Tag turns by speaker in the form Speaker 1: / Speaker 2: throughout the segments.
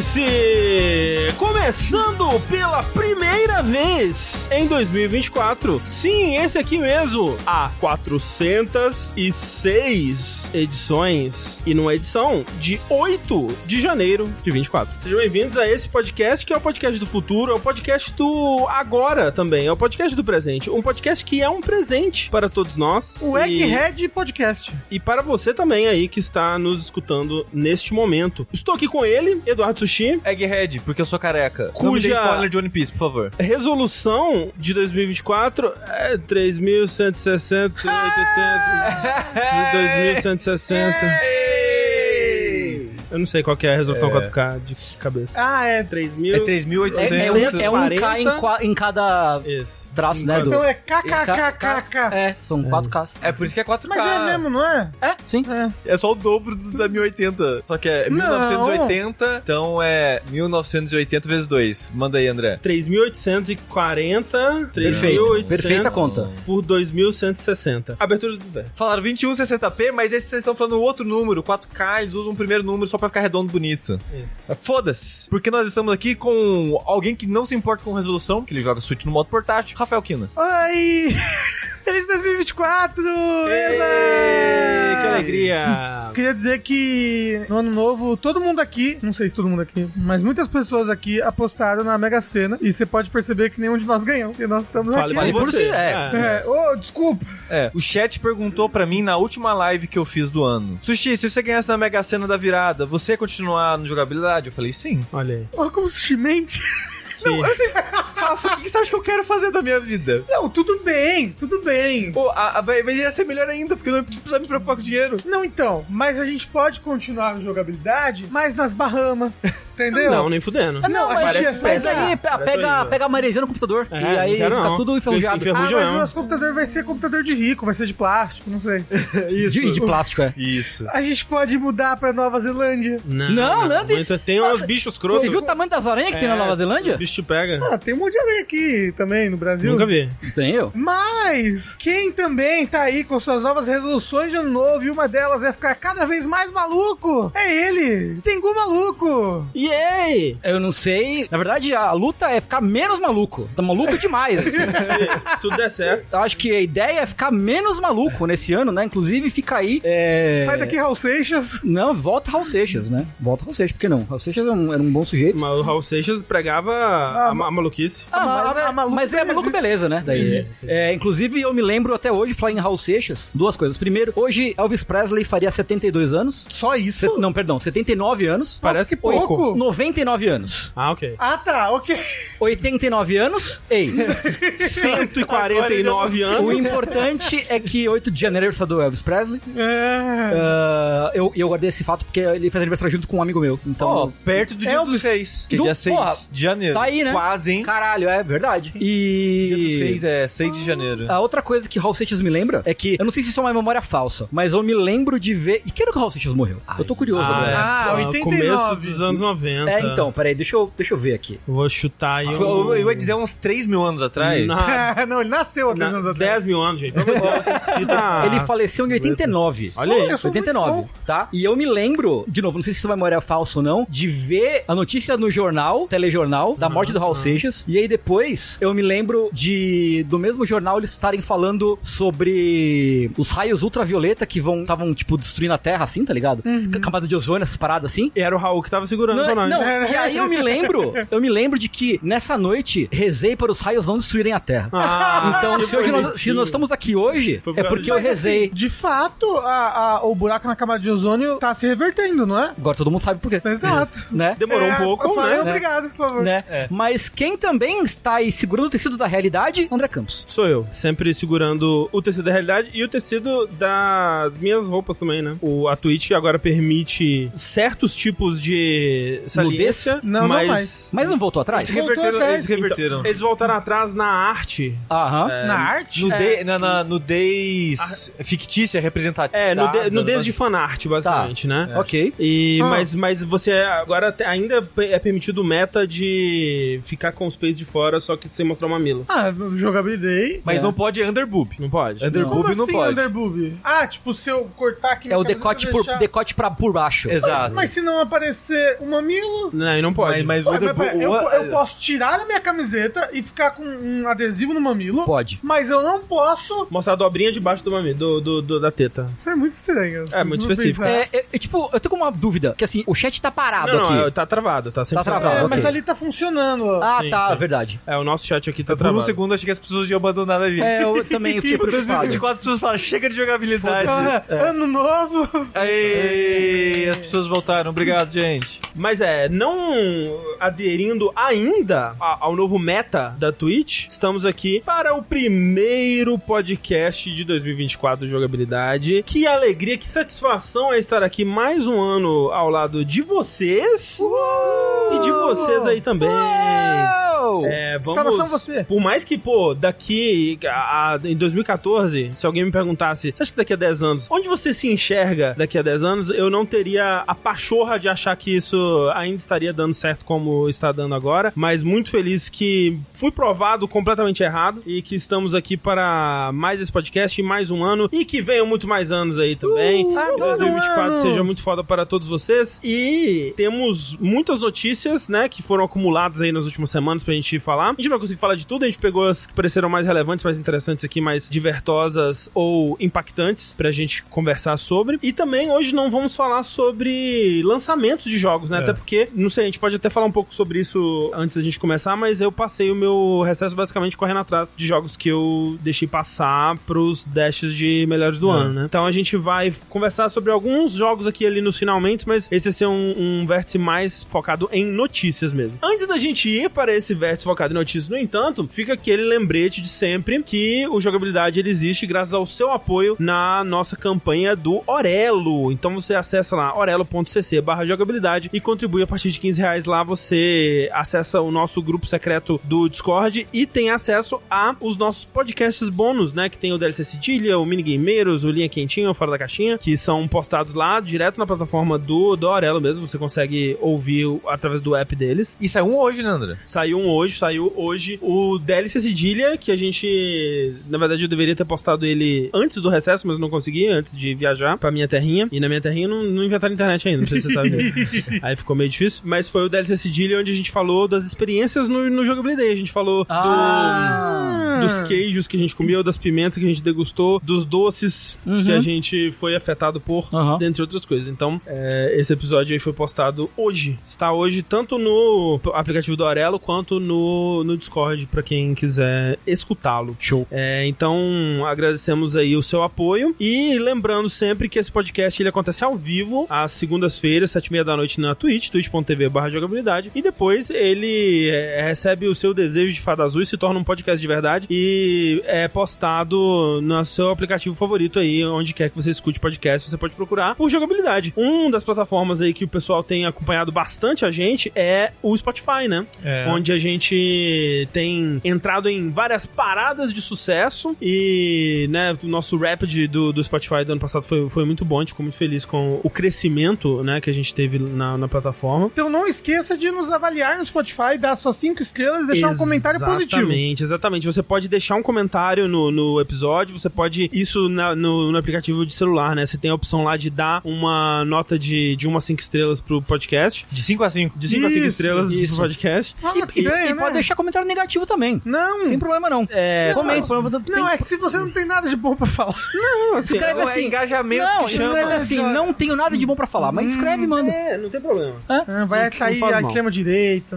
Speaker 1: Vértice! Começando pela primeira vez em 2024. Sim, esse aqui mesmo. Há 406 edições e numa edição de 8 de janeiro de 24. Sejam bem-vindos a esse podcast que é o podcast do futuro, é o podcast do agora também, é o podcast do presente. Um podcast que é um presente para todos nós.
Speaker 2: O
Speaker 1: E-
Speaker 2: Egghead Podcast.
Speaker 1: e para você também aí que está nos escutando neste momento. Estou aqui com ele, Eduardo Sushi.
Speaker 3: Egghead, porque eu sou careca. Não me dê
Speaker 1: Cuja-
Speaker 3: spoiler de One Piece, por favor.
Speaker 1: Resolução de 2024 é 3.160, 2.160. Eu não sei qual que é a resolução 4K de cabeça.
Speaker 2: Ah, é.
Speaker 1: 3.000.
Speaker 3: É 3.800.
Speaker 4: É, é um, é um K em, qua- em cada
Speaker 1: Isso.
Speaker 4: traço, né?
Speaker 2: Então
Speaker 4: Do...
Speaker 2: é kkkk.
Speaker 4: É, são quatro Ks.
Speaker 3: É por isso que é 4K.
Speaker 2: Mas é mesmo, não é?
Speaker 4: É, sim.
Speaker 3: É só o dobro do- da 1080. Só que é
Speaker 2: Não.
Speaker 3: 1980, então é 1980 vezes 2. Manda aí, André.
Speaker 1: 3.840.
Speaker 4: Perfeito.
Speaker 1: 3.800
Speaker 4: Perfeita conta.
Speaker 1: Por 2.160. Abertura do Dé.
Speaker 3: Falaram 2160p, mas esse vocês estão falando um outro número. 4K, eles usam o primeiro número só pra ficar redondo bonito. É,
Speaker 1: Isso.
Speaker 3: Foda-se. Porque nós estamos aqui com alguém que não se importa com resolução, que ele joga Switch no modo portátil, Rafael Kina.
Speaker 2: Oi! Feliz 2024!
Speaker 1: Ei,
Speaker 2: Eba!
Speaker 1: que alegria.
Speaker 2: Eu Queria dizer que no ano novo, todo mundo aqui, não sei se todo mundo aqui, mas muitas pessoas aqui apostaram na Mega Sena e você pode perceber que nenhum de nós ganhou, porque nós estamos
Speaker 1: Fale,
Speaker 2: aqui.
Speaker 4: vale
Speaker 1: por
Speaker 4: por
Speaker 1: você.
Speaker 4: si, é.
Speaker 2: É, ô, desculpa.
Speaker 3: É, o chat perguntou pra mim na última live que eu fiz do ano. Sushi, se você ganhasse na Mega Sena da virada, você ia continuar no jogabilidade? Eu falei, sim.
Speaker 1: Olha aí.
Speaker 2: Ô, como se mente.
Speaker 1: Que-
Speaker 4: assim,
Speaker 3: Rafa, o que, que você acha que eu quero fazer da minha vida?
Speaker 2: Não, tudo bem, tudo bem.
Speaker 3: Pô, a, a, vai- vai- ia ser melhor ainda, porque eu não preciso me preocupar com dinheiro.
Speaker 2: Não, então, mas a gente pode continuar a jogabilidade, mas nas Bahamas, entendeu?
Speaker 1: Não, é nem fudendo.
Speaker 4: Ah, Não,
Speaker 2: Não, né? mas
Speaker 4: mas, mas
Speaker 2: parece
Speaker 4: aí pe- pega,
Speaker 1: horrível.
Speaker 4: pega a maresia no computador
Speaker 1: É,
Speaker 4: e aí
Speaker 1: não quero
Speaker 4: fica
Speaker 1: não.
Speaker 4: tudo enferrujado.
Speaker 1: Enfer-
Speaker 2: Ah, mas
Speaker 1: Ferrugem
Speaker 2: o
Speaker 1: não.
Speaker 2: nosso computador vai ser computador de rico, vai ser de plástico, não sei.
Speaker 4: Isso. De, de plástico, é.
Speaker 3: Isso.
Speaker 2: A gente pode mudar pra Nova Zelândia.
Speaker 1: Não,
Speaker 4: Não, não, tem-
Speaker 1: muito- tem uns
Speaker 4: Nossa,
Speaker 1: bichos escrotos.
Speaker 4: Você viu o tamanho das aranhas que tem na
Speaker 1: É,
Speaker 4: Nova
Speaker 1: Os
Speaker 4: Zelândia?
Speaker 1: bichos te pega.
Speaker 2: Ah, tem um monte de além aqui também no Brasil.
Speaker 1: Nunca vi.
Speaker 4: Tem eu.
Speaker 2: Mas quem também tá aí com suas novas resoluções de ano novo e uma delas é ficar cada vez mais maluco, é ele, Tengu Maluco.
Speaker 1: Yay!
Speaker 4: Eu não sei. Na verdade, a luta é ficar menos maluco. Tá maluco demais. assim.
Speaker 1: Se, se tudo der certo.
Speaker 4: Eu acho que a ideia é ficar menos maluco nesse ano, né? Inclusive, fica aí. é,
Speaker 2: Sai daqui, Raul Seixas.
Speaker 4: Não, volta Raul Seixas, né? Volta Raul Seixas, por que não? Raul Seixas era um, era um bom sujeito.
Speaker 1: Mas o Raul Seixas pregava a, ma- a maluquice.
Speaker 4: Ah,
Speaker 2: mas
Speaker 4: mas,
Speaker 2: a-
Speaker 4: é,
Speaker 2: a maluca
Speaker 4: mas é a maluca
Speaker 2: existe.
Speaker 4: beleza, né? Daí. É, inclusive, eu me lembro até hoje, falar em Raul Seixas, duas coisas. Primeiro, hoje Elvis Presley faria 72 anos.
Speaker 2: Só isso?
Speaker 4: Se- não, perdão, 79 anos.
Speaker 1: Parece
Speaker 4: Oi,
Speaker 2: pouco.
Speaker 4: 99 anos.
Speaker 1: Ah, ok.
Speaker 2: Ah, tá, ok.
Speaker 4: 89 anos, ei.
Speaker 1: 149
Speaker 4: o
Speaker 1: anos.
Speaker 4: importante é que 8 de janeiro é aniversário do Elvis Presley.
Speaker 2: É.
Speaker 4: Ah, eu, eu guardei esse fato porque ele fez aniversário junto com um amigo meu.
Speaker 3: Ó,
Speaker 4: Então,
Speaker 3: perto do dia
Speaker 4: Elvis.
Speaker 3: dos reis. Que é
Speaker 4: Do-
Speaker 3: dia 6
Speaker 4: Porra,
Speaker 3: de janeiro.
Speaker 4: tá aí, né?
Speaker 3: Quase, hein?
Speaker 4: caralho, é verdade.
Speaker 3: Dia dos
Speaker 4: E.
Speaker 3: reis é 6 de janeiro.
Speaker 4: A outra coisa que Hal Seixas me lembra é que, eu não sei se isso é uma memória falsa, mas eu me lembro de ver. E é que ano que o Hal Seixas morreu? eu tô curioso
Speaker 1: Ah, é.
Speaker 4: agora.
Speaker 2: Ah,
Speaker 1: Ah, Começo
Speaker 2: 89.
Speaker 1: dos anos 90.
Speaker 4: É, então, peraí, deixa eu, deixa eu ver aqui.
Speaker 1: Vou chutar aí. um-
Speaker 3: Foi- eu, eu ia dizer uns 3 mil anos atrás.
Speaker 1: Na,
Speaker 2: não, ele nasceu há três anos
Speaker 1: na,
Speaker 2: atrás.
Speaker 1: 10 mil anos, gente. Pelo amor de Deus, cita-
Speaker 4: Ele faleceu em 89.
Speaker 1: Ah, Olha aí.
Speaker 2: Eu sou muito
Speaker 4: 89,
Speaker 2: bom.
Speaker 4: tá? E eu me lembro, de novo, não sei se isso é uma memória falsa ou não, de ver a notícia no jornal, telejornal,
Speaker 1: Ah,
Speaker 4: da morte do Raul Seixas. E aí depois, eu me lembro de, do mesmo jornal, eles estarem falando sobre os raios ultravioleta que vão, estavam, tipo, destruindo a Terra, assim, tá ligado? Camada de ozônio, essas paradas assim.
Speaker 1: Era o Raul que tava segurando o
Speaker 4: Não,
Speaker 1: sonagem.
Speaker 4: não, e aí eu me lembro, eu me lembro de que nessa noite rezei para os raios não destruírem a Terra.
Speaker 1: Ah,
Speaker 4: então,
Speaker 1: que
Speaker 4: se, hoje nós,
Speaker 1: bonitinho.
Speaker 4: se nós estamos aqui hoje,
Speaker 1: Foi assim- por
Speaker 4: é
Speaker 1: causa
Speaker 4: porque eu
Speaker 1: disso.
Speaker 4: rezei.
Speaker 2: assim, De fato, a- a- o buraco na camada de ozônio tá se revertendo, não é?
Speaker 4: Agora todo mundo sabe por quê.
Speaker 2: Exato.
Speaker 4: Né?
Speaker 1: Demorou
Speaker 2: É,
Speaker 1: um
Speaker 2: eu
Speaker 1: pouco,
Speaker 2: falei,
Speaker 1: né?
Speaker 2: Obrigado, por favor.
Speaker 4: Né?
Speaker 1: É.
Speaker 4: Mas quem também está aí segurando o tecido da realidade, André Campos.
Speaker 1: Sou eu. Sempre segurando o tecido da realidade e o tecido das minhas roupas também, né? O, a Twitch agora permite certos tipos de saliência,
Speaker 2: Não, não
Speaker 1: mas...
Speaker 2: mais.
Speaker 4: Mas não voltou atrás?
Speaker 2: Voltou
Speaker 3: Reverteram-
Speaker 2: atrás.
Speaker 3: eles reverteram.
Speaker 1: Então, eles voltaram atrás na arte.
Speaker 4: Aham.
Speaker 1: É,
Speaker 2: Na arte? É.
Speaker 3: No de- na, na nudez fictícia, representativa.
Speaker 1: É, no, de, no desde
Speaker 3: desde
Speaker 1: fanart, basicamente, né?
Speaker 4: É. Ok.
Speaker 1: E,
Speaker 2: Ah.
Speaker 1: mas, mas você agora te- ainda pe- é permitido meta de ficar com os peitos de fora, só que sem mostrar uma mamilo.
Speaker 2: Ah, jogabilidade.
Speaker 3: Mas
Speaker 4: É.
Speaker 3: não pode underboob.
Speaker 1: Não pode?
Speaker 3: Underboob não,
Speaker 2: assim
Speaker 3: pode.
Speaker 2: underboob? Ah, tipo, se eu cortar aqui
Speaker 4: É o
Speaker 2: minha
Speaker 4: decote
Speaker 2: camiseta,
Speaker 4: por,
Speaker 2: deixar-
Speaker 4: decote pra por baixo.
Speaker 3: Exato.
Speaker 2: Mas se não aparecer uma Camilo.
Speaker 1: Não, e não é. pode.
Speaker 3: Mas, mas
Speaker 2: Ué,
Speaker 3: o
Speaker 2: mas
Speaker 3: Uber
Speaker 2: pera,
Speaker 3: Bo-
Speaker 2: eu,
Speaker 3: o-
Speaker 2: eu posso tirar da minha camiseta e ficar com um adesivo no mamilo,
Speaker 4: Pode.
Speaker 2: mas eu não posso.
Speaker 1: Mostrar a dobrinha debaixo do mami, do, do- do- da teta.
Speaker 2: Isso é muito estranho. se
Speaker 1: É,
Speaker 2: você
Speaker 1: muito
Speaker 2: for
Speaker 1: específico.
Speaker 2: pensar.
Speaker 4: É, é, é, tipo, eu tô com uma dúvida, que assim, o chat tá parado
Speaker 1: não,
Speaker 4: aqui.
Speaker 1: não, é, tá travado, tá sempre
Speaker 4: Tá travado.
Speaker 2: É,
Speaker 4: ok.
Speaker 2: mas ali tá funcionando. ó.
Speaker 4: Ah,
Speaker 1: Sim,
Speaker 4: tá,
Speaker 1: sim.
Speaker 4: verdade.
Speaker 1: É, o nosso chat aqui tá
Speaker 3: Por um
Speaker 1: travado.
Speaker 3: segundo, achei que as pessoas iam abandonar a vida. Tipo,
Speaker 4: É, eu também
Speaker 1: Tipo,
Speaker 4: fiquei preocupado.
Speaker 3: 2024, as pessoas falam, chega de jogabilidade.
Speaker 2: Ah,
Speaker 1: é.
Speaker 2: Ano novo.
Speaker 3: Aê, as pessoas voltaram. Obrigado, gente.
Speaker 1: Mas é, não aderindo ainda a- ao novo meta da Twitch, estamos aqui para o primeiro podcast de 2024 de jogabilidade. Que alegria, que satisfação é estar aqui mais um ano ao lado de vocês e de vocês aí também. É,
Speaker 2: Escalação
Speaker 1: vamos...
Speaker 2: você.
Speaker 1: Por mais que, pô, daqui a, a- em 2014, se alguém me perguntasse, você acha que daqui a 10 anos, onde você se enxerga daqui a 10 anos, eu não teria a pachorra de achar que isso ainda estaria dando certo como está dando agora, mas muito feliz que fui provado completamente errado e que estamos aqui para mais esse podcast e mais um ano e que venham muito mais anos aí também. que
Speaker 2: adoro
Speaker 1: 2024
Speaker 2: anos.
Speaker 1: seja muito foda para todos vocês e temos muitas notícias, né, que foram acumuladas aí nas últimas semanas pra gente falar. A gente não vai conseguir falar de tudo, a gente pegou as que pareceram mais relevantes, mais interessantes aqui, mais divertosas ou impactantes pra gente conversar sobre. E também hoje não vamos falar sobre lançamento de jogos, né, até porque, não sei, a gente pode até falar um pouco sobre isso antes da gente começar, mas eu passei o meu recesso basicamente correndo atrás de jogos que eu deixei passar pros dashes de melhores do ano, né? Então a gente vai conversar sobre alguns jogos aqui ali nos finalmente, mas esse vai ser um, um vértice mais focado em notícias mesmo. Antes da gente ir para esse vértice focado em notícias, no entanto, fica aquele lembrete de sempre que o Jogabilidade ele existe graças ao seu apoio na nossa campanha do Orelo. Então você acessa lá orelo.cc barra jogabilidade e contribui a partir de 15 reais lá. Você acessa o nosso grupo secreto do Discord e tem acesso a os nossos podcasts bônus, né? Que tem o DLC Cedilha, o Minigameiros, o Linha Quentinha, o Fora da Caixinha, que são postados lá direto na plataforma do, do Orelo mesmo. Você consegue ouvir o- através do app deles.
Speaker 3: Isso é um hoje, né, André?
Speaker 1: Saiu um hoje, saiu hoje o DLC Cedilha, que a gente, na verdade, eu deveria ter postado ele antes do recesso, mas não consegui, antes de viajar pra minha terrinha. E na minha terrinha não, não inventaram internet ainda, não sei se você sabe disso. Aí ficou meio difícil. Mas foi o DLC Cedilha onde a gente falou das experiências no, no jogabilidade. A gente falou
Speaker 4: Ah.
Speaker 1: do, dos queijos que a gente comeu, das pimentas que a gente degustou, dos doces
Speaker 4: Uhum.
Speaker 1: que a gente foi afetado por
Speaker 4: Aham.
Speaker 1: dentre outras coisas. Então, é, esse episódio aí foi postado hoje. Está hoje tanto no aplicativo do Arelo quanto no, no Discord, pra quem quiser escutá-lo.
Speaker 4: Show.
Speaker 1: É, então, agradecemos aí o seu apoio. E lembrando sempre que esse podcast ele acontece ao vivo, às segundas-feiras, sete e meia da noite na Twitch, twitch.tv barra jogabilidade. E depois ele é, recebe o seu desejo de fada azul e se torna um podcast de verdade. E é postado no seu aplicativo favorito aí, onde quer que você escute podcast, você pode procurar por jogabilidade. Uma das plataformas aí que o pessoal tem acompanhado bastante a gente é o Spotify, né? onde a gente tem entrado em várias paradas de sucesso e, né, o nosso Rapid do, do Spotify do ano passado foi, foi muito bom, a gente ficou muito feliz com o crescimento, né, que a gente teve na, na plataforma.
Speaker 2: Então não esqueça de nos avaliar no Spotify, dar suas cinco estrelas e deixar um comentário positivo.
Speaker 1: Exatamente, exatamente. Você pode deixar um comentário no, no episódio, você pode. Isso na- no, no aplicativo de celular, né? Você tem a opção lá de dar uma nota de, de uma a 5 estrelas pro podcast.
Speaker 3: De 5 a 5.
Speaker 1: De 5 a 5
Speaker 2: Isso,
Speaker 1: estrelas
Speaker 4: isso.
Speaker 1: pro podcast.
Speaker 2: Fala
Speaker 4: E,
Speaker 2: pra você,
Speaker 4: e-
Speaker 2: né?
Speaker 4: e pode deixar comentário negativo também.
Speaker 2: Não,
Speaker 4: Não tem problema, não.
Speaker 1: É,
Speaker 4: Comente.
Speaker 2: não, é que se você não tem nada de bom pra falar.
Speaker 4: escreve assim.
Speaker 3: engajamento.
Speaker 4: Não,
Speaker 3: é que
Speaker 4: escreve
Speaker 3: chama. né?
Speaker 4: assim, não tenho nada de bom pra falar, mas escreve e manda.
Speaker 1: é, não tem problema.
Speaker 2: Ah, vai
Speaker 1: Não- não
Speaker 2: cair
Speaker 1: faz
Speaker 2: a
Speaker 1: mal.
Speaker 2: extrema-direita,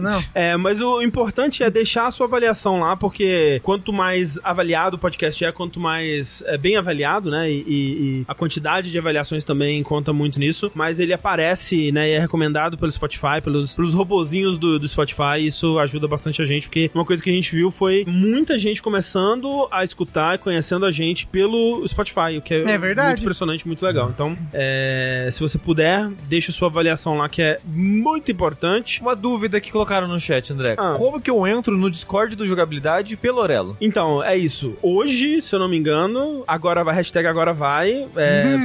Speaker 2: não.
Speaker 1: É, mas o importante é deixar a sua avaliação lá, porque quanto mais avaliado o podcast é, quanto mais é, bem avaliado, né? E, e- e a quantidade de avaliações também conta muito nisso. Mas ele aparece, né? E é recomendado pelo Spotify, pelos, pelos robozinhos do, do Spotify. E isso ajuda bastante a gente, porque uma coisa que a gente viu foi muita gente começando a escutar e conhecendo a gente pelo Spotify, o que é,
Speaker 2: É verdade.
Speaker 1: muito impressionante, muito legal. Então, é, se você puder, deixa sua avaliação lá, que é muito importante.
Speaker 3: Uma dúvida que colocaram no chat, André.
Speaker 1: Ah.
Speaker 3: Como que eu entro no Discord do Jogabilidade pelo Orelo? jogo.
Speaker 1: Então, é isso. Hoje, se eu não me engano, agora vai, hashtag agora vai. é,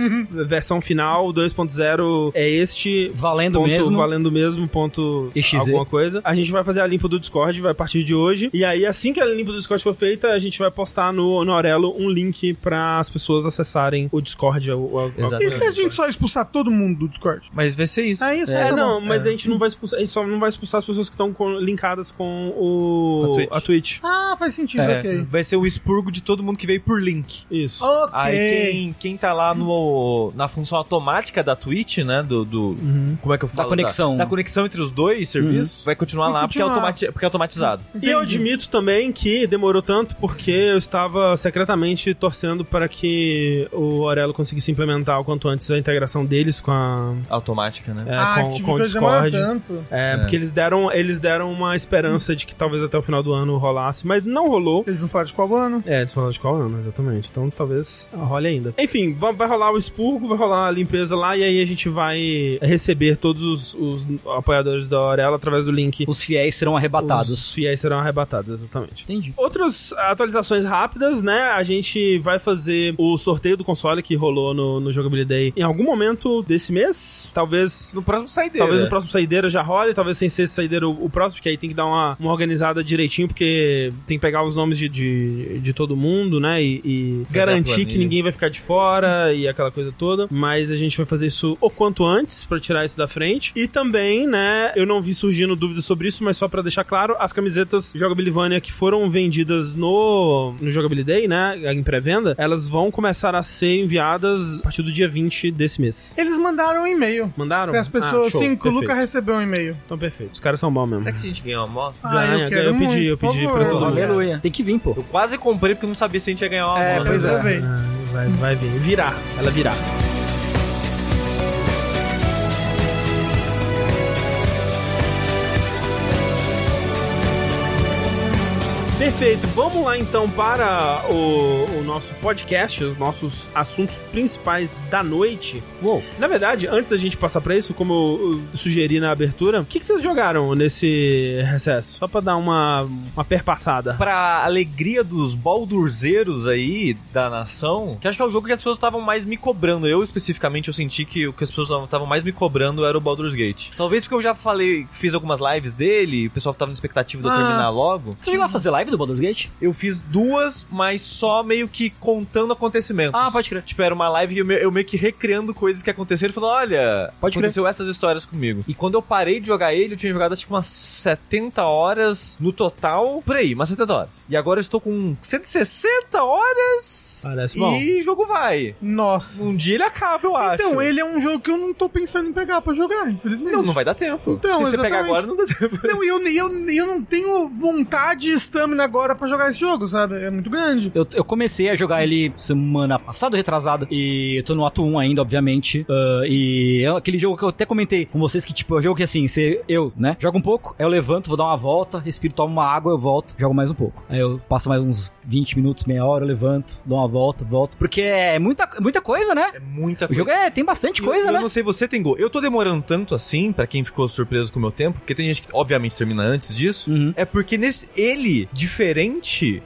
Speaker 1: versão final 2.0 é este.
Speaker 4: Valendo
Speaker 1: ponto,
Speaker 4: mesmo.
Speaker 1: Valendo mesmo, ponto
Speaker 4: XZ.
Speaker 1: alguma coisa. A gente vai fazer a limpa do Discord, vai a partir de hoje. E aí, assim que a limpa do Discord for feita, a gente vai postar no, no Aurelo um link para as pessoas acessarem o Discord. O, o, o-
Speaker 3: Exato.
Speaker 2: E se a gente só expulsar todo mundo do Discord?
Speaker 3: Mas vai ser isso.
Speaker 2: Aí isso
Speaker 1: É,
Speaker 2: tá bom.
Speaker 1: não, mas a gente não vai expulsar, a gente só não vai expulsar as pessoas que estão com- linkadas com o
Speaker 3: A Twitch.
Speaker 2: Ah, faz sentido,
Speaker 3: É,
Speaker 2: ok.
Speaker 3: Vai ser o expurgo de todo mundo que veio por link.
Speaker 1: Isso.
Speaker 2: Ok.
Speaker 3: Aí
Speaker 2: É.
Speaker 3: quem, quem tá lá no, na função automática da Twitch, né? Do, do-
Speaker 1: Uhum.
Speaker 3: Como é que eu falo?
Speaker 4: conexão.
Speaker 3: Da, da conexão entre os dois serviços. Vai continuar
Speaker 2: Vai
Speaker 3: lá
Speaker 2: continuar.
Speaker 3: Porque, é automati- porque é automatizado.
Speaker 1: E eu admito também que demorou tanto porque eu estava secretamente torcendo para que o Aurelo conseguisse implementar o quanto antes a integração deles com a
Speaker 3: Automática, né?
Speaker 1: é,
Speaker 2: ah, esse
Speaker 1: com,
Speaker 2: tipo
Speaker 1: com
Speaker 2: de
Speaker 1: o
Speaker 2: coisa demora
Speaker 1: Discord.
Speaker 2: tanto.
Speaker 1: É, porque eles deram, eles deram uma esperança de que talvez até o final do ano rolasse, mas não rolou.
Speaker 2: Eles não falaram de qual ano.
Speaker 1: É, eles falaram de qual ano, exatamente. Então talvez role ainda. Enfim, va- vai rolar o expurgo, vai rolar a limpeza lá e aí a gente vai receber todos os, os apoiadores da Aurela através do link.
Speaker 4: Os fiéis serão
Speaker 1: Os
Speaker 4: arrebatados.
Speaker 1: fiéis serão arrebatados, exatamente.
Speaker 4: Entendi.
Speaker 1: Outras atualizações rápidas, né? A gente vai fazer o sorteio do console que rolou no, no Jogabilidade em algum momento desse mês. Talvez.
Speaker 3: No próximo saideira.
Speaker 1: Talvez no próximo saideira já role, talvez sem ser esse saideira o, o próximo, porque aí tem que dar uma, uma organizada direitinho, porque tem que pegar os nomes de, de, de todo mundo, né? E, e
Speaker 3: Fazer a
Speaker 1: garantir que
Speaker 3: planilha.
Speaker 1: ninguém vai ficar de fora e aquela coisa toda. Mas a gente vai fazer isso o quanto antes pra tirar isso da frente. E também, né? Eu não vi surgindo dúvidas sobre isso, mas só pra deixar claro, as camisetas Jogabilivania que foram vendidas no, no Jogabilidade, né? Em pré-venda, elas vão começar a ser enviadas a partir do dia 20 desse mês.
Speaker 2: Eles mandaram um e-mail.
Speaker 1: Mandaram?
Speaker 2: As pessoas,
Speaker 1: Ah, show,
Speaker 2: sim, o
Speaker 1: perfeito.
Speaker 2: Luca recebeu um e-mail.
Speaker 1: Então, perfeito. Os caras são bons mesmo.
Speaker 3: Será que a gente ganhou uma amostra?
Speaker 2: Ah, eu
Speaker 1: Ganha,
Speaker 2: quero
Speaker 1: ganha, eu pedi,
Speaker 2: muito,
Speaker 1: eu
Speaker 2: por
Speaker 1: pedi
Speaker 2: favor.
Speaker 1: pra todo mundo.
Speaker 4: Aleluia. Tem que vir, pô.
Speaker 3: Eu quase comprei porque eu não sabia se a gente ia ganhar uma
Speaker 4: É,
Speaker 3: amostra.
Speaker 4: pois é.
Speaker 2: eu vejo.
Speaker 1: Ah, Vai, vai vir. Virar. Ela virar. Perfeito, vamos lá então para o, o nosso podcast, os nossos assuntos principais da noite.
Speaker 4: Uou.
Speaker 1: Na verdade, antes da gente passar pra isso, como eu, eu sugeri na abertura, o que, que vocês jogaram nesse recesso? Só pra dar uma, uma perpassada.
Speaker 3: Pra alegria dos baldurzeiros aí da nação, que acho que é o jogo que as pessoas estavam mais me cobrando. Eu, especificamente, eu senti que o que as pessoas estavam mais me cobrando era o Baldur's Gate. Talvez porque eu já falei, fiz algumas lives dele, o pessoal tava na expectativa de eu
Speaker 2: Ah.
Speaker 3: terminar logo.
Speaker 4: Você chegou a fazer live do Baldur's Gate?
Speaker 3: Eu fiz duas, mas só meio que contando acontecimentos.
Speaker 4: Ah, pode crer.
Speaker 3: Tipo, era uma live e eu, me- eu meio que recriando coisas que aconteceram e falando, olha,
Speaker 4: Pode crer.
Speaker 3: aconteceu essas histórias comigo. E quando eu parei de jogar ele, eu tinha jogado acho que umas 70 horas no total, por aí, umas 70 horas. E agora eu estou com 160 horas
Speaker 1: Parece
Speaker 3: e
Speaker 1: bom.
Speaker 3: jogo vai.
Speaker 2: Nossa.
Speaker 3: Um dia ele acaba, eu acho.
Speaker 2: Então, ele é um jogo que eu não tô pensando em pegar pra jogar, infelizmente.
Speaker 3: Não, não vai dar tempo.
Speaker 2: Então,
Speaker 3: Se você pegar
Speaker 2: exatamente.
Speaker 3: agora, não dá tempo.
Speaker 2: Não, e eu, e eu, e eu não tenho vontade e estamina agora pra jogar esse jogo, sabe? É muito grande.
Speaker 4: Eu, eu comecei a jogar ele semana passada, retrasada, e eu tô no ato 1 ainda, obviamente. Ah, e é aquele jogo que eu até comentei com vocês que, tipo, é um jogo que assim, você, eu, né, jogo um pouco, aí eu levanto, vou dar uma volta, respiro, tomo uma água, eu volto, jogo mais um pouco. Aí eu passo mais uns 20 minutos, meia hora, eu levanto, dou uma volta, volto. Porque é muita, muita coisa, né?
Speaker 3: É muita
Speaker 4: O
Speaker 3: coisa.
Speaker 4: jogo é, tem bastante
Speaker 3: Eu-
Speaker 4: coisa,
Speaker 3: eu
Speaker 4: né?
Speaker 3: não sei, você tem gol. Eu tô demorando tanto assim, pra quem ficou surpreso com o meu tempo, porque tem gente que, obviamente, termina antes disso.
Speaker 4: Uhum.
Speaker 3: É porque nesse, ele, diferente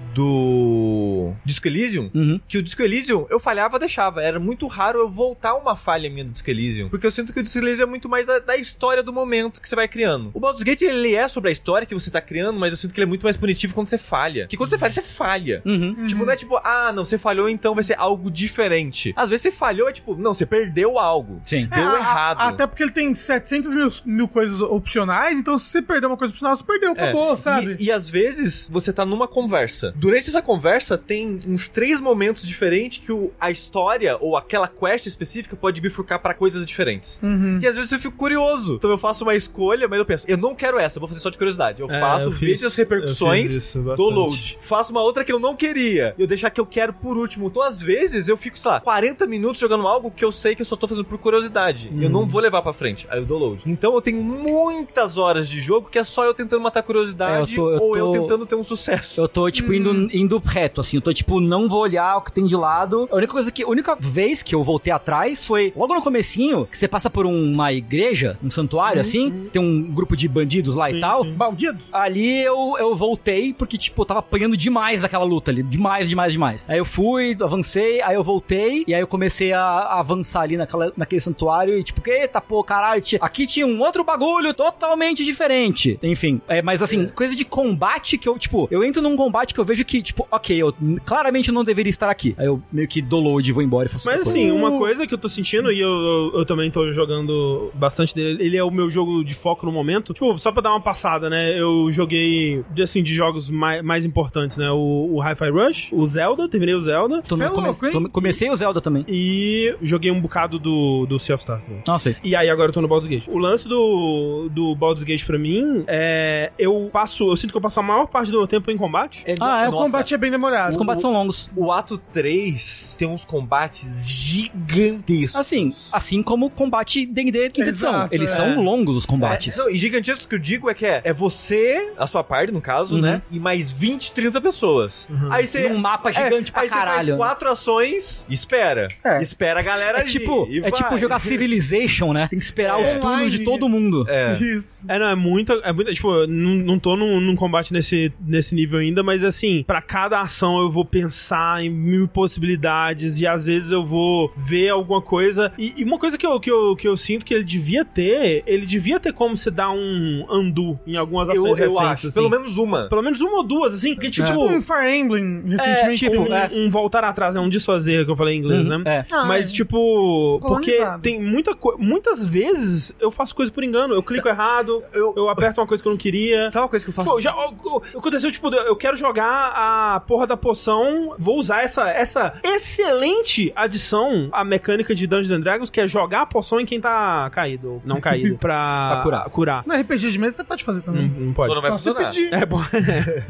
Speaker 3: do Disco Elysium,
Speaker 4: Uhum.
Speaker 3: que o Disco Elysium eu falhava, deixava. Era muito raro eu voltar uma falha minha do Disco Elysium. Porque eu sinto que o Disco Elysium é muito mais da, da história do momento que você vai criando. O Baldur's Gate, ele é sobre a história que você tá criando, mas eu sinto que ele é muito mais punitivo quando você falha. Que quando você falha, você falha.
Speaker 4: Uhum.
Speaker 3: Tipo, não é tipo, ah, não, você falhou, então vai ser algo diferente. Às vezes você falhou, é tipo, não, você perdeu algo.
Speaker 4: Sim.
Speaker 3: Deu
Speaker 2: É, a- a-
Speaker 3: errado.
Speaker 2: até porque ele tem 700 mil, mil coisas opcionais, então se você perder uma coisa opcional, você perdeu,
Speaker 3: É.
Speaker 2: acabou, sabe?
Speaker 3: E, e às vezes você tá numa conversa. Durante essa conversa tem uns três momentos diferentes que o- a história ou aquela quest específica pode bifurcar pra coisas diferentes.
Speaker 2: Uhum.
Speaker 3: E às vezes eu fico curioso. Então eu faço uma escolha, mas eu penso, eu não quero essa, eu vou fazer só de curiosidade. Eu
Speaker 1: É,
Speaker 3: faço,
Speaker 1: eu
Speaker 3: vejo
Speaker 1: fiz-
Speaker 3: as repercussões
Speaker 1: eu fiz isso
Speaker 3: do
Speaker 1: bastante.
Speaker 3: load. Faço uma outra que eu não queria. E eu deixo a que eu quero por último. Então, às vezes, eu fico, sei lá, 40 minutos jogando algo que eu sei que eu só tô fazendo por curiosidade. Eu não vou levar pra frente. Aí eu dou load. Então eu tenho muitas horas de jogo que é só eu tentando matar a curiosidade
Speaker 4: É, eu tô- eu
Speaker 3: ou eu
Speaker 4: tô-
Speaker 3: tentando ter um
Speaker 1: processo.
Speaker 4: Eu tô, tipo, indo, indo reto, assim. Eu tô, tipo, não vou olhar o que tem de lado. A única coisa que. A única vez que eu voltei atrás foi logo no comecinho, que você passa por uma igreja, um santuário, assim, tem um grupo de bandidos lá e tal.
Speaker 2: Baldidos?
Speaker 4: Ali eu, eu voltei, porque, tipo, eu tava apanhando demais aquela luta ali. Demais, demais, demais. Aí eu fui, avancei, aí eu voltei, e aí eu comecei a, a avançar ali naquela, naquele santuário, e tipo, eita, pô, caralho, ti- aqui tinha um outro bagulho totalmente diferente. Enfim, é, mas assim, coisa de combate que eu, tipo, eu entro num combate que eu vejo que, tipo, ok, eu n- claramente não deveria estar aqui. Aí eu meio que dou load e vou embora e faço
Speaker 1: Mas
Speaker 4: outra
Speaker 1: assim,
Speaker 2: O-
Speaker 1: uma coisa que eu tô sentindo, e eu, eu, eu também tô jogando bastante dele, ele é o meu jogo de foco no momento. Tipo, só pra dar uma passada, né? Eu joguei, de, assim, de jogos mais, mais importantes, né? O, o Hi-Fi Rush, o Zelda, terminei o Zelda.
Speaker 4: Tô no-
Speaker 2: Cê é
Speaker 4: come-
Speaker 2: louco, hein?
Speaker 4: tô- comecei o Zelda também.
Speaker 1: E joguei um bocado do, do Sea of Stars também.
Speaker 4: Nossa,
Speaker 1: E aí agora eu tô no Baldur's Gate. O lance do, do Baldur's Gate pra mim é... Eu passo... Eu sinto que eu passo a maior parte do meu tempo em combate.
Speaker 2: Ah, é, o
Speaker 3: Nossa,
Speaker 2: combate é bem demorado.
Speaker 4: os combates são longos.
Speaker 3: O ato 3 tem uns combates gigantescos.
Speaker 4: Assim, assim como o combate D&D quinta edição.
Speaker 2: Exato,
Speaker 4: Eles
Speaker 2: é.
Speaker 4: são longos os
Speaker 3: É,
Speaker 4: combates.
Speaker 3: não, e gigantesco que eu digo é que é, é você, a sua parte, no caso,
Speaker 4: Uhum. um
Speaker 3: né? E mais 20, 30 pessoas. Aí você.
Speaker 4: Num mapa gigante pra
Speaker 3: É, aí você
Speaker 4: caralho.
Speaker 3: faz
Speaker 4: né?
Speaker 3: quatro ações, espera.
Speaker 2: É.
Speaker 3: Espera a galera
Speaker 4: É
Speaker 3: agir,
Speaker 4: tipo,
Speaker 3: e
Speaker 4: é tipo
Speaker 3: vai.
Speaker 4: jogar Civilization, né? Tem que esperar
Speaker 2: É.
Speaker 4: os turnos de todo mundo.
Speaker 3: É.
Speaker 2: Isso.
Speaker 1: É, não, é muita. É muita tipo, eu não, não tô num, num combate nesse, nesse nível ainda, mas assim, pra cada ação eu vou pensar em mil possibilidades e às vezes eu vou ver alguma coisa. E, e uma coisa que eu, que, eu, que eu sinto que ele devia ter, ele devia ter como se dar um undo em algumas ações
Speaker 3: Eu, eu
Speaker 1: recentes.
Speaker 3: acho.
Speaker 1: assim.
Speaker 3: Pelo menos É. uma.
Speaker 1: Pelo menos uma ou duas, assim, que tipo.
Speaker 2: Tipo um Fire Emblem, recentemente.
Speaker 4: tipo,
Speaker 1: um,
Speaker 4: é.
Speaker 1: um voltar atrás, é um desfazer que eu falei em inglês,
Speaker 4: Uhum,
Speaker 1: né?
Speaker 4: é.
Speaker 2: Ah,
Speaker 1: Mas,
Speaker 2: é.
Speaker 1: tipo, porque
Speaker 2: Colonizado.
Speaker 1: tem muita coisa. Muitas vezes eu faço coisa por engano. Eu clico errado, eu,
Speaker 3: eu-
Speaker 1: aperto uma coisa que eu não queria.
Speaker 3: Sabe uma coisa que eu faço?
Speaker 1: Pô, já ó, ó, aconteceu, tipo, eu quero jogar a porra da poção. Vou usar essa, essa excelente adição à mecânica de Dungeons and Dragons, que é jogar a poção em quem tá caído, ou não caído, pra,
Speaker 4: Pra curar.
Speaker 2: No RPG de mesa você pode fazer
Speaker 1: Não,
Speaker 2: também.
Speaker 1: não
Speaker 3: Só
Speaker 1: pode.
Speaker 3: não vai
Speaker 2: Só você
Speaker 3: funcionar.
Speaker 2: pedir.
Speaker 1: É, bom.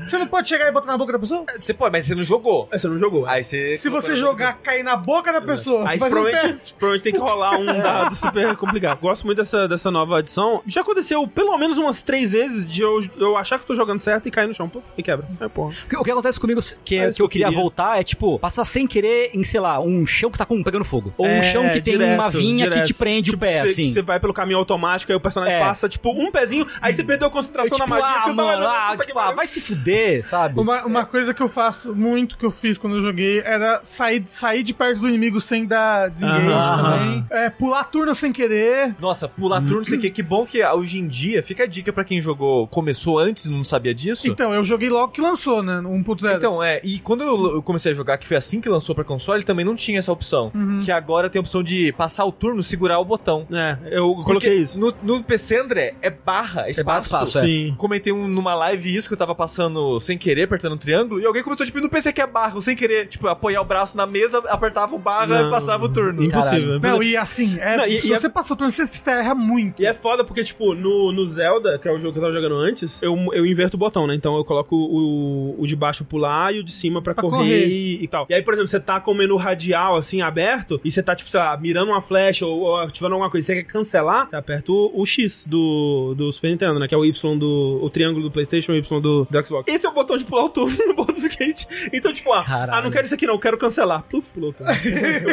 Speaker 2: Você não pode chegar e botar na boca da pessoa?
Speaker 3: Você pode, mas você não jogou.
Speaker 1: Você não jogou.
Speaker 3: Aí você.
Speaker 2: Se você jogar, cair na boca da pessoa,
Speaker 1: É. Né? Aí
Speaker 2: faz um
Speaker 1: provavelmente,
Speaker 2: teste.
Speaker 1: provavelmente tem que rolar um dado super complicado. Gosto muito dessa, dessa nova adição. Já aconteceu pelo menos umas três vezes de eu, eu achar que eu tô jogando certo e cair no chão. Puf, e quebra. É porra.
Speaker 4: O que- O que acontece comigo que,
Speaker 1: Ah, isso
Speaker 4: que
Speaker 1: que
Speaker 4: eu
Speaker 1: eu
Speaker 4: queria
Speaker 1: queria.
Speaker 4: voltar é, tipo, passar sem querer em, sei lá, um chão que tá com, pegando fogo. Ou um
Speaker 1: É,
Speaker 4: chão que tem
Speaker 1: direto,
Speaker 4: uma vinha que
Speaker 1: direto.
Speaker 4: te prende o pé,
Speaker 1: Tipo, cê,
Speaker 4: assim.
Speaker 1: Você vai pelo caminho automático, aí o personagem
Speaker 4: É.
Speaker 1: passa, tipo, um pezinho, aí você perdeu a
Speaker 4: Eu,
Speaker 1: concentração
Speaker 4: tipo,
Speaker 1: na magia. que
Speaker 4: ah,
Speaker 1: você tava
Speaker 4: mano,
Speaker 1: jogando,
Speaker 4: ah,
Speaker 1: puta que
Speaker 4: tipo, ah,
Speaker 1: pariu.
Speaker 4: vai se fuder, sabe?
Speaker 2: Uma, uma coisa que eu faço muito, que eu fiz quando eu joguei, era sair, sair de perto do inimigo sem dar desengage
Speaker 1: Aham.
Speaker 2: também. É, pular turno sem querer.
Speaker 3: Nossa, pular turno, não sei o que. Que bom que hoje em dia, fica a dica pra quem jogou, começou antes e não sabia disso.
Speaker 2: Então, eu joguei logo que lançou, né? no 1.0.
Speaker 3: Então, é, e quando eu eu comecei a jogar, que foi assim que lançou pra console, também não tinha essa opção. Que agora tem a opção de passar o turno, segurar o botão.
Speaker 1: É, eu coloquei isso.
Speaker 3: No, no PC, André, é barra, espaço.
Speaker 4: barra, espaço, é.
Speaker 1: Sim.
Speaker 3: Comentei um, numa live isso que eu tava passando sem querer, apertando um triângulo, e alguém comentou, tipo, no PC que é barra, eu sem querer, tipo, apoiar o braço na mesa, apertava o barra
Speaker 1: Não.
Speaker 3: e passava o turno.
Speaker 1: Impossível.
Speaker 2: Não, e assim, é,
Speaker 1: Não, e-
Speaker 2: se
Speaker 1: e é-
Speaker 2: você passou o turno, você se ferra muito.
Speaker 1: E é foda porque, tipo, no, no Zelda, que é o jogo que eu tava jogando antes, eu, eu inverto o botão, né? Então eu coloco o, o de baixo pular e o de cima pra,
Speaker 2: Pra
Speaker 1: correr,
Speaker 2: correr.
Speaker 1: E, e tal. E aí, por exemplo, você tá com o menu radial, assim, aberto, e você tá, tipo, sei lá, mirando uma flecha ou, ou ativando alguma coisa, e você quer cancelar, você aperta o, o X do, do Super Nintendo, né? Que é o Y do... o triângulo do Playstation e o Y do, do Xbox. Esse é o botão de pular o turno no botão skate. Então, tipo, ah,
Speaker 4: Caralho.
Speaker 1: ah, não quero isso aqui não, quero cancelar. Pluf, pulou o turno.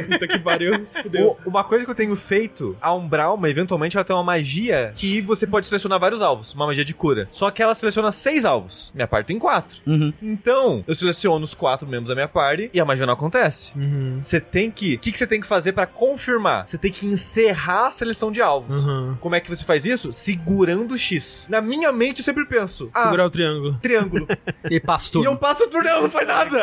Speaker 1: Puta que pariu. Fudeu.
Speaker 3: O- uma coisa que eu tenho feito, a Umbralma, eventualmente, ela tem uma magia que você pode selecionar vários alvos, uma magia de cura. Só que ela seleciona seis alvos. Minha parte tem quatro.
Speaker 4: Uhum.
Speaker 3: Então, eu seleciono os quatro membros da minha party e a magia não acontece.
Speaker 1: Uhum.
Speaker 3: Você tem que. O que, que você tem que fazer pra confirmar? Você tem que encerrar a seleção de alvos.
Speaker 1: Uhum.
Speaker 3: Como é que você faz isso? Segurando o X. Na minha mente, eu sempre penso. Ah,
Speaker 1: Segurar o triângulo.
Speaker 3: triângulo.
Speaker 4: E pastor.
Speaker 3: e eu passo o turnão, não faz nada.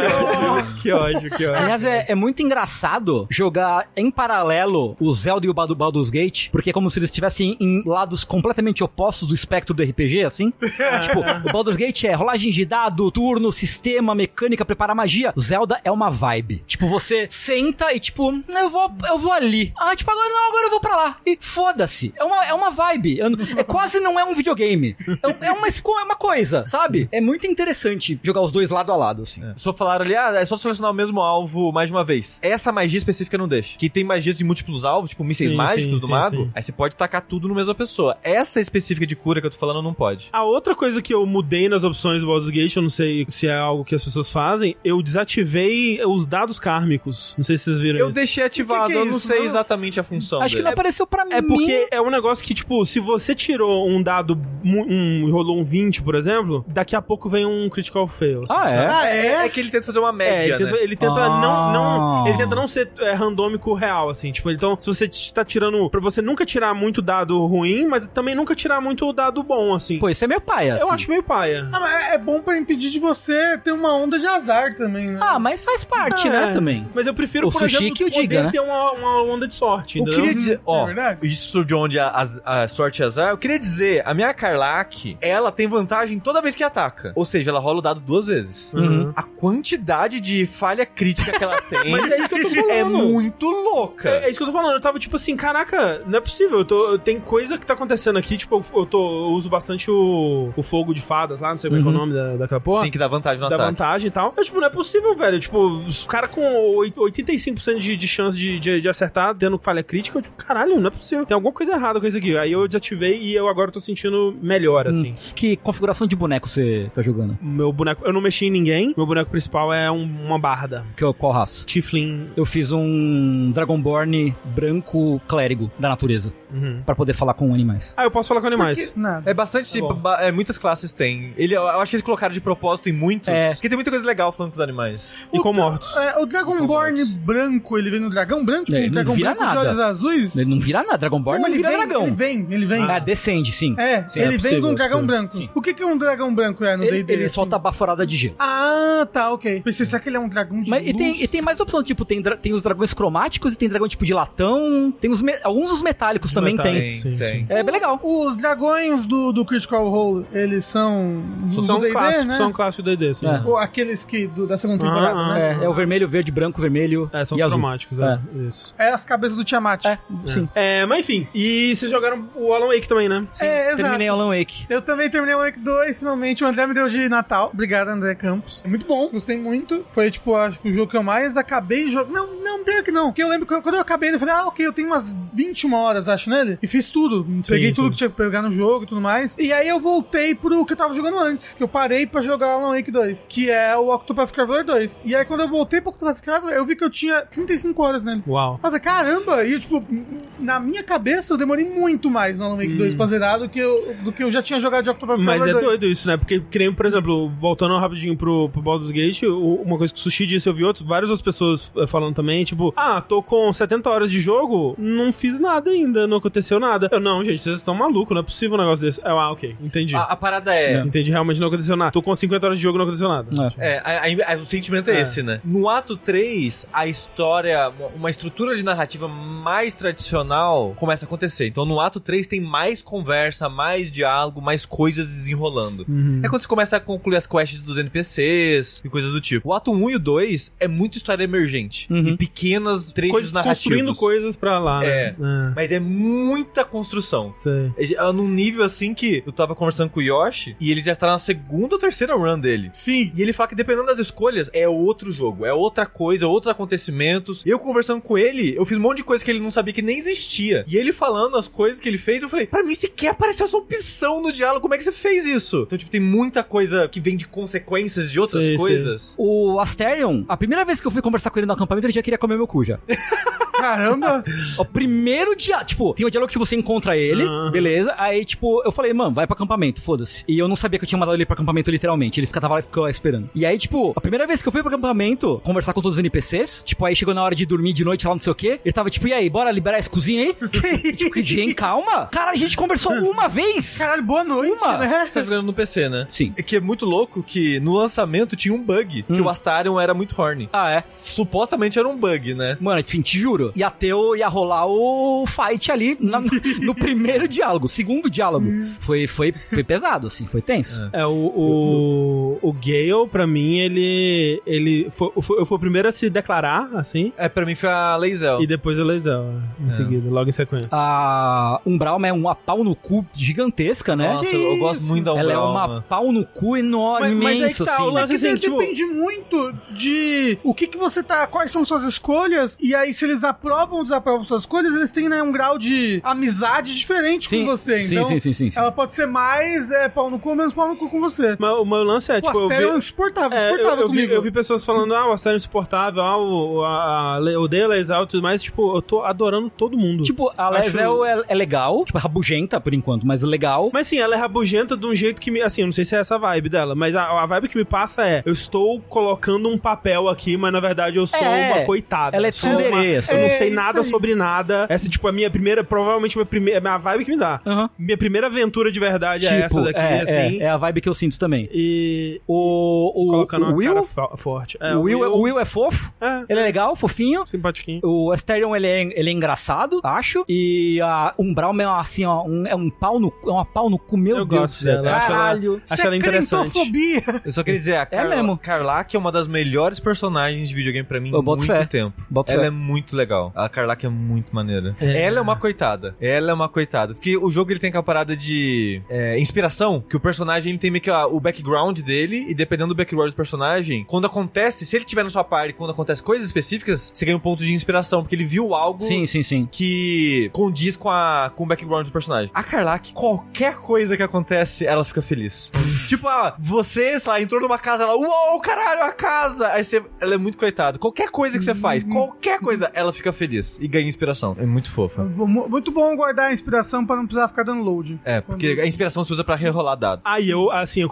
Speaker 1: que ódio, que ódio.
Speaker 4: Aliás, é, é muito engraçado jogar em paralelo o Zelda e o Badu- Baldur's Gate, porque é como se eles estivessem em lados completamente opostos do espectro do RPG, assim. tipo, o Baldur's Gate é rolagem de dado, turno, sistema, mecânica, preparar magia. O Zelda é uma vibe. Tipo, você senta e tipo, "Hum, eu vou, eu vou ali. Ah, tipo, agora não, agora eu vou pra lá. E foda-se. É uma, é uma vibe. Eu não- é, quase não é um videogame. É, um- é uma, esco- é uma coisa, sabe? É muito interessante jogar os dois lado a lado, assim.
Speaker 3: Só falaram ali, ah, é só selecionar o mesmo alvo mais de uma vez. Essa magia específica não deixa. Que tem magias de múltiplos alvos, tipo mísseis
Speaker 1: Sim,
Speaker 3: mágicos
Speaker 1: sim,
Speaker 3: do
Speaker 1: sim,
Speaker 3: mago,
Speaker 1: sim.
Speaker 3: aí você pode tacar tudo na mesma pessoa. Essa específica de cura que eu tô falando não pode.
Speaker 1: A outra coisa que eu mudei nas opções do Baldur's Baldur's Gate, eu não sei se é algo que as pessoas fazem, eu desativei os dados kármicos. Não sei se vocês viram
Speaker 3: Eu
Speaker 1: isso.
Speaker 3: deixei ativado,
Speaker 2: que é
Speaker 3: eu não
Speaker 2: isso,
Speaker 3: sei
Speaker 2: não?
Speaker 3: exatamente a função
Speaker 4: Acho que não
Speaker 3: dele.
Speaker 4: apareceu pra mim.
Speaker 1: Então, É porque é um negócio que, tipo, se você tirou um dado, mu- um, rolou um 20, por exemplo, daqui a pouco vem um critical fail.
Speaker 4: Ah, é?
Speaker 2: Ah, é?
Speaker 3: É que ele tenta fazer uma
Speaker 1: É,
Speaker 3: média,
Speaker 1: ele tenta,
Speaker 3: né?
Speaker 1: ele tenta
Speaker 4: Ah.
Speaker 1: não, não. Ele tenta não ser é, randômico real, assim. Tipo, então, se você t- tá tirando. Pra você nunca tirar muito dado ruim, mas também nunca tirar muito dado bom, assim.
Speaker 4: Pô, isso é meu pai, assim.
Speaker 1: Eu acho meio paia.
Speaker 2: Ah, mas é bom pra impedir de você ter uma onda de azar também, né?
Speaker 4: Ah, mas faz parte,
Speaker 1: É.
Speaker 4: né, também.
Speaker 1: Mas eu prefiro,
Speaker 4: O
Speaker 1: por
Speaker 4: sushi
Speaker 1: exemplo,
Speaker 4: que eu
Speaker 1: poder
Speaker 4: diga, né?
Speaker 1: ter uma, uma onda de sorte,
Speaker 3: Eu
Speaker 1: entendeu?
Speaker 3: queria dizer, ó,
Speaker 2: É verdade.
Speaker 3: isso de onde a, a- a sorte e azar, eu queria dizer, a minha Karlak, ela tem vantagem toda vez que ataca. Ou seja, ela rola o dado duas vezes.
Speaker 1: Uhum.
Speaker 3: A quantidade de falha crítica que ela tem
Speaker 1: Mas é isso que eu tô falando.
Speaker 3: é muito louca.
Speaker 1: É, é isso que eu tô falando, eu tava tipo assim, caraca, não é possível, eu tô, eu- tem coisa que tá acontecendo aqui, tipo, eu, eu tô, eu uso bastante o, o fogo de fadas lá, não sei como é que é o
Speaker 4: Uhum.
Speaker 1: nome da, daquela porra.
Speaker 3: Sim, que dá vantagem no
Speaker 1: da
Speaker 3: ataque.
Speaker 1: vantagem e tal. Eu, tipo, não é possível, velho. Tipo, os caras com oit- 85% de, de chance de, de, de acertar, tendo falha crítica, eu, tipo, caralho, não é possível. Tem alguma coisa errada com isso aqui. Aí eu desativei e eu agora tô sentindo
Speaker 4: Hum.
Speaker 1: melhor, assim.
Speaker 4: Que configuração de boneco você tá jogando?
Speaker 1: Meu boneco. Eu não mexi em ninguém. Meu boneco principal é um- uma barda.
Speaker 4: Que, qual raça?
Speaker 1: Tiflin.
Speaker 4: Eu fiz um Dragonborn branco clérigo da natureza
Speaker 1: Uhum.
Speaker 4: Pra poder falar com animais.
Speaker 1: Ah, eu posso falar com animais.
Speaker 2: Nada.
Speaker 3: É bastante, tipo,
Speaker 1: bom.
Speaker 3: ba- é, muitas classes tem. Ele, eu acho que eles colocaram de propósito em muitos.
Speaker 4: É.
Speaker 3: Porque tem muita coisa legal falando com os animais.
Speaker 1: E com mortos.
Speaker 2: É, o Dragonborn
Speaker 3: Dragonborn.
Speaker 2: branco, ele vem no dragão branco? Tipo,
Speaker 4: É, ele
Speaker 2: um
Speaker 4: não
Speaker 2: dragão
Speaker 4: vira
Speaker 2: branco de
Speaker 4: nada.
Speaker 2: olhos azuis?
Speaker 4: Ele não vira nada, Dragonborn, mas ele vira
Speaker 2: vem,
Speaker 4: dragão.
Speaker 2: Ele vem, ele vem.
Speaker 4: Ah, descende, sim.
Speaker 2: É,
Speaker 1: Sim,
Speaker 2: ele
Speaker 1: é
Speaker 2: vem de
Speaker 1: possível,
Speaker 2: um dragão
Speaker 1: sim.
Speaker 2: branco. O que, que um dragão branco é no
Speaker 4: Ele,
Speaker 2: D&D?
Speaker 4: ele tá
Speaker 2: assim?
Speaker 4: solta a baforada de gelo.
Speaker 2: Ah, tá, ok. Pensei, será que ele é um dragão de
Speaker 4: Mas, e,
Speaker 2: luz?
Speaker 4: tem, e tem mais opção, tipo, tem, dra- tem os dragões cromáticos e tem dragão tipo de latão. Tem os me- alguns dos metálicos também
Speaker 1: metal,
Speaker 4: tem.
Speaker 1: hein? Sim, sim.
Speaker 4: É bem legal.
Speaker 2: Os dragões do, do Critical Role, eles são do
Speaker 1: São
Speaker 2: D&D,
Speaker 1: clássicos,
Speaker 2: né?
Speaker 1: são clássicos do D&D, sim.
Speaker 4: É.
Speaker 2: Ou aqueles que do- da segunda
Speaker 1: Ah,
Speaker 2: temporada,
Speaker 1: ah,
Speaker 2: né?
Speaker 4: É, é o vermelho, verde, branco, vermelho
Speaker 1: É, são
Speaker 4: e azul.
Speaker 1: traumáticos, é. Isso.
Speaker 2: É. as cabeças do Tiamat.
Speaker 4: É, sim.
Speaker 1: É, mas enfim. E vocês jogaram o Alan Wake também, né?
Speaker 2: Sim, é, exato.
Speaker 4: Terminei Alan Wake.
Speaker 2: Eu também terminei o Wake 2, finalmente. O André me deu de Natal. Obrigado, André Campos. É muito bom, gostei muito. Foi, tipo, acho que o jogo que eu mais acabei jogando. Não, não, pior que não. Porque eu lembro que eu- quando eu acabei, eu falei, ah, ok, eu tenho umas 21 horas, acho, nele. E fiz tudo. Peguei tudo
Speaker 1: sim.
Speaker 2: que tinha que pegar no jogo e tudo mais. E aí eu voltei pro que eu tava jogando antes, que eu parei pra jogar Alan Wake 2, que é o Octopath Traveler 2. E aí quando eu voltei pro Octopath Traveler, eu vi que eu tinha 35 horas nele.
Speaker 1: Uau.
Speaker 2: Eu falei, caramba! E, tipo, na minha cabeça eu demorei muito mais no Alan Wake 2 pra zerar do que, eu, do que eu já tinha jogado de Octopath
Speaker 1: Hum. Mas é
Speaker 2: Traveler 2.
Speaker 1: doido isso, né? Porque, que nem, por exemplo, voltando rapidinho pro, pro Baldur's Gate, o- uma coisa que o Sushi disse, eu vi outros, várias outras pessoas eh, falando também, tipo, ah, tô com 70 horas de jogo, não fiz nada ainda, não aconteceu nada. Eu, não, gente, vocês estão malucos, não é possível um negócio desse. Eu, ah, ok, entendi.
Speaker 3: A, a parada é.
Speaker 1: Entendi, realmente não aconteceu nada. Tô com 50 horas de jogo, não aconteceu nada.
Speaker 4: É.
Speaker 3: É, a- a- a- o sentimento é,
Speaker 1: É.
Speaker 3: esse, né? No ato 3, a história, uma- uma estrutura de narrativa mais tradicional começa a acontecer. Então no ato 3 tem mais conversa, mais diálogo, mais coisas desenrolando.
Speaker 2: Uhum.
Speaker 1: Uhum.
Speaker 3: É quando você começa a concluir as quests dos NPCs e coisas do tipo. O ato 1 e o 2 é muita história emergente.
Speaker 4: Uhum.
Speaker 3: E pequenas trechos
Speaker 1: Coisas,
Speaker 3: narrativos.
Speaker 1: construindo coisas pra lá,
Speaker 3: É.
Speaker 1: né?
Speaker 3: Mas é muita construção.
Speaker 1: É. Sei.
Speaker 3: É num nível assim que eu tava conversando com o Yoshi e ele já tá na segunda ou terceira run dele.
Speaker 2: Sim.
Speaker 3: E ele fala que dependendo das escolhas, é outro jogo, é outra coisa, outros acontecimentos. Eu conversando com ele, eu fiz um monte de coisa que ele não sabia que nem existia. E ele falando as coisas que ele fez, eu falei, pra mim sequer apareceu essa opção no diálogo, como é que você fez isso? Então, tipo, tem muita coisa que vem de consequências de outras
Speaker 1: Sei, sei.
Speaker 3: coisas.
Speaker 4: O Asterion, a primeira vez que eu fui conversar com ele no acampamento, ele já queria comer meu cu já.
Speaker 2: Caramba!
Speaker 4: O primeiro dia, tipo, tem o diálogo que você encontra ele,
Speaker 1: Ah.
Speaker 4: beleza? Aí, tipo, eu falei, mano, vai pro acampamento, foda-se. E eu não sabia que eu tinha mandado ele pro acampamento literalmente. Ele fica- tava lá e ficou lá esperando. E aí, tipo, a primeira vez que eu fui pro acampamento conversar com todos os NPCs, tipo, aí chegou na hora de dormir de noite lá, não sei o quê. Ele tava, tipo, e aí, bora liberar esse cozinha aí? tipo, gente, calma. Cara, a gente conversou uma vez.
Speaker 2: Caralho, boa noite,
Speaker 4: Uma.
Speaker 2: né?
Speaker 3: Você tá jogando no PC, né?
Speaker 4: Sim.
Speaker 3: É que é muito louco que no lançamento tinha um bug, que
Speaker 4: Hum.
Speaker 3: o Astarion era muito horny.
Speaker 4: Ah, é.
Speaker 3: Supostamente era um bug, né?
Speaker 4: Mano, assim, te juro. Ia ter o, ia rolar o fight ali na- no primeiro diálogo, segundo diálogo. Foi, foi, foi pesado, assim, foi tenso.
Speaker 1: É, o, o, o Gale, pra mim, ele. ele foi, foi- eu fui o primeiro a se declarar, assim,
Speaker 3: É, pra mim foi a Lazel.
Speaker 1: e depois a Lazel,
Speaker 2: É.
Speaker 1: em seguida, logo em sequência.
Speaker 2: Ah.
Speaker 4: A Umbral é uma pau no cu gigantesca, né?
Speaker 3: Nossa, eu, eu gosto muito da Umbral.
Speaker 4: Ela é uma
Speaker 3: mano.
Speaker 4: pau no cu enorme,
Speaker 1: Mas- mas aí que
Speaker 4: imensa,
Speaker 1: tá,
Speaker 4: assim.
Speaker 1: o lance-
Speaker 2: Mas
Speaker 1: Assim,
Speaker 2: de-
Speaker 1: tipo-
Speaker 2: depende muito de o que, que você tá. Quais são suas escolhas. E aí, se eles aprovam ou desaprovam suas escolhas, eles têm né, um grau de de amizade diferente
Speaker 4: Sim,
Speaker 2: com você.
Speaker 4: sim,
Speaker 2: Então,
Speaker 4: sim, sim,
Speaker 1: É
Speaker 4: sim, sim.
Speaker 2: Ela pode ser mais é, pau no cu ou menos pau no cu com você.
Speaker 1: Mas o meu lance é,
Speaker 2: o
Speaker 1: tipo, eu
Speaker 2: Astério é um
Speaker 1: vi...
Speaker 2: insuportável,
Speaker 1: É, eu,
Speaker 2: insuportável
Speaker 1: eu vi,
Speaker 2: comigo.
Speaker 1: eu vi pessoas falando, ah, o Astério é insuportável, ah, o, a, a, Le- odeio a Laisal e tudo mais. Tipo, eu tô adorando todo mundo.
Speaker 4: Tipo, a Lezel é, é legal, tipo, é rabugenta por enquanto, mas legal.
Speaker 1: Mas sim, ela é rabugenta de um jeito que me. Assim, eu não sei se é essa a vibe dela, mas a, a vibe que me passa é: eu estou colocando um papel aqui, mas na verdade eu sou
Speaker 4: É.
Speaker 1: uma coitada.
Speaker 4: Ela é
Speaker 1: Eu sou
Speaker 4: tsundere,
Speaker 1: uma-
Speaker 4: assim.
Speaker 1: Eu não
Speaker 2: É,
Speaker 1: sei
Speaker 2: isso
Speaker 1: nada
Speaker 2: aí.
Speaker 1: sobre nada. Essa, tipo, a minha primeira. Provavelmente minha primeira. A vibe que me dá.
Speaker 4: Aham.
Speaker 1: Minha primeira aventura de verdade é essa
Speaker 4: Tipo,
Speaker 1: daqui,
Speaker 4: é,
Speaker 1: assim.
Speaker 4: é, é a vibe que eu sinto também.
Speaker 1: E.
Speaker 4: O, o,
Speaker 1: colocando
Speaker 4: o
Speaker 1: uma cara
Speaker 4: Will,
Speaker 1: fo- forte.
Speaker 4: o Will, é- o Will é fofo,
Speaker 1: É.
Speaker 4: ele é legal, fofinho.
Speaker 1: Simpatiquinho.
Speaker 4: O Asterion, ele é, ele é engraçado, acho. E a Umbral é assim, ó, um- é um pau no cu- é uma pau no cu, meu
Speaker 1: Eu
Speaker 4: Deus
Speaker 1: gosto
Speaker 4: do céu.
Speaker 1: dela, eu acho ela-
Speaker 4: Caralho.
Speaker 1: Acho ela interessante.
Speaker 2: é crentofobia.
Speaker 3: Eu só queria dizer, a Carla,
Speaker 4: É mesmo.
Speaker 3: Carlac é uma das melhores personagens de videogame pra mim há
Speaker 4: Eu boto
Speaker 3: muito
Speaker 4: fé.
Speaker 3: tempo.
Speaker 4: Boto
Speaker 3: ela
Speaker 4: fé.
Speaker 3: é muito legal. A Carlac é muito maneira. Ela é uma coitada. Ela é uma coitada. Porque o jogo ele tem aquela parada de é, inspiração, que o personagem ele tem meio que a- o background dele, e dependendo do background do personagem, quando acontece, se ele tiver na sua parte, quando acontece coisas específicas, você ganha um ponto de inspiração, porque ele viu algo
Speaker 4: Sim, sim, sim.
Speaker 3: que condiz com, a, com o background do personagem. A Carlac, qualquer coisa que acontece, ela fica feliz. tipo, ah, você, sei lá, entrou numa casa, ela, uou, caralho, a casa! Aí você, ela é muito coitada. Qualquer coisa que você faz, qualquer coisa, ela fica feliz e ganha inspiração. Uhum. É muito fofa.
Speaker 2: Mu- Muito bom guardar a inspiração pra não precisar ficar dando load.
Speaker 3: É, porque a inspiração se usa pra rerolar dados.
Speaker 1: Aí eu, assim, eu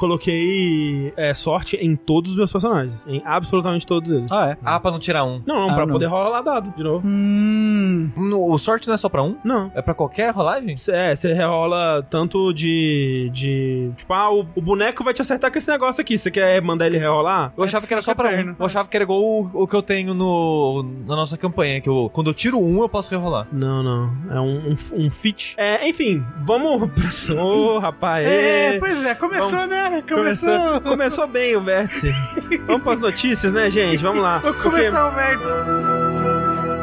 Speaker 1: coloquei é, sorte em todos os meus personagens. Em absolutamente todos eles.
Speaker 4: Ah, é.
Speaker 3: Ah, pra não tirar um.
Speaker 1: Não, não,
Speaker 4: Ah,
Speaker 1: pra
Speaker 4: não.
Speaker 1: poder rolar dado de novo.
Speaker 2: Hum.
Speaker 3: No- o sorte não é só pra um?
Speaker 1: Não.
Speaker 3: É pra qualquer rolagem?
Speaker 1: Cê- É, você rola tanto de, de. Tipo, ah, o, o boneco vai te acertar com esse negócio aqui. Você quer mandar ele rerolar?
Speaker 3: Eu achava que era só pra um.
Speaker 2: eterno.
Speaker 3: Eu achava que era igual o, o que eu tenho no, na nossa campanha, que eu, quando eu tiro um, eu posso rerolar.
Speaker 1: Não, não. É um, um, um fit. É, enfim, vamos pra. Ô, rapaz.
Speaker 2: É,
Speaker 1: ê.
Speaker 2: pois é, começou, né? Começou.
Speaker 1: começou, começou bem o vértice. vamos pras notícias, né, gente? Vamos lá.
Speaker 2: Vou começar o vértice.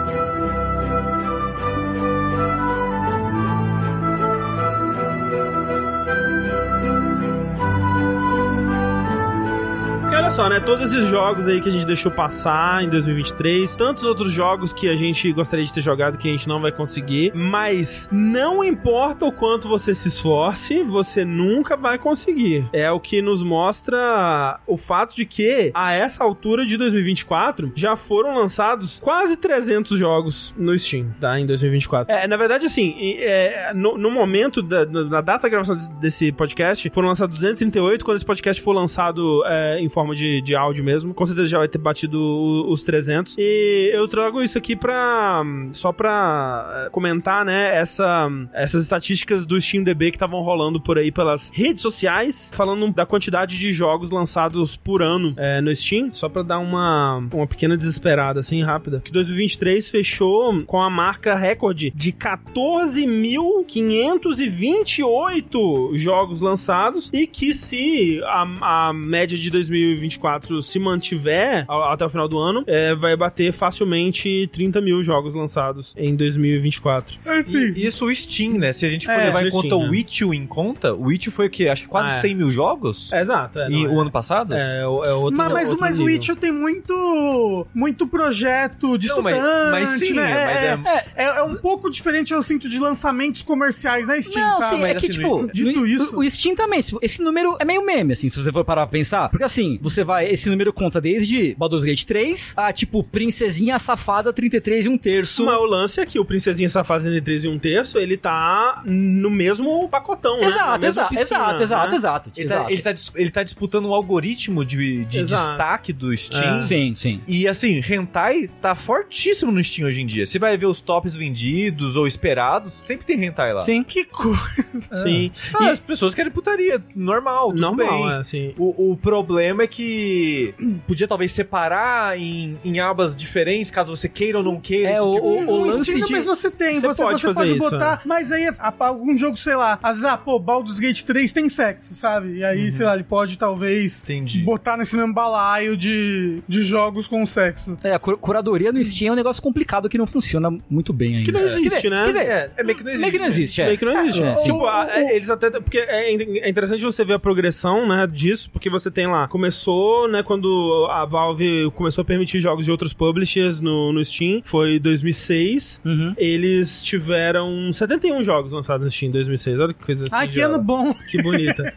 Speaker 1: Porque olha só, né? Todos esses jogos aí que a gente deixou passar em 2023, tantos outros jogos que a gente gostaria de ter jogado que a gente não vai conseguir, mas não importa o quanto você se esforce, você nunca vai conseguir. É o que nos mostra o fato de que a essa altura de 2024 já foram lançados quase 300 jogos no Steam, tá? Em 2024. É, na verdade, assim, e, é, no, no momento da, no- na data da gravação desse- desse podcast, foram lançados 238. Quando esse podcast for lançado é, em forma de, de áudio mesmo, com certeza já vai ter batido o- os 300. E eu trago isso aqui pra. só pra é, comentar, né? Essa, essas estatísticas do SteamDB que estavam rolando por aí pelas redes sociais, falando da quantidade de jogos lançados por ano é, no Steam, só pra dar uma, uma pequena desesperada, assim, rápida. Que 2023 fechou com a marca recorde de 14.528 jogos lançados e que se a, a média de 2024 se mantiver ao- até o final do ano, é, vai bater facilmente 30 mil jogos lançados em 2024.
Speaker 2: É assim.
Speaker 3: E Isso o Steam, né? Se a gente for
Speaker 1: É,
Speaker 3: levar em
Speaker 1: isso o
Speaker 3: conta
Speaker 1: Steam,
Speaker 3: o
Speaker 1: né?
Speaker 3: Itch.io em conta, o Itch.io foi o quê? Acho que quase
Speaker 1: Ah, é.
Speaker 3: 100 mil jogos?
Speaker 1: É, exato. É,
Speaker 3: E
Speaker 1: não,
Speaker 3: o
Speaker 1: é-
Speaker 3: ano passado?
Speaker 1: é, é outro,
Speaker 2: Mas, mas,
Speaker 1: outro
Speaker 2: mas o
Speaker 1: nível.
Speaker 2: Witcher é tem muito, muito projeto de
Speaker 3: Não, mas-
Speaker 2: estudante,
Speaker 3: mas sim,
Speaker 2: né?
Speaker 3: mas é-
Speaker 2: é, é um pouco diferente, eu sinto, de lançamentos comerciais na Steam,
Speaker 4: Não,
Speaker 2: sabe?
Speaker 4: sim, é
Speaker 3: Mas
Speaker 4: que,
Speaker 3: assim,
Speaker 4: tipo,
Speaker 3: no-
Speaker 2: dito
Speaker 4: no-
Speaker 2: isso-
Speaker 4: o Steam também, se- esse número é meio meme, assim, se você for parar pra pensar. Porque, assim, você vai, esse número conta desde Baldur's Gate 3 a, tipo, Princesinha Safada 33 e um terço.
Speaker 1: Mas o lance é que o Princesinha Safada entre 3 e 1 terço, ele tá no mesmo pacotão, né? Na
Speaker 4: Exato,
Speaker 1: mesma
Speaker 4: exato,
Speaker 1: piscina,
Speaker 4: exato, exato,
Speaker 1: né?
Speaker 4: exato,
Speaker 3: Ele tá, ele, tá, dis- ele tá disputando um algoritmo de, de
Speaker 1: Exato.
Speaker 3: destaque do Steam.
Speaker 1: É.
Speaker 4: Sim, sim.
Speaker 3: E assim, hentai tá fortíssimo no Steam hoje em dia. Você vai ver os tops vendidos ou esperados, sempre tem hentai lá.
Speaker 4: Sim.
Speaker 2: Que coisa.
Speaker 1: Sim.
Speaker 3: Ah, as pessoas querem putaria, normal, tudo bem.
Speaker 1: Normal, é, assim.
Speaker 3: O, o problema é que podia talvez separar em, em abas diferentes, caso você queira ou não queira.
Speaker 4: É,
Speaker 3: esse
Speaker 4: o-
Speaker 3: tipo-
Speaker 4: o- o
Speaker 2: No
Speaker 4: lance
Speaker 2: um Steam,
Speaker 4: de-
Speaker 2: mas você tem,
Speaker 1: você
Speaker 2: você,
Speaker 1: pode
Speaker 2: você
Speaker 1: fazer
Speaker 2: pode
Speaker 1: isso,
Speaker 2: botar, mas aí a- algum jogo, sei lá, às vezes, ah, pô, Baldur's Gate 3 tem sexo, sabe? E aí, sei lá, ele pode talvez
Speaker 3: Entendi.
Speaker 2: botar nesse mesmo balaio de, de jogos com
Speaker 3: Assim,
Speaker 2: sexo.
Speaker 4: É, a cur- curadoria no Steam é um negócio complicado que não funciona muito bem ainda.
Speaker 1: Que não
Speaker 4: Quer
Speaker 1: existe,
Speaker 4: dizer-
Speaker 1: né?
Speaker 4: Quer dizer,
Speaker 3: É, é meio que não existe.
Speaker 4: meio que não existe, é.
Speaker 1: Meio que não existe.
Speaker 4: É, sim.
Speaker 1: é tipo, a- eles até. Porque é in- é interessante você ver a progressão, né, disso, porque você tem lá, começou voltou, né, quando a Valve começou a permitir jogos de outros publishers no, no Steam, foi 2006.
Speaker 4: Uhum.
Speaker 1: Eles tiveram 71 jogos lançados no Steam em 2006. Olha que coisa assim.
Speaker 2: Ai, Ah, que ano bom.
Speaker 1: Que bonita.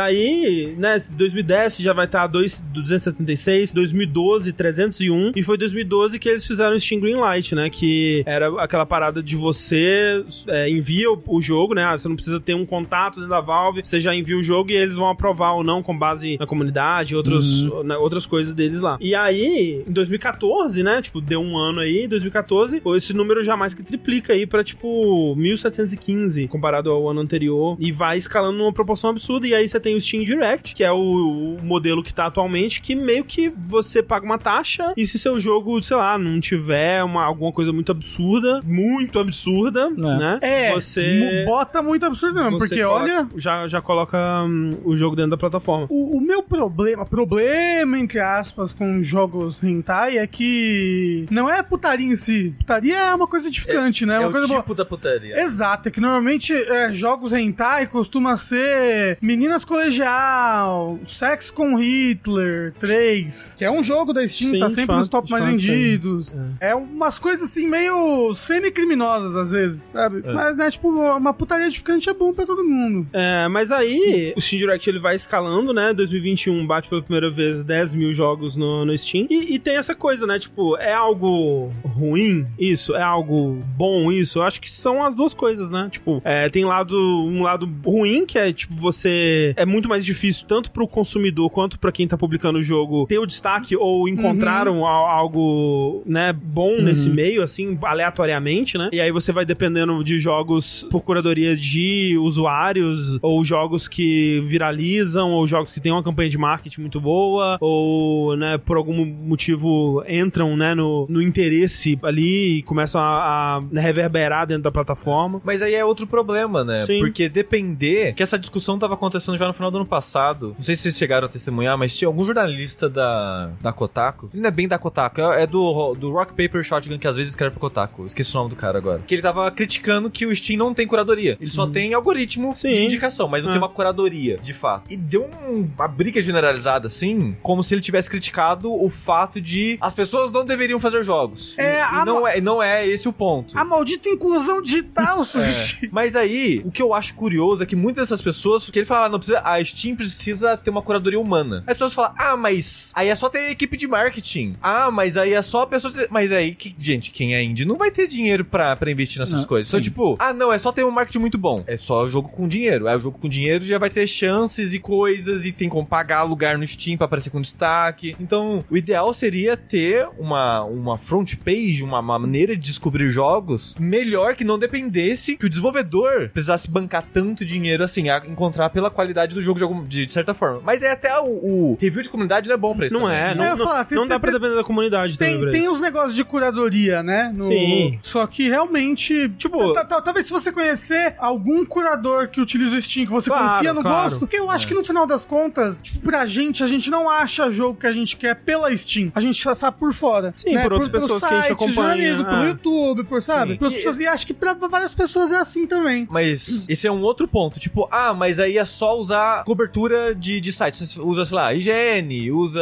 Speaker 1: Daí, né, 2010 já vai estar 2 276, 2012 301 e foi 2012 que eles fizeram o Steam Greenlight, né, que era aquela parada de você é, envia o, o jogo, né, ah, você não precisa ter um contato dentro da Valve, você já envia o jogo e eles vão aprovar ou não com base na comunidade, outros, né, outras coisas deles lá. E aí, em 2014, né, tipo, deu um ano aí, em 2014, esse número já mais que triplica aí pra, tipo, 1715 comparado ao ano anterior e vai escalando numa proporção absurda e aí você tem o Steam Direct, que é o, o modelo que tá atualmente, que meio que você paga uma taxa e se seu jogo, sei lá, não tiver uma, alguma coisa muito absurda, muito absurda, né,
Speaker 2: É,
Speaker 1: você...
Speaker 2: mu- bota muito absurdo não,
Speaker 1: você
Speaker 2: porque
Speaker 1: coloca-
Speaker 2: olha...
Speaker 1: Já, já coloca hum, o jogo dentro da plataforma.
Speaker 2: O, o meu problema, problema entre aspas, com jogos hentai é que não é putaria em si. Putaria é uma coisa edificante, né?
Speaker 3: É
Speaker 2: Uma
Speaker 3: o
Speaker 2: coisa boa.
Speaker 3: tipo da putaria.
Speaker 2: Exato, é que normalmente é, jogos hentai costuma ser meninas colegial, sexo com Hitler, 3, que é um jogo da Steam,
Speaker 1: Sim,
Speaker 2: tá
Speaker 1: de
Speaker 2: sempre
Speaker 1: fato,
Speaker 2: nos top
Speaker 1: de
Speaker 2: mais
Speaker 1: fato,
Speaker 2: vendidos. É. umas coisas assim meio semi-criminosas às vezes, sabe? Mas né, tipo, uma putaria edificante é bom pra todo mundo.
Speaker 1: É, mas aí o Steam Direct ele vai escalando, né? 2021 bate pela primeira vez 10 mil jogos no, no Steam. E, e tem essa coisa, né? Tipo, é algo ruim isso? É algo bom isso? Eu acho que são as duas coisas, né? Tipo, é, tem lado, um lado ruim, que é tipo, você. É muito mais difícil, tanto pro consumidor quanto pra quem tá publicando o jogo, ter o destaque ou encontraram
Speaker 2: Uhum.
Speaker 1: algo, né, bom nesse meio, assim, aleatoriamente, né? E aí você vai dependendo de jogos por curadoria de usuários, ou jogos que viralizam, ou jogos que têm uma campanha de marketing muito boa, ou, né, por algum motivo entram, né, no, no interesse ali e começam a, a, né, reverberar dentro da plataforma.
Speaker 3: Mas aí é outro problema, né?
Speaker 1: Sim.
Speaker 3: Porque depender. Que essa discussão tava acontecendo já no final do ano passado. Não sei se vocês chegaram a testemunhar, mas tinha algum jornalista da, da Kotaku. Ele não é bem da Kotaku, é, é do, do Rock Paper Shotgun que às vezes escreve pra Kotaku. Esqueci o nome do cara agora. Que ele tava criticando que o Steam não tem curadoria. Ele só tem algoritmo
Speaker 1: Sim.
Speaker 3: de indicação, mas não
Speaker 1: É.
Speaker 3: tem uma curadoria, de fato. E deu um- uma briga generalizada, assim, como se ele tivesse criticado o fato de as pessoas não deveriam fazer jogos.
Speaker 2: É,
Speaker 3: E- e
Speaker 2: a
Speaker 3: não, é, não é esse o ponto.
Speaker 2: A maldita inclusão digital, Sushi.
Speaker 1: É,
Speaker 3: Mas aí, o que eu acho curioso é que muitas dessas pessoas, que ele fala, ah, não precisa, a Steam precisa ter uma curadoria humana. Aí as pessoas falam, ah, mas aí é só ter equipe de marketing. Ah, mas aí é só a pessoa. ter- Mas aí, que- gente, quem é indie não vai ter dinheiro pra, pra investir nessas
Speaker 4: Não,
Speaker 3: coisas. Então,
Speaker 4: sim.
Speaker 3: tipo, ah, não, é só ter um marketing muito bom. É só jogo com dinheiro. Aí o jogo com dinheiro já vai ter chances e coisas e tem como pagar lugar no Steam pra aparecer com destaque. Então, o ideal seria ter uma, uma front page, uma maneira de descobrir jogos melhor que não dependesse que o desenvolvedor precisasse bancar tanto dinheiro assim, a encontrar pela qualidade do jogo de, algum- de- de certa forma. Mas é até o, o review de comunidade não é bom pra isso.
Speaker 1: Não
Speaker 3: também,
Speaker 1: é,
Speaker 3: né?
Speaker 1: não,
Speaker 2: Eu ia
Speaker 1: não-
Speaker 2: falar, tem-
Speaker 1: não dá
Speaker 2: tem-
Speaker 1: pra depender da comunidade também.
Speaker 2: Tem,
Speaker 1: pra
Speaker 2: tem
Speaker 1: isso.
Speaker 2: os negócios de curadoria, né? No-
Speaker 1: Sim.
Speaker 2: Só que realmente.
Speaker 1: Tipo-
Speaker 2: ta- ta- Talvez se você conhecer algum curador que utiliza o Steam, que você
Speaker 1: Claro,
Speaker 2: confia no
Speaker 1: claro. É.
Speaker 2: gosto, que eu acho que no final das contas, tipo, pra gente, a gente não acha jogo que a gente quer pela Steam. A gente já sabe por fora.
Speaker 1: Sim,
Speaker 2: né?
Speaker 1: por outras
Speaker 2: pelo
Speaker 1: pessoas que a gente
Speaker 2: site,
Speaker 1: acompanha,
Speaker 2: jornalismo, pelo
Speaker 1: é.
Speaker 2: YouTube, por, sabe?
Speaker 1: Sim.
Speaker 2: Pelas
Speaker 3: E-
Speaker 2: pessoas, e acho que pra várias pessoas é assim também.
Speaker 3: Mas esse é um outro ponto. Tipo, ah, mas aí é só usar cobertura de, de sites. Você usa, sei lá, higiene, usa.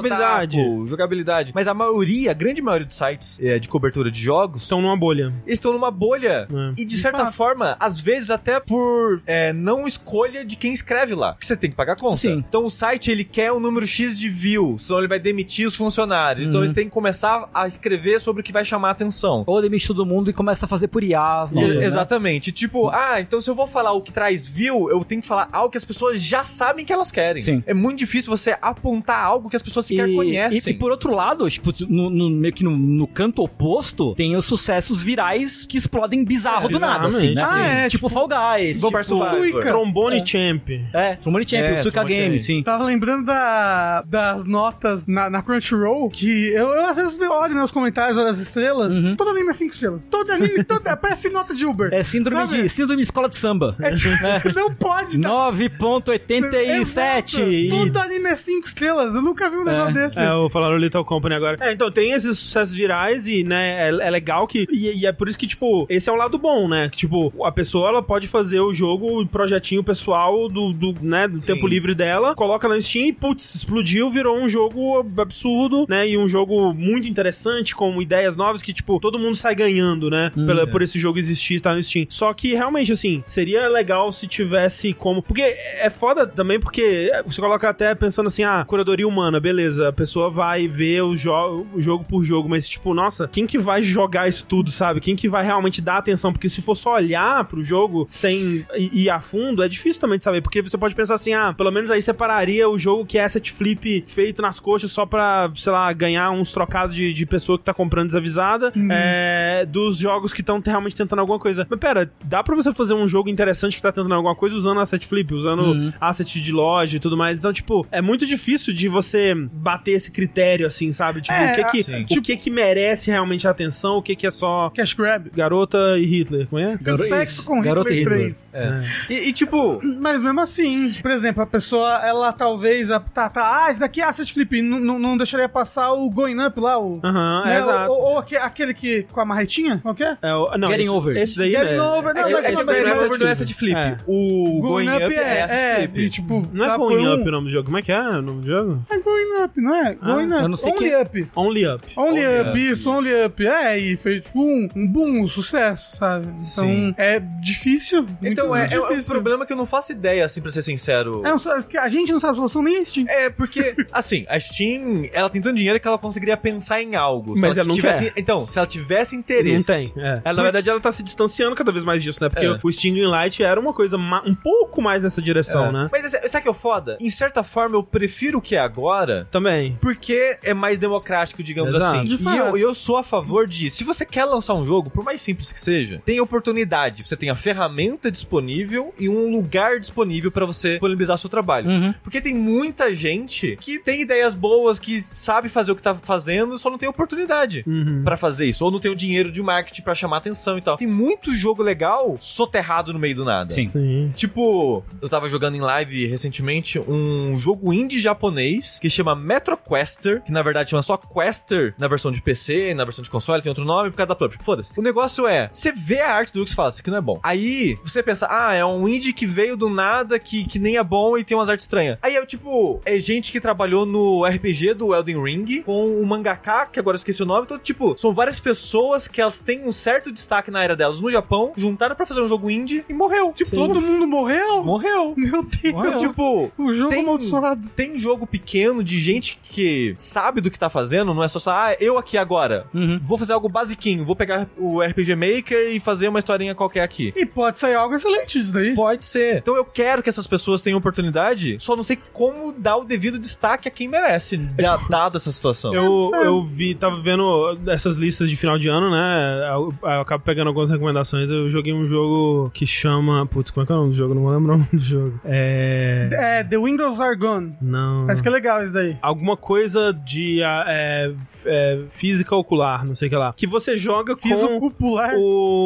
Speaker 1: Jogabilidade.
Speaker 3: Kotaku, jogabilidade. Mas a maioria, a grande maioria dos sites é, de cobertura de jogos
Speaker 1: Estão numa bolha.
Speaker 3: estão numa bolha.
Speaker 1: né?
Speaker 3: E de certa
Speaker 2: fato.
Speaker 3: forma, às vezes até por é, não escolha de quem escreve lá. Porque você tem que pagar conta.
Speaker 4: Sim.
Speaker 3: Então o site ele quer um número X de view, senão ele vai demitir os funcionários. Então eles têm que começar a escrever sobre o que vai chamar a atenção.
Speaker 4: Ou demite todo mundo e começa a fazer por IA as notas,
Speaker 3: E-
Speaker 4: né?
Speaker 3: Exatamente. Tipo, ah, então se eu vou falar o que traz view, eu tenho que falar algo que as pessoas já sabem que elas querem.
Speaker 4: Sim.
Speaker 3: É muito difícil você apontar algo que as pessoas sequer
Speaker 4: E-
Speaker 3: conhecem.
Speaker 4: E, e por outro lado, tipo, no, no- meio que no, no canto oposto, tem os sucessos virais que explodem bizarro
Speaker 1: É,
Speaker 4: do nada, assim, né?
Speaker 2: exatamente. Ah, é,
Speaker 4: tipo, Fall Guys,
Speaker 3: Go
Speaker 4: tipo,
Speaker 3: Bar Survivor.
Speaker 2: Suica.
Speaker 1: Trombone Champ.
Speaker 4: É, Truman Champion,
Speaker 3: É,
Speaker 4: Suika
Speaker 3: Truman
Speaker 4: Game,
Speaker 3: Champion.
Speaker 4: sim.
Speaker 2: Tava lembrando da- das notas na, na Crunchyroll, que eu, eu às vezes olho nos comentários, olho as estrelas.
Speaker 1: Uhum.
Speaker 2: Todo anime é 5 estrelas. Todo anime, todo, é, parece nota de Uber.
Speaker 4: É síndrome
Speaker 2: Sabe?
Speaker 4: de, síndrome de escola de samba.
Speaker 2: É tipo, não pode dar.
Speaker 4: 9.87
Speaker 2: Exato.
Speaker 4: e
Speaker 2: Todo anime é é cinco estrelas, eu nunca vi um negócio desse.
Speaker 1: É, o falaram Little Company agora. É, então tem esses sucessos virais e, né, é, é legal que. E, e é por isso que, tipo, esse é o lado bom, né? Que, tipo, a pessoa ela pode fazer o jogo, o projetinho pessoal do, do né, do
Speaker 3: Sim.
Speaker 1: tempo livre dela, coloca na Steam e, putz, explodiu, virou um jogo absurdo, né? E um jogo muito interessante, com ideias novas que, tipo, todo mundo sai ganhando, né? pela- Por esse jogo existir e estar no Steam. Só que, realmente, assim, seria legal se tivesse como. Porque é foda também, porque você coloca até pensando assim, ah, curadoria humana, beleza, a pessoa vai ver o, jo o jogo por jogo, mas, tipo, nossa, quem que vai jogar isso tudo, sabe? Quem que vai realmente dar atenção? Porque se for só olhar pro jogo sem i- ir a fundo, é difícil também de saber, porque você pode pensar assim, ah, pelo menos aí separaria o jogo que é asset flip feito nas coxas só pra, sei lá, ganhar uns trocados de, de pessoa que tá comprando desavisada, é, dos jogos que estão realmente tentando alguma coisa. Mas pera, dá pra você fazer um jogo interessante que tá tentando alguma coisa usando asset flip, usando asset de loja e tudo mais. Então, tipo, é muito difícil de você bater esse critério, assim, sabe? Tipo,
Speaker 2: É,
Speaker 1: o, que que,
Speaker 3: sim.
Speaker 1: o que que merece realmente a atenção, o que que é só
Speaker 2: Cash Grab.
Speaker 1: garota e Hitler, como é?
Speaker 4: Garo-
Speaker 2: Sexo
Speaker 4: isso,
Speaker 2: com
Speaker 4: garota
Speaker 2: Hitler
Speaker 4: Hitler. É.
Speaker 2: 3.
Speaker 3: E, e, tipo,
Speaker 2: Mas mesmo assim, por exemplo, a pessoa, ela talvez, a- tá, tá, ah, esse daqui é asset flip, não- não não deixaria passar o going up lá, o...
Speaker 1: Aham,
Speaker 2: né,
Speaker 1: é, exato.
Speaker 2: ou, ou aque- aquele que com a marretinha, qual que é?
Speaker 1: É, o- não,
Speaker 4: Getting
Speaker 1: esse,
Speaker 4: over.
Speaker 1: Esse daí,
Speaker 2: Getting
Speaker 1: né?
Speaker 2: over, não,
Speaker 1: é,
Speaker 2: mas-
Speaker 3: tipo,
Speaker 1: é,
Speaker 2: mas-
Speaker 1: esse daí
Speaker 2: mas-
Speaker 1: é
Speaker 2: over
Speaker 1: asset
Speaker 3: asset
Speaker 1: flip. É.
Speaker 3: O
Speaker 2: Going, up, é,
Speaker 3: asset
Speaker 2: é,
Speaker 3: flip.
Speaker 2: e tipo,
Speaker 1: Não é
Speaker 2: sabe,
Speaker 1: Going
Speaker 2: foi
Speaker 1: Up Ah,
Speaker 2: um-
Speaker 1: o nome do jogo. Como é que é o nome do jogo?
Speaker 2: É going up, não é? going up.
Speaker 4: eu não sei
Speaker 2: Only
Speaker 4: que-
Speaker 2: up.
Speaker 1: Only Up.
Speaker 2: Only,
Speaker 3: Only
Speaker 2: up,
Speaker 3: up.
Speaker 2: isso, only up. É, e foi tipo um, um boom, um sucesso, sabe? Então
Speaker 3: Sim.
Speaker 2: é difícil. muito
Speaker 3: Então, é, é um
Speaker 2: difícil.
Speaker 3: problema que eu não faço ideia, assim, pra ser sincero.
Speaker 2: É um só- que a gente não sabe a solução nem este.
Speaker 3: É, porque, assim, a Steam, ela tem tanto dinheiro que ela conseguiria pensar em algo. Se
Speaker 1: Mas
Speaker 3: ela
Speaker 1: ela não
Speaker 3: tivesse, Então, se ela tivesse interesse.
Speaker 1: Não tem. É. Ela, na verdade, ela tá se distanciando cada vez mais disso, né? Porque
Speaker 3: É.
Speaker 1: o Stinging Light era uma coisa ma- um pouco mais nessa direção,
Speaker 3: É.
Speaker 1: né?
Speaker 3: Mas esse- sabe o que é o foda? Em certa forma, eu prefiro o que é agora.
Speaker 1: Também.
Speaker 3: Porque é mais democrático, digamos
Speaker 1: Exato.
Speaker 3: assim.
Speaker 2: De
Speaker 3: E
Speaker 2: fato.
Speaker 3: eu, eu sou a favor de. Se você quer lançar um jogo, por mais simples que seja, tem oportunidade. Você tem a ferramenta disponível e um lugar disponível pra você disponibilizar seu trabalho.
Speaker 4: Uhum.
Speaker 3: Porque tem muita gente que tem ideias boas, que sabe fazer o que tá fazendo, só não tem oportunidade.
Speaker 1: Uhum.
Speaker 3: Pra fazer isso, ou não tem o dinheiro de marketing pra chamar atenção e tal. Tem muito jogo legal soterrado no meio do nada.
Speaker 4: Sim.
Speaker 1: Sim.
Speaker 3: Tipo, eu tava jogando em live recentemente um jogo indie japonês que chama Metro Quester, que na verdade chama só Quester na versão de PC, na versão de console, tem outro nome por causa da publisher. Foda-se. O negócio é, você vê a arte do Lux e fala, isso aqui não é bom. Aí, você pensa, ah, é um indie que veio do nada, que, que nem é bom e tem umas artes estranhas. Aí é tipo, é gente que trabalhou no RPG do Elden Ring com o mangaka, que agora eu esqueci o nome, então tipo, são várias pessoas que elas têm um certo destaque na era delas no Japão, juntaram pra fazer um jogo indie e morreu. Tipo,
Speaker 2: Todo mundo morreu?
Speaker 3: Morreu.
Speaker 2: Meu Deus.
Speaker 3: Então, tipo,
Speaker 2: o jogo
Speaker 3: tem-
Speaker 2: amaldiçoado.
Speaker 3: tem jogo pequeno de gente que sabe do que tá fazendo, não é só só, ah, eu aqui agora.
Speaker 4: Uhum.
Speaker 3: Vou fazer algo basiquinho, vou pegar o RPG Maker e fazer uma historinha qualquer aqui.
Speaker 2: E pode sair algo excelente disso daí.
Speaker 3: Pode ser. Então eu quero que essas pessoas tenham oportunidade, só não sei como dar o devido destaque a quem merece, da- dado essa situação.
Speaker 1: Eu, eu vi, tava vendo essas listas de final de ano, né? Eu, eu acabo pegando algumas recomendações. Eu joguei um jogo que chama. Putz, como é que é o nome do jogo? Não vou lembrar o nome do jogo. É.
Speaker 2: É, The Windows Are
Speaker 1: Hum.
Speaker 2: Gone.
Speaker 1: Não.
Speaker 2: Parece que é legal isso daí.
Speaker 1: Alguma coisa de ah, é, f- é, física ocular, não sei o que lá. Que você joga
Speaker 2: Fiz
Speaker 1: com...
Speaker 2: o cupular.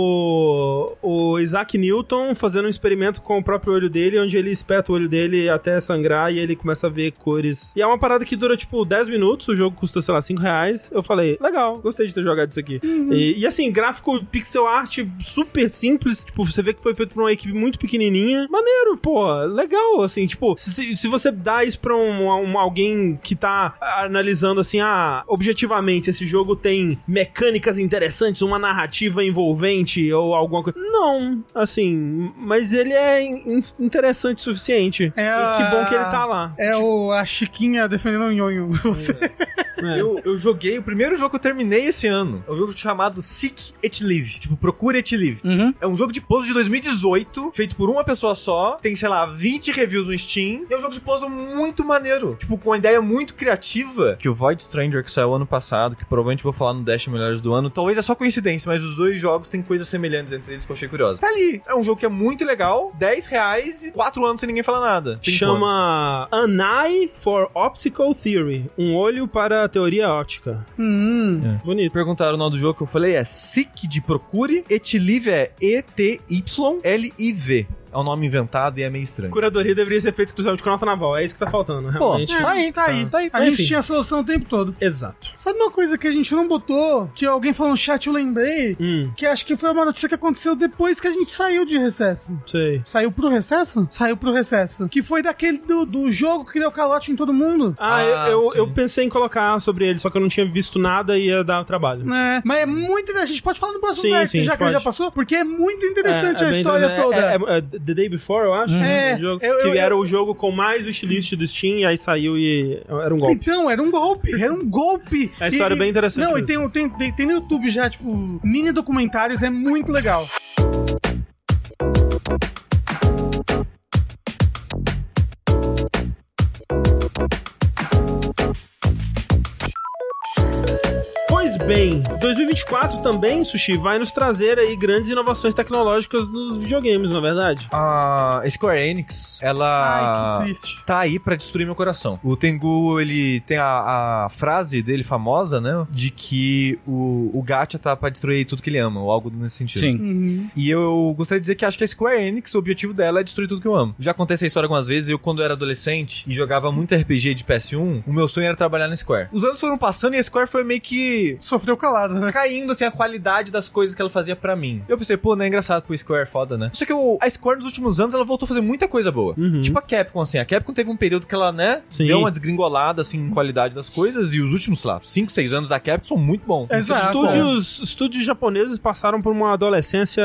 Speaker 1: o, o Isaac Newton fazendo um experimento com o próprio olho dele, onde ele espeta o olho dele até sangrar e ele começa a ver cores. E é uma parada que dura, tipo, 10 minutos, o jogo custa, sei lá, 5 reais. Eu falei, legal, gostei de ter jogado isso aqui. E, e, assim, gráfico pixel art super simples, tipo, você vê que foi feito por uma equipe muito pequenininha. Maneiro, pô, legal, assim, tipo, se, se você dá isso pra um, um- alguém que tá analisando, assim, ah, objetivamente, esse jogo tem mecânicas interessantes, uma narrativa envolvente ou alguma coisa. Não, assim, mas ele é in- interessante o suficiente.
Speaker 2: É
Speaker 1: e que bom que ele
Speaker 2: a-
Speaker 1: tá lá.
Speaker 2: É o, a Chiquinha defendendo o Nhonho. Você-
Speaker 1: É.
Speaker 3: Eu, eu joguei, o primeiro jogo que eu terminei esse ano é um jogo chamado Seek It Live. Tipo, procura It Live.
Speaker 4: Uhum.
Speaker 3: É um jogo de puzzle de 2018, feito por uma pessoa só, tem, sei lá, 20 reviews no Steam, e é um jogo de puzzle muito maneiro. Tipo, com uma ideia muito criativa. Que o Void Stranger, que saiu ano passado, que provavelmente vou falar no Dash Melhores do Ano, talvez é só coincidência, mas os dois jogos têm coisas semelhantes entre eles que eu achei curiosa. Tá ali. É um jogo que é muito legal, 10 reais e 4 anos sem ninguém falar nada. Cinco anos.
Speaker 1: Chama An Eye for Optical Theory. Um olho para a teoria óptica.
Speaker 2: Hum.
Speaker 1: Bonito.
Speaker 3: Perguntaram o nome do jogo que eu falei é Seek de Procure, Etilive é E-T-Y-L-I-V. é um nome inventado e é meio estranho.
Speaker 1: Curadoria deveria ser feita exclusivamente com nota naval. É isso que tá faltando,
Speaker 4: Pô,
Speaker 1: realmente.
Speaker 4: tá aí, tá aí, tá aí.
Speaker 2: É, A
Speaker 1: Enfim.
Speaker 2: gente tinha a solução o tempo todo.
Speaker 1: Exato.
Speaker 2: Sabe uma coisa que a gente não botou, que alguém falou no chat, eu lembrei,
Speaker 1: Hum,
Speaker 2: que acho que foi uma notícia que aconteceu depois que a gente saiu de recesso.
Speaker 1: sei.
Speaker 2: Saiu pro recesso? Saiu pro recesso. Que foi daquele do, do jogo que deu calote em todo mundo.
Speaker 1: Ah,
Speaker 3: Ah,
Speaker 1: eu, eu,
Speaker 3: sim.
Speaker 1: eu pensei em colocar sobre ele, só que eu não tinha visto nada e ia dar trabalho.
Speaker 2: É, mas é muito interessante. A gente pode falar no próximo
Speaker 1: Sim,
Speaker 2: Nerd,
Speaker 1: sim,
Speaker 2: já
Speaker 1: a
Speaker 2: que ele
Speaker 1: gente
Speaker 2: já
Speaker 1: pode.
Speaker 2: passou, porque é muito interessante
Speaker 1: É, é
Speaker 2: a
Speaker 1: bem
Speaker 2: história
Speaker 1: interessante. Uhum.
Speaker 2: toda.
Speaker 1: É, é, é, The Day Before, eu acho. né?
Speaker 2: É,
Speaker 1: o jogo,
Speaker 2: eu- eu-
Speaker 1: que era
Speaker 2: eu-
Speaker 1: o jogo com mais wishlist do Steam, e aí saiu e era um golpe.
Speaker 2: Então, era um golpe, era um golpe.
Speaker 1: É uma história
Speaker 2: E-
Speaker 1: bem interessante
Speaker 2: Não, e
Speaker 1: mesmo.
Speaker 2: tem, tem, tem, tem no YouTube já, tipo, mini documentários, é muito legal.
Speaker 1: Pois bem, 2024 também, Sushi, vai nos trazer aí grandes inovações tecnológicas nos videogames, na verdade.
Speaker 3: A Square Enix, ela
Speaker 1: Ah,
Speaker 2: Ai, que triste.
Speaker 3: tá aí pra destruir meu coração. O Tengu, ele tem a, a frase dele famosa, né? De que o, o Gacha tá pra destruir tudo que ele ama, ou algo nesse sentido.
Speaker 4: Sim.
Speaker 2: Uhum.
Speaker 3: E eu gostaria de dizer que acho que a Square Enix, o objetivo dela é destruir tudo que eu amo. Já contei essa história algumas vezes, eu quando era adolescente e jogava muito RPG de PS1, o meu sonho era trabalhar na Square. Os anos foram passando e a Square foi meio que
Speaker 2: Sofreu calado, né?
Speaker 3: caindo assim a qualidade das coisas que ela fazia pra mim. Eu pensei, pô, não é engraçado pro Square é foda, né? Só que o- a Square nos últimos anos ela voltou a fazer muita coisa boa.
Speaker 1: Uhum.
Speaker 3: Tipo a Capcom, assim, a Capcom teve um período que ela, né,
Speaker 1: Sim.
Speaker 3: deu uma desgringolada assim em qualidade das coisas e os últimos, sei lá, 5, 6 anos da Capcom são muito bons.
Speaker 2: Exato.
Speaker 1: Estúdios, estúdios japoneses passaram por uma adolescência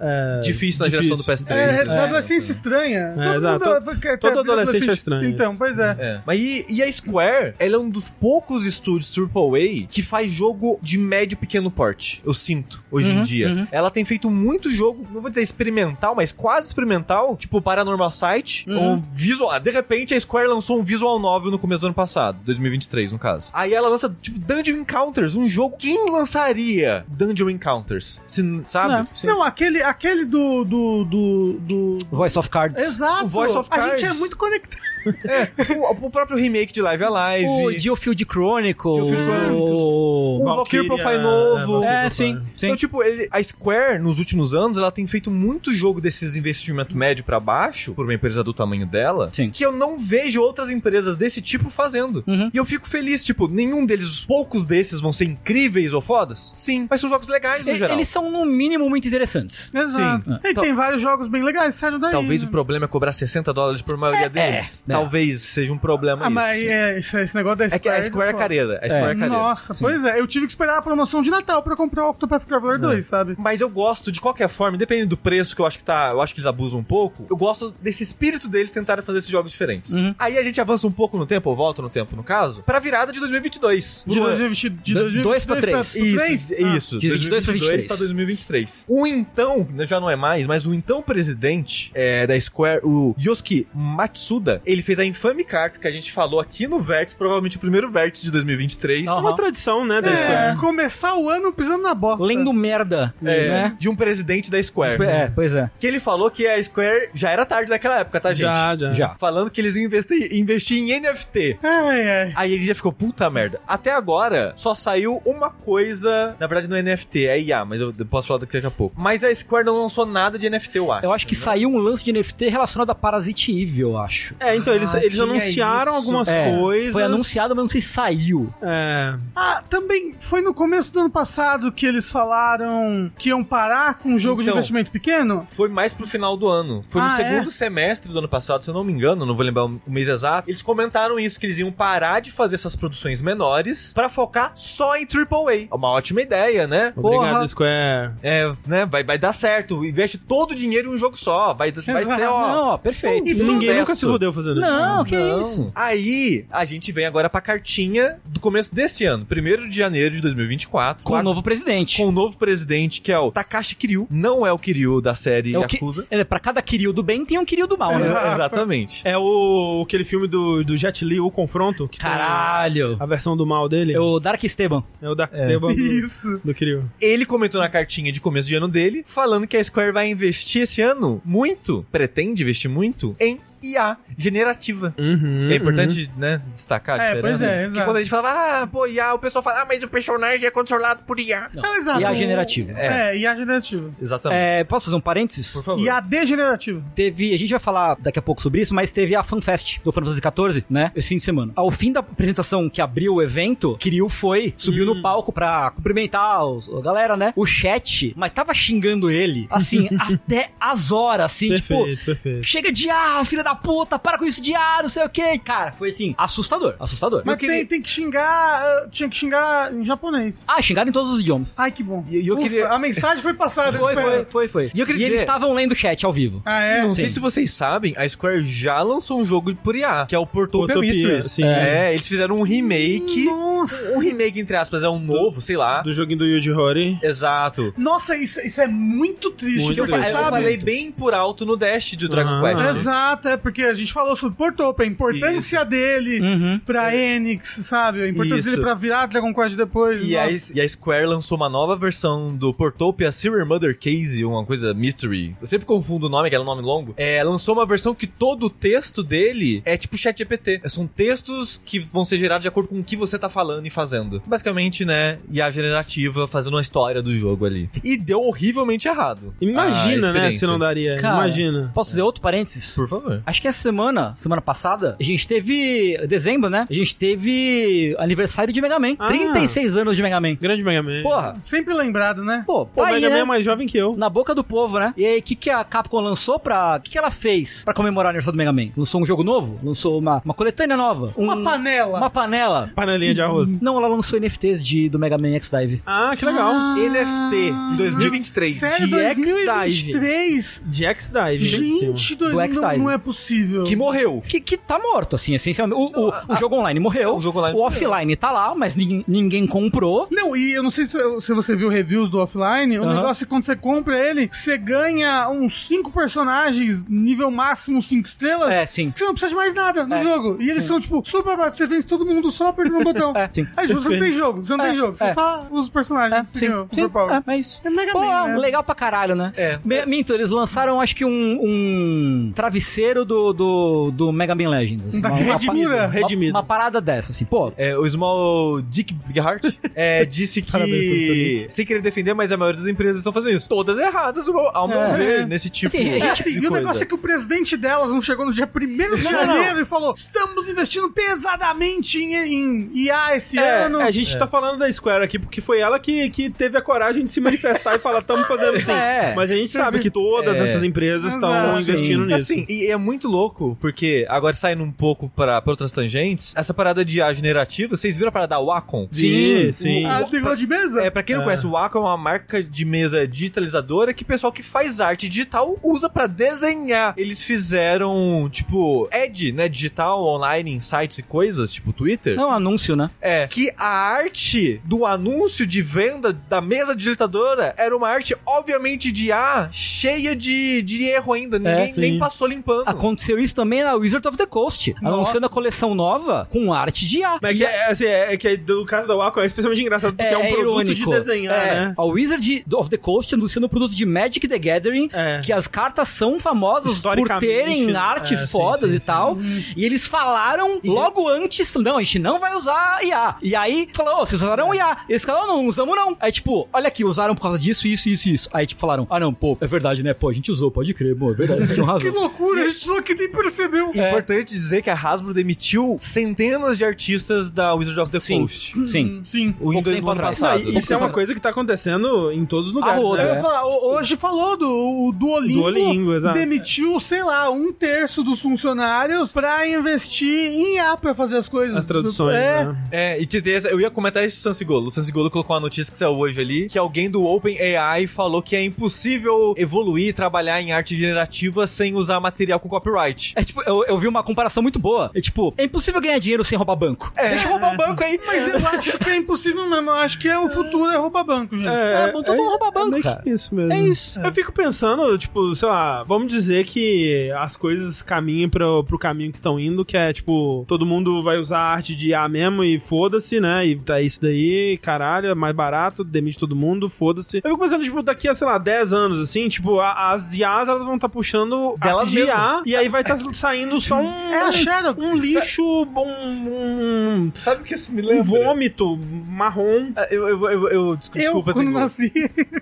Speaker 1: é,
Speaker 3: Difícil na geração do PS3.
Speaker 2: É,
Speaker 3: né?
Speaker 2: é, adolescência estranha.
Speaker 1: É, exato.
Speaker 2: todo,
Speaker 1: Todo adolescente é estranho,
Speaker 2: Então,
Speaker 1: isso.
Speaker 2: pois é.
Speaker 3: É. Mas e, e a Square, ela é um dos poucos estúdios AAA que faz jogo de médio e pequeno porte. Eu sinto, hoje em
Speaker 2: Uhum,
Speaker 3: dia.
Speaker 2: uhum.
Speaker 3: Ela tem feito muito jogo, não vou dizer experimental, mas quase experimental, tipo Paranormal Site,
Speaker 2: Uhum.
Speaker 3: ou visual. ah, De repente, a Square lançou um visual novel no começo do ano passado, 2023, no caso. Aí ela lança, tipo, Dungeon Encounters, um jogo. Quem lançaria Dungeon Encounters? Se, sabe?
Speaker 2: É. Não, aquele, aquele do, do, do, do-
Speaker 4: Voice of Cards.
Speaker 2: Exato.
Speaker 3: O Voice of
Speaker 2: A gente é
Speaker 3: Cards.
Speaker 2: muito conectado.
Speaker 3: é, O, o próprio remake de Live Alive.
Speaker 4: O Geofield Chronicle.
Speaker 3: Geofield Chronicles.
Speaker 4: o...
Speaker 3: O Valkyrie Profile novo.
Speaker 1: Valkyrie
Speaker 4: É,
Speaker 1: Profile.
Speaker 4: sim.
Speaker 3: Então, tipo, ele- a Square, nos últimos anos, ela tem feito muito jogo desses investimento médio pra baixo, por uma empresa do tamanho dela,
Speaker 4: Sim.
Speaker 3: que eu não vejo outras empresas desse tipo fazendo.
Speaker 4: Uhum.
Speaker 3: E eu fico feliz, tipo, nenhum deles, os poucos desses vão ser incríveis ou fodas? Sim, mas são jogos legais no
Speaker 4: E-
Speaker 3: geral.
Speaker 4: Eles são, no mínimo, muito interessantes.
Speaker 2: Exato.
Speaker 1: É.
Speaker 4: Sim.
Speaker 2: E tem vários jogos bem legais, sério daí.
Speaker 3: Talvez
Speaker 2: né?
Speaker 3: o problema é cobrar 60 dólares por maioria deles.
Speaker 4: um- é.
Speaker 3: Talvez seja um problema
Speaker 2: Ah,
Speaker 3: isso.
Speaker 2: mas é, isso- esse negócio da
Speaker 3: É que a Square é
Speaker 2: foda.
Speaker 3: careira. A Square é, careira.
Speaker 2: Nossa, pois é. Eu tive que esperar a promoção de Natal pra comprar o Octopath Traveler 2, sabe?
Speaker 3: Mas eu gosto, de qualquer forma, independente do preço, que eu acho que tá. Eu acho que eles abusam um pouco. Eu gosto desse espírito deles tentarem fazer esses jogos diferentes.
Speaker 4: Uhum.
Speaker 3: Aí a gente avança um pouco no tempo, ou volta no tempo, no caso, pra virada de 2022.
Speaker 2: De
Speaker 3: Lua.
Speaker 2: 2020 de
Speaker 4: Do-
Speaker 2: 2022
Speaker 4: dois pra três.
Speaker 2: três?
Speaker 3: Isso,
Speaker 2: Ah.
Speaker 3: isso.
Speaker 4: de 22 pra 23.
Speaker 3: pra 2023. O então, né, já não é mais, mas o então presidente é, da Square, o Yosuke Matsuda, ele fez a infame carta que a gente falou aqui no Vértice, provavelmente o primeiro Vértice de 2023.
Speaker 1: Isso é uma tradição, né, da Square.
Speaker 2: É, começar o ano pisando na bosta.
Speaker 4: Lendo merda.
Speaker 3: É,
Speaker 4: Né?
Speaker 3: De um presidente da Square.
Speaker 4: É, pois é.
Speaker 3: Que ele falou que a Square já era tarde naquela época, tá, gente?
Speaker 1: Já, já.
Speaker 4: Já.
Speaker 3: Falando que eles iam investir, investir em NFT.
Speaker 2: Ai, ai.
Speaker 3: Aí ele já ficou, puta merda. Até agora, só saiu uma coisa. Na verdade, não é NFT, é IA, mas eu posso falar daqui a pouco. Mas a Square não lançou nada de NFT, eu acho.
Speaker 4: Eu acho que
Speaker 3: Não.
Speaker 4: saiu um lance de NFT relacionado a Parasite Eve, eu acho.
Speaker 1: É, então, eles,
Speaker 3: Ah,
Speaker 1: eles
Speaker 3: tinha
Speaker 1: anunciaram
Speaker 3: isso.
Speaker 1: algumas
Speaker 4: É,
Speaker 1: coisas.
Speaker 4: Foi anunciado, mas não sei se saiu.
Speaker 1: É.
Speaker 2: Ah, também foi no começo do ano passado que eles falaram que iam parar com um jogo de
Speaker 3: Então.
Speaker 2: investimento pequeno?
Speaker 3: Foi mais pro final do ano. Foi no
Speaker 1: é?
Speaker 2: Ah,
Speaker 3: segundo semestre do ano passado, se eu não me engano, não vou lembrar o mês exato. Eles comentaram isso, que eles iam parar de fazer essas produções menores pra focar só em AAA. É uma ótima ideia, né?
Speaker 1: Obrigado,
Speaker 3: Porra,
Speaker 1: Square.
Speaker 3: É, né? Vai, vai dar certo. Investe todo o dinheiro em um jogo só. Vai, vai
Speaker 2: Exato.
Speaker 3: ser, ó. um
Speaker 4: Não, ó, perfeito.
Speaker 1: E ninguém
Speaker 3: sucesso.
Speaker 1: nunca se fudeu fazendo
Speaker 4: Não, que
Speaker 3: Não.
Speaker 4: isso.
Speaker 3: Aí, a gente vem agora pra cartinha do começo desse ano, 1 de janeiro de 2024.
Speaker 4: Com o novo presidente.
Speaker 3: com o novo presidente, que é o Takashi Kiryu. Não é o Kiryu da série
Speaker 4: É o que,
Speaker 3: Yakuza.
Speaker 4: é, pra cada Kiryu do bem tem um Kiryu do mal, né?
Speaker 3: É, Exatamente.
Speaker 1: É o aquele filme do, do Jet Li, O Confronto. Que tem
Speaker 4: Caralho.
Speaker 1: A versão do mal dele.
Speaker 4: É o Dark Esteban.
Speaker 1: É o Dark Esteban do,
Speaker 2: Isso.
Speaker 1: do Kiryu.
Speaker 3: Ele comentou na cartinha de começo de ano dele, falando que a Square vai investir esse ano muito, pretende investir muito, em IA generativa.
Speaker 1: Uhum,
Speaker 3: É importante, né, destacar a
Speaker 2: É,
Speaker 3: diferença.
Speaker 2: pois é,
Speaker 3: Porque
Speaker 2: exato.
Speaker 3: quando a gente fala, ah, pô, IA, o pessoal fala, ah, mas o personagem é controlado por IA.
Speaker 2: Não, exato.
Speaker 4: E a generativa.
Speaker 2: É, e a generativa.
Speaker 3: Exatamente.
Speaker 4: É, posso fazer um parênteses?
Speaker 3: Por favor.
Speaker 2: E a degenerativa.
Speaker 4: Teve, a gente vai falar daqui a pouco sobre isso, mas teve a FanFest do Final Fantasy XIV, né? Esse fim de semana. Ao fim da apresentação que abriu o evento, Kiryu foi, subiu no palco pra cumprimentar os, a galera, né? O chat, mas tava xingando ele, assim, até as horas, assim, tipo.
Speaker 1: Perfeito, perfeito.
Speaker 4: Chega de ar, filha da puta, para com isso de ar, não sei o que. Cara, foi assim, assustador, assustador.
Speaker 2: Mas
Speaker 4: Eu queria-
Speaker 2: tem, tem que xingar. ah, Tinha que xingar em japonês.
Speaker 4: Ah, xingaram em todos os idiomas.
Speaker 2: Ai, que bom.
Speaker 3: E- e eu
Speaker 2: Ufa,
Speaker 3: queria-
Speaker 2: A mensagem foi passada.
Speaker 3: Foi,
Speaker 2: Tipo,
Speaker 3: foi,
Speaker 2: é-
Speaker 3: foi, foi.
Speaker 4: E, eu
Speaker 3: eles
Speaker 4: queria eles
Speaker 3: estavam.
Speaker 4: estavam lendo o chat ao vivo.
Speaker 2: Ah, é?
Speaker 3: Não
Speaker 2: Sim.
Speaker 3: sei se vocês sabem, a Square já lançou um jogo por IA, que é o Portopia
Speaker 1: Portopia,
Speaker 3: Mysteries.
Speaker 1: sim.
Speaker 3: É, eles fizeram um remake.
Speaker 2: Nossa.
Speaker 3: Um remake, entre aspas, é um novo, sei
Speaker 4: uhum.
Speaker 3: lá.
Speaker 1: Do joguinho do Yuji Horii.
Speaker 3: Exato.
Speaker 2: Nossa, isso, isso é muito triste.
Speaker 1: Muito
Speaker 2: que eu
Speaker 1: triste.
Speaker 3: Eu
Speaker 2: sabe?
Speaker 3: falei bem por alto no Dash do Dragon
Speaker 1: Ah.
Speaker 3: Quest.
Speaker 2: Exato, é porque a gente falou sobre Port Open, a importância dele pra Enix, sabe? A importância
Speaker 3: Isso.
Speaker 2: dele pra virar Dragon Quest depois.
Speaker 3: E a,
Speaker 2: nossa.
Speaker 3: e a Square lançou uma nova versão do Portopia Serial Mother Case, uma coisa mystery. Eu sempre confundo o nome, que era um nome longo. É, lançou uma versão que todo o texto dele é tipo chat GPT. São textos que vão ser gerados de acordo com o que você tá falando e fazendo. Basicamente, né, e a generativa fazendo uma história do jogo ali. E deu horrivelmente errado.
Speaker 1: Imagina,
Speaker 3: a
Speaker 1: né,
Speaker 3: experiência.
Speaker 1: se não daria.
Speaker 4: Ah, Cara,
Speaker 1: Imagina.
Speaker 4: Posso fazer outro parênteses?
Speaker 3: Por favor.
Speaker 4: Acho que essa semana, semana passada, a gente teve. Dezembro, né? A gente teve aniversário de Mega Man.
Speaker 1: Ah.
Speaker 4: 36 anos de Mega Man.
Speaker 1: Grande Mega Man.
Speaker 4: Porra!
Speaker 2: Sempre lembrado, né?
Speaker 4: Pô,
Speaker 1: Pô,
Speaker 4: tá
Speaker 1: o
Speaker 4: aí,
Speaker 1: Mega Man é
Speaker 4: né?
Speaker 1: mais jovem que eu.
Speaker 4: Na boca do povo, né? E aí, o que, que a Capcom lançou pra. O que, que ela fez pra comemorar o aniversário do Mega Man? Lançou um jogo novo? Lançou uma, uma coletânea nova?
Speaker 2: Uma
Speaker 4: Um-
Speaker 2: panela.
Speaker 4: Uma panela?
Speaker 1: Panelinha de arroz.
Speaker 4: Não, ela lançou NFTs de, do Mega Man X-Dive.
Speaker 1: Ah, que legal.
Speaker 3: NFT em 2023.
Speaker 2: Sério,
Speaker 1: de X-Dive.
Speaker 2: 2023?
Speaker 1: De X-Dive.
Speaker 2: Gente, dois,
Speaker 4: Do X
Speaker 2: não,
Speaker 4: Time.
Speaker 2: não é possível.
Speaker 3: Que morreu.
Speaker 4: Que, que tá morto, assim, essencialmente. O, o- o jogo online morreu.
Speaker 3: O jogo online
Speaker 4: o
Speaker 3: morreu.
Speaker 4: offline tá lá, mas ninguém, ninguém comprou.
Speaker 2: Não, e eu não sei se, se você viu reviews do offline, o
Speaker 4: Aham.
Speaker 2: negócio é que quando você compra ele, você ganha uns 5 personagens, nível máximo 5 estrelas.
Speaker 4: É, sim.
Speaker 2: que Você não precisa de mais nada no
Speaker 4: É.
Speaker 2: jogo. E eles são, tipo, super barato. Você vence todo mundo só apertando um botão.
Speaker 4: É, sim.
Speaker 2: Aí tipo, você não tem jogo, você não
Speaker 4: É,
Speaker 2: tem jogo. Você
Speaker 4: é.
Speaker 2: só usa os personagens.
Speaker 4: É,
Speaker 2: que você
Speaker 4: sim,
Speaker 2: ganhou,
Speaker 4: sim,
Speaker 2: overpower.
Speaker 4: é, é isso.
Speaker 2: É Mega
Speaker 4: Pô,
Speaker 2: Man, né?
Speaker 4: legal pra caralho, né?
Speaker 3: É.
Speaker 4: Me- Minto, eles lançaram, acho que um, um travesseiro do, do, do Mega Man Legends. Assim,
Speaker 3: né?
Speaker 2: Da Redimira,
Speaker 4: uma-
Speaker 1: Redimira.
Speaker 4: Uma, parada dessa, assim. Pô,
Speaker 3: É, o Small Dick Bighart é, disse que.
Speaker 1: Parabéns pelo seu link.
Speaker 3: sem querer defender, mas a maioria das empresas estão fazendo isso. Todas erradas, do meu- ao meu
Speaker 4: É.
Speaker 3: ver, nesse tipo
Speaker 4: Assim,
Speaker 3: de
Speaker 2: É assim, e o
Speaker 3: coisa.
Speaker 2: negócio é que o presidente delas não chegou no dia 1 de janeiro e falou: estamos investindo pesadamente em, em IA esse
Speaker 1: É,
Speaker 2: ano.
Speaker 1: a gente tá falando da Square aqui porque foi ela que, que teve a coragem de se manifestar e falar, estamos fazendo sim.
Speaker 4: É.
Speaker 1: Mas a gente sabe que todas
Speaker 3: É.
Speaker 1: essas empresas estão
Speaker 2: Exato.
Speaker 1: investindo nisso.
Speaker 3: Assim, e é muito louco, porque agora saindo um pouco pra, pra outras tangentes, essa parada de IA generativa, vocês viram a parada da Wacom?
Speaker 1: Sim, sim.
Speaker 2: Ah, tem negócio de mesa?
Speaker 3: É, pra quem não
Speaker 1: É.
Speaker 3: conhece, o Wacom é uma marca de mesa digitalizadora que o pessoal que faz arte digital usa pra desenhar. Eles fizeram, tipo, ad, né, digital, online, em sites e coisas, tipo Twitter.
Speaker 4: não, anúncio, né?
Speaker 3: É, que a arte do anúncio de venda da mesa digitadora era uma arte, obviamente, de A, cheia de, de erro ainda. Ninguém
Speaker 1: sim.
Speaker 3: nem passou limpando.
Speaker 4: Aconteceu isso também na Wizard of the Coast, anunciando a coleção nova com arte de A.
Speaker 1: Mas é que, é, assim, é, é que do caso da Wacom é especialmente engraçado porque é, um produto de desenhar,
Speaker 4: É.
Speaker 1: né?
Speaker 4: A Wizard of the Coast anunciando o produto de Magic the Gathering,
Speaker 1: É.
Speaker 4: que as cartas são famosas por
Speaker 1: Historicamente,
Speaker 4: terem
Speaker 1: né?
Speaker 4: artes
Speaker 1: É, sim,
Speaker 4: fodas
Speaker 1: sim,
Speaker 4: e
Speaker 1: sim.
Speaker 4: tal. E eles falaram logo antes, não, a gente não vai usar IA. E aí, falou, "Ô, vocês usaram IA. Eles falaram, não, não usamos não. Aí, tipo, olha aqui, usaram por causa disso, isso, isso, isso. Aí, tipo, falaram, ah, não, pô, é verdade, né? Pô, a gente usou, pode crer, bom, é verdade, vocês tinham
Speaker 2: Que
Speaker 4: razão.
Speaker 2: loucura, a gente só que nem percebeu.
Speaker 3: Importante dizer que a Hasbro demitiu centenas de artistas da Wizard of the Coast.
Speaker 4: sim.
Speaker 2: Sim.
Speaker 3: O
Speaker 4: Pouco
Speaker 3: indo
Speaker 4: tempo
Speaker 3: ano
Speaker 4: atrás.
Speaker 1: Não,
Speaker 3: passado.
Speaker 1: e isso é uma coisa que tá acontecendo em todos os lugares,
Speaker 4: rodo,
Speaker 1: né?
Speaker 4: é.
Speaker 2: Eu ia falar, o- hoje falou do o Duolingo,
Speaker 1: Duolingo, exato.
Speaker 2: demitiu, sei lá, um terço dos funcionários pra investir em IA pra fazer as coisas.
Speaker 1: As traduções,
Speaker 2: É,
Speaker 1: né?
Speaker 3: É, e te dei essa- eu ia comentar isso do Sansigolo. O Sansigolo colocou uma notícia que saiu hoje ali, que alguém do OpenAI falou que é impossível evoluir e trabalhar em arte generativa sem usar material com copyright.
Speaker 4: É tipo, eu, eu vi uma comparação muito boa. É tipo, é impossível ganhar dinheiro sem roubar banco. É. Deixa eu roubar o banco aí.
Speaker 2: Mas eu acho que é impossível mesmo. Eu acho que é o futuro é roubar banco, gente.
Speaker 4: É, bom, todo mundo rouba banco,
Speaker 1: meio que
Speaker 4: cara.
Speaker 1: isso mesmo.
Speaker 4: É isso.
Speaker 1: Eu fico pensando, tipo, sei lá, vamos dizer que as coisas caminhem pro, pro caminho que estão indo, que é, tipo, todo mundo vai usar a arte de IA mesmo e foda-se, né? E tá isso daí, caralho, é mais barato, demite todo mundo, foda-se. Eu fico pensando, tipo, daqui a, sei lá, 10 anos, assim, tipo, a- as IAs, elas vão estar puxando
Speaker 3: Delas
Speaker 1: arte de
Speaker 3: mesmo.
Speaker 1: IA e E aí vai estar saindo só um.
Speaker 2: É a Xerox.
Speaker 1: Um lixo, um, um,
Speaker 3: Sabe o que isso me
Speaker 1: um vômito marrom.
Speaker 3: Ah, Eu, eu, eu, eu- desculpa,
Speaker 2: Eu,
Speaker 3: desculpa,
Speaker 2: quando
Speaker 3: Tengu.
Speaker 2: nasci.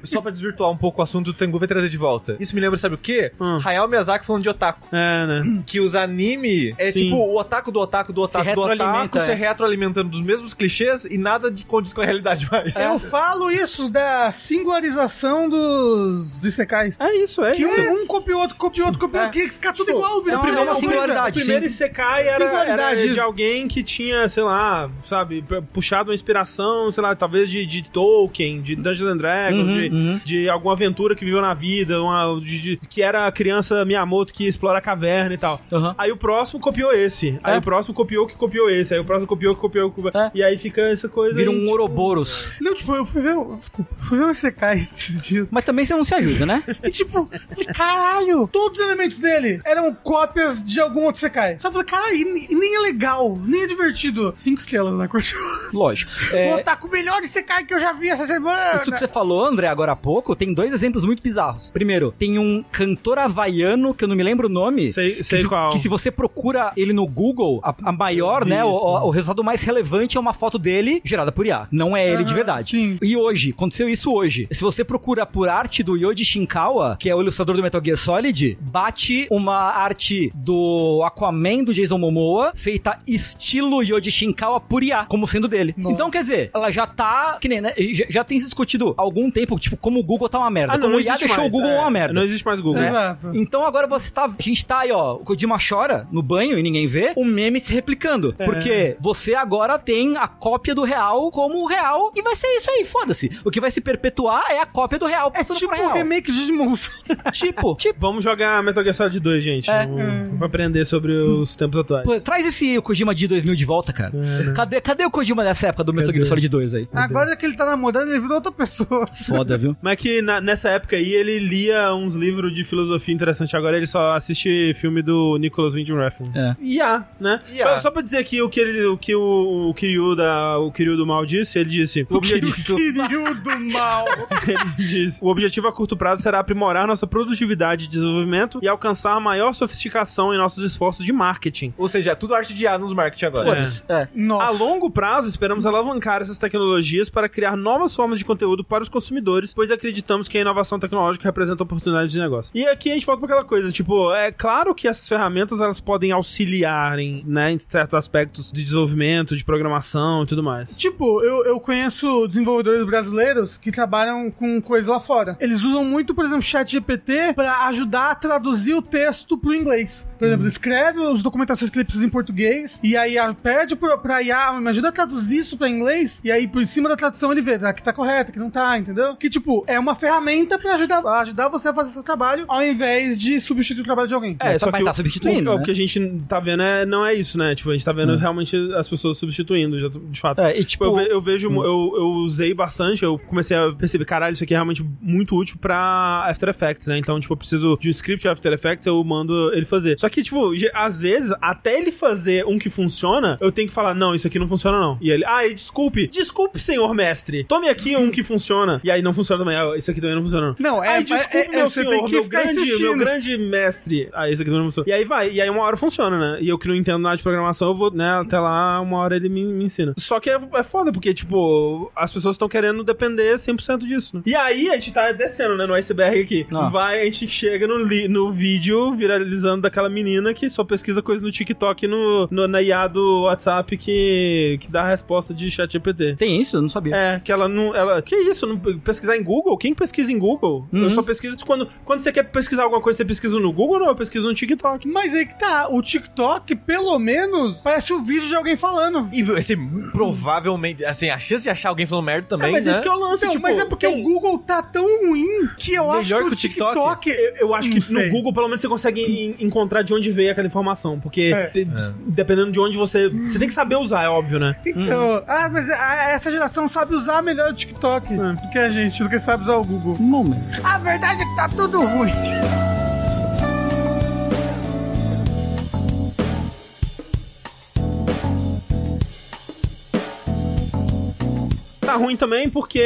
Speaker 3: Só pra desvirtuar um pouco o assunto, o Tengu vai trazer de volta. Isso me lembra, sabe o quê?
Speaker 1: Hum.
Speaker 3: Hayao Miyazaki falando de otaku.
Speaker 1: É, né?
Speaker 3: Que os anime é
Speaker 1: Sim.
Speaker 3: tipo o otaku do otaku do otaku do otaku
Speaker 4: retroalimenta,
Speaker 3: se
Speaker 4: é.
Speaker 3: retroalimentando dos mesmos clichês e nada de condiz com a realidade mais.
Speaker 1: É
Speaker 2: Eu falo isso da singularização dos secais.
Speaker 1: É isso, é
Speaker 2: Que
Speaker 1: isso.
Speaker 2: um, um copia o outro, copia o outro, copia o
Speaker 4: É.
Speaker 2: outro. Que fica tudo igual,
Speaker 4: é
Speaker 2: velho.
Speaker 4: uma- é uma singularidade.
Speaker 1: O primeiro Isekai era, era
Speaker 2: Singularidade,
Speaker 1: de
Speaker 2: isso.
Speaker 1: alguém que tinha, sei lá, sabe, p- puxado uma inspiração, sei lá, talvez de, de Tolkien, de Dungeons and Dragons,
Speaker 4: Uhum,
Speaker 1: de,
Speaker 4: uhum.
Speaker 1: de alguma aventura que viveu na vida, uma, de- de- que era a criança Miyamoto que explora a caverna e tal.
Speaker 4: Aham.
Speaker 1: Aí o próximo copiou esse. Aí
Speaker 4: É.
Speaker 1: o próximo copiou que copiou esse. Aí o próximo copiou que copiou que copiou.
Speaker 4: É.
Speaker 1: E aí fica essa coisa.
Speaker 4: Vira
Speaker 1: aí,
Speaker 4: um
Speaker 1: tipo,
Speaker 4: Ouroboros.
Speaker 2: Não, tipo, eu fui ver o. Desculpa, eu fui ver o Isekai esses dias.
Speaker 4: Mas também você não se ajuda, né?
Speaker 2: E tipo, falei, caralho, todos os elementos dele eram cópias de algum outro Sekai. Sabe, eu falei, caralho, e ne- e nem é legal, nem é divertido. Cinco estrelas na curtiu.
Speaker 4: Lógico. É,
Speaker 2: Vou tá com o melhor de Sekai que eu já vi essa semana.
Speaker 4: Isso que você falou, André, agora há pouco, tem dois exemplos muito bizarros. Primeiro, tem um cantor havaiano, que eu não me lembro o nome.
Speaker 1: Sei-
Speaker 4: que
Speaker 1: sei
Speaker 4: se,
Speaker 1: qual.
Speaker 4: Que se você procura ele no Google, a, a maior, né, o, o- o resultado mais relevante é uma foto dele gerada por IA. Não é ele de verdade.
Speaker 2: sim.
Speaker 4: E hoje, aconteceu isso hoje. Se você procura por arte do Yoji Shinkawa, que é o ilustrador do Metal Gear Solid, bate uma arte do Aquaman do Jason Momoa, feita estilo Yoji Shinkawa por IA, como sendo dele. Então, quer dizer, ela já tá, que nem, né, já, já tem se discutido há algum tempo, tipo, como o Google tá uma merda.
Speaker 1: Ah, não,
Speaker 4: como
Speaker 1: não
Speaker 4: o IA
Speaker 1: existe
Speaker 4: deixou
Speaker 1: mais.
Speaker 4: o Google
Speaker 1: é.
Speaker 4: uma merda.
Speaker 1: Não existe mais Google.
Speaker 4: né?
Speaker 2: Exato.
Speaker 4: Então agora você tá. A gente tá aí, ó. O Kojima chora no banho e ninguém vê. O meme se replicando.
Speaker 1: É.
Speaker 4: Porque você agora tem a cópia do real como o real. E vai ser isso aí, foda-se. O que vai se perpetuar é a cópia do real.
Speaker 2: É
Speaker 4: Passando
Speaker 2: tipo
Speaker 4: pro
Speaker 2: o
Speaker 1: um
Speaker 4: real.
Speaker 2: remake de Digimon.
Speaker 4: tipo, tipo.
Speaker 1: Vamos jogar Metal Gear Solid 2, gente.
Speaker 4: É.
Speaker 1: Vamos vamos aprender sobre os tempos atuais.
Speaker 4: Pô, traz esse Kojima de 2000 de volta, cara.
Speaker 1: É, né?
Speaker 4: Cadê, cadê o Kojima dessa época do Metal Gear Solid 2 aí?
Speaker 2: Agora que ele tá namorando, ele virou outra pessoa.
Speaker 4: É Foda, viu?
Speaker 1: Mas que na- nessa época aí ele lia uns livros de filosofia interessante. Agora ele só assiste filme do Nicholas Winding Refn.
Speaker 4: É.
Speaker 1: IA, né?
Speaker 3: IA.
Speaker 1: Só, só pra dizer aqui o que ele, o que o, o Kiryu da, o Kiryu do mal disse, ele disse. O, obje-
Speaker 2: Querido do mal.
Speaker 1: ele disse, o objetivo a curto prazo será aprimorar nossa produtividade de desenvolvimento e alcançar maior sofisticação em nossos esforços de marketing.
Speaker 3: Ou seja, é tudo arte de A nos marketing agora.
Speaker 1: Foda-se.
Speaker 4: É.
Speaker 2: Nossa.
Speaker 1: A longo prazo, esperamos alavancar essas tecnologias para criar novas formas de conteúdo para os consumidores, pois acreditamos que a inovação tecnológica representa oportunidades de negócio. E aqui a gente volta para aquela coisa, tipo, é claro que essas ferramentas elas podem auxiliar em, né, em certos aspectos de desenvolvimento, de programação e tudo mais.
Speaker 2: Tipo, eu, eu conheço desenvolvedores brasileiros que trabalham com coisa lá fora. Eles usam muito, por exemplo, o chat GPT pra ajudar a traduzir o texto pro inglês. Por exemplo, escreve os documentações que ele precisa em português e aí a- pede pra, pra IA, me ajuda a traduzir isso pra inglês e aí por cima da tradução ele vê ah, que tá correto, que não tá, entendeu? Que tipo, é uma ferramenta pra ajudar, ajudar você a fazer seu trabalho ao invés de substituir o trabalho de alguém.
Speaker 1: É.
Speaker 4: Mas tá- mas tá substituindo,
Speaker 1: o, o
Speaker 4: né? Hum.
Speaker 1: que a gente tá vendo é, não é isso, né? Tipo, a gente tá vendo realmente as pessoas substituindo, já, de fato.
Speaker 4: É, e
Speaker 1: Tipo,
Speaker 4: tipo.
Speaker 1: eu, ve- eu vejo, eu, eu usei bastante, eu comecei a perceber, caralho, isso aqui é realmente muito útil pra After Effects, né? Então, tipo, eu preciso de um script de After Effects, eu mando ele fazer. Só que, tipo, ge- às vezes, até ele fazer um que funciona, eu tenho que falar, não, isso aqui não funciona não. E ele, ai, desculpe, desculpe, senhor mestre, tome aqui um que funciona. E aí não funciona também, ah, isso aqui também não funciona.
Speaker 2: Não, é-
Speaker 1: ai,
Speaker 2: é-
Speaker 1: desculpe,
Speaker 2: é-
Speaker 1: meu
Speaker 2: você
Speaker 1: senhor,
Speaker 2: tem que
Speaker 1: meu,
Speaker 2: ficar
Speaker 1: grande, meu
Speaker 2: insistindo.
Speaker 1: grande mestre. Aí isso aqui também não funciona. E aí vai, e aí uma hora funciona, né? E eu que não entendo nada de programação, eu vou, né, até lá, uma hora ele me, me ensina. Só que é, é foda, porque, tipo, as pessoas estão querendo depender 100% disso, né? E aí a gente tá descendo, né, no iceberg aqui.
Speaker 4: Ah.
Speaker 1: Vai, a gente chega no, li- no vídeo viralizando daquela menina que só pesquisa coisa no TikTok e no, no, na IA do WhatsApp que, que dá a resposta de chat GPT.
Speaker 4: Tem isso? Eu não sabia.
Speaker 1: É, que ela não. Ela, que isso? Não, pesquisar em Google? Quem pesquisa em Google? Eu só pesquiso. Quando, quando você quer pesquisar alguma coisa, você pesquisa no Google ou não? Eu pesquiso no TikTok.
Speaker 2: Mas aí que tá, o TikTok, pelo menos, parece o vídeo de alguém falando.
Speaker 3: E esse é provavelmente, assim, a chance de achar alguém falando merda também,
Speaker 1: mas
Speaker 3: né?
Speaker 1: isso que é o lance,
Speaker 2: Então,
Speaker 1: tipo,
Speaker 2: mas é porque
Speaker 1: tem-
Speaker 2: o Google tá tão ruim que eu
Speaker 3: Melhor
Speaker 2: acho que,
Speaker 3: que
Speaker 2: o
Speaker 3: o TikTok?
Speaker 2: TikTok. é-
Speaker 1: Eu, eu acho
Speaker 2: Não
Speaker 1: que
Speaker 2: sei.
Speaker 1: no Google, pelo menos, você consegue en- encontrar de onde veio aquela informação. Porque
Speaker 2: É.
Speaker 1: te- dependendo de onde você. Você tem que saber usar, é óbvio,
Speaker 3: Hum.
Speaker 1: né?
Speaker 2: Então, ah, mas a- essa geração sabe usar melhor o TikTok
Speaker 1: É.
Speaker 2: do que a gente, do que sabe usar o Google.
Speaker 1: Um
Speaker 4: Momento.
Speaker 2: A verdade é que tá tudo ruim.
Speaker 1: Tá, tá ruim também porque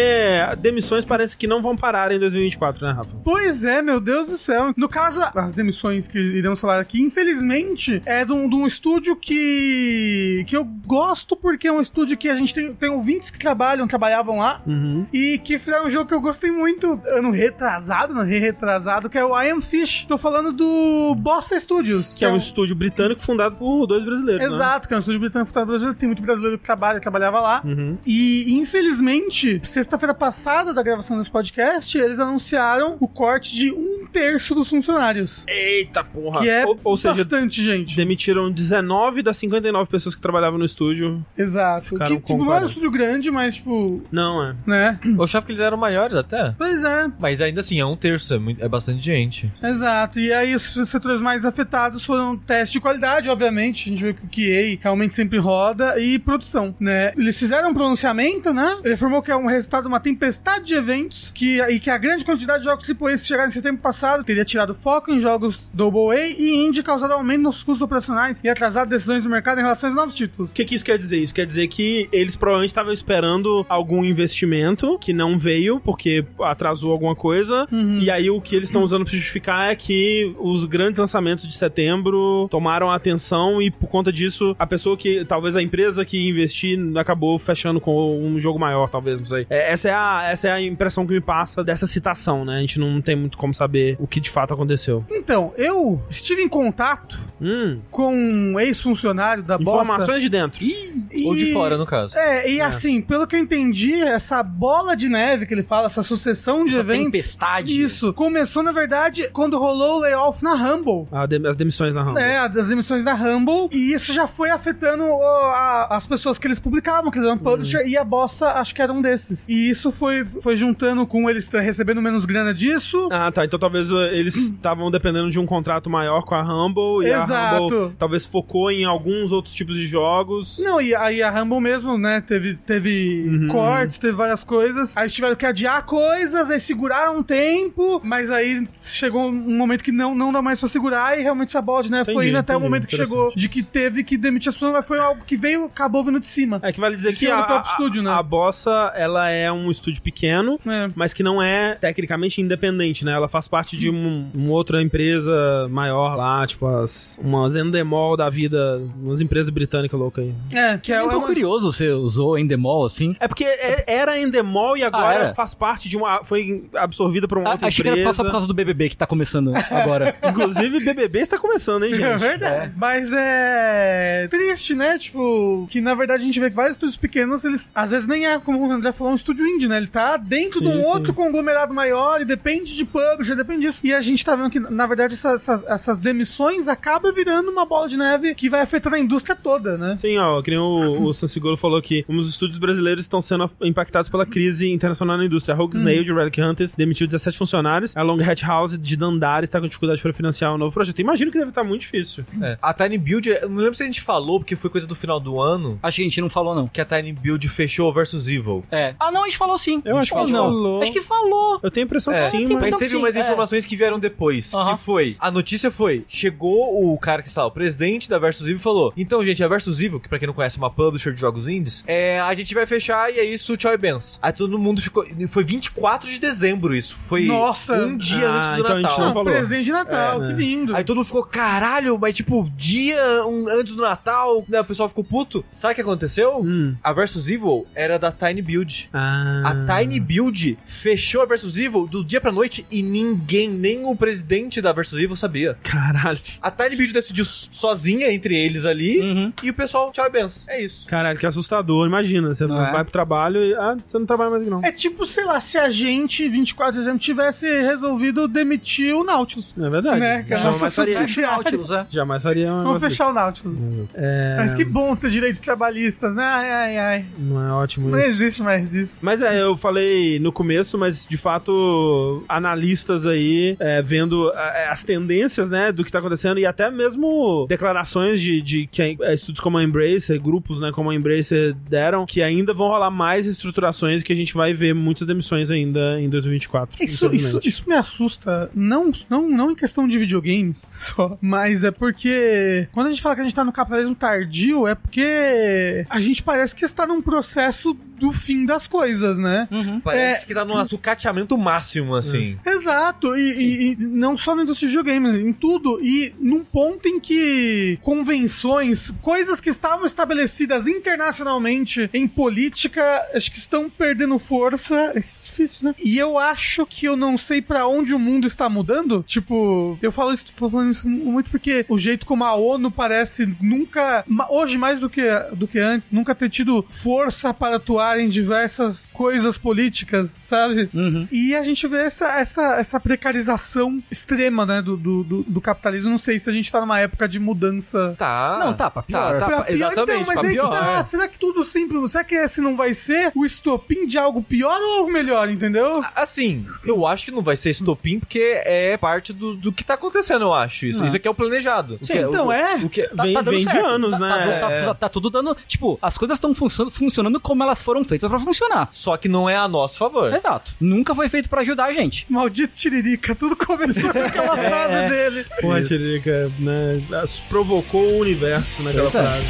Speaker 1: demissões parece que não vão parar em 2024, né, Rafa?
Speaker 2: Pois é, meu Deus do céu. No caso, as demissões que iremos falar aqui, infelizmente, é de um, de um estúdio que que eu gosto porque é um estúdio que a gente tem, tem ouvintes que trabalham, trabalhavam lá
Speaker 1: Uhum.
Speaker 2: e que fizeram um jogo que eu gostei muito ano retrasado, não, re-retrasado, que é o I Am Fish. Tô falando do Bosta Studios.
Speaker 1: Que é um estúdio britânico fundado por dois brasileiros. né?
Speaker 2: Exato, que é um estúdio britânico fundado pelo brasileiro, tem muito brasileiro que trabalha, trabalhava lá.
Speaker 1: Uhum.
Speaker 2: E, infelizmente, sexta-feira passada da gravação desse podcast, eles anunciaram o corte de um terço dos funcionários.
Speaker 1: Eita porra!
Speaker 2: Que é
Speaker 1: Ah, ou, ou seja,
Speaker 2: bastante, gente.
Speaker 1: demitiram 19 das 59 pessoas que trabalhavam no estúdio.
Speaker 2: Exato.
Speaker 1: Ficaram
Speaker 2: Que,
Speaker 1: com
Speaker 2: tipo, não era um
Speaker 1: quarenta.
Speaker 2: estúdio grande, mas, tipo,
Speaker 1: Não, é.
Speaker 2: né?
Speaker 3: Eu achava que eles eram maiores até.
Speaker 2: Pois é.
Speaker 3: Mas ainda assim, é um terço, é, muito- é bastante gente.
Speaker 2: Exato. E aí, os setores mais afetados foram teste de qualidade, obviamente. A gente vê que o QA realmente sempre roda e produção, né? Eles fizeram um pronunciamento, né? Ele afirmou que é um resultado de uma tempestade de eventos que, e que a grande quantidade de jogos tipo esse chegaram em setembro passado teria tirado foco em jogos Double A e Indie, causado aumento nos custos operacionais e atrasado decisões do mercado em relação aos novos títulos.
Speaker 1: O que, que isso quer dizer? Isso quer dizer que eles provavelmente estavam esperando algum investimento que não veio, porque atrasou alguma coisa. E aí o que eles estão usando pra justificar é que os grandes lançamentos de setembro tomaram a atenção e por conta disso, a pessoa que. Talvez a empresa que investir acabou fechando com um jogo maior, talvez, não sei. É, essa, é a, essa é a impressão que me passa dessa citação, né? A gente não tem muito como saber o que de fato aconteceu.
Speaker 2: Então, eu estive em contato
Speaker 1: Hum,
Speaker 2: com um ex-funcionário da Bossa.
Speaker 1: informações de dentro.
Speaker 2: e-
Speaker 3: Ou de fora, no caso.
Speaker 2: É, e assim, pelo que eu entendi, essa bola de neve que ele fala, essa sucessão de
Speaker 4: Essa
Speaker 2: eventos.
Speaker 4: tempestade.
Speaker 2: Isso. Começou, na verdade, quando rolou o layoff na Humble.
Speaker 1: A de- as demissões na Rambo.
Speaker 2: É, das emissões da Humble. E isso já foi afetando ó, a- as pessoas que eles publicavam, que eles eram publisher,
Speaker 4: Uhum.
Speaker 2: e a Bossa acho que era um desses. E isso foi, foi juntando com eles t- recebendo menos grana disso.
Speaker 1: Ah, tá. Então talvez uh, eles estavam dependendo de um contrato maior com a Humble. E
Speaker 2: Exato.
Speaker 1: A Humble talvez focou em alguns outros tipos de jogos.
Speaker 2: Não, e aí a Rumble mesmo, né? Teve, teve cortes, teve várias coisas. Aí eles tiveram que adiar coisas, aí seguraram um tempo, mas aí chegou um momento que não, não dá mais pra segurar e realmente essa bola de neve foi
Speaker 1: Entendi,
Speaker 2: indo até o
Speaker 1: entendi,
Speaker 2: momento que chegou de que teve que demitir as pessoas, mas foi algo que veio, acabou vindo de cima.
Speaker 1: É que vale dizer
Speaker 2: Em
Speaker 1: que
Speaker 2: cima
Speaker 1: a,
Speaker 2: do próprio
Speaker 1: a-
Speaker 2: estúdio, né?
Speaker 1: a Bossa, ela é um estúdio pequeno,
Speaker 2: É.
Speaker 1: mas que não é tecnicamente independente, né? Ela faz parte de um- uma outra empresa maior lá, tipo as, umas Endemol da vida, umas empresas britânicas loucas aí.
Speaker 2: É, que é,
Speaker 4: É um
Speaker 2: é
Speaker 4: pouco
Speaker 2: uma...
Speaker 4: curioso você usou Endemol assim.
Speaker 1: É porque é- era Endemol e agora
Speaker 4: Ah, era?
Speaker 1: faz parte de uma... Foi absorvida por É uma outra
Speaker 4: Ah, achei que era
Speaker 1: empresa.
Speaker 4: só por causa do BBB que tá começando agora.
Speaker 1: Inclusive, BBB está começando, hein, gente?
Speaker 2: É verdade. Mas é triste, né? Tipo, que na verdade a gente vê que vários estúdios pequenos, eles às vezes nem é, como o André falou, um estúdio indie, né? Ele tá dentro de um
Speaker 1: Sim, sim.
Speaker 2: outro conglomerado maior e depende de publisher, depende disso. E a gente tá vendo que, na verdade, essas, essas- essas demissões acabam virando uma bola de neve que vai afetando a indústria toda, né?
Speaker 1: Sim, Assim, ó, que nem o, o Sansigolo falou aqui. Como os estúdios brasileiros estão sendo af- impactados pela crise internacional na indústria. A Rogue Snail de Relic Hunters demitiu 17 funcionários. A Long Hat House de Dandara está com dificuldade para financiar um novo projeto. Imagino que deve estar muito difícil.
Speaker 3: É. A Tiny Build, eu não lembro se a gente falou, porque foi coisa do final do ano,
Speaker 4: Acho que a gente não falou, não.
Speaker 3: que a Tiny Build fechou versus Evil.
Speaker 4: É. Ah, não, a gente falou sim.
Speaker 1: Eu acho que
Speaker 4: Ou
Speaker 1: a gente
Speaker 4: não.
Speaker 1: falou.
Speaker 4: Acho que falou.
Speaker 1: Eu tenho a impressão
Speaker 3: É,
Speaker 1: que sim,
Speaker 4: tem
Speaker 1: mas...
Speaker 4: impressão-
Speaker 3: Mas
Speaker 4: Então,
Speaker 3: teve
Speaker 4: sim,
Speaker 3: umas
Speaker 4: é.
Speaker 3: informações que vieram depois.
Speaker 4: Aham.
Speaker 3: Que foi. A notícia foi: chegou o cara que estava o presidente da Versus Evil e falou: Então, gente, a Versus Evil, que pra quem não conhece é uma publisher de jogos indies, é, a gente vai fechar e é isso, tchau e benção. Aí todo mundo ficou. Foi 24 de dezembro isso. Foi
Speaker 2: Nossa.
Speaker 3: um dia
Speaker 1: Ah,
Speaker 3: antes do
Speaker 1: então a gente
Speaker 3: Natal.
Speaker 1: não
Speaker 2: Não,
Speaker 1: falou.
Speaker 2: presente de Natal, que lindo.
Speaker 3: Aí todo mundo ficou, caralho, mas tipo, dia um- antes do Natal, né, o pessoal ficou puto. Sabe o que aconteceu?
Speaker 1: Hum.
Speaker 3: A Versus Evil era da Tiny Build.
Speaker 1: Ah.
Speaker 3: A Tiny Build fechou a Versus Evil do dia pra noite e ninguém, nem o presidente da Versus Evil sabia.
Speaker 1: Caralho.
Speaker 3: A Tiny Build decidiu sozinha entre eles ali e o pessoal, tchau e benção. É isso.
Speaker 1: Caralho, que assustador. Imagina, você
Speaker 4: Não é?
Speaker 1: vai pro trabalho e... Ah, você não trabalha mais aqui, não.
Speaker 2: É tipo, sei lá, se a gente, 24 de dezembro, tivesse resolvido demitir o Nautilus.
Speaker 1: É verdade.
Speaker 2: Né, que a
Speaker 1: Jamais
Speaker 2: nossa
Speaker 1: faria.
Speaker 2: subsidiária-
Speaker 4: Nautilus, é.
Speaker 1: Jamais faria um
Speaker 2: Vamos
Speaker 1: negócio
Speaker 2: fechar o Nautilus.
Speaker 1: É.
Speaker 2: Mas que bom ter direitos trabalhistas, né? Ai, ai, ai.
Speaker 1: desse. Não é ótimo
Speaker 2: Não
Speaker 1: isso.
Speaker 2: existe mais isso.
Speaker 1: Mas é, eu falei no começo, mas de fato, analistas aí é, vendo é, as tendências, né, do que tá acontecendo e até mesmo declarações de, de que é, estudos como a Embracer, grupos, né, como a Embracer deram, que ainda vão rolar mais estruturações que a gente vai ver muitas demissões ainda em 2024.
Speaker 2: Isso, isso,
Speaker 1: infelizmente.
Speaker 2: isso me assusta, não, não, não em questão de videogames só, mas é porque quando a gente fala que a gente tá no capitalismo tardio, é porque a gente parece que está num processo do fim das coisas, né?
Speaker 3: Parece que tá num sucateamento máximo, assim.
Speaker 2: Exato, e, e- e não só na indústria de videogame, em tudo, e num ponto em que convenções, coisas que estavam estabelecidas internacionalmente em política, acho que estão perdendo força. É difícil, né? E eu acho que eu não sei pra onde o mundo está mudando. Tipo, eu falo isso, tô falando isso muito porque o jeito como a ONU parece nunca, ma- hoje mais do que, do que antes, nunca ter tido força para atuar em diversas coisas políticas, sabe? E a gente vê essa, essa, essa precarização extrema, né, do, do, do- do capitalismo. Não sei se a gente tá numa época de mudança.
Speaker 3: Tá.
Speaker 4: Não, tá, pra pior.
Speaker 3: Tá,
Speaker 2: Pra
Speaker 3: tá,
Speaker 2: pior.
Speaker 3: exatamente,
Speaker 2: então, mas
Speaker 3: pra
Speaker 2: aí
Speaker 3: pior. é.
Speaker 2: que tá. Será que tudo sempre. Será que esse não vai ser o estopim de algo pior ou algo melhor, entendeu?
Speaker 3: Assim, eu acho que não vai ser estopim, porque é parte do, do que tá acontecendo, eu acho. Isso, isso aqui é o planejado.
Speaker 4: Sim,
Speaker 2: então é.
Speaker 3: O que,
Speaker 1: Vem-
Speaker 4: tá, dando
Speaker 1: vem de
Speaker 4: certo.
Speaker 1: anos,
Speaker 4: Tá-
Speaker 1: né?
Speaker 4: Tá, tá- tá- tá tudo dando. Tipo, as coisas estão funcionando, funcionando como elas foram feitas pra funcionar.
Speaker 3: só que não é a nosso favor.
Speaker 4: Exato. Nunca foi feito pra ajudar a gente.
Speaker 2: Maldito Tiririca, tudo começou com aquela
Speaker 3: É.
Speaker 2: frase dele.
Speaker 1: Pô, a
Speaker 3: Isso.
Speaker 1: Tiririca, né? as- Provocou o universo né, naquela
Speaker 4: Pois é.
Speaker 1: frase.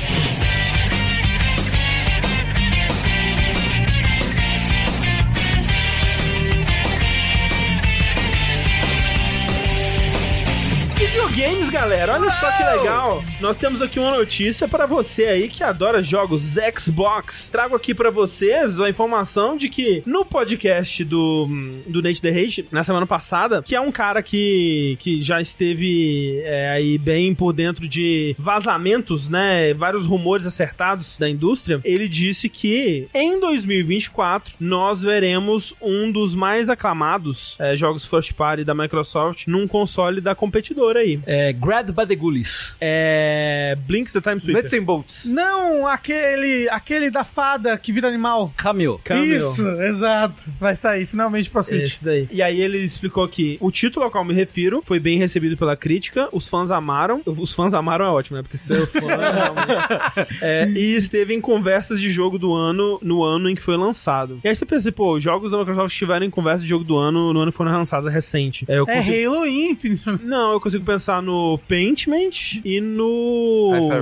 Speaker 1: Videogames, galera, olha só que legal. Nós temos aqui uma notícia pra você aí que adora jogos Xbox. Trago aqui pra vocês a informação de que no podcast do, do Nate The Hate, na semana passada, que é um cara que, que já esteve é, aí bem por dentro de vazamentos, né? Vários rumores acertados da indústria. Ele disse que em 2024 nós veremos um dos mais aclamados é, jogos first party da Microsoft num console da competidora aí.
Speaker 4: É, Grad by the Ghoulies.
Speaker 1: É. Blinks the Time Sweeper.
Speaker 3: Nuts and bolts.
Speaker 2: Não, aquele, aquele da fada que vira animal.
Speaker 4: Cameo.
Speaker 1: Cameo.
Speaker 2: Isso, exato. Vai sair finalmente pra Switch.
Speaker 1: Esse daí. E aí ele explicou que o título ao qual me refiro foi bem recebido pela crítica, os fãs amaram. Os fãs amaram é ótimo, né? Porque ser fã é realmente- é, E esteve em conversas de jogo do ano no ano em que foi lançado. E aí você pensa, assim, pô, os jogos da Microsoft estiveram em conversa de jogo do ano no ano que foram lançados recente. É, eu
Speaker 2: É
Speaker 1: consigo-
Speaker 2: Halo Infinite.
Speaker 1: Não, eu consigo pensar no Paintment e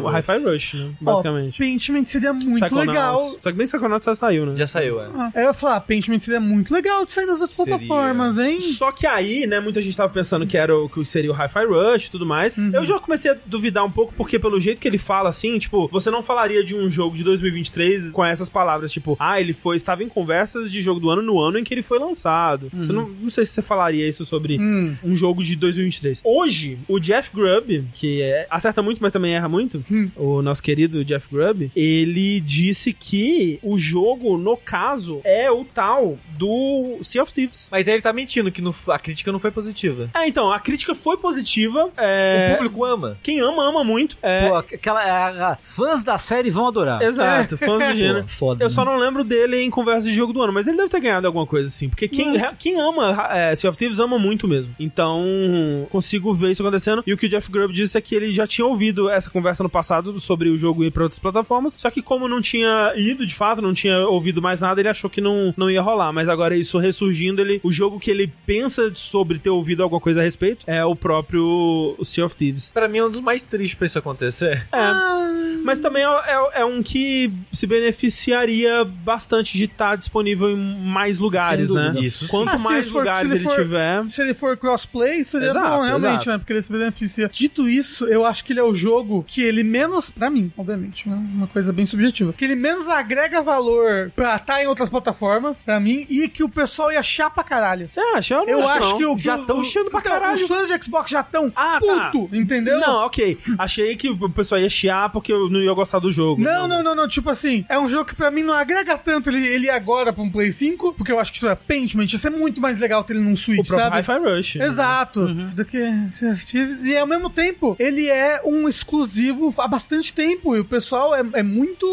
Speaker 1: no
Speaker 3: Hi-Fi
Speaker 1: Hi-Fi Rush, né? Basicamente.
Speaker 2: Pentiment seria muito
Speaker 1: Psychonauts.
Speaker 2: legal.
Speaker 1: Só que nem Psychonauts já saiu, né?
Speaker 3: Já saiu, é.
Speaker 2: Ah, Eu ia falar, Pentiment seria muito legal de sair nas outras
Speaker 3: Seria.
Speaker 2: plataformas, hein?
Speaker 1: Só que aí, né, muita gente tava pensando que era o que seria o Hi-Fi Rush e tudo mais. Eu já comecei a duvidar um pouco, porque pelo jeito que ele fala, assim, tipo, você não falaria de um jogo de 2023 com essas palavras, tipo, ah, ele foi, estava em conversas de jogo do ano no ano em que ele foi lançado. Você não, não sei se você falaria isso sobre
Speaker 2: Hum.
Speaker 1: um jogo de 2023. Hoje, o Jeff Grubb, que é- acerta muito, mas também erra muito, o nosso querido Jeff Grubb, ele disse que o jogo, no caso, é o tal do Sea of Thieves.
Speaker 3: Mas aí ele tá mentindo, que não f- a crítica não foi positiva.
Speaker 1: É, então, a crítica foi positiva. é,
Speaker 3: O público ama.
Speaker 1: Quem ama, ama muito. É,
Speaker 4: Pô, aquela. é, é, fãs da série vão adorar.
Speaker 3: é.
Speaker 4: É.
Speaker 1: exato, fãs do gênero.
Speaker 4: Pô, foda. né?
Speaker 1: Eu só não lembro dele em conversa de jogo do ano, mas ele deve ter ganhado alguma coisa assim. Porque quem, re- quem ama é, Sea of Thieves ama muito mesmo. Então, consigo ver isso acontecendo. E o que o Jeff Grubb disse é que ele já tinha ouvido essa conversa no passado sobre o jogo ir pra outras plataformas. Só que, como não tinha ido de fato, não tinha ouvido mais nada, ele achou que não, não ia rolar. Mas agora isso ressurgindo, ele, o jogo que ele pensa sobre ter ouvido alguma coisa a respeito é o próprio Sea of Thieves.
Speaker 3: Pra mim é um dos mais tristes pra isso acontecer.
Speaker 1: É.
Speaker 2: Ah.
Speaker 1: Mas também é, é- é um que se beneficiaria bastante de estar disponível em mais lugares,
Speaker 4: Sem
Speaker 1: né?
Speaker 4: dúvida.
Speaker 1: Isso. Quanto
Speaker 2: Ah, se
Speaker 1: mais
Speaker 2: for-
Speaker 1: lugares
Speaker 2: se
Speaker 1: ele
Speaker 2: for-
Speaker 1: tiver.
Speaker 2: Se ele for crossplay, seria
Speaker 1: Exato,
Speaker 2: bom, realmente,
Speaker 1: exato.
Speaker 2: né? Porque ele se beneficia. Dito isso, eu acho que ele é o jogo que ele menos, pra mim, obviamente, né? uma coisa bem subjetiva, que ele menos agrega valor pra estar em outras plataformas, pra mim, e que o pessoal ia achar pra caralho.
Speaker 1: Você acha? Eu, não
Speaker 2: Eu acho
Speaker 1: não.
Speaker 2: que o.
Speaker 1: Já
Speaker 2: que o-
Speaker 1: estão chiando pra
Speaker 2: então,
Speaker 1: caralho.
Speaker 2: Os fãs de Xbox já estão
Speaker 1: Ah, tá.
Speaker 2: puto, entendeu?
Speaker 1: Não, ok. Achei que o pessoal ia chiar porque eu não ia gostar do jogo.
Speaker 2: Não, não, não, não. Tipo assim, é um jogo que pra mim não agrega tanto ele, ele agora pra um Play 5, porque eu acho que isso é Paintment. Isso é muito mais legal ter ele num Switch,
Speaker 1: O próprio
Speaker 2: sabe?
Speaker 1: Hi-Fi Rush. né?
Speaker 2: Exato. Do que Sea of Thieves. E ao mesmo tempo, ele é um exclusivo há bastante tempo. E o pessoal é, é muito.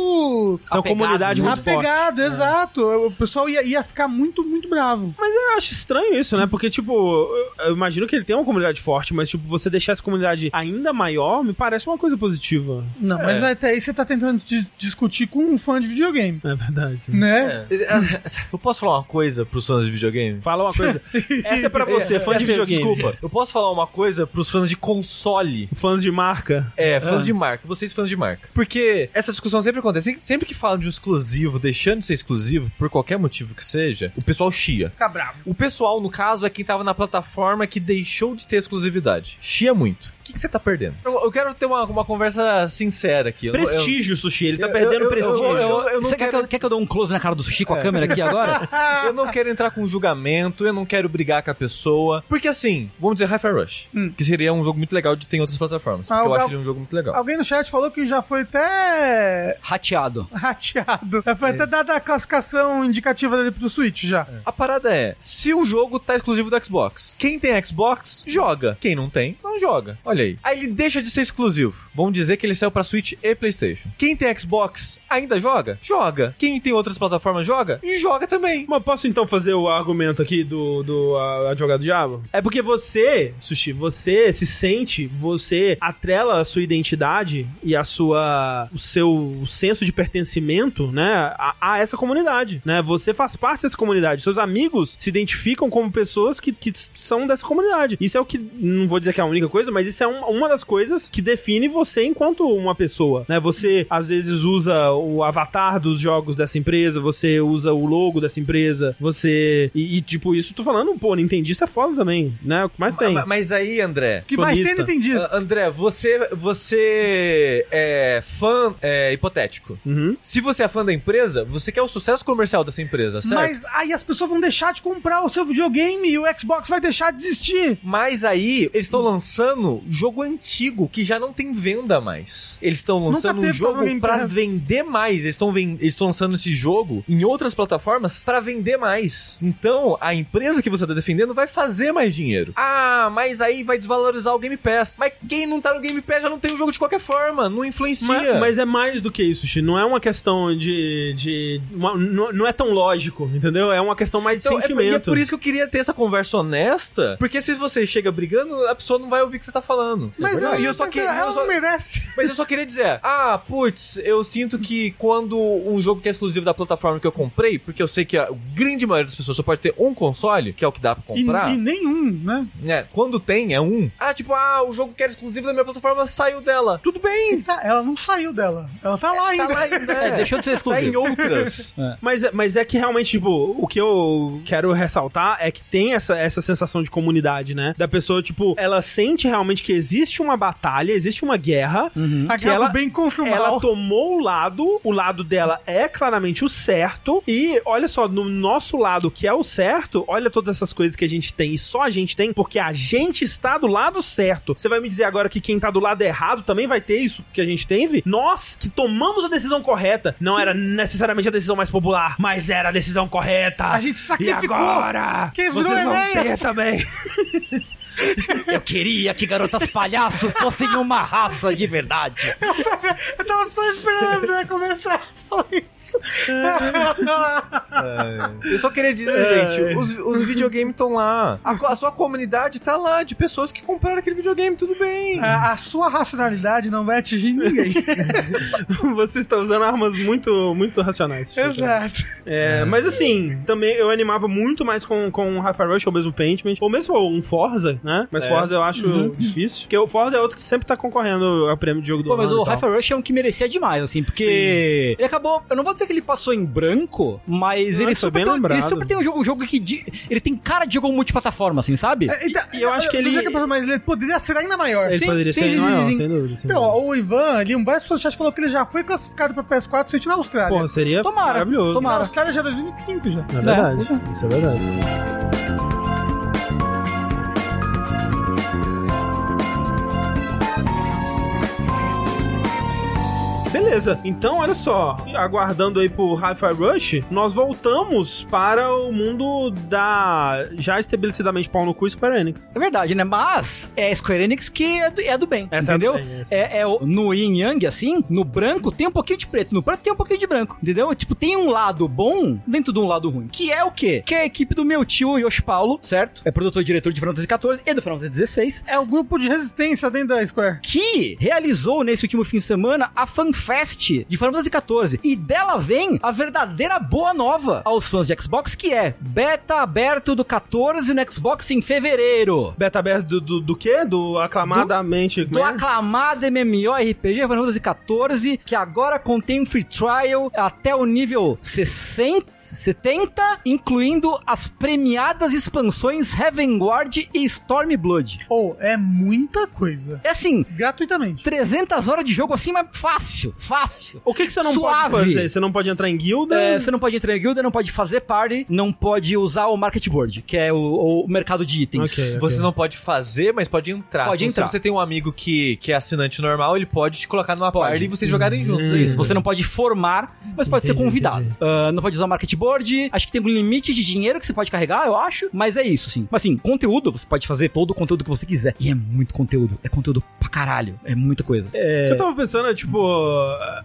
Speaker 1: É uma
Speaker 4: Apegado,
Speaker 1: comunidade
Speaker 4: né?
Speaker 2: Tá
Speaker 1: muito forte. É.
Speaker 2: apegado, exato. O pessoal ia, ia ficar muito, muito bravo.
Speaker 1: Mas eu acho estranho isso, né? Porque, tipo, eu, eu imagino que ele tem uma comunidade forte, mas, tipo, você deixar essa comunidade ainda maior me parece uma coisa positiva.
Speaker 2: Não, mas
Speaker 3: É.
Speaker 2: até aí você tá tentando dis- discutir com um fã de videogame.
Speaker 1: É verdade.
Speaker 2: Né?
Speaker 3: É. Eu posso falar uma coisa pros fãs de videogame?
Speaker 1: Fala uma coisa. Essa é pra você, fã de
Speaker 3: Assim,
Speaker 1: videogame.
Speaker 3: Desculpa. Eu posso falar uma coisa pros fãs de console?
Speaker 1: Fãs de marca.
Speaker 3: É, fãs de marca, vocês fãs de marca. Porque essa discussão sempre acontece. Sempre que falam de um exclusivo, deixando de ser exclusivo, por qualquer motivo que seja, o pessoal chia.
Speaker 2: Fica bravo.
Speaker 3: O pessoal, no caso, é quem tava na plataforma que deixou de ter exclusividade. Chia muito. O que que você tá perdendo? Eu, eu quero ter uma, uma conversa sincera aqui. Eu- eu-
Speaker 1: Prestígio, Sushi. Ele tá
Speaker 3: eu-
Speaker 1: perdendo
Speaker 3: eu- eu-
Speaker 1: prestígio.
Speaker 3: eu- eu- eu não
Speaker 4: Você quer,
Speaker 3: quero-
Speaker 4: que eu, quer que eu dou um close na cara do sushi com a
Speaker 1: É.
Speaker 4: câmera aqui agora?
Speaker 3: eu não quero entrar com julgamento, eu não quero brigar com a pessoa. Porque assim, vamos dizer Hi-Fi Rush,
Speaker 2: Hum.
Speaker 3: que seria um jogo muito legal de ter em outras plataformas.
Speaker 2: Ah,
Speaker 3: porque eu
Speaker 2: o
Speaker 3: acho
Speaker 2: Gal-
Speaker 3: ele um jogo muito legal.
Speaker 2: Alguém no chat falou que já foi até
Speaker 4: Rateado.
Speaker 2: rateado. Já Foi
Speaker 1: É.
Speaker 2: até dada a classificação indicativa do Switch já.
Speaker 3: A parada é, se o jogo tá exclusivo do Xbox, quem tem Xbox, joga. Quem não tem, não joga. Olha aí. Aí ele deixa de ser exclusivo. Vamos dizer que ele saiu pra Switch e PlayStation. Quem tem Xbox ainda joga? Joga. Quem tem outras plataformas joga? Joga também.
Speaker 1: Mas posso então fazer o argumento aqui do, do a- advogado do diabo? É porque você, Sushi, você se sente, você atrela a sua identidade e a sua, o seu senso de pertencimento, né, a, a essa comunidade, né? Você faz parte dessa comunidade. Seus amigos se identificam como pessoas que, que são dessa comunidade. Isso é o que, não vou dizer que é a única coisa, mas isso é um- uma das coisas que define você enquanto uma pessoa, né? Você, às vezes, usa o avatar dos jogos dessa empresa, você usa o logo dessa empresa, você... E, e, tipo, isso eu tô falando, pô, nintendista é foda também, né? O que mais tem.
Speaker 3: Ah, Ma- Mas aí, André...
Speaker 2: O que mais tem
Speaker 1: Sonista.
Speaker 2: Nintendista?
Speaker 3: ah, André, você, você é fã é, hipotético.
Speaker 1: Uhum.
Speaker 3: Se você é fã da empresa, você quer o sucesso comercial dessa empresa, certo?
Speaker 2: Mas aí as pessoas vão deixar de comprar o seu videogame e o Xbox vai deixar de existir.
Speaker 3: Mas aí, eles estão lançando jogo antigo que já não tem venda mais. Eles estão lançando um
Speaker 2: teve
Speaker 3: jogo
Speaker 2: problema em
Speaker 3: pra
Speaker 2: pra-
Speaker 3: vender mais. Eles estão ven- eles estão lançando esse jogo em outras plataformas pra vender mais. Então, a empresa que você tá defendendo vai fazer mais dinheiro. Ah, mas aí vai desvalorizar o Game Pass. Mas quem não tá no Game Pass já não tem o jogo de qualquer forma. Não
Speaker 1: Ma-
Speaker 3: influencia.
Speaker 1: Mas, é mais do que isso, Chi. Não é uma questão de. de uma- não, não é tão lógico, entendeu? É uma questão mais de
Speaker 3: Então, é por- e
Speaker 1: sentimento.
Speaker 3: É, por isso que eu queria ter essa conversa honesta, porque se você chega brigando, a pessoa não vai ouvir o que você tá falando.
Speaker 2: É Mas
Speaker 3: não,
Speaker 2: ela,
Speaker 3: e eu só
Speaker 2: mas
Speaker 3: que,
Speaker 2: ela
Speaker 3: eu só-
Speaker 2: não merece.
Speaker 3: Mas eu só queria dizer, ah, putz, eu sinto que quando um jogo que é exclusivo da plataforma que eu comprei, porque eu sei que a grande maioria das pessoas só pode ter um console, que é o que dá pra
Speaker 2: E,
Speaker 3: comprar,
Speaker 2: e nenhum, né?
Speaker 3: né? Quando tem, é um. Ah, tipo, ah, o jogo que era exclusivo da minha plataforma saiu dela. Tudo bem,
Speaker 2: E tá- ela não saiu dela. Ela tá lá
Speaker 3: tá
Speaker 2: ainda.
Speaker 3: lá ainda.
Speaker 4: É, deixou de ser
Speaker 3: Tá em
Speaker 4: exclusivo.
Speaker 3: outras.
Speaker 1: Mas, é- mas é que realmente, tipo, o que eu quero ressaltar é que tem essa, essa sensação de comunidade, né? Da pessoa, tipo, ela sente realmente que existe uma batalha, existe uma guerra.
Speaker 2: A
Speaker 1: que
Speaker 2: Gabi
Speaker 1: ela-
Speaker 2: Tá, bem contra o mal.
Speaker 1: Ela tomou o lado, o lado dela é claramente o certo, e olha só, no nosso lado que é o certo, olha todas essas coisas que a gente tem e só a gente tem, porque a gente está do lado certo. Você vai me dizer agora que quem tá do lado errado também vai ter isso que a gente teve? Nós que tomamos a decisão correta, não era necessariamente a decisão mais popular, mas era a decisão correta.
Speaker 2: A gente sacrificou.
Speaker 1: E agora?
Speaker 2: Quem escolheu
Speaker 1: vocês vão
Speaker 2: Enéas?
Speaker 1: ter também.
Speaker 4: Eu queria que garotas palhaço fossem uma raça de verdade.
Speaker 2: Eu, sabia- eu tava só esperando né, começar a falar isso.
Speaker 3: Eu só queria dizer, gente, os, os videogames estão lá. A, co- a sua comunidade tá lá, de pessoas que compraram aquele videogame, tudo bem.
Speaker 2: a, a sua racionalidade não vai atingir ninguém.
Speaker 1: Vocês estão usando armas muito, muito racionais.
Speaker 2: Exato.
Speaker 1: É, mas assim, também eu animava muito mais com, com o Hi-Fi Rush ou mesmo Paintment, ou mesmo um Forza, né?
Speaker 4: É.
Speaker 1: Mas Forza eu acho
Speaker 4: Uhum.
Speaker 1: difícil, porque o Forza é outro que sempre tá concorrendo ao prêmio de jogo do
Speaker 4: Pô,
Speaker 1: ano.
Speaker 4: mas o
Speaker 1: e tal.
Speaker 4: Hi-Fi Rush é um que merecia demais, assim, porque ele acabou. Eu não vou dizer que ele passou em branco, mas
Speaker 1: Não,
Speaker 4: ele,
Speaker 1: foi bem
Speaker 4: super tem, ele
Speaker 1: lembrado.
Speaker 4: super tem um jogo, um jogo que. de- ele tem cara de jogo multiplataforma, assim,
Speaker 1: É,
Speaker 4: sabe?
Speaker 2: É, então,
Speaker 1: e eu acho que ele-
Speaker 2: Mas ele poderia ser ainda maior.
Speaker 1: Ele
Speaker 2: Sim,
Speaker 1: poderia
Speaker 2: sim,
Speaker 1: ser
Speaker 2: sim,
Speaker 1: maior,
Speaker 2: sim.
Speaker 1: sem dúvida. Sem
Speaker 2: Então,
Speaker 1: dúvida.
Speaker 2: ó, o Ivan ali, um vários pessoas no chat falou que ele já foi classificado pra PS4 Switch na Austrália.
Speaker 1: Porra, seria
Speaker 4: Tomara,
Speaker 1: maravilhoso.
Speaker 4: tomara.
Speaker 2: Na Austrália já é 2025 já.
Speaker 1: É verdade, isso é verdade. Beleza, então olha só, aguardando aí pro Hi-Fi Rush, nós voltamos para o mundo da já estabelecidamente pau no cu Square Enix.
Speaker 4: É verdade, né? Mas é a Square Enix que é do, é do bem,
Speaker 1: Essa é do
Speaker 4: entendeu?
Speaker 1: bem, essa.
Speaker 4: É, é o- no yin yang, assim, no branco tem um pouquinho de preto, no preto tem um pouquinho de branco, entendeu? Tipo, tem um lado bom dentro de um lado ruim, que é o quê? Que é a equipe do meu tio Yoshi Paulo, certo? É produtor e diretor de Final Fantasy XIV e do Final Fantasy XVI.
Speaker 2: É o grupo de resistência dentro da Square.
Speaker 4: Que realizou nesse último fim de semana a fanfest Fest de Final Fantasy XIV. E dela vem a verdadeira boa nova aos fãs de Xbox, que é beta aberto do 14 no Xbox em fevereiro.
Speaker 1: Beta aberto do, do, do quê? Do aclamadamente.
Speaker 4: Do
Speaker 1: como é?
Speaker 4: aclamado MMORPG Final Fantasy XIV, que agora contém um free trial até o nível 60, 70, incluindo as premiadas expansões Heaven Guard e Stormblood.
Speaker 2: Ou é muita coisa.
Speaker 4: É assim,
Speaker 2: Gratuitamente.
Speaker 4: 300 horas de jogo assim, mas fácil, fácil.
Speaker 1: O que, que você não
Speaker 4: Suave.
Speaker 1: pode fazer? Você não pode entrar em guilda?
Speaker 4: É, você não pode entrar em guilda, não pode fazer party, não pode usar o market board, que é o, o mercado de itens.
Speaker 1: Ok.
Speaker 3: Você não pode fazer, mas pode entrar.
Speaker 4: Pode
Speaker 3: Então,
Speaker 4: entrar.
Speaker 3: Se você tem um amigo que, que é assinante normal, ele pode te colocar numa
Speaker 4: Pode. Uhum.
Speaker 3: party e vocês jogarem juntos. É isso.
Speaker 4: Você não pode formar, mas pode ser
Speaker 1: Entendi,
Speaker 4: convidado. Ah, não pode usar market board. Acho que tem um limite de dinheiro que você pode carregar, eu acho. Mas é isso, sim. Mas assim, conteúdo, você pode fazer todo o conteúdo que você quiser. E é muito conteúdo. É conteúdo pra caralho. É muita coisa.
Speaker 1: O que eu tava pensando é, tipo,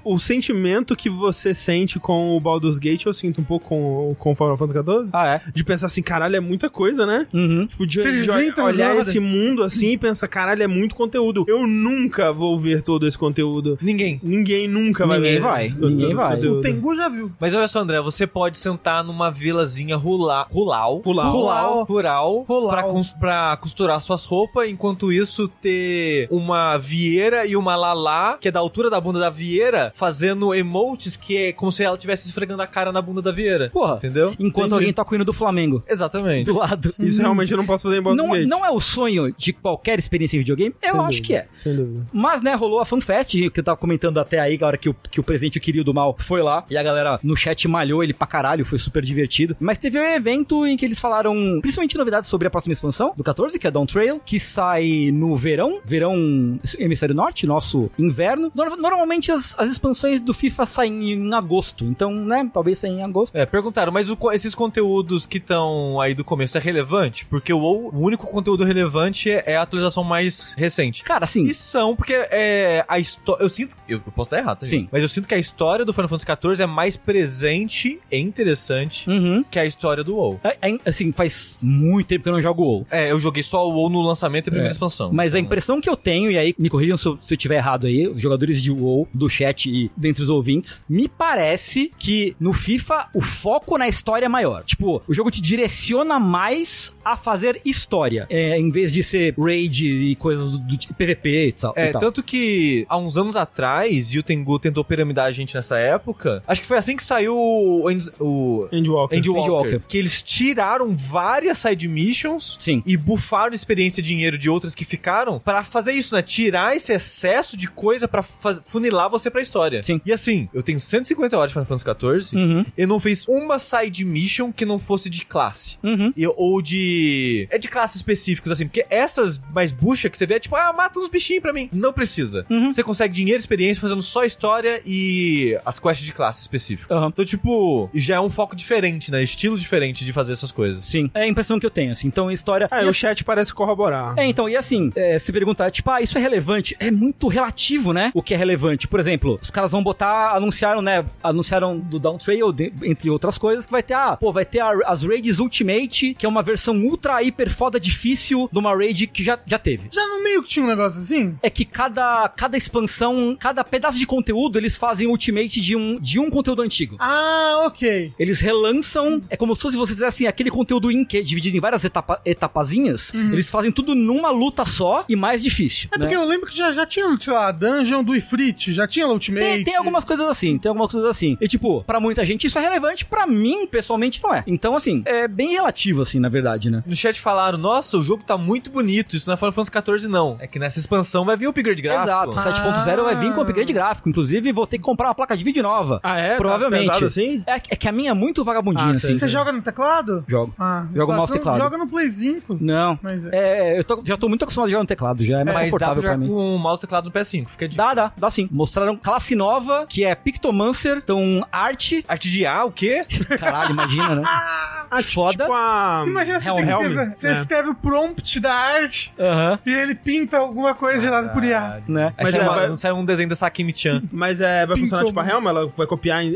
Speaker 1: o sentimento que você sente com o Baldur's Gate, eu sinto um pouco com, com o Final Fantasy XIV.
Speaker 4: Ah, é?
Speaker 1: De pensar assim, caralho, é muita coisa, né?
Speaker 4: Uhum.
Speaker 1: Tipo, de, de
Speaker 2: 300
Speaker 1: olhar
Speaker 2: horas.
Speaker 1: esse mundo assim e pensar, caralho, é muito conteúdo. Eu nunca vou ver todo esse conteúdo.
Speaker 3: Ninguém.
Speaker 1: Ninguém nunca vai
Speaker 4: Ninguém
Speaker 1: ver.
Speaker 4: vai,
Speaker 1: esse- todo
Speaker 4: ninguém
Speaker 1: esse
Speaker 4: vai.
Speaker 2: O
Speaker 1: conteúdo.
Speaker 2: Tengu já viu.
Speaker 3: Mas olha só, André, você pode sentar numa vilazinha rula- rural.
Speaker 1: Rural.
Speaker 3: Rural. Rural.
Speaker 2: Rural.
Speaker 3: Pra, cons- pra costurar suas roupas. Enquanto isso, ter uma vieira e uma lalá, que é da altura da bunda da vieira, fazendo emotes que é como se ela estivesse esfregando a cara na bunda da vieira.
Speaker 4: Porra.
Speaker 3: Entendeu?
Speaker 4: Enquanto alguém toca o hino do Flamengo.
Speaker 3: Exatamente.
Speaker 4: Do lado.
Speaker 1: Isso é um realmente eu não posso fazer em Baldur's
Speaker 4: um Não,
Speaker 1: Gate.
Speaker 4: não é o sonho de qualquer experiência em videogame? Eu
Speaker 1: Sem
Speaker 4: acho
Speaker 1: dúvida,
Speaker 4: que é.
Speaker 1: Sem dúvida.
Speaker 4: Mas, né, rolou a FanFest, que eu tava comentando até aí, a hora que o, que o presente querido do mal foi lá. E a galera no chat malhou ele pra caralho, foi super divertido. Mas teve um evento em que eles falaram, principalmente novidades sobre a próxima expansão do 14, que é Down Trail, que sai no verão, verão hemisfério norte, nosso inverno. Nor- Normalmente as, as expansões do FIFA saem em agosto, então, né, talvez saem em agosto.
Speaker 3: É, perguntaram, mas o co- esses conteúdos que estão aí do começo é relevante? Porque o, o único conteúdo relevante é a atualização mais recente.
Speaker 4: Cara, assim,
Speaker 3: E são, porque é, a história. Eu sinto. Eu posso estar errado, tá?
Speaker 4: Sim.
Speaker 3: gente? Mas eu sinto que a história do Final Fantasy XIV é mais presente e interessante
Speaker 4: uhum.
Speaker 3: que a história do WoW.
Speaker 4: É- é- assim, faz muito tempo que eu não jogo WoW.
Speaker 3: É, eu joguei só o WoW no lançamento e primeira
Speaker 4: É.
Speaker 3: expansão.
Speaker 4: Mas a
Speaker 3: Então,
Speaker 4: impressão que eu tenho, e aí me corrijam se eu, se eu tiver errado aí, os jogadores de WoW, do chat e dentre os ouvintes, me parece que no FIFA o foco na história é maior. Tipo, o jogo te direciona mais a fazer história, é, em vez de ser raid e coisas do, do tipo PVP e tal.
Speaker 3: É,
Speaker 4: e tal.
Speaker 3: tanto que há uns anos atrás, e o Tengu tentou piramidar a gente nessa época. Acho que foi assim que saiu o, End- o
Speaker 1: Endwalker.
Speaker 3: Endwalker,
Speaker 4: Endwalker.
Speaker 3: Que eles tiraram várias side missions
Speaker 4: Sim.
Speaker 3: e bufaram experiência e dinheiro de outras que ficaram pra fazer isso, né? Tirar esse excesso de coisa pra faz- funilar você pra história.
Speaker 4: Sim.
Speaker 3: E assim, eu tenho 150 horas de Final Fantasy XIV,
Speaker 4: Uhum,
Speaker 3: eu não fiz uma side mission que não fosse de classe.
Speaker 4: uhum.
Speaker 3: E- ou de. É de classes específicas, assim, porque essas mais bucha que você vê é tipo, ah, mata uns bichinhos pra mim. Não precisa.
Speaker 4: Uhum.
Speaker 3: Você consegue dinheiro, experiência fazendo só história e as quests de classe específicas.
Speaker 4: Aham.
Speaker 3: Então, tipo, já é um foco diferente, né? Estilo diferente de fazer essas coisas.
Speaker 4: Sim. É a impressão que eu tenho, assim. Então, a história.
Speaker 1: É,
Speaker 4: e
Speaker 1: o chat parece corroborar.
Speaker 4: É, então, e assim, é, se perguntar, tipo, ah, isso é relevante? É muito relativo, né? O que é relevante. Por exemplo, os caras vão botar, anunciaram, né? Anunciaram do Down Trail, de- entre outras coisas, que vai ter, ah, pô, vai ter a- as raids Ultimate, que é uma versão ultra, hiper, foda, difícil de uma raid que já, já teve.
Speaker 2: Já no meio que tinha um negócio assim?
Speaker 4: É que cada, cada expansão, cada pedaço de conteúdo, eles fazem Ultimate de um, de um conteúdo antigo.
Speaker 2: Ah, ok.
Speaker 4: Eles relançam, é como se fosse você fizesse assim, aquele conteúdo em que é dividido em várias etapa, etapazinhas, eles fazem tudo numa luta só e mais difícil.
Speaker 2: Uhum. É
Speaker 4: né?
Speaker 2: porque eu lembro que já, já tinha, sei lá, Dungeon do Ifrit, já tinha Ultimate.
Speaker 4: Tem, tem algumas coisas assim, tem algumas coisas assim. E tipo, pra muita gente isso é relevante, pra mim, pessoalmente, não é. Então, assim, é bem relativo, assim, na verdade, né?
Speaker 3: No chat falaram, nossa, o jogo tá muito bonito, isso na Final Fantasy XIV não. É que nessa expansão vai vir o upgrade gráfico. Ah. é
Speaker 4: Exato, 7.0 vai vir com upgrade gráfico. Inclusive, vou ter que comprar uma placa de vídeo nova.
Speaker 1: Ah, é? Tá
Speaker 4: Provavelmente.
Speaker 1: pesado assim?
Speaker 4: é, é que a minha é muito vagabundinha,
Speaker 1: Ah,
Speaker 4: assim.
Speaker 1: sei.
Speaker 2: Você joga no teclado?
Speaker 4: Jogo.
Speaker 2: Ah,
Speaker 4: Joga o mouse
Speaker 2: você
Speaker 4: e teclado.
Speaker 2: Joga no Play 5.
Speaker 4: Não.
Speaker 2: Mas é.
Speaker 4: É, eu tô- já tô muito acostumado a jogar no teclado, já é mais
Speaker 3: Mas dá pra
Speaker 4: confortável pra
Speaker 3: jogar
Speaker 4: mim.
Speaker 3: com o mouse e teclado no PS5, fica de...
Speaker 4: Dá, dá, dá sim. Mostraram classe nova, que é Pictomancer, então arte.
Speaker 3: Arte de A, o quê?
Speaker 4: Caralho, imagina, né?
Speaker 1: a,
Speaker 4: Foda.
Speaker 1: Tipo a...
Speaker 2: Imagina você,
Speaker 4: Helm-
Speaker 2: tem que
Speaker 1: Helm,
Speaker 2: escrever, você
Speaker 1: né?
Speaker 2: escreve o prompt da arte
Speaker 4: Aham.
Speaker 2: e ele pinta alguma coisa gerada por IA.
Speaker 4: Né?
Speaker 3: Aí
Speaker 1: Mas
Speaker 3: sai
Speaker 1: é,
Speaker 3: uma-
Speaker 1: vai-
Speaker 3: sai um desenho dessa Akimi-chan.
Speaker 1: Mas é, vai funcionar
Speaker 2: Pintou
Speaker 1: tipo a Helma? Ela vai copiar eh,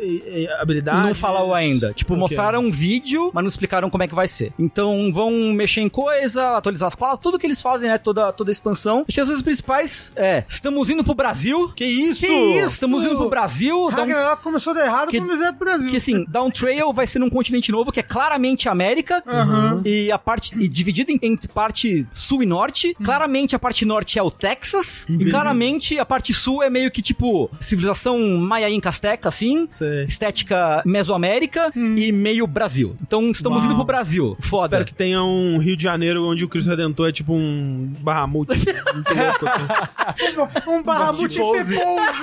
Speaker 1: eh, habilidades?
Speaker 4: Não falou ainda. Tipo,
Speaker 1: Ok.
Speaker 4: mostraram um vídeo, mas não explicaram como é que vai ser. Então vão mexer em coisa, atualizar as classes, tudo que eles fazem, né? Toda, toda a expansão. Acho que as coisas principais é: estamos indo pro Brasil.
Speaker 1: Que isso?
Speaker 4: Estamos indo pro Brasil. dá um-
Speaker 2: Ragnarok começou de errado
Speaker 4: que-
Speaker 2: quando fizeram pro Brasil.
Speaker 4: que assim, Down Trail vai ser num continente novo, que é claramente a América. E a parte. E dividida em- entre parte sul e norte.
Speaker 1: Uhum.
Speaker 4: Claramente a parte norte é o Texas. E claramente a parte sul é meio que tipo civilização maia incasteca, assim.
Speaker 1: Sei.
Speaker 4: Estética Mesoamérica e meio Brasil. Então estamos
Speaker 1: Hum. Uau.
Speaker 4: indo pro Brasil. Foda.
Speaker 1: Espero que tenha um Rio de Janeiro onde o Cristo Redentor é tipo um Bahamut. muito louco, assim.
Speaker 2: Um Bahamut em
Speaker 3: Pose.
Speaker 2: T-Pose.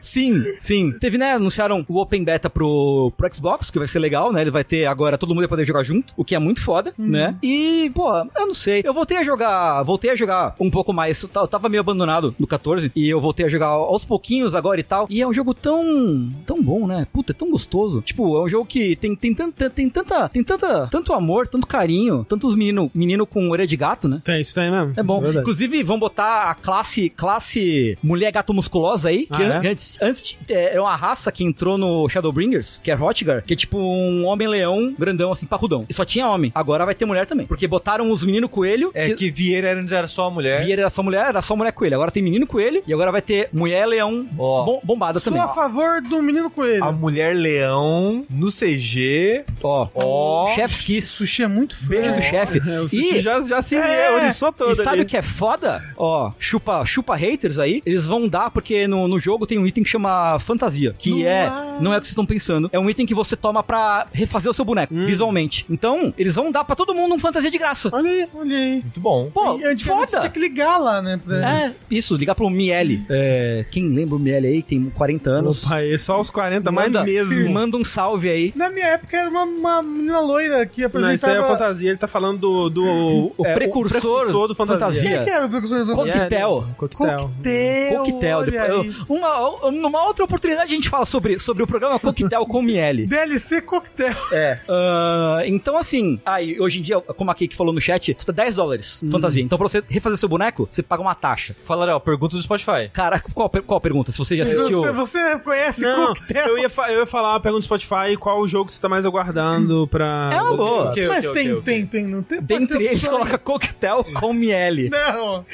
Speaker 4: Sim, sim. Teve, né? Anunciaram o Open Beta pro, pro Xbox, que vai ser legal, né? Ele vai ter agora todo mundo vai poder jogar junto, o que é muito foda,
Speaker 1: Hum.
Speaker 4: né? E, pô, eu não sei. Eu voltei a jogar, voltei a jogar um pouco mais. Eu ta- eu tava meio abandonado no 14 e eu voltei a jogar aos pouquinhos agora e tal. E é um jogo tão, tão bom, né? Puta, é tão gostoso. Tipo, é um jogo que tem, tem tanta, tem tanta, tem tanta, tanto amor, tanto carinho, tantos menino, menino com orelha de gato, né?
Speaker 1: Tem, isso tem mesmo.
Speaker 4: É bom.
Speaker 1: verdade.
Speaker 4: Inclusive, vão botar a classe classe mulher gato musculosa aí, que
Speaker 1: Ah,
Speaker 4: an-
Speaker 1: é?
Speaker 4: antes, antes de- é, é uma raça que entrou no Shadowbringers, que é Hotgar, que é tipo um homem-leão grandão, assim, parrudão. E só tinha homem. Agora vai ter mulher também. Porque botaram os menino coelho.
Speaker 3: É que é. Vieira era antes era só a mulher.
Speaker 4: Vieira era só mulher, era só mulher coelho. Agora tem menino coelho e agora vai ter mulher leão
Speaker 3: Ó.
Speaker 4: bom- bombada
Speaker 2: Sou
Speaker 4: também.
Speaker 2: a favor do menino coelho.
Speaker 3: A mulher leão no CG.
Speaker 4: Ó,
Speaker 3: Ó.
Speaker 4: chef's kiss.
Speaker 2: sushi é muito feio.
Speaker 4: Beijo do chefe.
Speaker 1: É, o Sushi
Speaker 4: E É.
Speaker 1: já, já se oriçou todo
Speaker 4: E sabe
Speaker 1: ali.
Speaker 4: o que é foda? Ó, chupa, chupa haters aí. Eles vão dar, porque no, no jogo tem um item que chama fantasia. Que é. Não é o que vocês estão pensando. É um item que você toma pra refazer o seu boneco,
Speaker 1: Hum.
Speaker 4: visualmente. Então, eles vão dar pra todo mundo um fantasia de graça.
Speaker 1: Olha aí, olha aí.
Speaker 3: Muito bom.
Speaker 4: Pô,
Speaker 2: E antigamente você tinha
Speaker 4: foda!
Speaker 2: que ligar lá, né? Pra
Speaker 4: É,
Speaker 2: eles.
Speaker 4: isso, ligar pro Miele. É, quem lembra o Miele aí, que tem 40 anos.
Speaker 1: Opa, aí, só os 40, mais
Speaker 4: manda,
Speaker 1: mesmo.
Speaker 4: manda um salve aí.
Speaker 2: Na minha época era uma, uma menina loira que
Speaker 1: Não, isso aí é
Speaker 2: apresentava...
Speaker 1: fantasia, ele tá falando do. do
Speaker 4: O
Speaker 1: é,
Speaker 4: precursor
Speaker 1: do fantasia.
Speaker 4: fantasia.
Speaker 2: Quem é que era o professor do...
Speaker 4: Qual- Coquetel.
Speaker 1: É, coquetel.
Speaker 2: Coquetel.
Speaker 4: Coquetel.
Speaker 2: olha
Speaker 4: Depois,
Speaker 2: aí.
Speaker 4: eu- uma, numa outra oportunidade a gente fala sobre, sobre o programa Coquetel com Miele.
Speaker 2: DLC Coquetel.
Speaker 4: Ah, então, assim, aí, hoje em dia, como a Kiki falou no chat, custa 10 dólares
Speaker 2: Hum.
Speaker 4: fantasia. Então, pra você refazer seu boneco, você paga uma taxa.
Speaker 3: Falaram, ó, pergunta do Spotify.
Speaker 4: Cara, qual, per- qual a pergunta? Se você já assistiu.
Speaker 2: Você, você conhece
Speaker 1: Não,
Speaker 2: Coquetel?
Speaker 1: eu ia, fa- eu ia falar, pergunta do Spotify, qual o jogo que você tá mais aguardando pra...
Speaker 2: Ah,
Speaker 4: É uma boa.
Speaker 1: Ok, ok,
Speaker 2: Mas
Speaker 1: ok,
Speaker 2: tem,
Speaker 1: ok.
Speaker 2: tem, tem, não tem. pode
Speaker 4: Dentre
Speaker 2: ter
Speaker 4: eles,
Speaker 2: opções.
Speaker 4: coloca coquetel com miele.
Speaker 2: Não,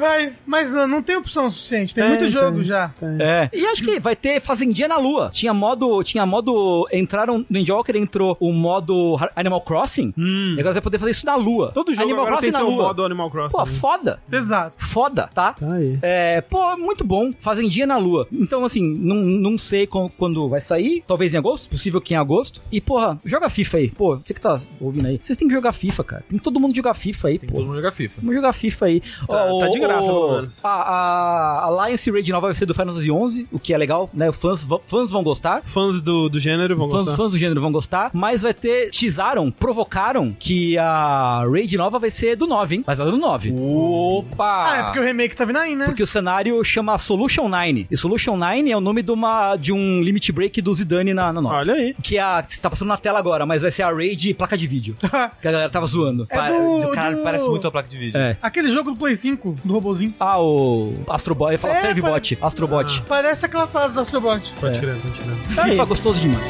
Speaker 2: mas, mas não, não tem opção suficiente. Tem,
Speaker 1: Tem,
Speaker 2: muito jogo
Speaker 1: tem.
Speaker 2: já.
Speaker 4: É. E acho que vai ter Fazendinha na Lua. Tinha modo. Tinha modo. Entraram. No Endwalker entrou o modo Har- Animal Crossing. E agora você vai poder fazer isso na Lua.
Speaker 1: Hum. Todo jogo
Speaker 4: Animal
Speaker 1: agora
Speaker 4: Crossing
Speaker 1: tem
Speaker 4: na
Speaker 1: seu
Speaker 4: Lua.
Speaker 1: modo Animal Crossing.
Speaker 4: Pô, foda.
Speaker 2: Exato.
Speaker 4: Foda, tá?
Speaker 1: Tá aí.
Speaker 4: É, pô, muito bom. Fazendinha na Lua. Então, assim, não, não sei com- quando vai sair. Talvez em agosto, possível que em agosto. E, porra, joga FIFA aí. Pô, você que tá ouvindo aí. Vocês têm que jogar FIFA, cara. Tem que todo mundo jogar FIFA aí,
Speaker 3: Tem que
Speaker 4: pô.
Speaker 3: todo mundo jogar FIFA.
Speaker 4: Vamos jogar FIFA aí.
Speaker 1: Tá-
Speaker 4: Ó,
Speaker 1: tá de
Speaker 4: o-
Speaker 1: graça,
Speaker 4: o-
Speaker 1: pelo menos.
Speaker 4: A, a Alliance Raid nova vai ser do Final Fantasy XI, o que é legal, né? Fãs, vão- fãs vão gostar.
Speaker 1: Fãs do, do gênero vão
Speaker 4: Fãs,
Speaker 1: gostar.
Speaker 4: fãs do gênero vão gostar. Mas vai ter. Tizaram, provocaram que a Raid nova vai ser do 9, hein? Mas é do 9.
Speaker 3: Opa!
Speaker 2: Ah, é porque o remake tá vindo aí, né?
Speaker 4: Porque o cenário chama Solution 9. E Solution 9 é o nome de, uma, de um limit break do Zidane na, na nova.
Speaker 1: Olha aí.
Speaker 4: Que é a, que tá passando na tela agora, mas vai ser a Raid placa de vídeo. que a galera tava zoando.
Speaker 2: É do-
Speaker 3: Caralho,
Speaker 2: do-
Speaker 3: parece muito a placa de vídeo.
Speaker 4: É.
Speaker 2: Aquele jogo do Play 5, do robozinho.
Speaker 4: Ah, o Astrobot. Ele fala
Speaker 2: É, Ah.
Speaker 4: Servbot, Astrobot.
Speaker 2: Parece aquela fase da Astrobot.
Speaker 1: Pode crer, pode crer.
Speaker 4: Tá FIFA gostoso demais.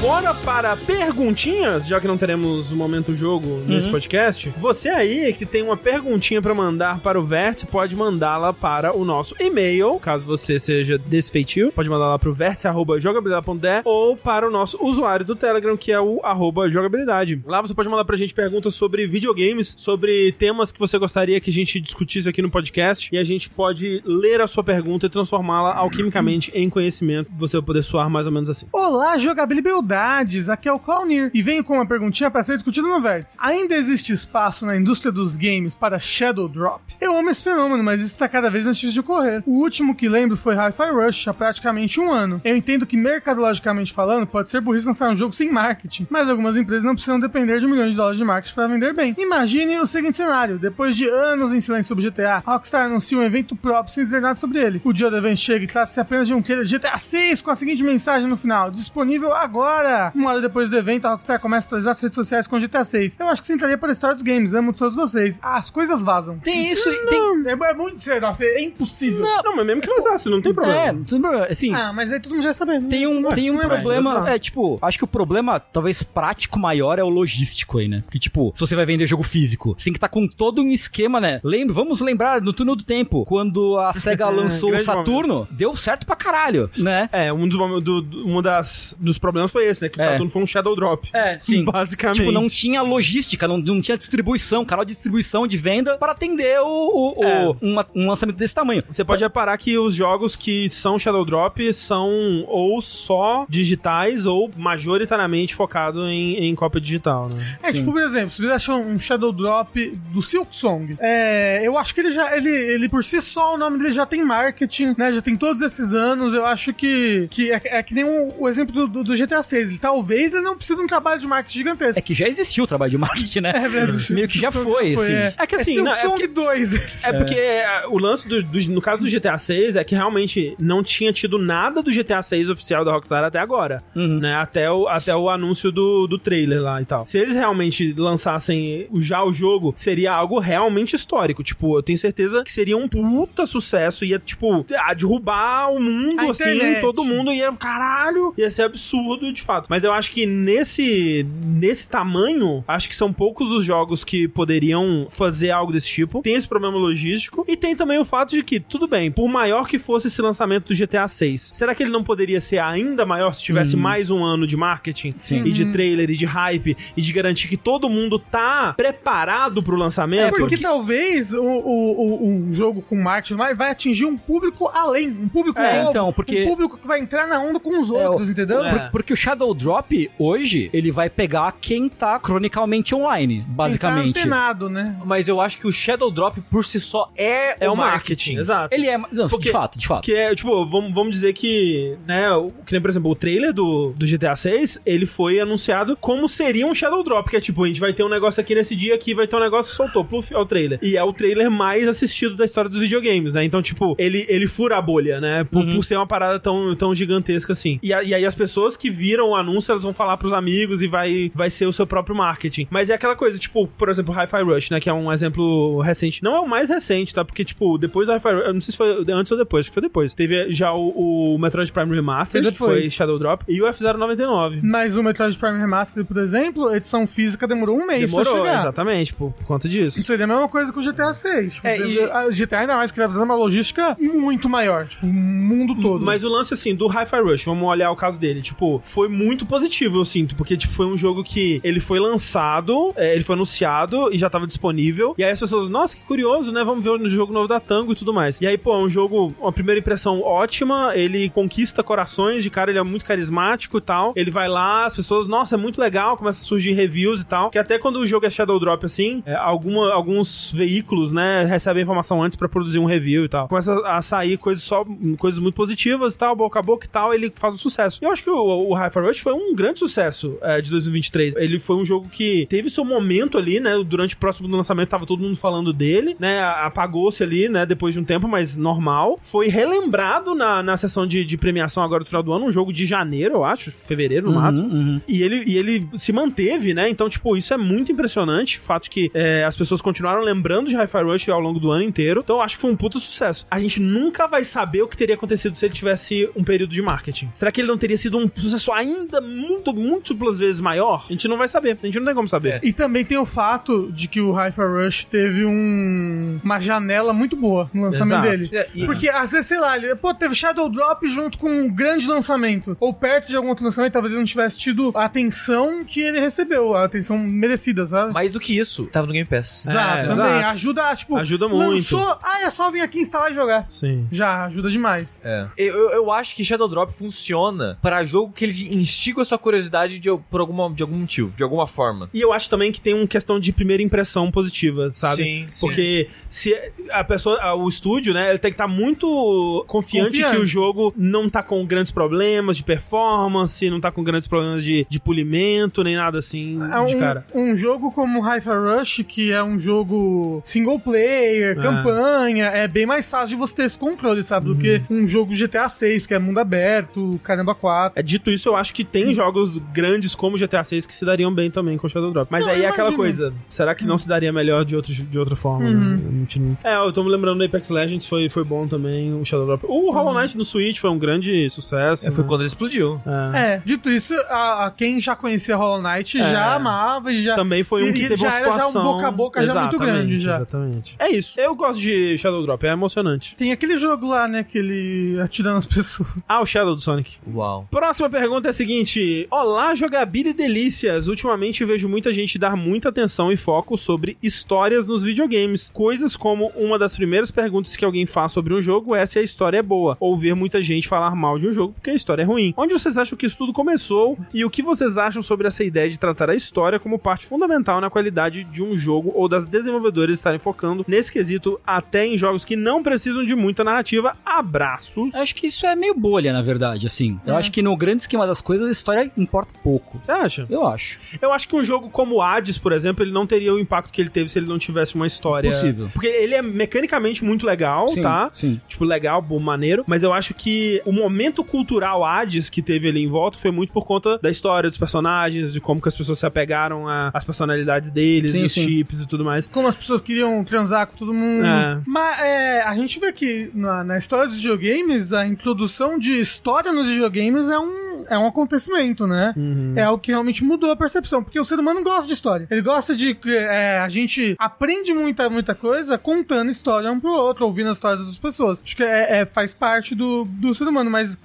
Speaker 1: Bora para perguntinhas, já que não teremos o momento jogo nesse podcast. Você aí que tem uma perguntinha pra mandar para o Vértice, pode mandá-la para o nosso e-mail, caso você seja desfeitio, pode mandar lá para o vértice@jogabilidade.de é ou para o nosso usuário do Telegram, que é o arroba jogabilidade. Lá você pode mandar pra gente perguntas sobre videogames, sobre temas que você gostaria que a gente discutisse aqui no podcast e a gente pode ler a sua pergunta e transformá-la alquimicamente em conhecimento. Você vai poder soar mais ou menos assim.
Speaker 2: Olá, jogabilidade. novidades, aqui é o Clownir. E venho com uma perguntinha para ser discutida no Vértice. Ainda existe espaço na indústria dos games para Shadow Drop? Eu amo esse fenômeno, mas isso está cada vez mais difícil de ocorrer. O último que lembro foi Hi-Fi Rush, há praticamente um ano. Eu entendo que, mercadologicamente falando, pode ser burrice lançar um jogo sem marketing, mas algumas empresas não precisam depender de milhões de dólares de marketing para vender bem. Imagine o seguinte cenário: depois de anos em silêncio sobre GTA, Rockstar anuncia um evento próprio sem dizer nada sobre ele. O dia do evento chega e trata-se apenas de um trailer de GTA 6 com a seguinte mensagem no final: disponível agora! Uma hora depois do evento, a Rockstar começa a atualizar as redes sociais com GTA 6. Eu acho que se entraria para a história dos games, amo todos vocês. As coisas vazam.
Speaker 4: Tem isso, e tem.
Speaker 2: É, é muito sério, nossa, é impossível.
Speaker 1: Não, mas mesmo que vazasse, não tem
Speaker 4: É,
Speaker 1: problema.
Speaker 4: não tem problema. Assim,
Speaker 2: Ah, mas aí todo mundo já sabe. né?
Speaker 4: tem um, tem um
Speaker 2: Não é mais
Speaker 4: problema.
Speaker 2: natural.
Speaker 4: É, tipo, acho que o problema, talvez prático maior, é o logístico aí, né? Porque, tipo, se você vai vender jogo físico, você tem que estar com todo um esquema, né? Lembra, vamos lembrar no túnel do tempo, quando a SEGA lançou o
Speaker 1: Grande
Speaker 4: Saturno, deu certo pra caralho, né?
Speaker 1: É, um dos, mom- do, do- um das, dos problemas foi esse, né? Que o
Speaker 4: É.
Speaker 1: Saturno foi um Shadow Drop.
Speaker 4: É, sim.
Speaker 1: Basicamente.
Speaker 4: Tipo, não tinha logística, não, não tinha distribuição, canal de distribuição de venda para atender o, o- o-
Speaker 1: É.
Speaker 4: uma- um lançamento desse tamanho.
Speaker 1: Você pode reparar que os jogos que são Shadow Drop são ou só digitais ou majoritariamente focado em, em cópia digital, né?
Speaker 2: É, tipo, por exemplo, se você achar um Shadow Drop do Silk Song, é, eu acho que ele já, ele, ele por si só, o nome dele já tem marketing, né? Já tem todos esses anos, eu acho que, que é, é que nem o, o exemplo do, do- do GTA 6. Ele, talvez ele não precise de um trabalho de marketing
Speaker 4: É
Speaker 2: gigantesco.
Speaker 4: que já existiu o trabalho de marketing, né?
Speaker 2: É verdade.
Speaker 4: Meio que já foi, assim.
Speaker 2: É,
Speaker 1: É que assim,
Speaker 2: Silk
Speaker 1: não, é
Speaker 2: Song
Speaker 1: porque-
Speaker 2: 2.
Speaker 1: É porque ah, o lance do, do- no caso do GTA 6 é que realmente não tinha tido nada do GTA 6 oficial da Rockstar até agora, né? Até o, até o anúncio do, do trailer lá e tal. Se eles realmente lançassem o- já o jogo, seria algo realmente histórico. Tipo, eu tenho certeza que seria um puta sucesso, ia tipo a derrubar o mundo
Speaker 2: A
Speaker 1: assim,
Speaker 2: internet.
Speaker 1: todo mundo ia caralho, ia ser absurdo de fato. Mas eu acho que nesse nesse tamanho, acho que são poucos os jogos que poderiam fazer algo desse tipo. Tem esse problema logístico e tem também o fato de que, tudo bem, por maior que fosse esse lançamento do GTA 6, será que ele não poderia ser ainda maior se tivesse mais um ano de marketing
Speaker 4: Sim.
Speaker 1: e de trailer e de hype e de garantir que todo mundo tá preparado pro lançamento?
Speaker 2: É porque, talvez o, o- o- um jogo com marketing vai, vai atingir um público além, um público
Speaker 4: É,
Speaker 2: novo,
Speaker 4: então, porque- É,
Speaker 2: um público que vai entrar na onda com os outros,
Speaker 4: o-
Speaker 2: entendeu?
Speaker 4: por- porque o Shadow Drop, hoje, ele vai pegar quem tá cronicalmente online, basicamente.
Speaker 2: Quem tá antenado, né?
Speaker 3: Mas eu acho que o Shadow Drop por si só é,
Speaker 1: é
Speaker 3: o
Speaker 1: o
Speaker 3: marketing.
Speaker 1: marketing, exato.
Speaker 4: Ele é. Não,
Speaker 1: Porque-
Speaker 4: de fato, de fato.
Speaker 1: Que é, tipo, vamos, vamos dizer que, né, o- que nem, por exemplo, o trailer do, do GTA 6, ele foi anunciado como seria um Shadow Drop, que é tipo, a gente vai ter um negócio aqui nesse dia aqui, vai ter um negócio, soltou, pluf, é o trailer. E é o trailer mais assistido da história dos videogames, né? Então, tipo, ele, ele fura a bolha, né? Por, por ser uma parada tão, tão gigantesca assim. E, a- e aí as pessoas que viram o anúncio, elas vão falar pros amigos e vai, vai ser o seu próprio marketing. Mas é aquela coisa, tipo, por exemplo, Hi-Fi Rush, né, que é um exemplo recente. Não é o mais recente, tá? Porque, tipo, depois do Hi-Fi Rush, eu não sei se foi antes ou depois, acho que foi depois. Teve já o, o Metroid Prime Remastered, né,
Speaker 2: Foi
Speaker 1: que foi
Speaker 2: depois.
Speaker 1: Shadow Drop, e o F-099.
Speaker 2: Mas o um Metroid Prime Remastered, por exemplo, a edição física demorou um mês pra
Speaker 1: Demorou,
Speaker 2: chegar.
Speaker 1: exatamente, por, por conta disso.
Speaker 2: Seria a tipo, mesma coisa que o GTA 6.
Speaker 3: É, e-
Speaker 2: O GTA ainda mais que vai precisar de uma logística muito maior, tipo, o mundo todo.
Speaker 1: Mas o lance, assim, do Hi-Fi Rush, vamos olhar o caso dele, tipo, foi muito positivo, eu sinto, porque, tipo, foi um jogo que ele foi lançado, é, ele foi anunciado e já tava disponível, e aí as pessoas, nossa, que curioso, né, vamos ver o jogo novo da Tango e tudo mais. E aí, pô, é um jogo, uma primeira impressão ótima, ele conquista corações de cara, ele é muito carismático e tal, ele vai lá, as pessoas, nossa, é muito legal, começa a surgir reviews e tal, que até quando o jogo é Shadow Drop, assim, é, alguma, alguns veículos, né, recebem a informação antes pra produzir um review e tal. Começa a sair coisas só, coisas muito positivas e tal, boca a boca e tal, ele faz um sucesso. E eu acho que o, o Hi-Fi Rush foi um grande sucesso é, de 2023. Ele foi um jogo que teve seu momento ali, né, durante o próximo do lançamento tava todo mundo falando dele, né, a- apagou-se ali, né, depois de um tempo, mas normal. Foi relembrado na, na sessão de, de premiação agora do final do ano, um jogo de janeiro, eu acho, fevereiro no máximo. E ele, e ele se manteve, né? Então, tipo, isso é muito impressionante. O fato que é, as pessoas continuaram lembrando de Hi-Fi Rush ao longo do ano inteiro. Então, eu acho que foi um puta sucesso. A gente nunca vai saber o que teria acontecido se ele tivesse um período de marketing. Será que ele não teria sido um sucesso ainda muito, múltiplas vezes maior? A gente não vai saber. A gente não tem como saber.
Speaker 2: E também tem o fato de que o Hyper Rush teve um- uma janela muito boa no lançamento
Speaker 1: Exato.
Speaker 2: dele.
Speaker 3: É, e-
Speaker 2: Porque, às vezes, sei lá, ele, pô, teve Shadow Drop junto com um grande lançamento. Ou perto de algum outro lançamento, talvez ele não tivesse tido a atenção que ele recebeu, a atenção merecida, sabe?
Speaker 3: Mais do que isso, tava no Game Pass.
Speaker 2: Exato,
Speaker 1: É,
Speaker 2: também.
Speaker 1: exato.
Speaker 2: Ajuda, tipo,
Speaker 1: Ajuda muito.
Speaker 2: lançou, ah, é só vir aqui instalar e jogar.
Speaker 1: Sim.
Speaker 2: Já, ajuda demais.
Speaker 3: É. Eu, eu acho que Shadow Drop funciona pra jogo que ele instiga a sua curiosidade de, por alguma, de algum motivo, de alguma forma.
Speaker 1: E eu acho também que tem uma questão de primeira impressão positiva, sabe?
Speaker 3: Sim, sim.
Speaker 1: Porque se a pessoa, a- o estúdio, né, ele tem que estar muito confiante,
Speaker 2: Confiante.
Speaker 1: que o jogo não tá com grandes problemas de performance, não tá com grandes problemas de, de polimento, nem nada assim
Speaker 2: É
Speaker 1: de cara.
Speaker 2: um, um jogo como Hyper Rush, que é um jogo single player,
Speaker 1: É.
Speaker 2: campanha, é bem mais fácil de você ter esse controle, sabe? Do que
Speaker 1: Uhum.
Speaker 2: um jogo GTA 6, que é mundo aberto, Caramba 4.
Speaker 1: É, dito isso, eu acho que tem jogos grandes como GTA VI que se dariam bem também com Shadow Drop. Mas
Speaker 2: Não,
Speaker 1: aí é
Speaker 2: eu
Speaker 1: aquela
Speaker 2: imagino. Uhum.
Speaker 1: coisa, será que não se daria melhor de, outro, de outra forma, né? A gente não- É, eu tô me lembrando do Apex Legends, foi, foi bom também o Shadow Drop. O Hollow
Speaker 2: Uhum.
Speaker 1: Knight no Switch foi um grande sucesso.
Speaker 3: É, foi
Speaker 1: né?
Speaker 3: quando ele explodiu.
Speaker 1: É.
Speaker 2: É, dito isso, a, a quem já conhecia Hollow Knight
Speaker 1: É.
Speaker 2: já amava e já.
Speaker 1: Também foi um
Speaker 2: E-
Speaker 1: que
Speaker 2: e
Speaker 1: teve
Speaker 2: já
Speaker 1: uma
Speaker 2: era já um
Speaker 1: situação...
Speaker 2: boca a boca já muito
Speaker 1: Exatamente,
Speaker 2: grande, já.
Speaker 1: Exatamente. É isso. Eu gosto de Shadow Drop, é emocionante.
Speaker 2: Tem aquele jogo lá, né? Que ele atirando as pessoas.
Speaker 1: Ah, o Shadow do Sonic.
Speaker 3: Uau.
Speaker 1: Próxima pergunta é a seguinte: Olá, jogabile delícias! Ultimamente eu vejo muita gente dar muita atenção e foco sobre histórias nos videogames. Coisas como uma das primeiras perguntas que alguém faz sobre um jogo é se a história é boa, ou ver muita gente falar mal de um jogo porque a história é ruim. Onde vocês acham que isso tudo começou e o que vocês acham sobre essa ideia de tratar a história como parte fundamental na qualidade de um jogo ou das desenvolvedoras estarem focando nesse quesito até em jogos que não precisam de muita narrativa? Abraços!
Speaker 4: Eu acho que isso é meio bolha, na verdade, assim. Eu acho que no grande esquema das coisas, a história importa pouco.
Speaker 1: Você acha?
Speaker 4: Eu acho.
Speaker 1: Eu acho que um jogo como Hades, por exemplo, ele não teria o impacto que ele teve se ele não tivesse uma história.
Speaker 4: Possível.
Speaker 1: Porque ele é mecanicamente muito legal,
Speaker 4: sim,
Speaker 1: tá?
Speaker 4: Sim.
Speaker 1: Tipo, legal, bom, maneiro. Mas eu acho que o momento cultural Hades que teve ali em volta foi muito por conta da história dos personagens, de como que as pessoas se apegaram a- às personalidades deles,
Speaker 4: Sim,
Speaker 1: os
Speaker 4: sim.
Speaker 1: chips e tudo mais.
Speaker 2: Como as pessoas queriam transar com todo mundo.
Speaker 1: É.
Speaker 2: Mas é, a gente vê que na, na história dos videogames, a introdução de história nos videogames é um, é um acontecimento, né?
Speaker 1: Uhum.
Speaker 2: É o que realmente mudou a percepção. Porque o ser humano gosta de história. Ele gosta de. é, a gente aprende muita, muita coisa contando história um pro outro, ouvindo as histórias das pessoas. Acho que é, é- faz parte do, do ser humano. Mas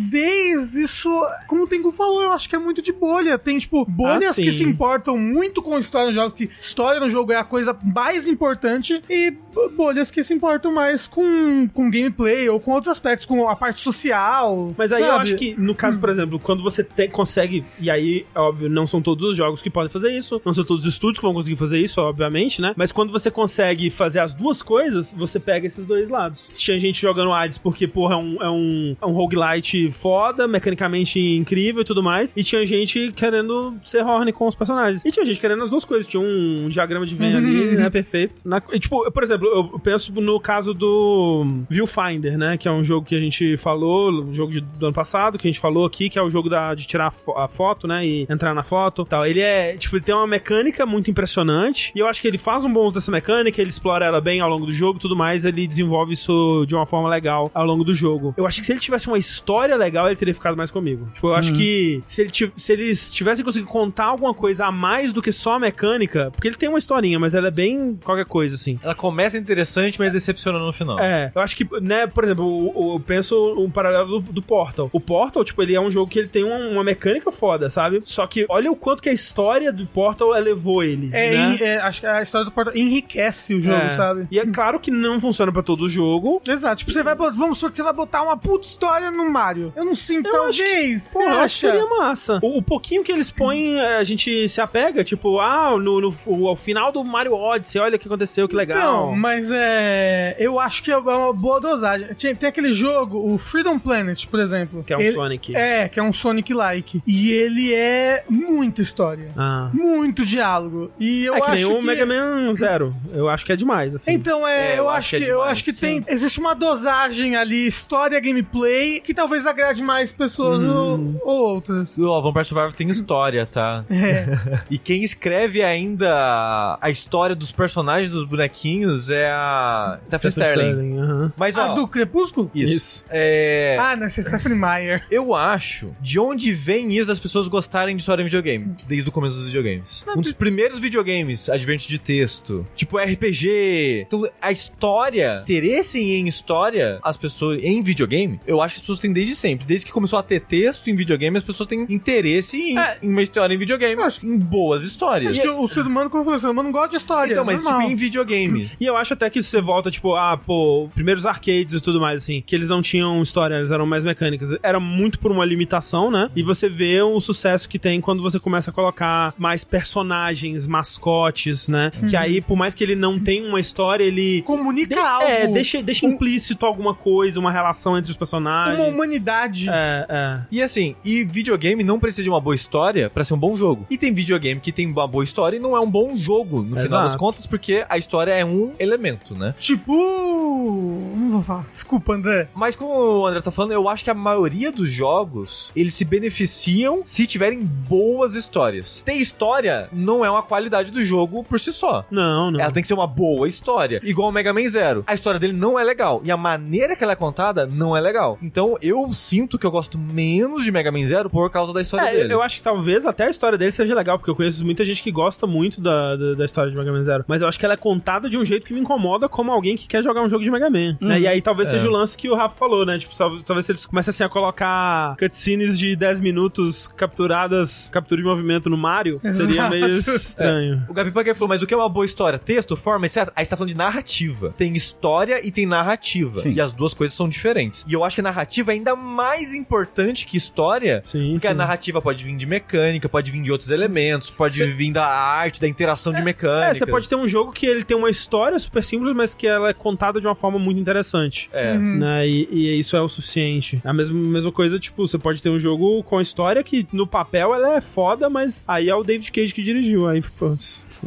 Speaker 2: talvez isso. Como o Tengu falou, eu acho que é muito de bolha. Tem, tipo, bolhas
Speaker 1: Ah, sim.
Speaker 2: que se importam muito com história no jogo, que história no jogo é a coisa mais importante, e b- bolhas que se importam mais com, com gameplay ou com outros aspectos, com a parte social.
Speaker 1: Mas aí eu
Speaker 2: sabe?
Speaker 1: acho que, no caso, por exemplo, quando você te- consegue, e aí, óbvio, não são todos os jogos que podem fazer isso, não são todos os estúdios que vão conseguir fazer isso, obviamente, né? Mas quando você consegue fazer as duas coisas, você pega esses dois lados. Tinha gente jogando Hades porque, porra, é um, é um, é um roguelite foda, mecanicamente incrível e tudo mais, e tinha gente querendo ser horny com os personagens. E tinha gente querendo as duas coisas, tinha um, diagrama de Venn ali, né? Perfeito. Na- e, tipo, eu, por exemplo, eu penso no caso do Viewfinder, né? Que é um jogo que a gente falou, um jogo de- do ano passado, que a gente falou aqui, que é o jogo da, de tirar a, fo- a foto, né? E entrar na foto e tal. Ele é, tipo, ele tem uma mecânica muito impressionante. E eu acho que ele faz um bom uso dessa mecânica, ele explora ela bem ao longo do jogo e tudo mais. Ele desenvolve isso de uma forma legal ao longo do jogo. Eu acho que se ele tivesse uma história legal, ele teria ficado mais comigo. Tipo, eu acho que se, ele ti- se eles tivessem conseguido contar alguma coisa a mais do que só a mecânica, porque ele tem uma historinha, mas ela é bem qualquer coisa, assim.
Speaker 3: Ela começa interessante, mas decepciona no final.
Speaker 1: É, eu acho que, né, por exemplo, o- o- eu penso um paralelo do, do Portal. O Portal, tipo, ele é um jogo que ele tem uma, uma mecânica foda, sabe? Só que olha o quanto que a história do Portal elevou ele.
Speaker 2: É,
Speaker 1: né?
Speaker 2: en- é, acho que a história do Portal enriquece o jogo,
Speaker 1: É.
Speaker 2: sabe?
Speaker 1: E é claro que não funciona pra todo jogo.
Speaker 2: Exato, tipo, você vai. bot- Vamos supor que você vai botar uma puta história no Mario. Eu não sei,
Speaker 1: Eu
Speaker 2: talvez.
Speaker 1: Pô,
Speaker 2: você
Speaker 1: eu acho que
Speaker 2: acha?
Speaker 1: seria massa. O, o pouquinho que eles põem, é, a gente se apega, tipo, ah, no, no, o, ao final do Mario Odyssey, olha o que aconteceu, que legal.
Speaker 2: Então, mas é. Eu acho que é uma boa dosagem. Tinha- Tem aquele jogo, o Freedom Planet, por exemplo.
Speaker 1: que é um
Speaker 2: Ele-
Speaker 1: Sonic.
Speaker 2: É, que é um Sonic-like. E ele é muita história.
Speaker 1: Ah.
Speaker 2: Muito diálogo. E eu
Speaker 1: é que
Speaker 2: acho
Speaker 1: nem o
Speaker 2: que...
Speaker 1: Mega Man Zero. Eu acho que é demais, assim.
Speaker 2: Então, é,
Speaker 3: É,
Speaker 2: eu, acho que, eu
Speaker 3: demais,
Speaker 2: acho que
Speaker 3: sim.
Speaker 2: tem. Existe uma dosagem ali, história, gameplay, que talvez agrade mais pessoas ou, ou outras. É.
Speaker 3: O Alvão para Survivor tem história, tá? E quem escreve ainda a história dos personagens dos bonequinhos é a Stephanie Sterling.
Speaker 1: aham.
Speaker 3: Mas
Speaker 2: A
Speaker 3: ó,
Speaker 2: Ah, do Crepúsculo?
Speaker 3: isso. É,
Speaker 2: Ah, não, essa é Stephanie Meyer.
Speaker 3: Eu acho de onde vem isso das pessoas gostarem de história em videogame, desde o começo dos videogames.
Speaker 2: Ah,
Speaker 3: Um dos primeiros videogames, advento de texto, tipo RPG. Então, a história, interesse em história, as pessoas em videogame, eu acho que as pessoas têm desde sempre. Desde que começou a ter texto em videogame, as pessoas têm interesse em,
Speaker 1: É.
Speaker 3: em uma história em videogame,
Speaker 2: Eu acho-
Speaker 3: em boas histórias.
Speaker 2: Acho que o ser humano, como eu falei, o ser humano gosta de história.
Speaker 3: Então, mas
Speaker 2: normal.
Speaker 3: tipo em videogame.
Speaker 1: E eu acho até que se você volta, tipo, ah, pô, primeiros arcades e tudo mais, assim, que eles não tinham história, eles eram mais mecânicas. Era muito por uma limitação, né? E você vê o sucesso que tem quando você começa a colocar mais personagens, mascotes, né? Que aí, por mais que ele não tenha uma história, ele.
Speaker 2: Comunica
Speaker 1: de-
Speaker 2: algo.
Speaker 1: É, deixa, deixa Um
Speaker 2: Um-
Speaker 1: implícito alguma coisa, uma relação entre os personagens.
Speaker 2: Uma humanidade.
Speaker 1: É, é.
Speaker 3: E assim, e videogame não precisa de uma boa história pra ser um bom jogo. E tem videogame que tem uma boa história e não é um bom jogo, no final
Speaker 1: Exato.
Speaker 3: das contas, porque a história é um elemento, né?
Speaker 2: Tipo. Não vou falar. Desculpa, André.
Speaker 3: Mas como o André tá falando, eu acho que a maioria dos jogos, eles se beneficiam se tiverem boas histórias. Ter história não é uma qualidade do jogo por si só.
Speaker 1: Não, não.
Speaker 3: Ela tem que ser uma boa história. Igual o Mega Man Zero. A história dele não é legal. E a maneira que ela é contada não é legal. Então eu sinto que eu gosto menos de Mega Man Zero por causa da história
Speaker 1: É, eu-
Speaker 3: dele.
Speaker 1: eu acho que talvez até a história dele seja legal, porque eu conheço muita gente que gosta muito da, da, da história de Mega Man Zero. Mas eu acho que ela é contada de um jeito que me incomoda como alguém que quer jogar um jogo de Mega Man. né?
Speaker 3: Uhum.
Speaker 1: E aí
Speaker 3: É.
Speaker 1: talvez seja o lance que o Rafa falou, né? Tipo, sal- talvez se eles comecem assim, a colocar cutscenes de 10 minutos capturadas, captura de movimento no Mario, seria
Speaker 2: Exato.
Speaker 1: meio estranho.
Speaker 3: O Gabi Paguei falou, mas o que é uma boa história? Texto, forma, etc. Aí você tá falando de narrativa. Tem história e tem narrativa.
Speaker 4: Sim.
Speaker 3: E as duas coisas são diferentes. E eu acho que narrativa é ainda mais importante que história.
Speaker 1: Sim,
Speaker 3: É. Porque
Speaker 1: sim.
Speaker 3: a narrativa pode vir de mecânica, pode vir de outros elementos, pode vir da arte, da interação de mecânica.
Speaker 1: É, você pode ter um jogo que ele tem uma história super simples, mas que ela é contada de uma forma muito interessante.
Speaker 3: É.
Speaker 1: né? E, e isso é o suficiente. A mesma, mesma coisa, tipo, você pode ter um jogo com a história que no papel ela é foda, mas aí é o David Cage que dirigiu. Aí, pô,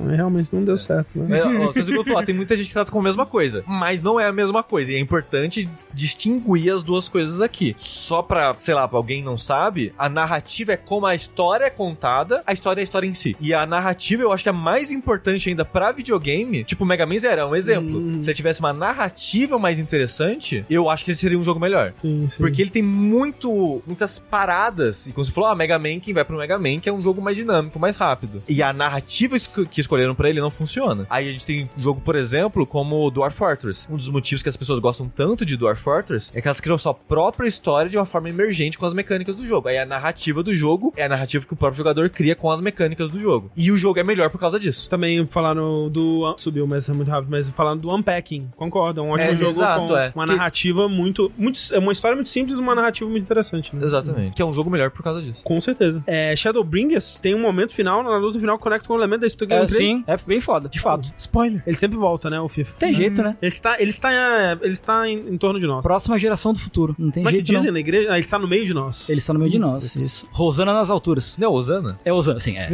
Speaker 1: realmente não deu certo, né?
Speaker 3: É, ó, vocês vão falar, tem muita gente que trata como a mesma coisa, mas não é a mesma coisa, e é importante dis- distinguir as duas coisas aqui. Só pra, sei lá, pra alguém não sabe, a narrativa é como a história é contada, a história é a história em si. E a narrativa eu acho que é mais importante ainda pra videogame, tipo Mega Man Zero, é um exemplo. Se eu tivesse uma narrativa mais interessante, eu acho que esse seria um jogo melhor.
Speaker 1: Sim, sim.
Speaker 3: Porque ele tem muito, muitas paradas. E como você falou, ah, Mega Man, quem vai pro Mega Man, que é um jogo mais dinâmico, mais rápido. E a narrativa esco- que escolheram pra ele não funciona. Aí a gente tem um jogo, por exemplo, como o Dwarf Fortress. Um dos motivos que as pessoas gostam tanto de Dwarf Fortress é que elas criam sua própria história de uma forma emergente com as mecânicas do jogo. Aí a narrativa do jogo é a narrativa que o próprio jogador cria com as mecânicas do jogo. E o jogo é melhor por causa disso.
Speaker 1: Também falaram do. Subiu, mas é muito rápido. Mas falaram do Unpacking. Concordo, é um ótimo
Speaker 3: É,
Speaker 1: jogo
Speaker 3: exato,
Speaker 1: com
Speaker 3: é.
Speaker 1: uma
Speaker 3: Que-
Speaker 1: narrativa muito, muito. É uma história muito simples uma narrativa muito interessante. Né?
Speaker 3: Exatamente. Que é um jogo melhor por causa disso.
Speaker 1: Com certeza. É, Shadowbringers tem um momento final, na luta final conecta com o elemento da estrutura
Speaker 4: É,
Speaker 1: gameplay.
Speaker 4: sim, é bem foda, de fato.
Speaker 2: Spoiler.
Speaker 1: Ele sempre volta, né, o FIFA.
Speaker 4: Tem jeito, né?
Speaker 1: Ele está, ele está, é, ele está em, em torno de nós.
Speaker 4: Próxima geração do futuro. Não tem
Speaker 1: Como é que
Speaker 4: jeito,
Speaker 1: dizem
Speaker 4: não.
Speaker 1: na igreja? Ah, ele está no meio de nós.
Speaker 4: Ele está no meio de nós. Isso. Rosana nas alturas.
Speaker 3: Não, Osana.
Speaker 4: É Osana, sim, é.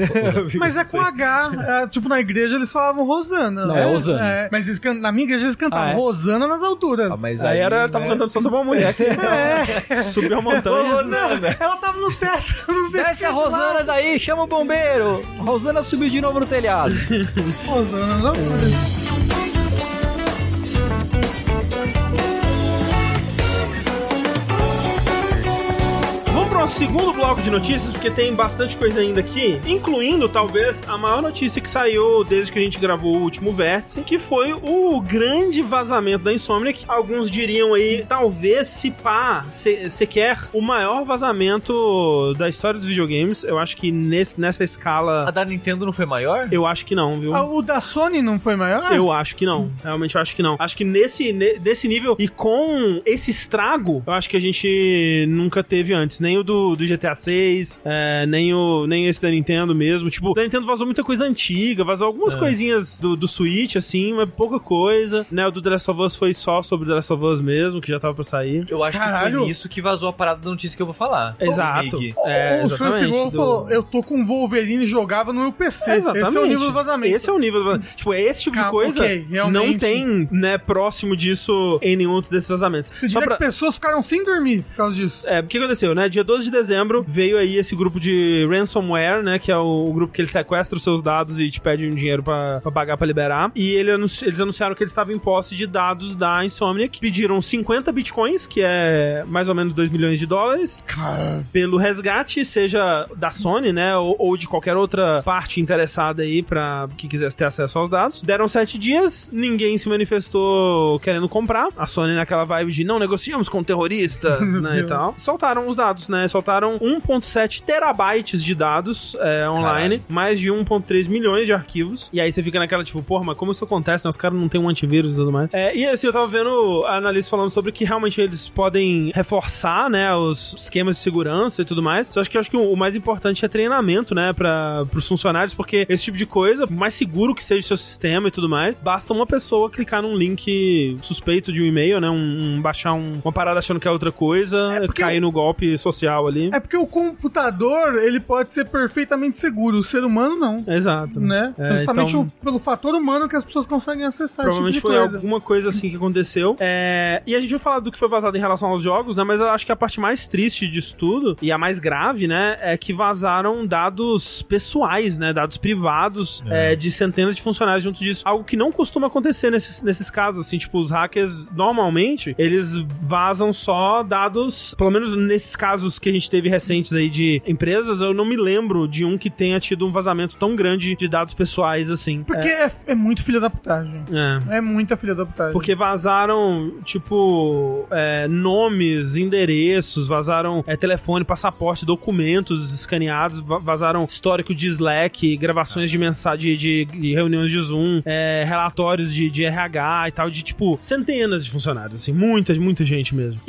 Speaker 2: Mas é com H. É, tipo, na igreja eles falavam Rosana.
Speaker 4: Não,
Speaker 2: né?
Speaker 4: é Osana.
Speaker 2: Mas eles can- na minha igreja eles cantavam
Speaker 4: Ah, é?
Speaker 2: Rosana nas alturas.
Speaker 3: Ah, mas
Speaker 1: Aí era, tava
Speaker 3: né?
Speaker 1: cantando só sobre uma mulher que subiu a montanha.
Speaker 3: Osana.
Speaker 2: Ela tava no teto. Nos
Speaker 4: Desce a Rosana daí, chama o bombeiro. Rosana subiu de novo no telhado.
Speaker 2: Rosana nas alturas.
Speaker 1: Vamos para o nosso segundo bloco de notícias, porque tem bastante coisa ainda aqui, incluindo talvez a maior notícia que saiu desde que a gente gravou o último vértice, que foi o grande vazamento da Insomniac. Alguns diriam aí, talvez se pá, se, sequer o maior vazamento da história dos videogames. Eu acho que nesse, nessa
Speaker 3: A
Speaker 1: escala,
Speaker 3: da Nintendo não foi maior?
Speaker 1: eu acho que não, viu?
Speaker 2: Ah, O da Sony não foi maior?
Speaker 1: Eu acho que não. Realmente eu acho que não. Acho que nesse, ne- desse nível e com esse estrago, eu acho que a gente nunca teve antes. Nem o do, do GTA 6, é, nem, o, nem esse da Nintendo mesmo. Tipo, da Nintendo vazou muita coisa antiga, vazou
Speaker 2: É.
Speaker 1: algumas coisinhas do, do Switch, assim, mas pouca coisa. Né, o do The Last of Us foi só sobre The Last of Us mesmo, que já tava pra sair.
Speaker 3: Eu acho que
Speaker 2: Caralho.
Speaker 3: foi nisso que vazou a parada da notícia que eu vou falar.
Speaker 1: Exato.
Speaker 3: Mig.
Speaker 1: É,
Speaker 2: o Sam
Speaker 1: exatamente,
Speaker 2: Seguro
Speaker 1: do-
Speaker 2: falou: Eu tô com Wolverine e jogava no meu PC.
Speaker 1: Exatamente.
Speaker 2: Esse é o nível do vazamento.
Speaker 1: Esse é o nível do vazamento. Tipo, é esse tipo de
Speaker 2: Calma,
Speaker 1: coisa
Speaker 2: ok, realmente.
Speaker 1: não tem, né, próximo disso em nenhum outro desses vazamentos.
Speaker 2: Eu diria que pessoas ficaram sem dormir por causa disso.
Speaker 1: É, o que aconteceu, né? Dia 12 de dezembro veio aí esse grupo de ransomware, né? Que é o, o grupo que ele sequestra os seus dados e te pede um dinheiro pra, pra pagar pra liberar. E ele anunci- eles anunciaram que eles estavam em posse de dados da Insomniac. Pediram 50 bitcoins, que é mais ou menos 2 milhões de dólares, pelo resgate, seja da Sony, né? Ou, ou de qualquer outra parte interessada aí pra que quisesse ter acesso aos dados. Deram 7 dias, ninguém se manifestou querendo comprar. A Sony naquela vibe de não negociamos com terroristas, né? e tal. Soltaram os dados, né? solta- coletaram 1.7 terabytes de dados é, online, mais de 1.3 milhões de arquivos. E aí você fica naquela, tipo, porra, mas como isso acontece? né? Os caras não têm um antivírus e tudo mais. É, e assim, eu tava vendo a analista falando sobre que realmente eles podem reforçar, né, os esquemas de segurança e tudo mais. Só que eu acho que o o mais importante é treinamento, né, para os funcionários, porque esse tipo de coisa, por mais seguro que seja o seu sistema e tudo mais, basta uma pessoa clicar num link suspeito de um e-mail, né, um, um- baixar um- uma parada achando que é outra coisa,
Speaker 2: É, porque
Speaker 1: cair no golpe social ali.
Speaker 2: É porque o computador, ele pode ser perfeitamente seguro, o ser humano não.
Speaker 1: Exato.
Speaker 2: Né?
Speaker 1: É,
Speaker 2: Justamente
Speaker 1: então-
Speaker 2: o- pelo fator humano que as pessoas conseguem acessar esse tipo
Speaker 1: Provavelmente
Speaker 2: de
Speaker 1: foi
Speaker 2: coisa.
Speaker 1: alguma coisa assim que aconteceu. É, e a gente vai falar do que foi vazado em relação aos jogos, né? Mas eu acho que a parte mais triste disso tudo, e a mais grave, né? É que vazaram dados pessoais, né? Dados privados é, de centenas de funcionários junto disso. Algo que não costuma acontecer nesses, nesses casos, assim. Tipo, os hackers, normalmente, eles vazam só dados, pelo menos nesses casos que a gente teve recentes aí de empresas, eu não me lembro de um que tenha tido um vazamento tão grande de dados pessoais, assim.
Speaker 2: Porque é, é muito filha da putagem.
Speaker 1: É.
Speaker 2: É muita filha da putagem.
Speaker 1: Porque vazaram, tipo, é, nomes, endereços, vazaram é, telefone, passaporte, documentos escaneados, va- vazaram histórico de Slack, gravações de mensagem de, de reuniões de Zoom, é, relatórios de, de RH e tal, de, tipo, centenas de funcionários, assim, muita, muita gente mesmo.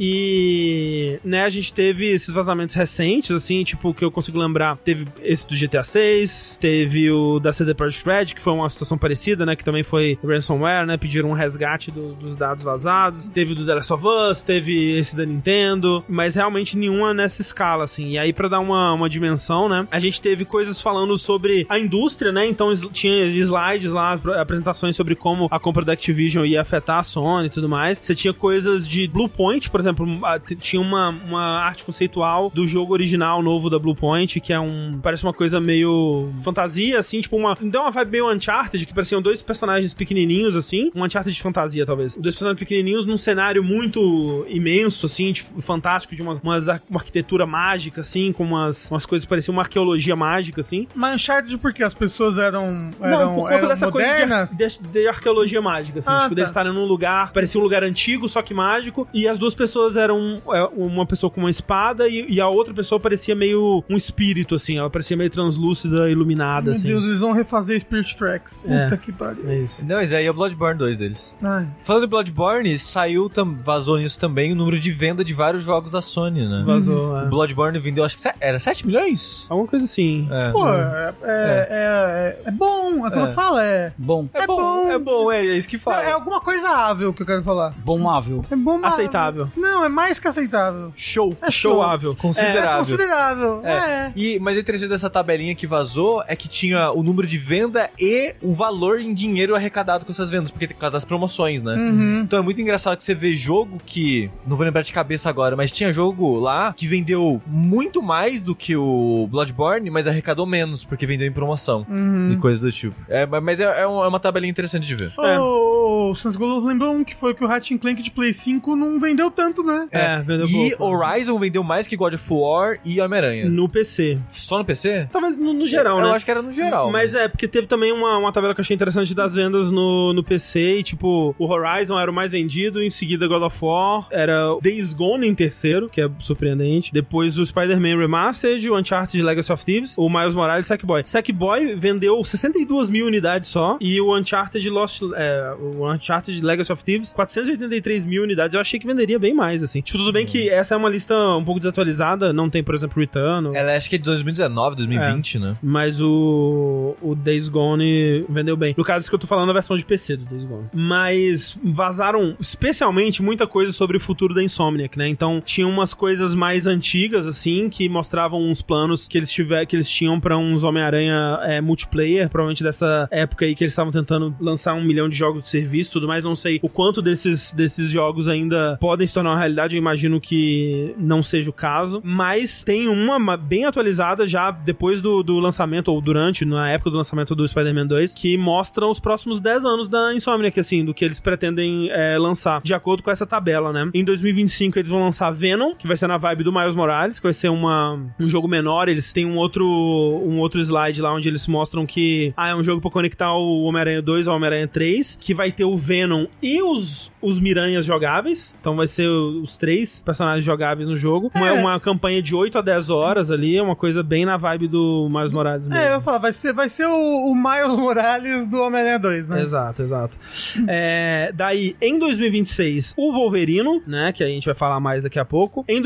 Speaker 1: E, né, a gente teve esses vazamentos recentes, assim, tipo, que eu consigo lembrar, teve esse do GTA 6, teve o da CD Projekt Red, que foi uma situação parecida, né, que também foi ransomware, né, pediram um resgate do- dos dados vazados, teve o do The Last of Us, teve esse da Nintendo, mas realmente nenhuma nessa escala, assim, e aí pra dar uma, uma dimensão, né, a gente teve coisas falando sobre a indústria, né, então is- tinha slides lá, apr- apresentações sobre como a compra da Activision ia afetar a Sony e tudo mais, você tinha coisas de Blue Point, por exemplo, a- t- tinha uma, uma arte conceitual do jogo original novo da Blue Point, que é um. Parece uma coisa meio fantasia, assim, tipo uma. Deu uma vibe meio Uncharted, que pareciam dois personagens pequenininhos, assim. Um Uncharted de fantasia, talvez. Dois personagens pequenininhos num cenário muito imenso, assim, de- fantástico, de umas, umas ar- uma arquitetura mágica, assim, com umas, umas coisas que pareciam uma arqueologia mágica, assim.
Speaker 2: Mas Uncharted porque as pessoas eram, eram,
Speaker 1: Não, por conta
Speaker 2: eram
Speaker 1: dessa
Speaker 2: modernas?
Speaker 1: coisa de, ar- de- de arqueologia mágica, assim,
Speaker 2: Ah,
Speaker 1: tipo,
Speaker 2: tá.
Speaker 1: eles estarem num lugar, parecia um lugar antigo, só que mágico, e as duas pessoas eram é, uma pessoa com uma espada e, e a outra pessoa parecia meio um espírito, assim, ela parecia meio translúcida, iluminada,
Speaker 2: Meu
Speaker 1: assim.
Speaker 2: Deus, eles vão refazer Spirit Tracks. Puta
Speaker 1: É.
Speaker 2: que pariu.
Speaker 1: É isso.
Speaker 3: Não, mas aí é o Bloodborne 2 deles.
Speaker 2: Ai.
Speaker 3: Falando em Bloodborne, saiu, tam- vazou nisso também o número de venda de vários jogos da Sony, né?
Speaker 1: Vazou,
Speaker 3: O
Speaker 2: Hum.
Speaker 1: é.
Speaker 3: Bloodborne vendeu, acho que se- era 7 milhões?
Speaker 1: Alguma coisa assim.
Speaker 3: É.
Speaker 2: Pô, é, é, é, é bom. É como
Speaker 3: É.
Speaker 2: que fala? É,
Speaker 4: Bom,
Speaker 3: É,
Speaker 2: É
Speaker 3: bom,
Speaker 2: bom.
Speaker 3: é bom, é, é isso que
Speaker 2: não,
Speaker 3: fala.
Speaker 2: é alguma coisa ável que eu quero falar.
Speaker 4: bomável.
Speaker 2: É bom mas-
Speaker 1: Aceitável.
Speaker 2: Não, é mais que aceitável.
Speaker 3: Show.
Speaker 2: É show.
Speaker 1: Showável.
Speaker 2: É
Speaker 3: Considerável.
Speaker 2: considerável.
Speaker 3: É.
Speaker 2: É.
Speaker 3: E, mas o interessante dessa tabelinha que vazou é que tinha o número de venda e o valor em dinheiro arrecadado com essas vendas, porque tem por causa das promoções, né?
Speaker 2: Uhum.
Speaker 3: Então é muito engraçado que você vê jogo que. Não vou lembrar de cabeça agora, mas tinha jogo lá que vendeu muito mais do que o Bloodborne, mas arrecadou menos, porque vendeu em promoção.
Speaker 2: Uhum.
Speaker 3: E coisa do tipo. É, ma- mas é, é um- é uma tabelinha interessante de ver.
Speaker 1: É.
Speaker 2: O Sans Golov lembrou um que foi que o Ratchet Clank de Play 5 não vendeu tanto, né?
Speaker 1: É, vendeu
Speaker 3: E
Speaker 1: pouco.
Speaker 3: Horizon vendeu mais que God of War e Homem-Aranha.
Speaker 1: No PC.
Speaker 3: Só no PC?
Speaker 1: Talvez no, no Hum. geral,
Speaker 3: Eu
Speaker 1: né?
Speaker 3: acho que era no geral.
Speaker 1: Mas é, porque teve também uma, uma tabela que eu achei interessante das vendas no, no PC, e, tipo, o Horizon era o mais vendido, em seguida God of War, era o Days Gone em terceiro, que é surpreendente, depois o Spider-Man Remastered, o Uncharted Legacy of Thieves, o Miles Morales e Sackboy. Sackboy vendeu 62 mil unidades só, e o Uncharted Lost, é, o Uncharted Legacy of Thieves, 483 mil unidades, eu achei que venderia bem mais, assim. Tipo, tudo bem que essa é uma lista um pouco desatualizada, não tem, por exemplo, Return, ou-
Speaker 3: Ela acho que é de 2019, 2020, né?
Speaker 1: mas o, o Days Gone vendeu bem. No caso, isso que eu tô falando é a versão de PC do Days Gone. Mas vazaram especialmente muita coisa sobre o futuro da Insomniac, né? Então tinha umas coisas mais antigas, assim, que mostravam uns planos que eles, tiver, que eles tinham pra uns Homem-Aranha é, multiplayer, provavelmente dessa época aí que eles estavam tentando lançar um milhão de jogos de serviço e tudo mais. Não sei o quanto desses, desses jogos ainda podem se tornar uma realidade. Eu imagino que não seja o caso. Mas tem uma ma- bem atualizada já depois do, do lançamento, ou durante, na época do lançamento do Spider-Man 2, que mostra os próximos 10 anos da Insomniac, assim, do que eles pretendem é, lançar, de acordo com essa tabela, né? Em 2025 eles vão lançar Venom, que vai ser na vibe do Miles Morales, que vai ser uma, um jogo menor. Eles têm um outro, um outro slide lá onde eles mostram que ah, é um jogo pra conectar o Homem-Aranha 2 ao Homem-Aranha 3, que vai ter o Venom e os, os Miranhas jogáveis. Então vai ser os três personagens jogáveis no jogo. Uma,
Speaker 2: É.
Speaker 1: uma uma campanha de 8 a 10 horas ali, é uma coisa bem na vibe do Miles Morales mesmo.
Speaker 2: É, eu ia falar, vai ser, vai ser o, o Miles Morales do Homem-Aranha 2, né?
Speaker 1: Exato, exato. É, daí, em 2026, o Wolverino, né? Que a gente vai falar mais daqui a pouco. Em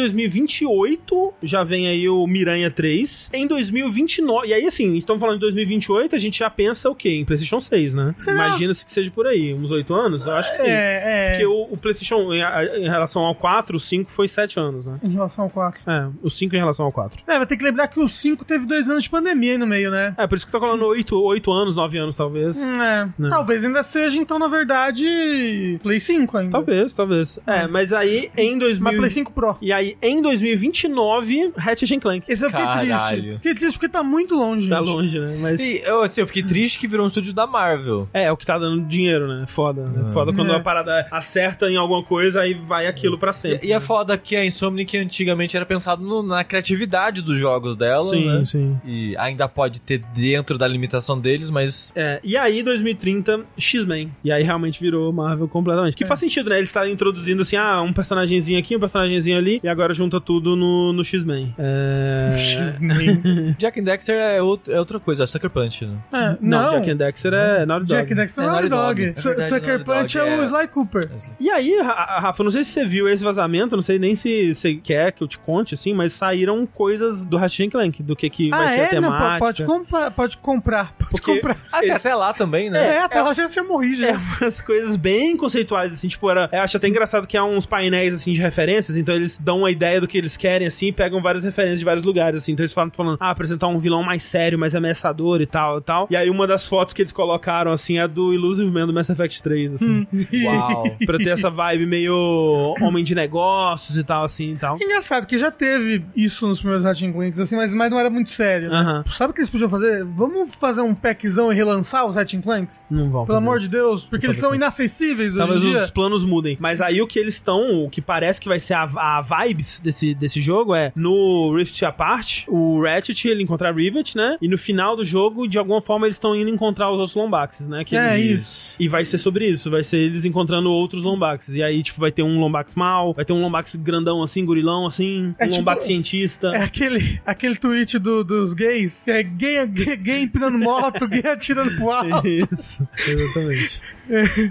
Speaker 1: 2028, já vem aí o Miranha 3. Em 2029. E aí, assim, estamos falando de 2028, a gente já pensa o quê? Em PlayStation 6, né?
Speaker 2: Sei lá.
Speaker 1: Imagina-se que seja por aí, uns 8 anos? Eu acho que sim.
Speaker 2: É,
Speaker 1: Porque o, o PlayStation, em, em relação ao 4, o 5 foi 7 anos, né?
Speaker 2: Em relação ao 4.
Speaker 1: É, o 5 em relação ao 4.
Speaker 2: É, vai ter que lembrar que o 5 teve dois anos de pandemia aí no meio, né?
Speaker 1: É, por isso que tá colando 8, 8 anos, 9 anos, talvez.
Speaker 2: Hum, É.
Speaker 1: Não.
Speaker 2: Talvez ainda seja, então, na verdade, Play 5 ainda.
Speaker 1: Talvez, talvez. É, mas aí em 2000...
Speaker 2: Mas Play 5 Pro.
Speaker 1: E aí em 2029, Ratchet and Clank.
Speaker 2: Esse é eu fiquei
Speaker 3: Caralho.
Speaker 2: triste. Fiquei triste porque tá muito longe.
Speaker 1: Tá
Speaker 2: gente.
Speaker 1: longe, né? Mas... Hum.
Speaker 3: E, eu, assim, eu fiquei triste que virou um estúdio da Marvel.
Speaker 1: É, é o que tá dando dinheiro, né? Foda. né? Foda quando
Speaker 2: É.
Speaker 1: a parada acerta em alguma coisa, aí vai aquilo pra sempre.
Speaker 3: E, e é foda que a Insomniac antigamente era pensado no- na criatividade dos jogos dela,
Speaker 1: Sim,
Speaker 3: né?
Speaker 1: sim.
Speaker 3: E ainda pode ter dentro da limitação deles, mas
Speaker 1: É, e aí, 2030, X-Men. E aí realmente virou Marvel completamente. Que faz sentido, né? Eles estarem introduzindo assim, ah, um personagemzinho aqui, um personagemzinho ali, e agora junta tudo no, no X-Men. É...
Speaker 2: X-Men.
Speaker 3: Jack and Dexter é, out- é outra coisa, é Sucker Punch, né?
Speaker 2: É,
Speaker 1: Não,
Speaker 2: não,
Speaker 1: Jack and Dexter é Naughty Dog.
Speaker 2: Jack Dexter é
Speaker 3: É
Speaker 2: Naughty
Speaker 3: Naughty
Speaker 2: Dog.
Speaker 3: Dog.
Speaker 2: Su-
Speaker 3: É verdade,
Speaker 2: Sucker
Speaker 3: Naughty Dog,
Speaker 2: Punch é o
Speaker 3: é.
Speaker 2: Sly Cooper.
Speaker 1: E aí, Ra- Rafa, não sei se você viu esse vazamento, não sei nem se você quer que eu te conte, assim, mas saíram coisas do Ratchet and Clank, do que, que vai
Speaker 2: Ah,
Speaker 1: ser a
Speaker 2: é? Não,
Speaker 1: temática.
Speaker 2: po- pode, comprar, pode comprar. Pode
Speaker 1: Porque-
Speaker 2: comprar.
Speaker 3: Ah, você até lá também, né?
Speaker 2: É, até lá já se eu morri já.
Speaker 1: É umas coisas bem conceituais, assim, tipo, era, eu acho até engraçado que há uns painéis, assim, de referências, então eles dão uma ideia do que eles querem, assim, e pegam várias referências de vários lugares, assim, então eles falam, falando, ah, apresentar um vilão mais sério, mais ameaçador e tal, e tal, e aí uma das fotos que eles colocaram, assim, é do Illusive Man do Mass Effect 3, assim,
Speaker 2: Hum.
Speaker 3: Uau.
Speaker 1: pra ter essa vibe meio homem de negócios e tal, assim, e tal.
Speaker 2: É Engraçado que já teve isso nos primeiros Ratchet Clanks, assim, mas, mas não era muito sério. né?
Speaker 1: Aham.
Speaker 2: Sabe o que eles podiam fazer? Vamos fazer um packzão e relançar os Ratchet Clanks?
Speaker 1: Não vão
Speaker 2: Pelo
Speaker 1: fazer
Speaker 2: amor
Speaker 1: isso.
Speaker 2: de Deus, porque
Speaker 1: Talvez
Speaker 2: eles são
Speaker 1: sim.
Speaker 2: inacessíveis hoje em
Speaker 1: Talvez
Speaker 2: dia.
Speaker 1: os planos mudem. Mas aí o que eles estão, o que parece que vai ser a, a vibes desse, desse jogo é no Rift Apart, o Ratchet ele encontra a Rivet, né? E no final do jogo, de alguma forma, eles estão indo encontrar os outros Lombaxes, né? Que
Speaker 2: É
Speaker 1: eles-
Speaker 2: isso.
Speaker 1: E vai ser sobre isso, vai ser eles encontrando outros Lombaxes. E aí, tipo, vai ter um Lombax mal, vai ter um Lombax grandão assim, gorilão assim,
Speaker 2: É
Speaker 1: um
Speaker 2: tipo-
Speaker 1: Lombax cientista.
Speaker 2: É aquele, aquele tweet do- dos gays, que é gay, gay, gay empinando moto, gay atirando pro alto.
Speaker 1: É Isso, exatamente.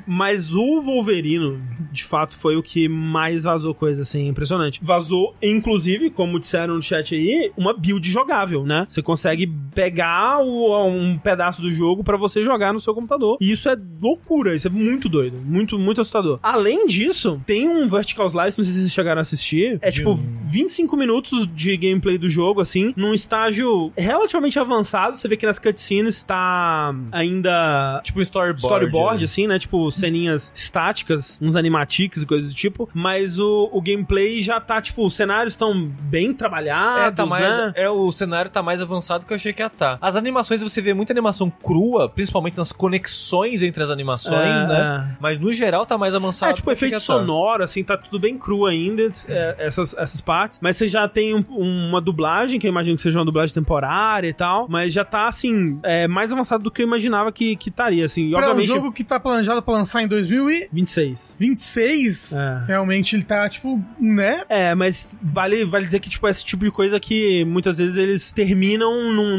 Speaker 1: Mas o Wolverino, de fato, foi o que mais vazou coisa, assim, impressionante. Vazou, inclusive, como disseram no chat aí, uma build jogável, né? Você consegue pegar o- um pedaço do jogo pra você jogar no seu computador. E isso é loucura, isso é muito doido, muito, muito assustador. Além disso, tem um Vertical Slice, não sei se vocês chegaram a assistir, é tipo 25 minutos de gameplay do jogo, assim, num estágio relativamente avançado, você vê que nas cutscenes tá ainda
Speaker 3: Tipo um storyboard.
Speaker 1: storyboard,
Speaker 3: né?
Speaker 1: assim, né? Tipo, ceninhas estáticas, uns animatics e coisas do tipo. Mas o, o gameplay já tá, tipo, os cenários estão bem trabalhados,
Speaker 3: É, tá mais,
Speaker 1: né?
Speaker 3: é, o cenário tá mais avançado que eu achei que ia tá. As animações, você vê muita animação crua, principalmente nas conexões entre as animações,
Speaker 1: É,
Speaker 3: né?
Speaker 1: é.
Speaker 3: Mas no geral tá mais avançado.
Speaker 1: É, tipo,
Speaker 3: que eu achei
Speaker 1: efeito
Speaker 3: que ia tá.
Speaker 1: sonoro, assim, tá tudo bem cru ainda, es- é, essas, essas partes. Mas você já tem um- uma dublagem, que eu imagino que seja uma dublagem temporária e tal. Mas já tá, assim, é, mais avançado do que eu imaginava que que estaria, assim. E,
Speaker 2: Pra um
Speaker 1: obviamente,
Speaker 2: jogo que tá planejado pra lançar em
Speaker 1: 26.
Speaker 2: 2026,
Speaker 1: É.
Speaker 2: realmente ele tá, tipo, né?
Speaker 1: É, mas vale, vale dizer que, tipo, esse tipo de coisa que muitas vezes eles terminam num,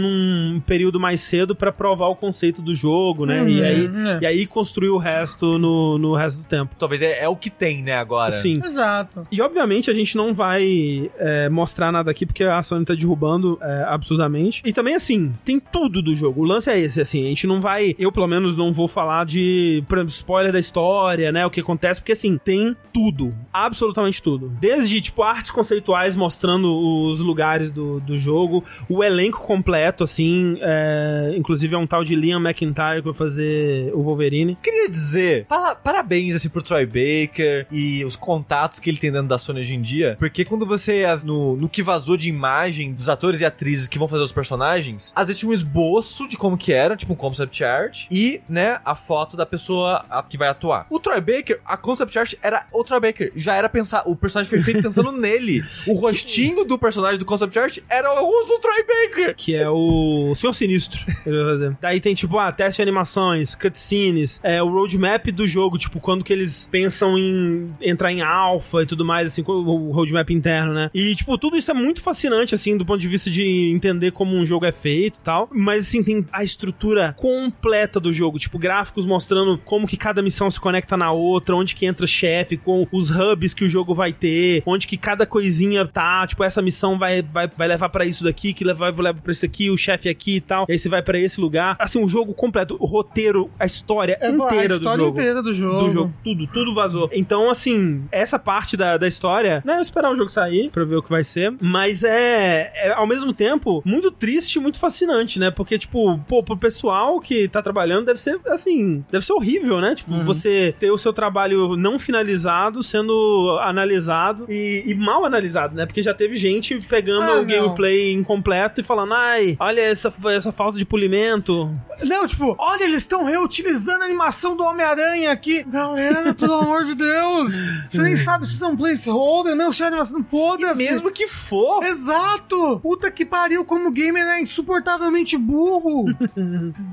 Speaker 1: num período mais cedo pra provar o conceito do jogo, né? E,
Speaker 2: Uhum,
Speaker 1: aí,
Speaker 2: é.
Speaker 1: e aí construir o resto no, no resto do tempo. Assim,
Speaker 3: Talvez é, é o que tem, né, agora.
Speaker 1: Sim.
Speaker 2: Exato.
Speaker 1: E obviamente a gente não vai é, mostrar nada aqui porque a Sony tá derrubando é, absurdamente. E também, assim, tem tudo do jogo. O lance é esse, assim, a gente não vai. Eu, pelo menos, não vou falar de por exemplo, spoiler da história, né? O que acontece, porque assim, tem tudo. Absolutamente tudo. Desde, tipo, artes conceituais mostrando os lugares do, do jogo, o elenco completo, assim. é, inclusive é um tal de Liam McIntyre que vai fazer o Wolverine.
Speaker 3: Queria dizer, pala- parabéns assim pro Troy Baker e os contatos que ele tem dentro da Sony hoje em dia, porque quando você ah, no, no que vazou de imagem dos atores e atrizes que vão fazer os personagens, às vezes tinha um esboço de como que era, tipo um concept art e, né, a foto da pessoa a- que vai atuar. O Troy Baker, a concept art era o Troy Baker, já era pensar, o personagem foi feito pensando nele. O rostinho do personagem do concept art era o rosto do Troy Baker.
Speaker 1: que é o Senhor Sinistro. Ele vai fazer. Daí tem, tipo, ah, teste de animações, cutscenes, é, o roadmap do jogo, tipo, quando que eles pensam em entrar em alpha e tudo mais, assim, o o roadmap interno, né? E, tipo, tudo isso é muito fascinante, assim, do ponto de vista de entender como um jogo é feito e tal. Mas, assim, tem a estrutura completa do jogo. Tipo, gráficos mostrando como que cada missão se conecta na outra, onde que entra chefe, com os hubs que o jogo vai ter, onde que cada coisinha tá. Tipo, essa missão vai, vai, vai levar pra isso daqui, que leva, leva pra isso aqui, o chefe aqui e tal. E aí você vai pra esse lugar. Assim, o jogo completo, o roteiro, a história
Speaker 2: É, pô,
Speaker 1: inteira
Speaker 2: a história
Speaker 1: do jogo
Speaker 2: inteira do jogo.
Speaker 1: do jogo. Tudo, tudo vazou. Então, assim, essa parte da, da história, né? Eu esperar o jogo sair pra ver o que vai ser. Mas é, é, ao mesmo tempo, muito triste e muito fascinante, né? Porque, tipo, pô, pro pessoal que tá trabalhando, deve ser, assim, deve ser horrível, né? Tipo,
Speaker 2: Uhum.
Speaker 1: você ter o seu trabalho não finalizado, sendo analisado e, e mal analisado, né? Porque já teve gente pegando
Speaker 2: Ah,
Speaker 1: o
Speaker 2: não.
Speaker 1: gameplay incompleto e falando, ai, olha essa, essa falta de polimento.
Speaker 2: Não, tipo, olha, eles estão reutilizando a animação do Homem-Aranha aqui. Galera, pelo amor de Deus. Você nem sabe se isso é um placeholder, não, se é animação, foda-se.
Speaker 3: Mesmo que for.
Speaker 2: Exato! Puta que pariu, como o gamer é insuportavelmente burro.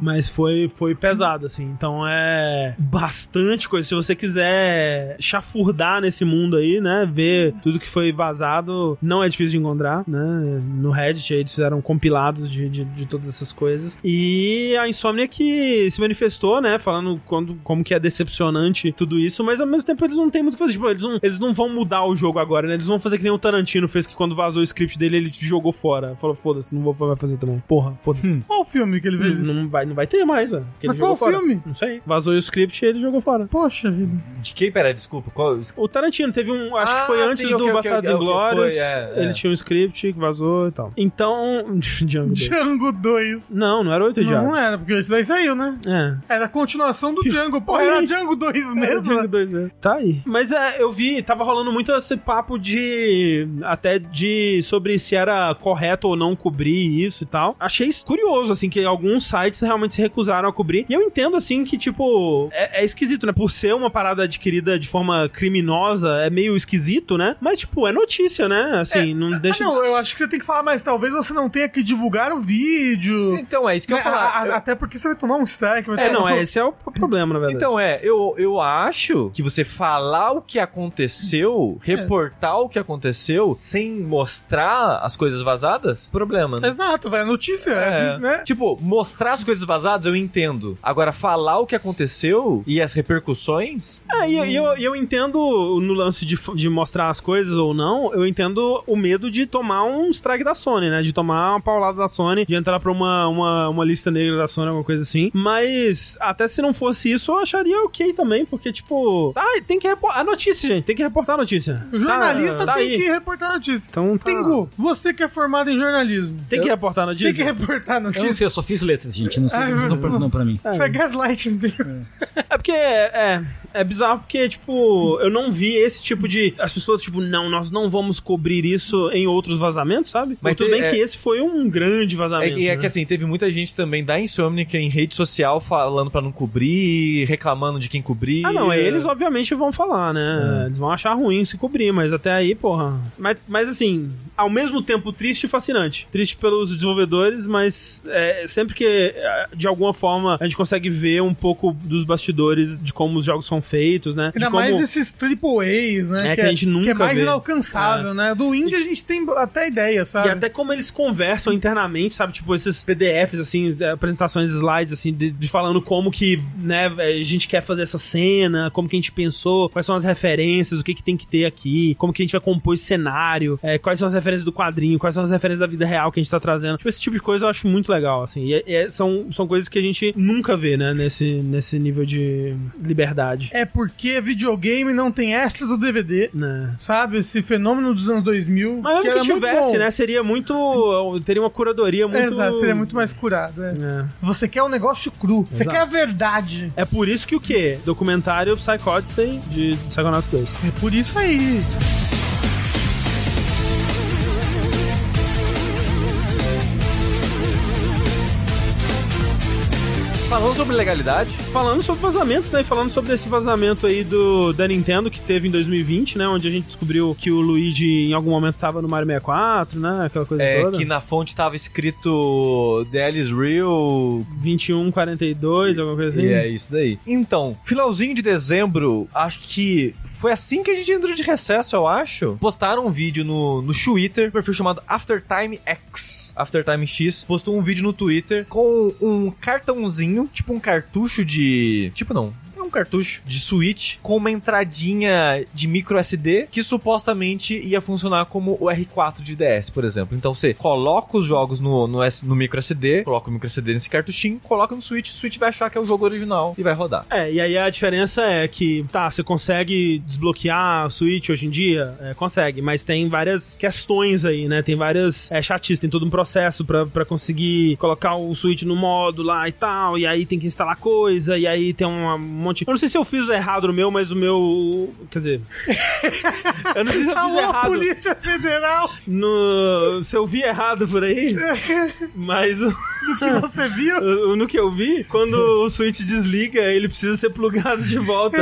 Speaker 1: Mas foi, foi pesado, assim. Então é bastante coisa. Se você quiser chafurdar nesse mundo aí, né? Ver tudo que foi vazado, não é difícil de encontrar, né? No Reddit eles fizeram compilados de, de, de todas essas coisas. E a Insomnia que se manifestou, né? Falando quando, como que é decepcionante tudo isso, mas ao mesmo tempo eles não têm muito o que fazer. Tipo, eles não, eles não vão mudar o jogo agora, né? Eles vão fazer que nem o Tarantino fez, que quando vazou o script dele, ele jogou fora. Falou, foda-se, não vou vai fazer também. Porra, foda-se.
Speaker 2: Qual o filme que ele fez
Speaker 1: Não,
Speaker 2: isso?
Speaker 3: Uhum.
Speaker 1: não vai, não vai ter mais, velho. porque
Speaker 2: Mas
Speaker 1: ele jogou
Speaker 2: qual
Speaker 1: fora.
Speaker 2: filme?
Speaker 1: Não sei. Vazou o script e ele jogou fora.
Speaker 2: Poxa vida.
Speaker 3: De quem? Pera, desculpa. Qual?
Speaker 1: O Tarantino teve um. Acho
Speaker 3: Ah,
Speaker 1: que foi antes
Speaker 3: sim,
Speaker 1: do
Speaker 3: ok, ok,
Speaker 1: Bastardos
Speaker 3: ok,
Speaker 1: Inglórios.
Speaker 3: foi, é, é.
Speaker 1: Ele tinha um script que vazou e tal. Então. Django. dois.
Speaker 2: Django 2.
Speaker 1: Não, não era oito
Speaker 2: Não,
Speaker 1: diabos.
Speaker 2: não era, porque esse daí saiu, né?
Speaker 1: É.
Speaker 2: Era a continuação do
Speaker 1: Que-
Speaker 2: Django. Porra,
Speaker 1: Olha
Speaker 2: era
Speaker 1: aí.
Speaker 2: Django 2
Speaker 1: É, eu
Speaker 2: mesmo?
Speaker 1: digo dois, né? Tá aí. Mas é, eu vi, tava rolando muito esse papo de. Até de. sobre se era correto ou não cobrir isso e tal. Achei isso curioso, assim, que alguns sites realmente se recusaram a cobrir. E eu entendo, assim, que, tipo. É, é esquisito, né? Por ser uma parada adquirida de forma criminosa, é meio esquisito, né? Mas, tipo, é notícia, né? Assim, não
Speaker 2: Ah,
Speaker 1: deixa.
Speaker 2: não, eu acho que você tem que falar, mas talvez você não tenha que divulgar o vídeo.
Speaker 3: Então, é isso que eu ia
Speaker 2: Mas, a-
Speaker 3: falar.
Speaker 2: a-
Speaker 3: Eu-
Speaker 2: Até porque você vai tomar um strike. Vai
Speaker 1: É,
Speaker 2: tomar
Speaker 1: não, é,
Speaker 2: um-
Speaker 1: esse é o problema, na verdade.
Speaker 3: Então, é, eu, eu acho que você falar o que aconteceu, reportar o que aconteceu, sem mostrar as coisas vazadas, problema, né?
Speaker 2: Exato, vai a notícia, é
Speaker 3: É.
Speaker 2: assim, né?
Speaker 3: Tipo, mostrar as coisas vazadas eu entendo. Agora, falar o que aconteceu e as repercussões.
Speaker 1: É, e eu, e eu, e eu entendo no lance de, f- de mostrar as coisas ou não, eu entendo o medo de tomar um strike da Sony, né? De tomar uma paulada da Sony, de entrar pra uma, uma, uma lista negra da Sony, alguma coisa assim. Mas até se não fosse isso, eu acharia ok também, porque, tipo, tá, tem que reportar a notícia, gente, tem que reportar a notícia.
Speaker 2: O jornalista
Speaker 1: Tá- tá
Speaker 2: tem
Speaker 1: aí.
Speaker 2: que reportar a notícia.
Speaker 1: Então tá.
Speaker 2: Tengu, você que é formado em jornalismo,
Speaker 1: Tem que reportar a notícia.
Speaker 2: tem que reportar
Speaker 3: É um
Speaker 2: a
Speaker 4: Eu não
Speaker 2: notícia.
Speaker 4: sei, eu só fiz letras, gente. Não sei o
Speaker 2: Ah,
Speaker 4: que vocês estão
Speaker 2: eu-
Speaker 4: perguntando pra mim.
Speaker 2: Isso é gaslighting dele.
Speaker 1: É porque é, é bizarro porque, tipo, eu não vi esse tipo de. As pessoas, tipo, não, nós não vamos cobrir isso em outros vazamentos, sabe? Mas
Speaker 3: Mas
Speaker 1: tudo
Speaker 3: tem-
Speaker 1: bem
Speaker 3: é-
Speaker 1: que esse foi um grande
Speaker 3: É,
Speaker 1: vazamento.
Speaker 3: e é
Speaker 1: né?
Speaker 3: que assim, teve muita gente também da Insomnica em rede social falando pra não cobrir, reclamando de quem cobrir.
Speaker 1: Ah, não,
Speaker 3: é-
Speaker 1: eles obviamente vão falar,
Speaker 2: É.
Speaker 1: né? Eles vão achar ruim se cobrir, mas até aí, porra. Mas, mas assim, ao mesmo tempo triste e fascinante. Triste pelos desenvolvedores, mas é, sempre que é, de alguma forma a gente consegue ver um pouco dos bastidores de como os jogos são feitos, né? de
Speaker 2: Ainda
Speaker 1: como...
Speaker 2: mais esses triple A's, né?
Speaker 1: É, que a gente
Speaker 2: Que é
Speaker 1: nunca
Speaker 2: mais
Speaker 1: vê. É.
Speaker 2: inalcançável, né? Do indie a gente tem até ideia,
Speaker 1: E
Speaker 2: sabe?
Speaker 1: até como eles conversam internamente, sabe? Tipo, esses PDFs, assim, de- apresentações, slides, assim, de, de falando como que, né, a gente quer fazer essa cena, como que a gente pensou, quais são as referências, o que que tem que ter aqui, como que a gente vai compor esse cenário, é, quais são as referências do quadrinho, quais são as referências da vida real que a gente tá trazendo. Tipo, esse tipo de coisa eu acho muito legal, assim. E é- é- são, são coisas que a gente nunca vê, né, nesse, nesse nível de liberdade.
Speaker 2: É porque videogame não tem extras do DVD,
Speaker 1: Né?
Speaker 2: sabe? Esse fenômeno dos anos 2000.
Speaker 1: Mas mesmo que,
Speaker 2: era muito
Speaker 1: tivesse,
Speaker 2: bom.
Speaker 1: né, seria muito... Teria uma curadoria muito...
Speaker 2: Exato, seria muito mais curado. é.
Speaker 1: É.
Speaker 2: Você quer um negócio cru, você
Speaker 1: Exato.
Speaker 2: quer a verdade.
Speaker 1: É por isso que o quê? Documentário Psychodyssey de Psychonauts 2.
Speaker 2: É por isso aí.
Speaker 3: Falando sobre legalidade,
Speaker 1: Falando sobre vazamentos, né? E falando sobre esse vazamento aí do da Nintendo que teve em 2020, né? Onde a gente descobriu que o Luigi em algum momento estava no Mario 64, né? Aquela coisa
Speaker 3: é
Speaker 1: toda.
Speaker 3: que na fonte tava escrito DL is real.
Speaker 1: 21, 42, alguma coisa assim.
Speaker 3: E é isso daí. Então, finalzinho de dezembro, acho que foi assim que a gente entrou de recesso, eu acho. Postaram um vídeo no, no Twitter, um perfil chamado Aftertime X. Aftertime X postou um vídeo no Twitter com um cartãozinho, tipo um cartucho de. Tipo não. é Um cartucho de Switch com uma entradinha de micro SD que supostamente ia funcionar como o R4 de DS, por exemplo. Então você coloca os jogos no, no, S- no micro SD, coloca o micro SD nesse cartuchinho, coloca no Switch, o Switch vai achar que é o jogo original e vai rodar.
Speaker 1: É, e aí a diferença é que, tá, você consegue desbloquear a Switch hoje em dia? É, consegue, mas tem várias questões aí, né? Tem várias é, chatices, tem todo um processo pra, pra conseguir colocar o Switch no modo lá e tal, e aí tem que instalar coisa, e aí tem um monte... Eu não sei se eu fiz errado no meu, mas o meu... Quer dizer... eu não sei se eu fiz
Speaker 2: Alô,
Speaker 1: errado
Speaker 2: Polícia Federal!
Speaker 1: no... Se eu vi errado por aí, mas... o-
Speaker 2: que você viu?
Speaker 1: o- No que eu vi, quando o Switch desliga, ele precisa ser plugado de volta.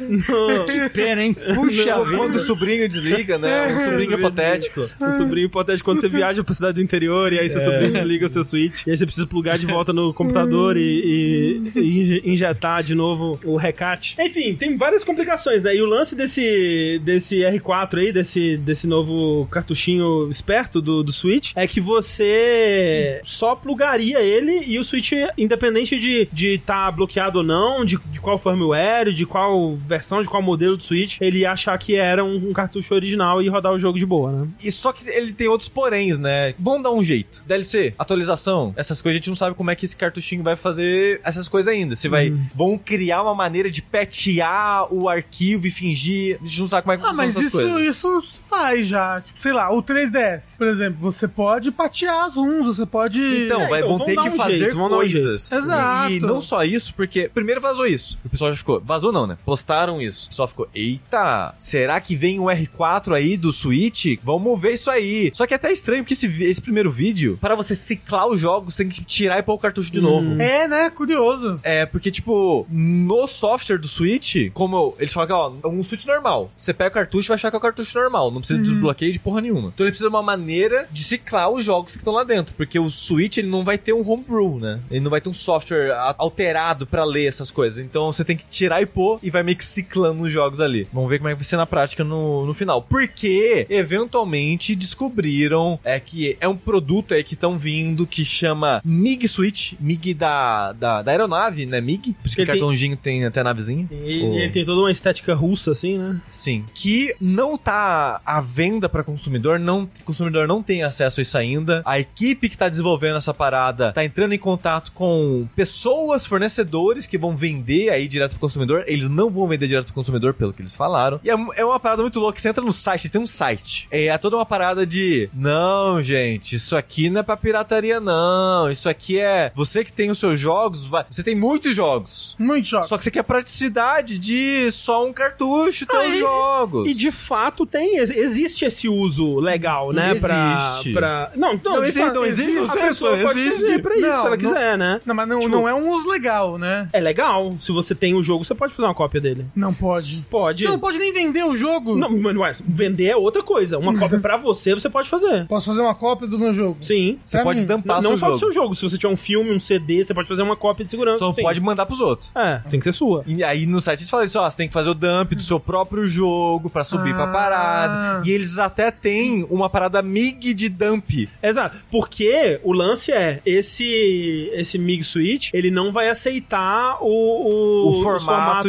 Speaker 1: No...
Speaker 4: Que pena, hein? Puxa
Speaker 3: Não,
Speaker 4: vida.
Speaker 3: quando o sobrinho desliga, né? Um sobrinho hipotético.
Speaker 1: O sobrinho hipotético, quando você viaja pra cidade do interior e aí seu sobrinho desliga o seu Switch, e aí você precisa plugar de volta no computador e, e- e inje- injetar de novo o recate. Enfim, tem várias complicações, né? E o lance desse, desse R4 aí, desse, desse novo cartuchinho esperto do, do Switch, é que você só plugaria ele e o Switch, independente de estar de tá bloqueado ou não, de, de qual firmware, de qual versão, de qual modelo do Switch, ele ia achar que era um, um cartucho original e rodar o jogo de boa, né?
Speaker 3: E só que ele tem outros poréns, né? Vamos dar um jeito. DLC, atualização, essas coisas a gente não sabe como é que esse cartuchinho vai fazer essas coisas ainda. Se vai.
Speaker 2: Hum.
Speaker 3: Vão criar uma maneira de petear o arquivo e fingir. A gente não sabe como é que
Speaker 2: Ah,
Speaker 3: funciona
Speaker 2: mas
Speaker 3: essas
Speaker 2: isso,
Speaker 3: coisas.
Speaker 2: isso se faz já. Tipo, sei lá, o 3DS, por exemplo, você pode patear as uns, você pode.
Speaker 3: Então,
Speaker 1: É, então,
Speaker 3: vai, vão
Speaker 1: vamos
Speaker 3: ter
Speaker 1: dar
Speaker 3: que
Speaker 1: um
Speaker 3: fazer
Speaker 1: jeito, vamos dar um
Speaker 3: coisas.
Speaker 2: jeito. Exato.
Speaker 3: E não só isso, porque primeiro vazou isso. O pessoal já ficou. Vazou não, né? Postaram isso. Só ficou, eita, será que vem o R4 aí do Switch? Vamos mover isso aí. Só que é até estranho, porque esse, vi- esse primeiro vídeo, para você ciclar os jogos, você tem que tirar e pôr o cartucho de
Speaker 1: Uhum.
Speaker 3: novo.
Speaker 2: É, né? Curioso.
Speaker 3: É, porque, tipo, no software do Switch, como eu- eles falam que, ó, é um Switch normal. Você pega o cartucho e vai achar que é o cartucho normal. Não precisa de desbloqueio de porra nenhuma. Então ele precisa de uma maneira de ciclar os jogos que estão lá dentro. Porque o Switch, ele não vai ter um homebrew, né? Ele não vai ter um software a- alterado pra ler essas coisas. Então você tem que tirar e pôr e vai meio que ciclando os jogos ali. Vamos ver como é que vai ser na prática no, no final. Porque, eventualmente, descobriram é que é um produto aí que estão vindo que chama MiG Switch. MiG da, da, da aeronave, né? MiG. Por isso que o
Speaker 1: Ele tem-
Speaker 3: cartãozinho tem até a navezinha.
Speaker 1: E,
Speaker 3: Oh.
Speaker 1: e ele tem toda uma estética russa, assim, né?
Speaker 3: Sim. Que não tá à venda pra consumidor, não, o consumidor não tem acesso a isso ainda. A equipe que tá desenvolvendo essa parada tá entrando em contato com pessoas, fornecedores que vão vender aí direto pro consumidor. Eles não vão vender direto pro consumidor, pelo que eles falaram. E é, mu- é uma parada muito louca. Você entra no site, tem um site. É, é toda uma parada de não, gente, isso aqui não é pra pirataria, não. Isso aqui é você que tem os seus jogos, vai- você tem muitos jogos.
Speaker 2: Muito choque.
Speaker 3: Só que você quer praticidade de só um cartucho ter
Speaker 1: Ah,
Speaker 3: os
Speaker 1: e-
Speaker 3: jogos.
Speaker 1: E de fato tem, ex- existe esse uso legal, né?
Speaker 3: Não
Speaker 1: pra,
Speaker 3: existe.
Speaker 1: pra. Não, não,
Speaker 3: Não
Speaker 1: de
Speaker 3: existe,
Speaker 1: fato,
Speaker 3: não existe,
Speaker 1: A
Speaker 3: não
Speaker 1: pessoa pode
Speaker 3: existe.
Speaker 1: fazer pra isso,
Speaker 2: Não,
Speaker 1: se ela
Speaker 2: não-
Speaker 1: quiser, né?
Speaker 2: Não, mas não,
Speaker 1: Tipo-
Speaker 2: não é um uso legal, né?
Speaker 1: É legal. Se você tem o jogo, você pode fazer uma cópia dele.
Speaker 2: Não pode.
Speaker 1: Pode.
Speaker 2: Você não pode nem vender o jogo.
Speaker 1: Não, mas ué, vender é outra coisa. Uma cópia pra você, você pode fazer.
Speaker 2: Posso fazer uma cópia do meu jogo?
Speaker 1: Sim.
Speaker 3: Você
Speaker 2: pra
Speaker 3: pode
Speaker 2: mim.
Speaker 1: Não,
Speaker 3: dampar
Speaker 1: não
Speaker 3: seu
Speaker 1: só do
Speaker 3: jogo.
Speaker 1: seu jogo. Se você tiver um filme, um CD, você pode fazer uma cópia de segurança.
Speaker 3: Só não
Speaker 1: sim.
Speaker 3: pode mandar pros outros.
Speaker 1: É, tem que ser sua.
Speaker 3: E aí no site eles falam isso, ó, você tem que fazer o dump do seu próprio jogo pra subir pra
Speaker 2: Ah.
Speaker 3: parada. E eles até têm uma parada MIG de dump.
Speaker 1: Exato, porque o lance é esse esse MIG Switch, ele não vai aceitar o, o,
Speaker 3: O formato
Speaker 1: os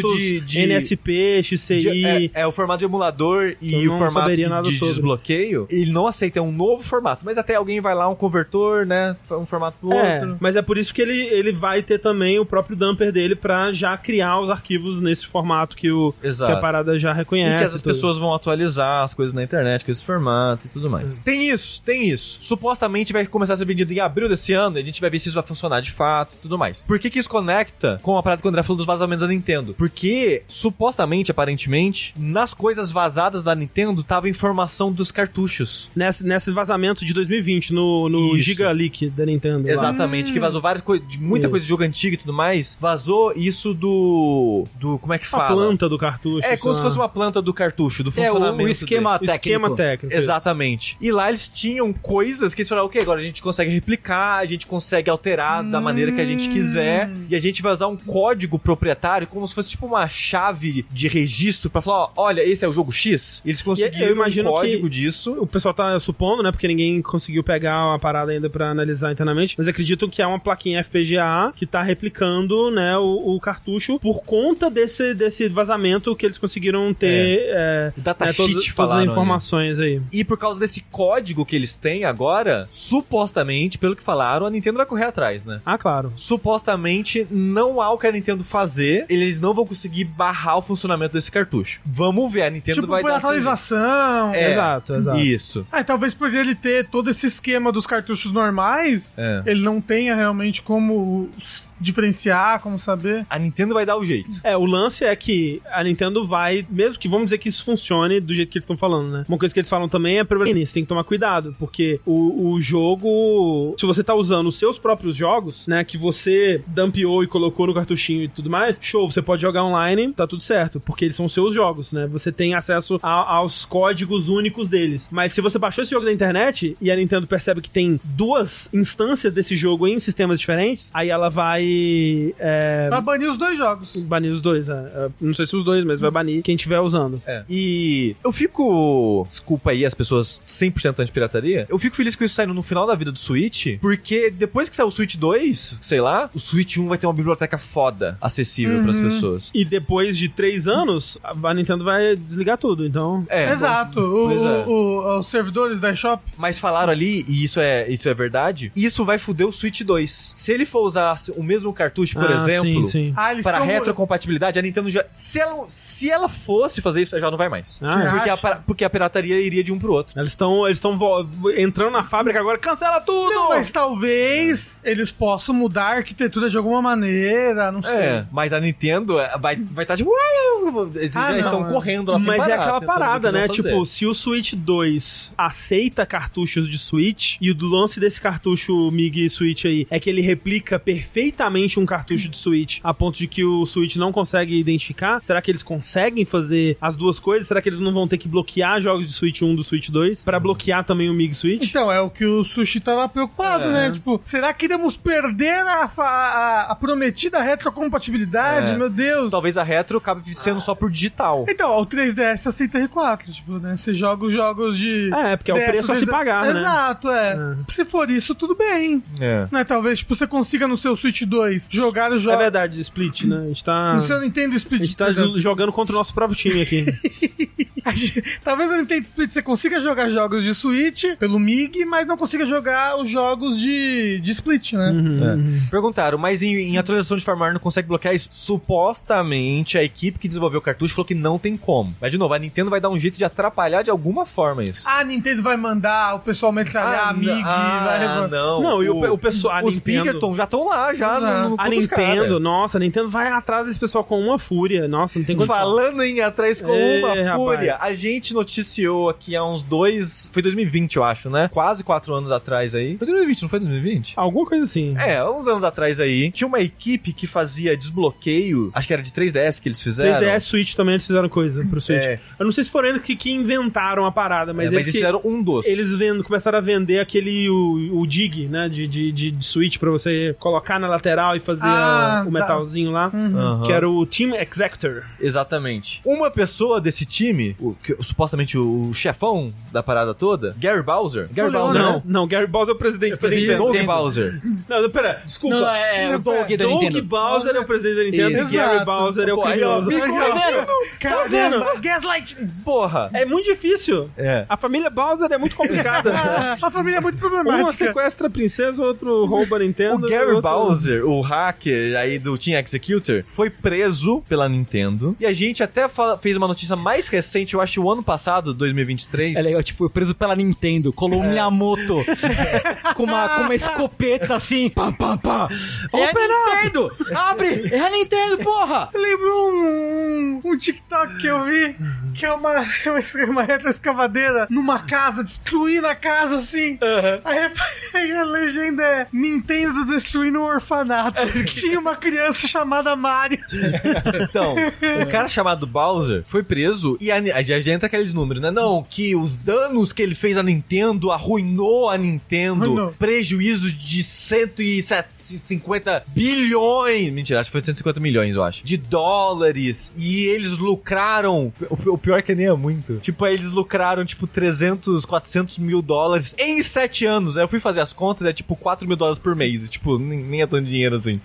Speaker 1: formatos
Speaker 3: de- de-
Speaker 1: NSP, XCI.
Speaker 3: De- é, é o formato de emulador e
Speaker 1: Eu
Speaker 3: o
Speaker 1: não
Speaker 3: formato
Speaker 1: saberia
Speaker 3: de,
Speaker 1: nada
Speaker 3: de
Speaker 1: sobre.
Speaker 3: desbloqueio. Ele não aceita, é um novo formato. Mas até alguém vai lá, um convertor, né? Um formato pro
Speaker 1: É,
Speaker 3: outro.
Speaker 1: mas é por isso que ele, ele vai ter também o próprio dumper dele pra já criar os arquivos nesse formato que, o, que
Speaker 3: Exato.
Speaker 1: a parada já reconhece.
Speaker 3: E que essas
Speaker 1: tudo.
Speaker 3: pessoas vão atualizar as coisas na internet com esse formato e tudo mais. Tem isso, tem isso. Supostamente vai começar a ser vendido em abril desse ano. funcionando. E a gente vai ver se isso vai funcionar de fato e tudo mais. Por que, que isso conecta com a parada que o André falou dos vazamentos da Nintendo? Porque, supostamente, aparentemente, nas coisas vazadas da Nintendo tava informação dos cartuchos.
Speaker 1: Nesse, nesse vazamento de 2020, no, no
Speaker 3: Isso.
Speaker 1: Giga Leak da Nintendo. lá.
Speaker 3: Exatamente, que vazou várias coisas, de muita coisa de jogo antigo e tudo mais. Vazou isso do. do como é que
Speaker 1: A
Speaker 3: fala?
Speaker 1: planta do cartucho. tá.
Speaker 3: É, como se fosse uma planta do cartucho, do
Speaker 4: É, o,
Speaker 3: funcionamento.
Speaker 4: o esquema
Speaker 1: o
Speaker 4: técnico.
Speaker 1: ah. esquema técnico.
Speaker 3: Exatamente. E lá eles tinham coisas que eles falaram, ok, agora a gente consegue replicar, a gente consegue alterar
Speaker 1: Hum.
Speaker 3: da maneira que a gente quiser, e a gente vai usar um código proprietário como se fosse tipo uma chave de registro pra falar, ó, olha, esse é o jogo X. Eles conseguiram
Speaker 1: imagino
Speaker 3: um
Speaker 1: que-
Speaker 3: código disso.
Speaker 1: O pessoal tá supondo, né? Porque ninguém conseguiu pegar uma parada ainda pra analisar internamente. Mas acredito que é uma plaquinha FPGA que tá replicando, né, o, o cartucho por conta desse, desse vazamento que eles conseguiram ter é, né,
Speaker 3: Datasheet
Speaker 1: todas, todas
Speaker 3: falaram
Speaker 1: as
Speaker 3: ali.
Speaker 1: informações aí.
Speaker 3: E por causa desse código que eles têm agora, supostamente, pelo que falaram, a Nintendo vai correr atrás, né?
Speaker 1: Ah, claro.
Speaker 3: supostamente não há o que a Nintendo fazer, eles não vão conseguir barrar o funcionamento desse cartucho. Vamos ver, a Nintendo
Speaker 2: Tipo,
Speaker 3: vai
Speaker 2: por
Speaker 3: dar esse jeito.
Speaker 2: atualização.
Speaker 3: É.
Speaker 1: Exato, exato.
Speaker 3: Isso.
Speaker 2: Ah, e talvez por ele ter todo esse esquema dos cartuchos normais,
Speaker 3: É.
Speaker 2: ele não tenha realmente como s- diferenciar, como saber.
Speaker 3: A Nintendo vai dar o jeito.
Speaker 1: É, o lance é que a Nintendo vai, mesmo que vamos dizer que isso funcione do jeito que eles estão falando, né? Uma coisa que eles falam também é prevenir, você tem que tomar cuidado, porque o, o jogo, se você tá usando os seus próprios jogos, né, que você dumpeou e colocou no cartuchinho e tudo mais, show, você pode jogar online, tá tudo certo, porque eles são seus jogos, né? Você tem acesso a- aos códigos únicos deles. Mas se você baixou esse jogo na internet e a Nintendo percebe que tem duas instâncias desse jogo em sistemas diferentes, aí ela vai é,
Speaker 2: Pra banir os dois jogos.
Speaker 1: Banir os dois, né? É, Não sei se os dois, mas vai banir quem estiver usando.
Speaker 3: É. E eu fico. Desculpa aí as pessoas 100% anti-pirataria. Eu fico feliz com isso saindo no final da vida do Switch, porque depois que sair o Switch 2, sei lá, o Switch 1 vai ter uma biblioteca foda acessível pras
Speaker 2: Uhum.
Speaker 3: pessoas.
Speaker 1: E depois de três anos, a Nintendo vai desligar tudo, então.
Speaker 3: É,
Speaker 2: Exato. O-
Speaker 3: Pois é.
Speaker 2: o- os servidores da eShop.
Speaker 3: Mas falaram ali, e isso é, isso é verdade, isso vai foder o Switch 2. Se ele for usar o mesmo cartucho, por
Speaker 1: Ah,
Speaker 3: exemplo,
Speaker 1: Sim, sim.
Speaker 2: Ah, eles
Speaker 3: para
Speaker 2: tão-
Speaker 3: retrocompatibilidade, a Nintendo já. Se ela, se ela fosse fazer isso, já não vai mais.
Speaker 1: Ah,
Speaker 2: Será?
Speaker 3: porque, a, para- porque a pirataria iria de um pro outro.
Speaker 1: Eles estão eles tão vo- entrando na fábrica agora, cancela tudo!
Speaker 2: Não, mas
Speaker 3: É.
Speaker 2: talvez eles possam mudar a arquitetura de alguma maneira, não sei.
Speaker 3: É, mas a Nintendo é, vai estar vai tá tipo. "Uau!" Eles
Speaker 2: Ah,
Speaker 3: já
Speaker 2: não,
Speaker 3: estão
Speaker 2: é.
Speaker 3: correndo lá sem
Speaker 1: Mas é
Speaker 3: parar,
Speaker 1: aquela
Speaker 3: tentando ver o
Speaker 1: parada,
Speaker 3: que eles
Speaker 1: né?
Speaker 3: vão então, fazer.
Speaker 1: Tipo, se o Switch 2 aceita cartuchos de Switch, e o lance desse cartucho MIG Switch aí é que ele replica perfeitamente um cartucho de Switch a ponto de que o Switch não consegue identificar, será que eles conseguem fazer as duas coisas? Será que eles não vão ter que bloquear jogos de Switch 1 do Switch 2 pra bloquear também o MIG Switch?
Speaker 2: Então, é o que o Sushi tava preocupado,
Speaker 3: É.
Speaker 2: né? Tipo, será que iremos perder a, fa- a- a prometida retrocompatibilidade?
Speaker 3: É.
Speaker 2: Meu Deus.
Speaker 3: Talvez a retro acabe sendo só por digital.
Speaker 2: Então, ó, o 3DS aceita R4, tipo, né? Você joga os jogos de...
Speaker 1: É, porque é o
Speaker 2: DS,
Speaker 1: preço a se
Speaker 2: 3DS.
Speaker 1: pagar, né?
Speaker 2: Exato, é. Se for isso, tudo bem.
Speaker 3: É.
Speaker 2: Né? Talvez, tipo, você consiga no seu Switch 2 jogar os
Speaker 1: É
Speaker 2: jogos...
Speaker 1: verdade, Split, né? A gente tá.
Speaker 2: no seu Nintendo Split.
Speaker 1: A gente tá
Speaker 2: perdão.
Speaker 1: jogando contra o nosso próprio time aqui.
Speaker 2: Talvez no Nintendo Split você consiga jogar jogos de Switch pelo MIG, mas não consiga jogar os jogos de, de Split, né?
Speaker 1: Uhum.
Speaker 3: É. Perguntaram, mas em, em atualização de firmware não consegue bloquear isso? Supostamente a equipe que desenvolveu o cartucho falou que não tem como. Mas de novo, a Nintendo vai dar um jeito de atrapalhar de alguma forma isso.
Speaker 2: A Ah, Nintendo vai mandar o pessoal metralhar a MIG, vai
Speaker 3: ah,
Speaker 2: revoltar.
Speaker 3: não.
Speaker 1: Não, e o pe- o pessoal- a
Speaker 3: Os
Speaker 1: Nintendo-
Speaker 3: Pinkerton já estão lá, já.
Speaker 2: Exato.
Speaker 3: No, no
Speaker 1: A
Speaker 3: com os
Speaker 1: Nintendo,
Speaker 3: cara.
Speaker 1: nossa, a Nintendo vai atrás desse pessoal com uma fúria. Nossa, não tem condição.
Speaker 3: Falando em atrás com
Speaker 1: Ei,
Speaker 3: uma
Speaker 1: rapaz.
Speaker 3: fúria, a gente noticiou aqui há uns dois. Foi 2020, eu acho, né? Quase quatro anos atrás aí. Foi 2020, não foi 2020?
Speaker 1: Alguma coisa assim.
Speaker 3: É, uns anos atrás aí, tinha uma equipe que fazia desbloqueio, acho que era de 3DS que eles fizeram.
Speaker 1: 3DS Switch também eles fizeram coisa pro Switch.
Speaker 3: É.
Speaker 1: Eu não sei se foram eles que, que inventaram a parada, mas
Speaker 3: Mas, é,
Speaker 1: eles,
Speaker 3: mas eles
Speaker 1: que-
Speaker 3: fizeram um doce.
Speaker 1: eles vendo, começaram a vender aquele o, o dig, né, de, de, de, de Switch pra você colocar na lateral e fazer
Speaker 2: Ah,
Speaker 1: a- o
Speaker 2: tá.
Speaker 1: metalzinho lá,
Speaker 3: Aham.
Speaker 1: que era o Team Executor.
Speaker 3: Exatamente. Uma pessoa desse time, o, que- supostamente o, o chefão da parada toda, Gary Bowser. Gary
Speaker 2: Olha,
Speaker 3: Bowser,
Speaker 1: Não, não, Gary Bowser é o presidente da
Speaker 3: né?
Speaker 1: Nintendo.
Speaker 3: Doug Bowser.
Speaker 1: Não, pera, desculpa.
Speaker 4: Não, é, é o Doug da Nintendo.
Speaker 1: Bowser é o presidente da Nintendo
Speaker 4: Isso.
Speaker 1: e Gary
Speaker 2: Exato.
Speaker 1: Bowser é o
Speaker 3: Pô, aí, ó,
Speaker 1: criminoso.
Speaker 3: me corrigindo.
Speaker 2: Caramba, Gaslight!
Speaker 3: Porra.
Speaker 1: É muito difícil.
Speaker 3: É.
Speaker 1: A família Bowser é muito complicada.
Speaker 2: A família é muito
Speaker 1: Uma
Speaker 2: problemática.
Speaker 1: sequestra a princesa, outro rouba a Nintendo.
Speaker 3: O Gary
Speaker 1: outro-
Speaker 3: Bowser, o hacker aí do Team Executor, foi preso pela Nintendo. E a gente até fa- fez uma notícia mais recente eu acho que o ano passado, 2023.
Speaker 4: É legal, tipo, foi preso pela Nintendo, colou
Speaker 1: É.
Speaker 4: um Miyamoto com, uma, com uma escopeta assim, pam, pam, pam. É a Nintendo! Abre! É a Nintendo, porra!
Speaker 2: Lembrou um, um, um TikTok que eu vi, que é uma, uma, uma retroescavadeira numa casa, destruindo a casa assim. Aí, aí a legenda é Nintendo destruindo um orfanato.
Speaker 1: É
Speaker 2: Tinha uma criança chamada Mario.
Speaker 3: Então, o cara chamado Bowser foi preso e a, a, já já entra aqueles números, né? Não, que os danos que ele fez à Nintendo arruinou a Nintendo.
Speaker 2: Arruinou.
Speaker 3: Prejuízo de 150 bilhões. Mentira, acho que foi 150 milhões, eu acho. De dólares. E eles lucraram. O, o pior é que nem é muito. Tipo, aí eles lucraram, tipo, 300, 400 mil dólares em 7 anos. Aí eu fui fazer as contas, é tipo 4 mil dólares por mês. E, tipo, nem, nem é tanto dinheiro assim.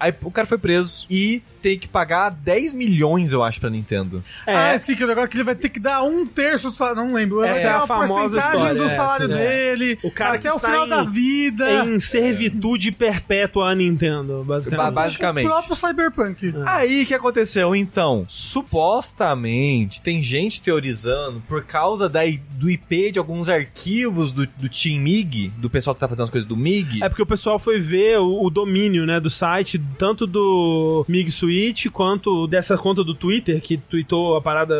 Speaker 3: Aí o cara foi preso e tem que pagar 10 milhões, eu acho, pra Nintendo.
Speaker 2: Ah, sim, que o negócio é que ele vai ter que dar um terço do salário. Não lembro.
Speaker 1: Essa
Speaker 2: sei
Speaker 1: é a
Speaker 2: lá, uma
Speaker 1: famosa
Speaker 2: porcentagem
Speaker 1: história,
Speaker 2: do
Speaker 1: essa,
Speaker 2: salário
Speaker 1: né?
Speaker 2: dele.
Speaker 1: O cara
Speaker 2: até
Speaker 1: que
Speaker 2: o
Speaker 1: está
Speaker 2: final
Speaker 1: em-
Speaker 2: da vida.
Speaker 1: Em servitude perpétua à Nintendo,
Speaker 3: Ba-
Speaker 1: basicamente.
Speaker 3: Basicamente.
Speaker 2: O próprio Cyberpunk.
Speaker 1: Ah.
Speaker 3: Aí o que aconteceu? Então, supostamente tem gente teorizando por causa da, i- do IP de alguns arquivos do, do Team MIG, do pessoal que tá fazendo as coisas do MIG.
Speaker 1: É porque o pessoal foi ver o, o domínio, né, do site, tanto do Mig Switch quanto dessa conta do Twitter, que tweetou a parada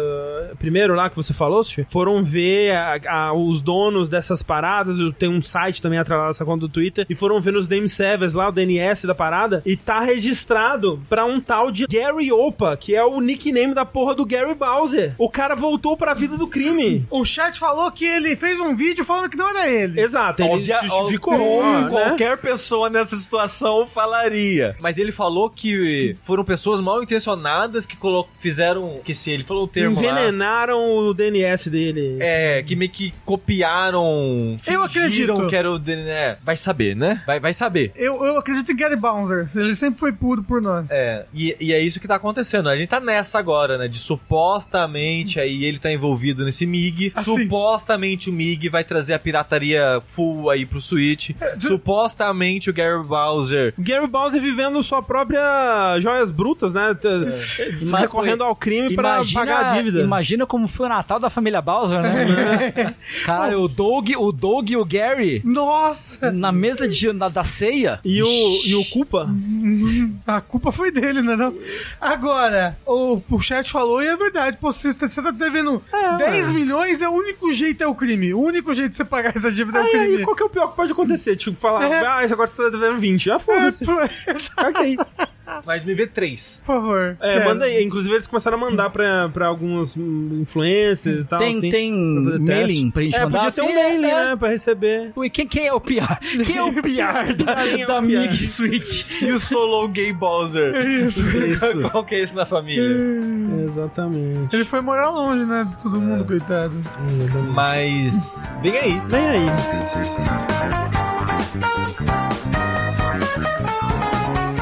Speaker 1: primeiro lá que você falou, Sushi. Foram ver a- a- os donos dessas paradas, tem um site também atrás dessa conta do Twitter, e foram ver nos name servers lá, o DNS da parada, e tá registrado pra um tal de Gary Opa, que é o nickname da porra do Gary Bowser. O cara voltou pra vida do crime.
Speaker 2: O chat falou que ele fez um vídeo falando que não era ele.
Speaker 1: Exato, ele
Speaker 3: Óbvia-
Speaker 1: justificou,
Speaker 3: óbvio,
Speaker 1: né?
Speaker 3: qualquer pessoa nessa situação falaria. Mas ele falou que foram pessoas mal intencionadas que colo- fizeram. Que se ele falou o termo. lá.
Speaker 1: Envenenaram o DNS dele.
Speaker 3: É, que meio que copiaram. fingiram
Speaker 2: acredito.
Speaker 3: que era o DNA. Vai saber, né? Vai, vai saber.
Speaker 2: Eu, eu acredito em Gary Bouncer. Ele sempre foi puro por nós.
Speaker 3: É, e, e é isso que tá acontecendo. A gente tá nessa agora, né? De supostamente aí ele tá envolvido nesse MIG.
Speaker 2: Assim.
Speaker 3: Supostamente o MIG vai trazer a pirataria full aí pro Switch. Supostamente o Gary Bowser.
Speaker 1: Gary Bowser vivendo sua própria joias brutas, né? T- Recorrendo ao crime pra pagar a dívida.
Speaker 4: Imagina como foi o Natal da família Bowser, né? Cara, o Doug, o Doug e o Gary
Speaker 2: Nossa!
Speaker 4: na mesa de, na- da ceia.
Speaker 1: E o, e o culpa?
Speaker 2: A culpa foi dele, né? Não? Agora, o, o chat falou e é verdade. Pô, você, você tá devendo 10 milhões, é o único jeito é o crime. O único jeito de você pagar essa dívida é o
Speaker 1: Aí, aí,
Speaker 2: crime.
Speaker 1: qual que é o pior que pode acontecer? Tipo, falar,
Speaker 2: É.
Speaker 1: ah, esse agora você tá devendo 20. Ah,
Speaker 2: É,
Speaker 1: foda-se.
Speaker 2: por, exato,
Speaker 1: Caguei.
Speaker 3: Mas me vê três.
Speaker 2: por favor.
Speaker 1: É,
Speaker 2: Quero.
Speaker 1: manda aí. Inclusive, eles começaram a mandar pra, pra alguns hum, influencers e tal.
Speaker 4: Tem,
Speaker 1: assim,
Speaker 4: tem
Speaker 1: pra fazer teste.
Speaker 4: mailing pra gente
Speaker 1: é,
Speaker 4: mandar?
Speaker 1: Podia ter um
Speaker 4: Sim,
Speaker 1: mailing,
Speaker 4: é.
Speaker 1: né? Pra receber.
Speaker 4: Ui, Quem, quem é o piar? Quem é o piar da,
Speaker 1: Quem é o piar?
Speaker 4: da Mig Switch?
Speaker 3: E o solo gay Bowser.
Speaker 2: É Isso.
Speaker 4: Isso.
Speaker 3: Qual que é isso na família?
Speaker 1: Exatamente.
Speaker 2: Ele foi morar longe, né? De todo mundo, coitado.
Speaker 3: Mas. Vem aí.
Speaker 1: Vem aí.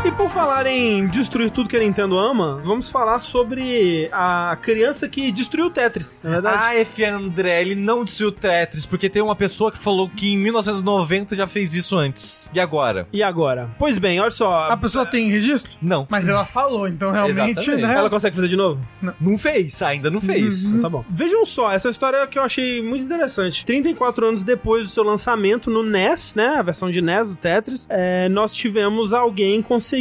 Speaker 1: E por falar em destruir tudo que a Nintendo ama, vamos falar sobre a criança que destruiu o Tetris, na verdade.
Speaker 3: Ah, F. André, ele não disse o Tetris, porque tem uma pessoa que falou que em 1990 já fez isso antes. E agora?
Speaker 1: E agora? Pois bem, olha só.
Speaker 2: A pessoa tem registro?
Speaker 3: Não.
Speaker 2: Mas ela falou, então realmente,
Speaker 3: Exatamente.
Speaker 2: né?
Speaker 1: Ela consegue fazer de novo?
Speaker 3: Não fez, ainda não fez.
Speaker 1: Tá bom. Vejam só, essa história é que eu achei muito interessante. 34 anos depois do seu lançamento no NES, né? A versão de NES do Tetris, é, nós tivemos alguém conseguindo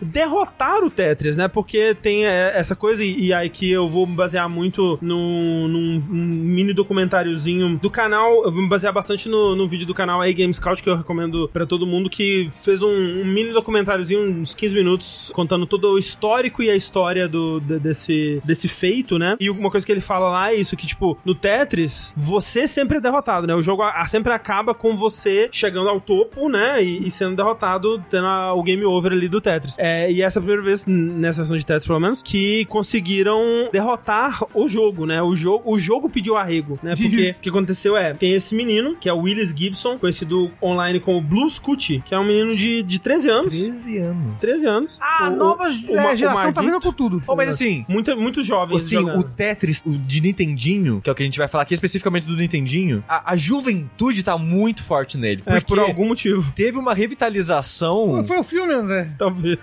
Speaker 1: derrotar o Tetris, né? Porque tem é, essa coisa, e e aí que eu vou me basear muito num, num- num mini documentáriozinho do canal. Eu vou me basear bastante no, no vídeo do canal A Game Scout, que eu recomendo pra todo mundo, que fez um, um mini documentáriozinho, uns 15 minutos, contando todo o histórico e a história do, de- desse, desse feito, né? E uma coisa que ele fala lá é isso, que tipo, no Tetris, você sempre é derrotado, né? O jogo a- a- sempre acaba com você chegando ao topo, né? E, e sendo derrotado, tendo a- o game over ali do Tetris. É, e essa é a primeira vez, n- nessa sessão de Tetris pelo menos, que conseguiram derrotar o jogo, né? O jogo, o jogo pediu arrego, né? Porque
Speaker 2: Isso.
Speaker 1: o que aconteceu é, tem esse menino, que é o Willis Gibson, conhecido online como Blue Scucci, que é um menino de, de 13 anos.
Speaker 3: 13 anos.
Speaker 1: 13 anos.
Speaker 2: A
Speaker 1: O-
Speaker 2: nova
Speaker 1: o-
Speaker 2: é,
Speaker 1: o Ma- o
Speaker 2: geração
Speaker 1: Mardito.
Speaker 2: tá vindo com tudo.
Speaker 3: Oh, mas assim,
Speaker 1: Muito, muito jovem.
Speaker 3: assim, o Tetris o de Nintendinho, que é o que a gente vai falar aqui especificamente do Nintendinho, a, a juventude tá muito forte nele.
Speaker 1: é,
Speaker 3: porque
Speaker 1: por algum motivo.
Speaker 3: teve uma revitalização.
Speaker 2: Foi, foi o filme, André?
Speaker 1: Então, vezes.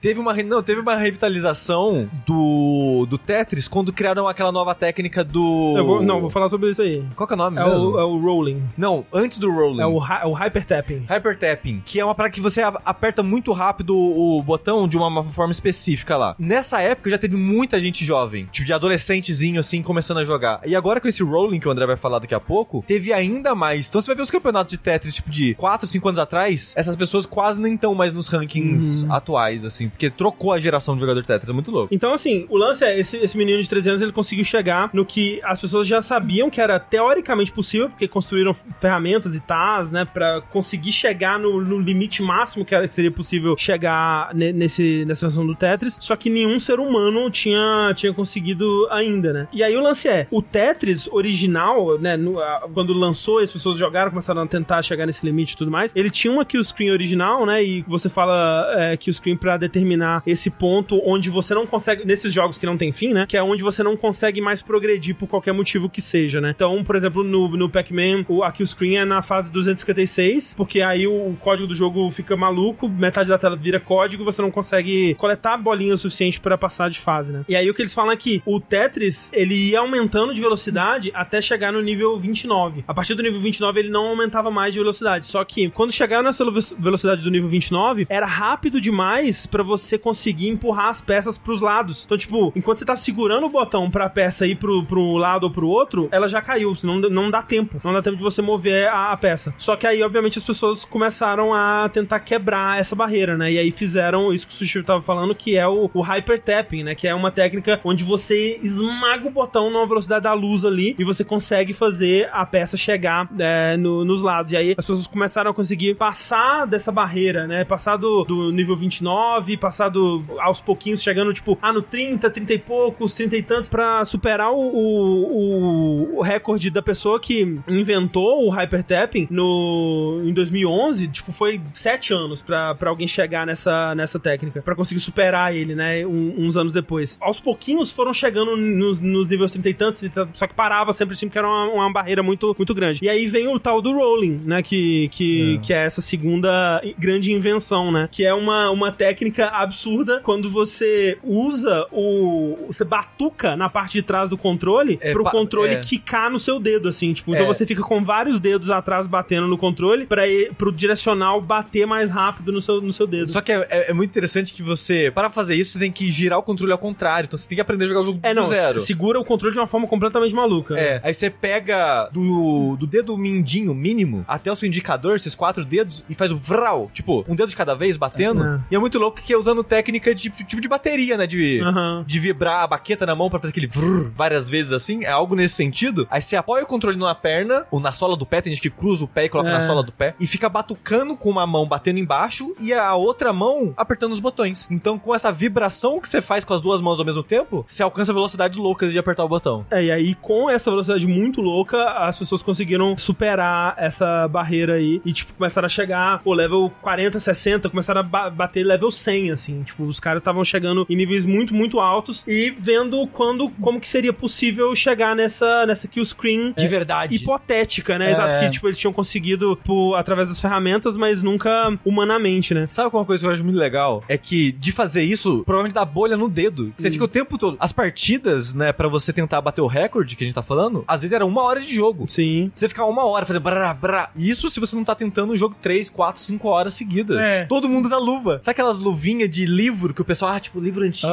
Speaker 3: Teve uma, re- não, teve uma revitalização do, do Tetris quando criaram aquela nova técnica do.
Speaker 1: Eu vou- não, vou falar sobre isso aí.
Speaker 3: Qual que é o nome
Speaker 1: É
Speaker 3: mesmo?
Speaker 1: o, é o rolling.
Speaker 3: Não, antes do Rolling.
Speaker 1: É o, hi- é o hypertapping.
Speaker 3: Hypertapping, que é uma parada que você a- aperta muito rápido o o botão de uma uma forma específica lá. Nessa época já teve muita gente jovem, tipo de adolescentezinho assim, começando a jogar. E agora com esse rolling que o André vai falar daqui a pouco, teve ainda mais. Então você vai ver os campeonatos de Tetris, tipo de 4, 5 anos atrás, essas pessoas quase nem estão mais nos rankings
Speaker 1: Uhum.
Speaker 3: atuais, assim, porque trocou a geração de jogador de Tetris, é muito louco.
Speaker 1: Então, assim, o lance é, esse, esse menino de 13 anos, ele conseguiu chegar no que as pessoas já sabiam que era teoricamente possível, porque construíram ferramentas e tais, né, pra conseguir chegar no, no limite máximo que, era, que seria possível chegar ne- nesse, nessa versão do Tetris, só que nenhum ser humano tinha, tinha conseguido ainda, né. E aí o lance é, o Tetris original, né, no- a- quando lançou, as pessoas jogaram, começaram a tentar chegar nesse limite e tudo mais, ele tinha uma kill screen original, né, e você fala é, kill screen pra determinar esse ponto onde você não consegue, nesses jogos que não tem fim, né? Que é onde você não consegue mais progredir por qualquer motivo que seja, né? Então, por exemplo, no, no Pac-Man, o- a kill screen é na fase 256, porque aí o, o código do jogo fica maluco, metade da tela vira código, você não consegue coletar bolinha o suficiente pra passar de fase, né? E aí o que eles falam é que o Tetris, ele ia aumentando de velocidade até chegar no nível 29. A partir do nível 29 ele não aumentava mais de velocidade, só que quando chegava nessa velo- velocidade do nível 29, era rápido demais pra você conseguir empurrar as peças pros lados. Então, tipo, enquanto você tá segurando o botão pra peça ir pro, pro lado ou pro outro, ela já caiu. Senão não dá tempo. Não dá tempo de você mover a, a peça. Só que aí, obviamente, as pessoas começaram a tentar quebrar essa barreira, né? E aí fizeram isso que o Sushi tava falando, que é o, o hypertapping, né? Que é uma técnica onde você esmaga o botão numa velocidade da luz ali e você consegue fazer a peça chegar é, no- nos lados. E aí as pessoas começaram a conseguir passar dessa barreira, né? Passar do, do nível 29, passar do, aos pouquinhos, chegando, tipo, ah, no 30, 30 e poucos, 30 e tantos, pra superar o, o, o recorde da pessoa que inventou o hypertapping no, em 2011. Tipo, foi 7 anos pra, pra alguém chegar nessa, nessa técnica, pra conseguir superar ele, né? um- uns anos depois. Aos pouquinhos foram chegando nos, nos níveis 30 e tantos, 30, só que parava sempre assim, porque era uma, uma barreira muito, muito grande. E aí vem o tal do rolling, né? Que, que, que é essa segunda i- grande invenção, né? Que é uma, uma técnica absurda quando você usa o. Você batuca na parte de trás do controle
Speaker 3: É,
Speaker 1: pro
Speaker 3: pa-
Speaker 1: controle
Speaker 3: é.
Speaker 1: quicar no seu dedo, assim. Tipo, então
Speaker 3: É.
Speaker 1: você fica com vários dedos atrás batendo no controle pra e- pro direcional bater mais rápido no seu, no seu dedo.
Speaker 3: Só que é, é- é muito interessante que você, para fazer isso, você tem que girar o controle ao contrário. Então você tem que aprender a jogar o jogo
Speaker 1: é,
Speaker 3: do
Speaker 1: não,
Speaker 3: zero.
Speaker 1: se- segura o controle de uma forma completamente maluca.
Speaker 3: É, aí você pega do, do dedo mindinho mínimo até o seu indicador, esses quatro dedos, e faz o vral, tipo, um dedo de cada vez batendo.
Speaker 1: É.
Speaker 3: E é muito louco que é usando técnica de tipo de bateria, né? De,
Speaker 1: Aham.
Speaker 3: de vibrar a baqueta na mão pra fazer aquele vrr várias vezes assim. É algo nesse sentido. Aí você apoia o controle na perna, ou na sola do pé, tem gente que cruza o pé e coloca
Speaker 1: É.
Speaker 3: na sola do pé, e fica batucando com uma mão batendo embaixo e a outra mão apertando os botões. Então, com essa vibração que você faz com as duas mãos ao mesmo tempo, você alcança velocidades loucas de apertar o botão.
Speaker 1: É, e aí com essa velocidade muito louca, as pessoas conseguiram superar essa barreira aí e, tipo, começaram a chegar, pô, level 40, 60, começaram a ba- bater level 100, assim. Tipo, os caras estavam chegando em níveis muito, muito altos e vendo quando, como que seria possível chegar nessa, nessa kill screen
Speaker 4: De verdade.
Speaker 1: hipotética, né? Exato, que, tipo, eles tinham conseguido por, através das ferramentas, mas nunca humanamente, né?
Speaker 3: Sabe é uma coisa que eu acho muito legal? É que de fazer isso, provavelmente dá bolha no dedo. Você fica o tempo todo. As partidas, né, pra você tentar bater o recorde que a gente tá falando, às vezes era uma hora de jogo.
Speaker 1: Sim.
Speaker 3: Você ficar uma hora fazendo brá, brá. Isso se você não tá tentando o jogo 3, 4, 5 horas seguidas.
Speaker 2: É.
Speaker 3: Todo mundo usa luva. Sabe aquelas luvinhas de livro que o pessoal, ah, tipo, livro antigo.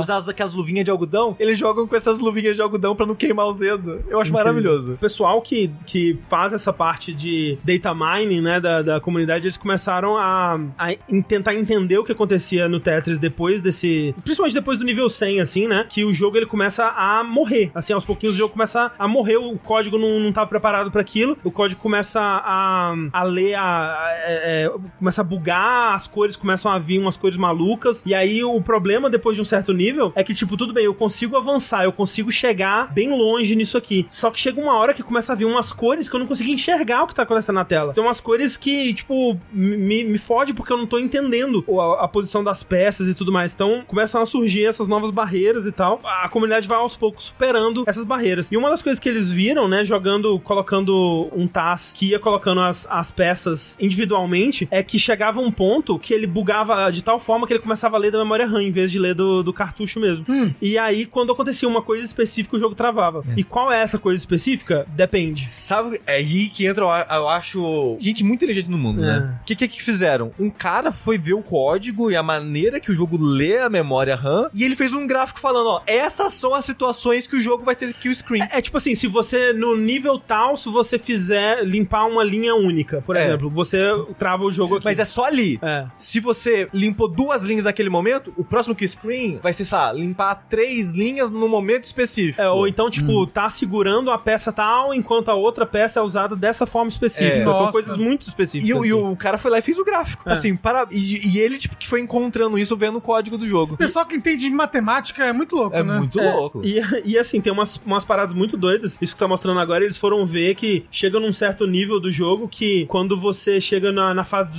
Speaker 3: Usar as- aquelas luvinhas de algodão, eles jogam com essas luvinhas de algodão pra não queimar os dedos. Eu acho
Speaker 1: Incrível.
Speaker 3: maravilhoso.
Speaker 1: O pessoal que, que faz essa parte de data mining, né, da, da comunidade, eles começaram a, a en- tentar entender o que acontecia no Tetris depois desse... Principalmente depois do nível 100, assim, né, que o jogo ele começa a morrer. Assim, aos pouquinhos o jogo começa a morrer, o código não, não tá preparado pra aquilo, o código começa a, a ler, a, a- é- é, começa a bugar, as cores começam a vir umas cores malucas, e aí o problema depois de um certo nível é que, tipo, tudo bem, eu consigo avançar, eu consigo chegar bem longe nisso aqui, só que chega uma hora que começa a vir umas cores que eu não consigo enxergar o que tá acontecendo na tela. Tem umas cores que, tipo, me, me fode porque eu não tô entendendo o- a, a posição das peças e tudo mais. Então, começam a surgir essas novas barreiras e tal. A comunidade vai aos poucos superando essas barreiras. E uma das coisas que eles viram, né, jogando, colocando um TAS que ia colocando as, as peças individualmente, é que chegava um ponto que ele bugava de tal forma que ele começava a ler da memória RAM em vez de ler do, do cartucho mesmo. E aí, quando acontecia uma coisa específica, o jogo travava. E qual é essa coisa específica? Depende.
Speaker 3: Sabe, é aí que entra, eu a- eu acho, gente muito inteligente no mundo,
Speaker 1: É.
Speaker 3: né? O que, que que fizeram? Um cara foi ver o código e a maneira que o jogo lê a memória RAM e ele fez um gráfico falando, ó, essas são as situações que o jogo vai ter kill screen.
Speaker 1: É, é tipo assim, se você, no nível tal, se você fizer limpar uma linha única, por
Speaker 3: É.
Speaker 1: exemplo, você trava o jogo aqui.
Speaker 3: Mas é só ali.
Speaker 1: É.
Speaker 3: Se você limpou duas linhas naquele momento, o próximo kill screen vai ser, sei lá, limpar três linhas num momento específico.
Speaker 1: É, ou então, tipo,
Speaker 3: Hum.
Speaker 1: tá segurando a peça tal, enquanto a outra peça é usada dessa forma específica.
Speaker 3: É.
Speaker 1: São
Speaker 2: Nossa.
Speaker 1: coisas muito específicas.
Speaker 3: E, o- e
Speaker 1: assim.
Speaker 3: o cara foi lá e fez o gráfico.
Speaker 1: É.
Speaker 3: Assim, para. E, e ele, tipo, que foi encontrando isso vendo o código do jogo.
Speaker 2: O pessoal que entende de matemática é muito louco,
Speaker 3: É
Speaker 2: né?
Speaker 3: muito
Speaker 1: É,
Speaker 3: louco.
Speaker 1: E, e, assim, tem umas, umas paradas muito doidas. Isso que tá mostrando agora, eles foram ver que chega num certo nível do jogo que quando você chega na, na fase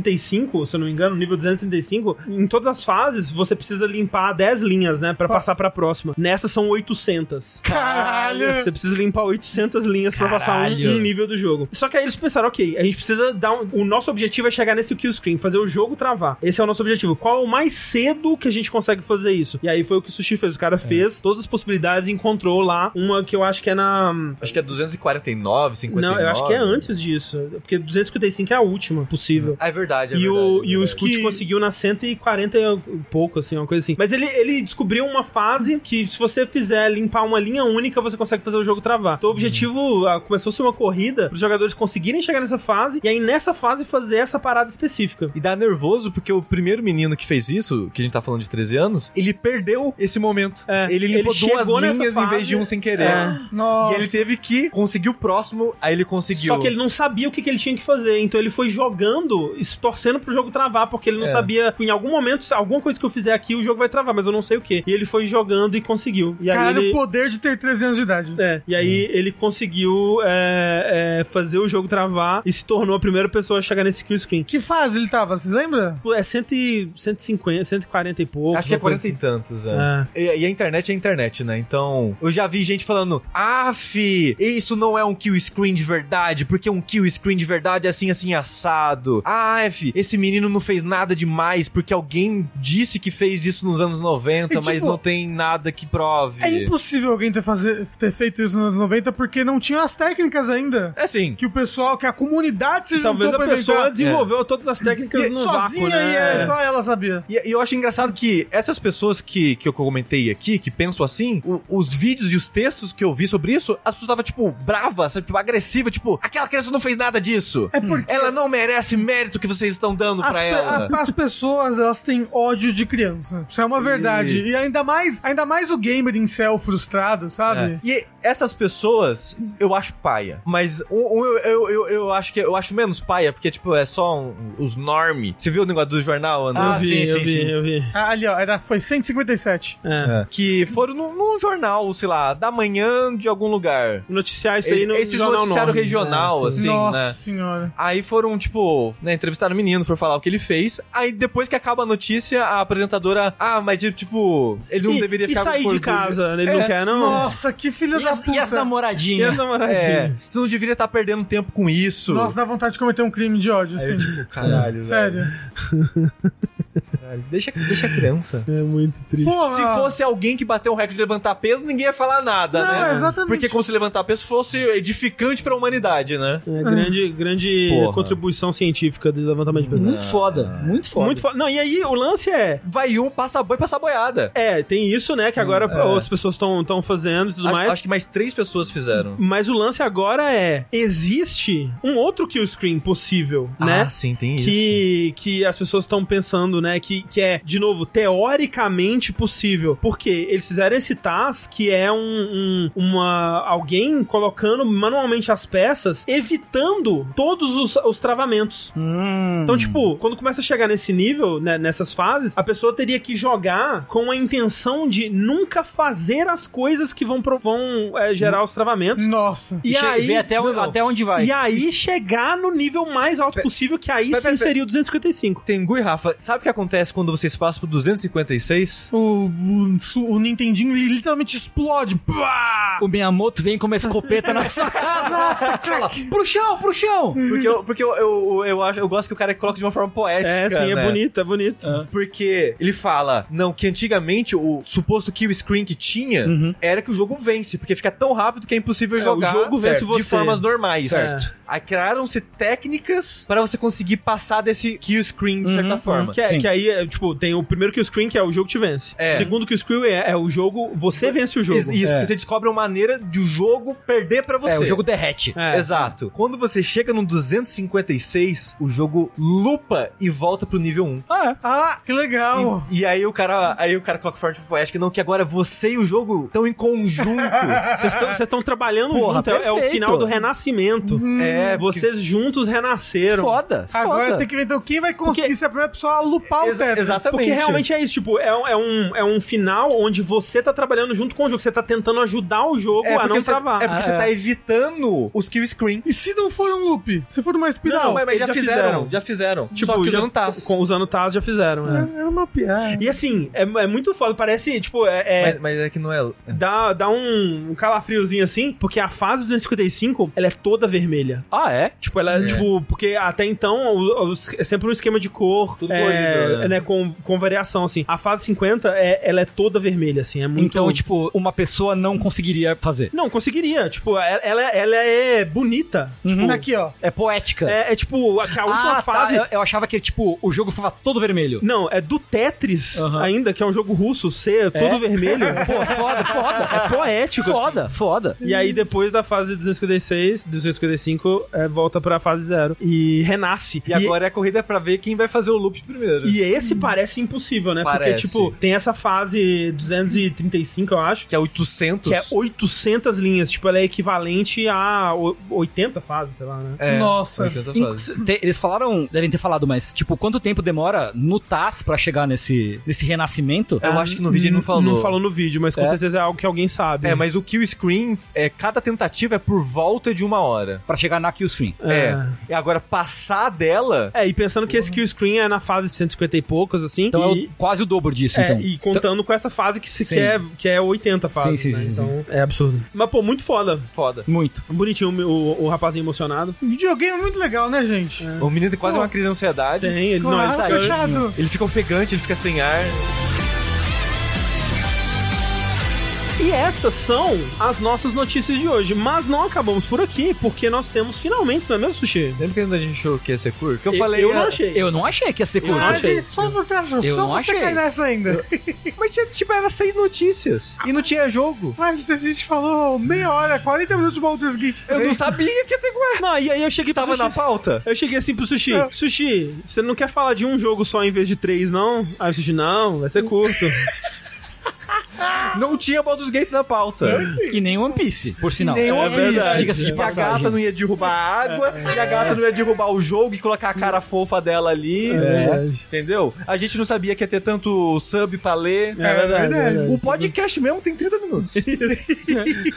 Speaker 1: 235, se eu não me engano, nível 235, em todas as fases você precisa limpar 10 linhas, né, Pra passar pra próxima. Nessa são 800.
Speaker 2: Caralho!
Speaker 1: Você precisa limpar 800 linhas pra passar um,
Speaker 4: Caralho.
Speaker 1: um nível do jogo. Só que aí eles pensaram, ok, a gente precisa dar um, o nosso objetivo é chegar nesse kill screen, fazer o jogo travar. Esse é o nosso objetivo. Qual é o mais cedo que a gente consegue fazer isso? E aí foi o que o Sushi fez. O cara fez todas as possibilidades e encontrou lá uma que eu acho que é na
Speaker 3: Acho que é 249, 59.
Speaker 1: não, eu acho que é antes disso, porque 255 é a última possível.
Speaker 3: Ah, É verdade, é
Speaker 1: E o,
Speaker 3: verdade,
Speaker 1: e o
Speaker 3: é
Speaker 1: Scoot
Speaker 2: Que-
Speaker 1: conseguiu na 140 e pouco, assim, uma coisa assim. Mas ele, ele descobriu uma fase que, se você fizer limpar uma linha única, você consegue fazer o jogo travar. Então, o objetivo
Speaker 3: Uhum.
Speaker 1: ah, começou a ser uma corrida para os jogadores conseguirem chegar nessa fase e aí, nessa fase, fazer essa parada específica.
Speaker 3: E dá nervoso porque o primeiro menino que fez isso, que a gente tá falando de 13 anos, ele perdeu esse momento.
Speaker 1: É,
Speaker 3: ele limpou
Speaker 1: ele
Speaker 3: duas
Speaker 1: chegou nessa
Speaker 3: linhas em vez de
Speaker 1: fase,
Speaker 3: um sem querer.
Speaker 1: é.
Speaker 2: Nossa.
Speaker 3: E ele teve que conseguir o próximo, aí ele conseguiu.
Speaker 1: Só que ele não sabia o que, que ele tinha que fazer, então ele foi jogando, e se torcendo pro jogo travar, porque ele não
Speaker 3: É.
Speaker 1: sabia, tipo, em algum momento, se alguma coisa que eu fizer aqui, o jogo vai travar, mas eu não sei o que. E ele foi jogando e conseguiu. E aí
Speaker 2: Caralho,
Speaker 1: ele...
Speaker 2: o poder de ter 13 anos de idade.
Speaker 1: É, e aí ele conseguiu é, é, fazer o jogo travar e se tornou a primeira pessoa a chegar nesse kill screen.
Speaker 2: Que fase ele tava, vocês lembram?
Speaker 1: Tipo, É 100, e- 150, 140 e pouco.
Speaker 3: Acho que é
Speaker 1: uma coisa
Speaker 3: 40 e tantos, é.
Speaker 1: assim.
Speaker 3: E, e a internet é a internet, né? Então, eu já vi gente falando, af, isso não é um kill screen de verdade, porque um kill screen de verdade é assim, assim, assado. Af, esse menino não fez nada demais, porque alguém disse que fez isso nos anos 90,
Speaker 2: E,
Speaker 3: mas
Speaker 2: tipo,
Speaker 3: não tem nada que prove.
Speaker 2: É impossível alguém ter, fazer- ter feito isso nos anos 90 porque não tinha as técnicas ainda.
Speaker 3: É assim,
Speaker 2: Que o pessoal, que a comunidade se
Speaker 1: É. Talvez a
Speaker 2: juntou pra
Speaker 1: pessoa
Speaker 2: inventar.
Speaker 1: desenvolveu todas as técnicas
Speaker 2: E
Speaker 1: no
Speaker 2: sozinha
Speaker 1: vácuo, né?
Speaker 2: e é, só ela sabia.
Speaker 3: E, e eu acho engraçado que essas pessoas que, que eu comentei aqui, que pensam assim, o- os vídeos e os textos que eu vi sobre isso, as pessoas estavam, tipo, bravas, sabe, tipo, agressivas, tipo, aquela criança não fez nada disso. Hum.
Speaker 2: É porque
Speaker 3: Ela não merece mérito que vocês estão dando
Speaker 2: as,
Speaker 3: pra
Speaker 2: pe-
Speaker 3: ela.
Speaker 2: a- as pessoas, elas têm ódio de criança. Isso é uma verdade. E ainda mais, ainda mais o gamer em céu frustrado, sabe?
Speaker 3: É. E essas pessoas, eu acho paia. Mas um, um eu, eu, eu, eu acho que é, eu acho menos paia, porque, tipo, é só um- os norme. Você viu o negócio do jornal, André?
Speaker 1: Ah, eu vi, eu vi, eu vi.
Speaker 2: Ah, Ali, ó, era, foi 157.
Speaker 1: É.
Speaker 3: É. Que foram num, num jornal, sei lá, da manhã de algum lugar.
Speaker 1: Noticiar isso aí no
Speaker 3: Esses
Speaker 1: jornal
Speaker 3: noticiário
Speaker 1: Norte.
Speaker 3: regional,
Speaker 1: É,
Speaker 3: assim,
Speaker 2: Nossa
Speaker 3: né?
Speaker 2: senhora.
Speaker 3: Aí foram, tipo, né, entrevistaram o menino, foram falar o que ele fez. Aí depois que acaba a notícia, a apresentadora, ah, mas tipo, ele não
Speaker 1: e,
Speaker 3: deveria
Speaker 1: e
Speaker 3: ficar
Speaker 1: sair
Speaker 3: com
Speaker 1: de
Speaker 3: orgulho."
Speaker 1: casa, né? ele
Speaker 3: É.
Speaker 1: não quer, não? tá
Speaker 2: Nossa, que filha
Speaker 4: E
Speaker 2: da
Speaker 4: as,
Speaker 2: puta.
Speaker 4: e as
Speaker 1: Hum. E as
Speaker 4: namoradinhas?
Speaker 3: É,
Speaker 1: namoradinhas?
Speaker 3: você não deveria estar perdendo tempo com isso.
Speaker 2: Nossa, dá vontade de cometer um crime de ódio, assim.
Speaker 3: caralho,
Speaker 2: Sério.
Speaker 3: Caralho. Deixa, deixa a criança.
Speaker 1: É. muito triste.
Speaker 2: Porra.
Speaker 3: Se fosse alguém que bateu um recorde de levantar peso, ninguém ia falar nada,
Speaker 2: Não,
Speaker 3: né?
Speaker 2: exatamente.
Speaker 3: Porque como se levantar peso fosse edificante pra humanidade, né?
Speaker 1: É, grande grande
Speaker 3: Porra.
Speaker 1: contribuição científica do levantamento de peso.
Speaker 4: É. Muito foda, muito foda.
Speaker 1: Muito foda. Não, e aí o lance é,
Speaker 3: Vai um, passa boi, passa boiada.
Speaker 1: É, tem isso, né? Que agora
Speaker 3: é.
Speaker 1: outras pessoas estão fazendo e tudo
Speaker 3: Acho,
Speaker 1: mais.
Speaker 3: acho que mais três pessoas fizeram.
Speaker 1: Mas o lance agora é: existe um outro kill screen possível, né?
Speaker 3: Ah, sim, tem
Speaker 1: Que, que as pessoas estão pensando, né? Que, que é, de novo, teoricamente possível. Porque eles fizeram esse TAS, que é um, um- uma, alguém colocando manualmente as peças, evitando todos os, os travamentos. Então, tipo, quando começa a chegar nesse nível, né, nessas fases, a pessoa teria que jogar com a intenção de nunca fazer as coisas que vão, pro- vão é, gerar os
Speaker 2: Hum,
Speaker 1: travamentos.
Speaker 2: Nossa.
Speaker 1: E,
Speaker 4: che-
Speaker 1: aí,
Speaker 4: vê até, o-
Speaker 1: Não, não.
Speaker 4: até onde vai.
Speaker 1: e aí chegar no nível mais alto possível, que aí
Speaker 3: pera,
Speaker 1: sim
Speaker 3: pera.
Speaker 1: seria o 255.
Speaker 3: Tengu e Rafa, sabe o que acontece acontece quando vocês passam pro 256?
Speaker 2: O, o, su- o Nintendinho ele literalmente explode. Pá!
Speaker 4: O Miyamoto vem com uma escopeta na sua casa. Fala, pro chão, pro chão.
Speaker 3: Porque, eu, porque eu, eu, eu, acho, eu gosto que o cara coloca de uma forma poética.
Speaker 1: É, sim, é
Speaker 3: né?
Speaker 1: bonito, é bonito.
Speaker 3: Porque ele fala, não, que antigamente o suposto kill screen que tinha era que o jogo vence, porque fica tão rápido que é impossível jogar
Speaker 1: Uhum. o jogo vence
Speaker 3: de
Speaker 1: você.
Speaker 3: formas normais.
Speaker 1: Certo.
Speaker 3: Aí criaram-se técnicas para você conseguir passar desse kill screen de certa forma.
Speaker 1: Que, é-
Speaker 4: Sim.
Speaker 1: que aí, é, tipo, tem o primeiro que o screen, que é o jogo te vence.
Speaker 3: É.
Speaker 1: O segundo que o screen é, é o jogo, você vence o jogo.
Speaker 3: Isso, isso,
Speaker 4: É.
Speaker 3: porque você descobre uma maneira de o jogo perder pra você.
Speaker 4: É, o jogo derrete.
Speaker 1: É.
Speaker 3: Exato. Quando você chega no 256, o jogo lupa e volta pro nível 1.
Speaker 2: Ah, ah, que legal.
Speaker 3: E, e aí o cara, aí o cara coloca forte pro Poético, não, que agora você e o jogo estão em conjunto. Tá
Speaker 1: Vocês estão trabalhando
Speaker 4: Porra,
Speaker 1: junto, é- é o
Speaker 4: perfeito.
Speaker 1: final do renascimento.
Speaker 3: é,
Speaker 1: Vocês juntos renasceram.
Speaker 4: Foda.
Speaker 2: Agora
Speaker 4: foda.
Speaker 2: tem que ver então quem vai conseguir
Speaker 1: Porque-
Speaker 2: ser a primeira pessoa a lupar o
Speaker 3: Exa-
Speaker 2: Tetris.
Speaker 3: exatamente.
Speaker 1: Porque realmente é isso, tipo, é, um- é um, é um final onde você tá trabalhando junto com o jogo, você tá tentando ajudar o jogo
Speaker 3: É
Speaker 1: a
Speaker 3: porque,
Speaker 1: não
Speaker 3: você,
Speaker 1: travar.
Speaker 3: é porque você tá evitando os kill screen.
Speaker 2: E se não for um loop? Se for uma
Speaker 1: Não,
Speaker 2: espiral?
Speaker 1: mas-
Speaker 3: já,
Speaker 1: já
Speaker 3: fizeram,
Speaker 1: fizeram.
Speaker 3: já fizeram.
Speaker 1: Tipo,
Speaker 3: Só que Hum.
Speaker 1: já-
Speaker 3: usando TAS.
Speaker 1: Com, usando Taz já fizeram, né?
Speaker 2: É uma piada.
Speaker 1: E assim, é, é muito foda, parece, tipo, é- é,
Speaker 3: Mas, mas é que não é.
Speaker 1: Dá, dá um, um calafriozinho assim, porque a fase 255, ela é toda vermelha.
Speaker 3: Ah, é?
Speaker 1: Tipo, ela, é.
Speaker 3: É.
Speaker 1: tipo, porque até então o- os- é sempre um esquema de cor,
Speaker 3: Tudo
Speaker 1: é,
Speaker 3: colorido, né?
Speaker 1: né, com, com variação, assim. A fase 50, é, ela é toda vermelha, assim, é muito...
Speaker 4: Então, tipo, uma pessoa não conseguiria fazer.
Speaker 1: Não, conseguiria, tipo, ela, ela, ela é bonita. Tipo,
Speaker 2: Aqui, ó.
Speaker 4: É poética.
Speaker 1: é, é tipo, a, que a última
Speaker 4: Ah, tá,
Speaker 1: fase...
Speaker 4: Eu, eu achava que, tipo, o jogo ficava todo vermelho.
Speaker 1: Não, é do Tetris
Speaker 4: Aham.
Speaker 1: ainda, que é um jogo russo, ser todo vermelho.
Speaker 4: Pô, foda, foda.
Speaker 1: É poético, assim.
Speaker 4: Foda, foda.
Speaker 1: E aí, depois da fase 256, 255, é, volta pra fase zero. E renasce.
Speaker 3: E, agora é a corrida pra ver quem vai fazer o loop primeiro.
Speaker 1: E
Speaker 4: Hum.
Speaker 1: esse parece impossível, né? Porque,
Speaker 3: Parece.
Speaker 1: tipo, tem essa fase 235, eu acho,
Speaker 3: Que é 800.
Speaker 1: que é 800 linhas. Tipo, ela é equivalente a o- 80 fases, sei lá, né?
Speaker 3: É,
Speaker 2: Nossa.
Speaker 3: 800
Speaker 4: Inc-
Speaker 3: fases.
Speaker 4: te- Eles falaram, devem ter falado, mas, tipo, quanto tempo demora no TAS pra chegar nesse, nesse renascimento?
Speaker 3: Eu acho que no vídeo ele não falou.
Speaker 1: Não falou no vídeo, mas com
Speaker 4: É.
Speaker 1: certeza é algo que alguém sabe.
Speaker 3: É, mas o kill screen, é, cada tentativa é por volta de uma hora.
Speaker 4: Pra chegar na Killstream.
Speaker 1: É.
Speaker 3: E agora passar dela.
Speaker 1: É, e pensando que esse kill screen é na fase de 150 e poucos, assim.
Speaker 4: Uhum. Então
Speaker 1: e...
Speaker 4: é o- quase o dobro disso,
Speaker 1: É,
Speaker 4: então.
Speaker 1: e contando com essa fase que se
Speaker 4: Sim.
Speaker 1: quer, que é 80 fases.
Speaker 4: Sim, sim,
Speaker 1: né?
Speaker 4: sim, sim.
Speaker 1: Então, é absurdo. Mas, pô, muito foda.
Speaker 3: Foda.
Speaker 4: Muito.
Speaker 1: Bonitinho o, o, o rapazinho emocionado.
Speaker 2: Videogame é muito legal, né, gente? é
Speaker 3: O menino tem quase uma crise de ansiedade.
Speaker 1: Tem, ele não, ele
Speaker 2: Claro,
Speaker 1: tá-
Speaker 4: ele tá-
Speaker 2: fechado.
Speaker 3: Ele fica ofegante, ele fica sem ar.
Speaker 1: E essas são as nossas notícias de hoje. Mas não acabamos por aqui, porque nós temos finalmente, não é mesmo, Sushi?
Speaker 3: Lembra que a gente achou que ia ser curto? Que eu,
Speaker 1: Eu-
Speaker 3: falei.
Speaker 1: eu não
Speaker 3: ah,
Speaker 1: achei.
Speaker 4: Eu não achei que ia ser curto.
Speaker 1: não
Speaker 2: Mas,
Speaker 1: achei.
Speaker 2: gente, Só você achou,
Speaker 4: Eu não
Speaker 2: só você
Speaker 4: achei.
Speaker 2: cai nessa ainda.
Speaker 3: Mas tinha, tipo, era seis notícias. E não tinha jogo.
Speaker 2: Mas a gente falou meia hora, 40 minutos de Baldur's Gate 3.
Speaker 3: Eu não sabia que ia ter ué.
Speaker 1: Não, e aí eu cheguei pro
Speaker 3: Tava na
Speaker 1: Sushi.
Speaker 3: pauta.
Speaker 1: Eu cheguei assim pro Sushi.
Speaker 2: É.
Speaker 1: Sushi, você não quer falar de um jogo só em vez de três, não? Aí o Sushi, não, vai ser curto.
Speaker 3: Não tinha Baldur's Gate na pauta.
Speaker 4: E nem One Piece, por sinal.
Speaker 3: Nenhum
Speaker 1: é verdade. É.
Speaker 4: Diga-se de
Speaker 3: E a
Speaker 4: passagem.
Speaker 3: gata não ia derrubar a água, e a gata não ia derrubar o jogo e colocar a cara fofa dela ali.
Speaker 1: verdade.
Speaker 3: Entendeu? A gente não sabia que ia ter tanto sub pra ler.
Speaker 1: É verdade, é verdade. É,
Speaker 3: O podcast mesmo tem 30 minutos.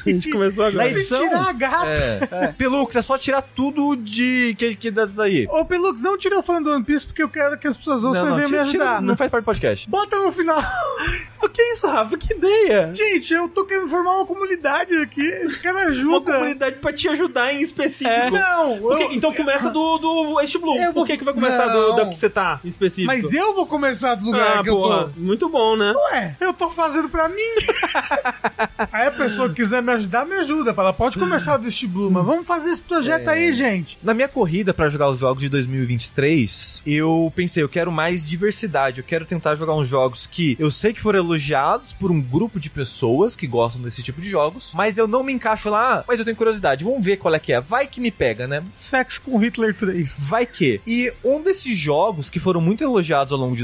Speaker 1: A gente começou agora.
Speaker 4: Mas-
Speaker 2: Se tirar a gata.
Speaker 3: É. Pelux, é só tirar tudo de. que, que dessas aí.
Speaker 2: Ô, Pelux, não tira o fã do One Piece porque eu quero que as pessoas ouçam e venham me
Speaker 3: tira- tira-
Speaker 2: ajudar.
Speaker 3: não faz parte do podcast.
Speaker 2: Bota no final.
Speaker 1: O que é isso, Rafa? Que ideia!
Speaker 2: Gente, eu tô querendo formar uma comunidade aqui. Eu quero
Speaker 1: Uma
Speaker 2: ajuda. É.
Speaker 1: comunidade pra te ajudar em específico.
Speaker 2: Não,
Speaker 1: Por que-
Speaker 2: eu-
Speaker 1: então começa do, do Ace Blue.
Speaker 2: Eu vou-
Speaker 1: Por que, que vai começar do,
Speaker 2: Não.
Speaker 1: da que você tá em específico?
Speaker 2: mas eu vou começar do lugar
Speaker 1: ah,
Speaker 2: que
Speaker 1: pô,
Speaker 2: eu tô.
Speaker 1: muito bom, né?
Speaker 2: Ué, eu tô fazendo pra mim. aí a pessoa que quiser me ajudar, me ajuda. Ela pode começar do East Blue, mas vamos fazer esse projeto aí, gente.
Speaker 3: Na minha corrida pra jogar os jogos de 2023, eu pensei, eu quero mais diversidade, eu quero tentar jogar uns jogos que eu sei que foram elogiados por um grupo de pessoas que gostam desse tipo de jogos, mas eu não me encaixo lá, mas eu tenho curiosidade, vamos ver qual é que é, vai que me pega, né?
Speaker 2: Sexo com Hitler 3.
Speaker 3: Vai que. E um desses jogos que foram muito elogiados ao longo de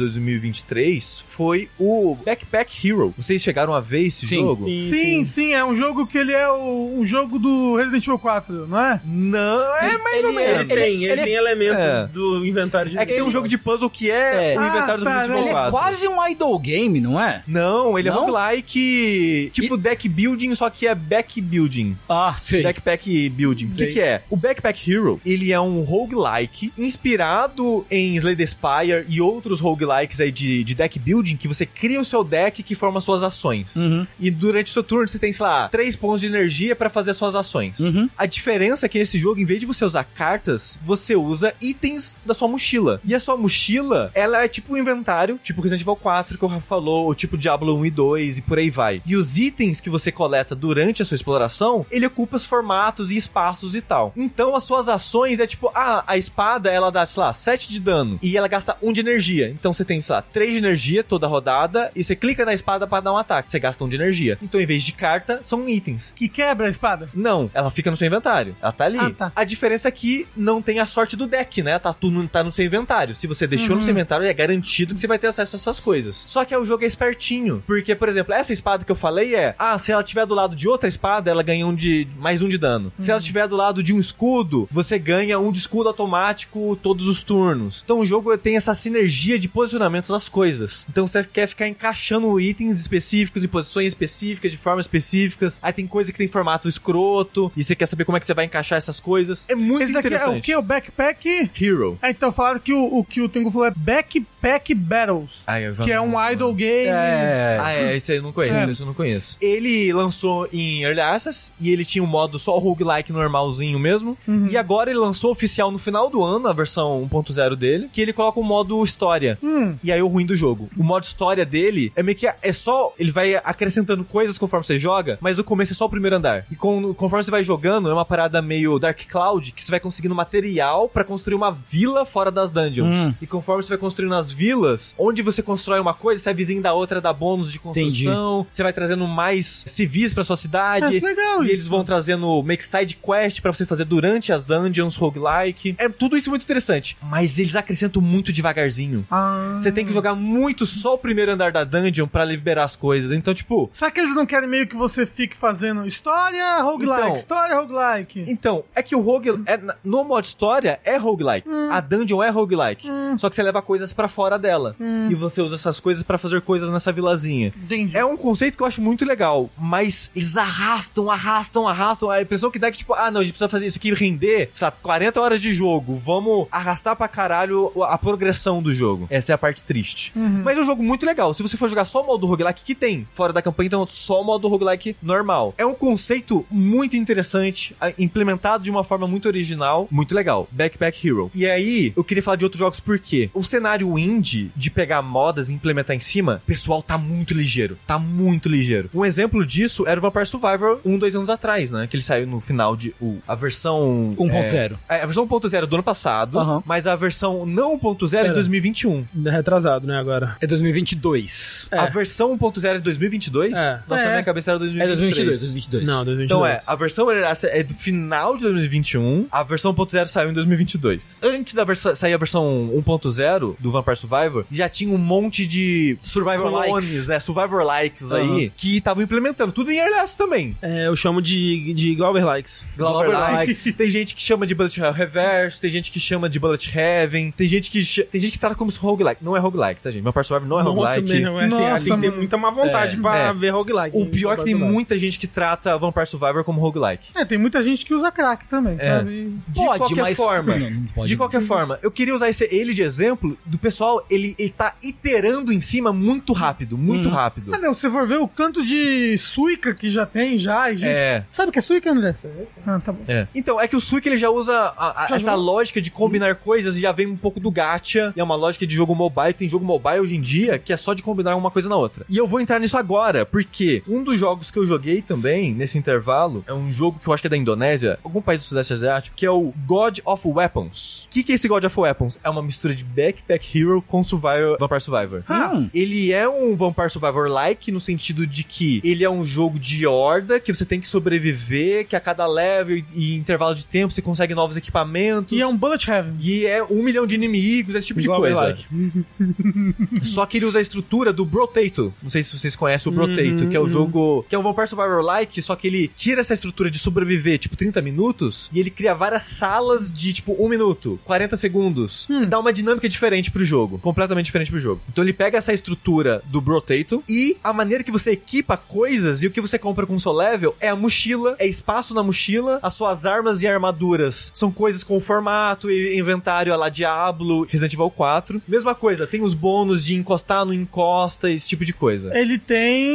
Speaker 3: 2023 foi o Backpack Hero. Vocês chegaram a ver esse
Speaker 4: Sim.
Speaker 3: jogo?
Speaker 1: Sim,
Speaker 2: Sim, sim, é um jogo que ele é o, um jogo do Resident Evil 4, não é?
Speaker 3: Não, é mais ou
Speaker 4: ele-
Speaker 3: menos.
Speaker 1: Ele tem, ele,
Speaker 4: ele-
Speaker 1: tem elementos
Speaker 3: é.
Speaker 1: do inventário de
Speaker 3: É que tem um jogo de puzzle que é,
Speaker 4: É.
Speaker 3: o
Speaker 2: Ah,
Speaker 3: inventário do
Speaker 2: tá,
Speaker 3: Resident
Speaker 2: né?
Speaker 3: Evil
Speaker 4: Ele é
Speaker 3: 4.
Speaker 4: quase um idol game, não é?
Speaker 3: Não, Não, ele
Speaker 4: Não?
Speaker 3: é roguelike. Tipo deck building, só que é back building.
Speaker 4: Ah, sei.
Speaker 3: Backpack building. O que,
Speaker 4: Sei.
Speaker 3: que é? O Backpack Hero, ele é um roguelike inspirado em Slay the Spire e outros roguelikes aí de, de deck building, que você cria o seu deck que forma suas ações.
Speaker 4: Uhum.
Speaker 3: E durante o seu turno você tem, sei lá, três pontos de energia pra fazer suas ações.
Speaker 4: Uhum.
Speaker 3: A diferença é que nesse jogo, em vez de você usar cartas, você usa itens da sua mochila. E a sua mochila, ela é tipo um inventário, tipo Resident Evil 4 que o Rafa falou, ou tipo Diablo 1 e 2 e por aí vai. E os itens que você coleta durante a sua exploração, ele ocupa os formatos e espaços e tal. Então as suas ações é tipo, ah, a espada ela dá, sei lá, 7 de dano e ela gasta 1 de energia. Então você tem, sei lá, 3 de energia toda rodada e você clica na espada pra dar um ataque, você gasta 1 de energia. Então em vez de carta, são itens.
Speaker 2: Que quebra a espada.
Speaker 3: Não, ela fica no seu inventário. Ela tá ali.
Speaker 2: Ah, tá.
Speaker 3: A diferença é que não tem a sorte do deck, né? Tá, tu não tá no seu inventário. Se você deixou
Speaker 2: Uhum.
Speaker 3: no seu inventário, é garantido que você vai ter acesso a essas coisas. Só que o jogo é espertinho. Porque, por exemplo, essa espada que eu falei é: ah, se ela tiver do lado de outra espada, ela ganha um de. mais um de dano.
Speaker 2: Uhum.
Speaker 3: Se ela estiver do lado de um escudo, você ganha um de escudo automático todos os turnos. Então o jogo tem essa sinergia de posicionamento das coisas. Então você quer ficar encaixando itens específicos em posições específicas, de formas específicas. Aí tem coisa que tem formato escroto, e você quer saber como é que você vai encaixar essas coisas. É muito
Speaker 2: Esse daqui é
Speaker 3: interessante.
Speaker 2: o que? O backpack?
Speaker 3: Hero.
Speaker 2: Ah, então falaram que o, o que o Tengu falou é Backpack Battles.
Speaker 3: Ai, eu já
Speaker 2: que é
Speaker 3: não-
Speaker 2: um idol game.
Speaker 4: É.
Speaker 3: Ah, é, esse aí eu não conheço,
Speaker 2: É.
Speaker 3: esse eu não conheço. Ele lançou em Early Access, e ele tinha um modo só roguelike normalzinho mesmo,
Speaker 2: Uhum.
Speaker 3: e agora ele lançou oficial no final do ano, a versão 1.0 dele, que ele coloca o modo história.
Speaker 2: Hum.
Speaker 3: E aí é o ruim do jogo. O modo história dele é meio que é só. Ele vai acrescentando coisas conforme você joga, mas no começo é só o primeiro andar. E com- conforme você vai jogando, é uma parada meio Dark Cloud que você vai conseguindo material pra construir uma vila fora das dungeons.
Speaker 4: Hum.
Speaker 3: E conforme você vai construindo as vilas, onde você constrói uma coisa, se a vizinha da outra dá bônus de construção, você vai trazendo mais civis pra sua
Speaker 2: Ah,
Speaker 3: cidade.
Speaker 2: isso é legal.
Speaker 3: E
Speaker 2: isso.
Speaker 3: eles vão trazendo make side quest pra você fazer durante as dungeons, roguelike. É tudo isso muito interessante. Mas eles acrescentam muito devagarzinho.
Speaker 2: Ah.
Speaker 3: Você tem que jogar muito só o primeiro andar da dungeon pra liberar as coisas. Então, tipo.
Speaker 2: Será que eles não querem meio que você fique fazendo história roguelike,
Speaker 3: Então.
Speaker 2: história roguelike?
Speaker 3: Então, é que o rogue. É, no modo história é roguelike. A dungeon é roguelike. Só que você leva coisas pra fora dela. E você usa essas coisas pra fazer coisas nessa vilazinha.
Speaker 2: Entendi.
Speaker 3: É um conceito que eu acho muito legal, mas eles arrastam, arrastam, arrastam. A impressão que dá é que, tipo, ah, não, a gente precisa fazer isso aqui render, sabe, 40 horas de jogo. Vamos arrastar pra caralho a progressão do jogo. Essa é a parte triste. Mas é um jogo muito legal. Se você for jogar só o modo roguelike, que tem fora da campanha, então só o modo roguelike normal. É um conceito muito interessante, a- implementado de uma forma muito original, muito legal. Backpack Hero. E aí, eu queria falar de outros jogos porque o cenário indie de pegar modas e implementar em cima, pessoal, tá muito ligeiro. Tá muito ligeiro. Um exemplo disso era o Vampire Survivor um, dois anos atrás, né? Que ele saiu no final de. o- a versão.
Speaker 4: 1.0.
Speaker 3: É, é, a versão 1.0 do ano passado,
Speaker 4: Aham.
Speaker 3: mas a versão não 1.0 é de
Speaker 1: Pera.
Speaker 3: 2021.
Speaker 1: Retrasado, né, agora.
Speaker 4: É 2022.
Speaker 1: É.
Speaker 3: A versão 1.0 de 2022?
Speaker 1: É.
Speaker 3: Nossa,
Speaker 2: É.
Speaker 3: na minha cabeça era 2023.
Speaker 4: É 2022, 2022.
Speaker 1: Não, 2022.
Speaker 3: Então é, a versão era- essa é do final de 2021, a versão 1.0 saiu em 2022. Antes da versão sair a versão 1.0 do Vampire Survivor, já tinha um monte de
Speaker 4: Survivor
Speaker 3: clones,
Speaker 4: Likes.
Speaker 3: né, Survivor likes
Speaker 4: Aham.
Speaker 3: aí, que estavam implementando tudo em RS também.
Speaker 1: É, eu chamo de, de Glauber Likes.
Speaker 4: Glauber
Speaker 3: Glauber
Speaker 4: likes.
Speaker 3: likes. Tem gente que chama de Bullet Hell Reverse, tem gente que chama de Bullet Heaven, tem gente que cha- tem gente que trata como se roguelike. Não é roguelike, tá gente? Vampire Survivor não é roguelike.
Speaker 1: mesmo, é assim,
Speaker 2: Nossa,
Speaker 1: ali tem
Speaker 2: mano.
Speaker 1: muita má vontade pra
Speaker 3: é.
Speaker 1: ver roguelike. né,
Speaker 3: O pior é que tem muita gente que trata Vampire Survivor como roguelike.
Speaker 2: É, tem muita gente que usa crack também,
Speaker 3: É.
Speaker 2: sabe?
Speaker 3: De qualquer forma.
Speaker 4: Não, não pode.
Speaker 3: De qualquer forma, eu queria usar esse, ele de exemplo do pessoal, ele, ele tá iterando em cima muito rápido, muito rápido.
Speaker 2: Ah, não, você for ver o tanto de suica que já tem, já, e gente.
Speaker 3: É.
Speaker 2: Sabe o que é suica, André? Ah, tá bom.
Speaker 3: É. Então, é que o Suica ele já usa a- a-
Speaker 2: Já
Speaker 3: essa
Speaker 2: jogou?
Speaker 3: lógica de combinar coisas e já vem um pouco do gacha. E é uma lógica de jogo mobile. Tem jogo mobile hoje em dia que é só de combinar uma coisa na outra. E eu vou entrar nisso agora, porque um dos jogos que eu joguei também nesse intervalo é um jogo que eu acho que é da Indonésia, algum país do Sudeste Asiático, que é o God of Weapons. O que, que é esse God of Weapons? É uma mistura de Backpack Hero com Survivor, Vampire Survivor.
Speaker 2: Ah,
Speaker 4: Hum.
Speaker 3: Ele é um Vampire Survivor-like no sentido de que ele é um jogo de horda, que você tem que sobreviver, que a cada level e- e intervalo de tempo você consegue novos equipamentos.
Speaker 2: E é um bullet heaven.
Speaker 3: E é um milhão de inimigos, esse tipo de
Speaker 1: Igual
Speaker 3: coisa.
Speaker 1: Like.
Speaker 3: Só que ele usa a estrutura do Brotato. Não sei se vocês conhecem o Brotato,
Speaker 1: Uhum,
Speaker 3: que é o
Speaker 1: uhum.
Speaker 3: jogo. que é um Vampire Survivor-like, só que ele tira essa estrutura de sobreviver, tipo, 30 minutos, e ele cria várias salas de, tipo, 1 minuto,
Speaker 1: Hum.
Speaker 3: 40 segundos. Dá uma dinâmica diferente pro jogo. Completamente diferente pro jogo. Então ele pega essa estrutura do do Brotato. E a maneira que você equipa coisas e o que você compra com o seu level é a mochila, é espaço na mochila, as suas armas e armaduras são coisas com formato e inventário a lá Diablo, Resident Evil 4. Mesma coisa, tem os bônus de encostar no encosta, esse tipo de coisa.
Speaker 2: Ele tem.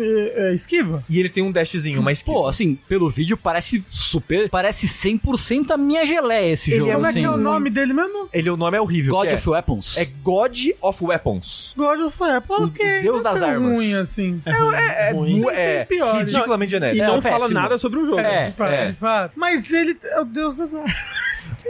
Speaker 2: eh, eh, esquiva.
Speaker 3: E ele tem um dashzinho, mas que...
Speaker 4: Pô, assim, pelo vídeo parece super. Parece 100% a minha geleia esse
Speaker 3: Ele
Speaker 4: jogo.
Speaker 3: é
Speaker 2: Como é
Speaker 4: assim.
Speaker 2: que é o nome dele mesmo?
Speaker 3: ele o nome é horrível.
Speaker 4: God
Speaker 3: que é.
Speaker 4: of Weapons.
Speaker 3: é God of Weapons.
Speaker 2: God of War. Pô, ok.
Speaker 3: Deus
Speaker 2: não é
Speaker 3: das
Speaker 2: tão
Speaker 3: armas.
Speaker 2: ruim assim.
Speaker 1: É, ruim,
Speaker 3: É,
Speaker 1: ruim.
Speaker 3: mu- é,
Speaker 2: tem piores.
Speaker 3: ridiculamente
Speaker 1: E
Speaker 3: genérico.
Speaker 1: não
Speaker 4: é
Speaker 1: fala
Speaker 4: péssimo.
Speaker 1: nada sobre o jogo.
Speaker 3: É.
Speaker 2: de fato, de fato. Mas ele é o Deus das armas.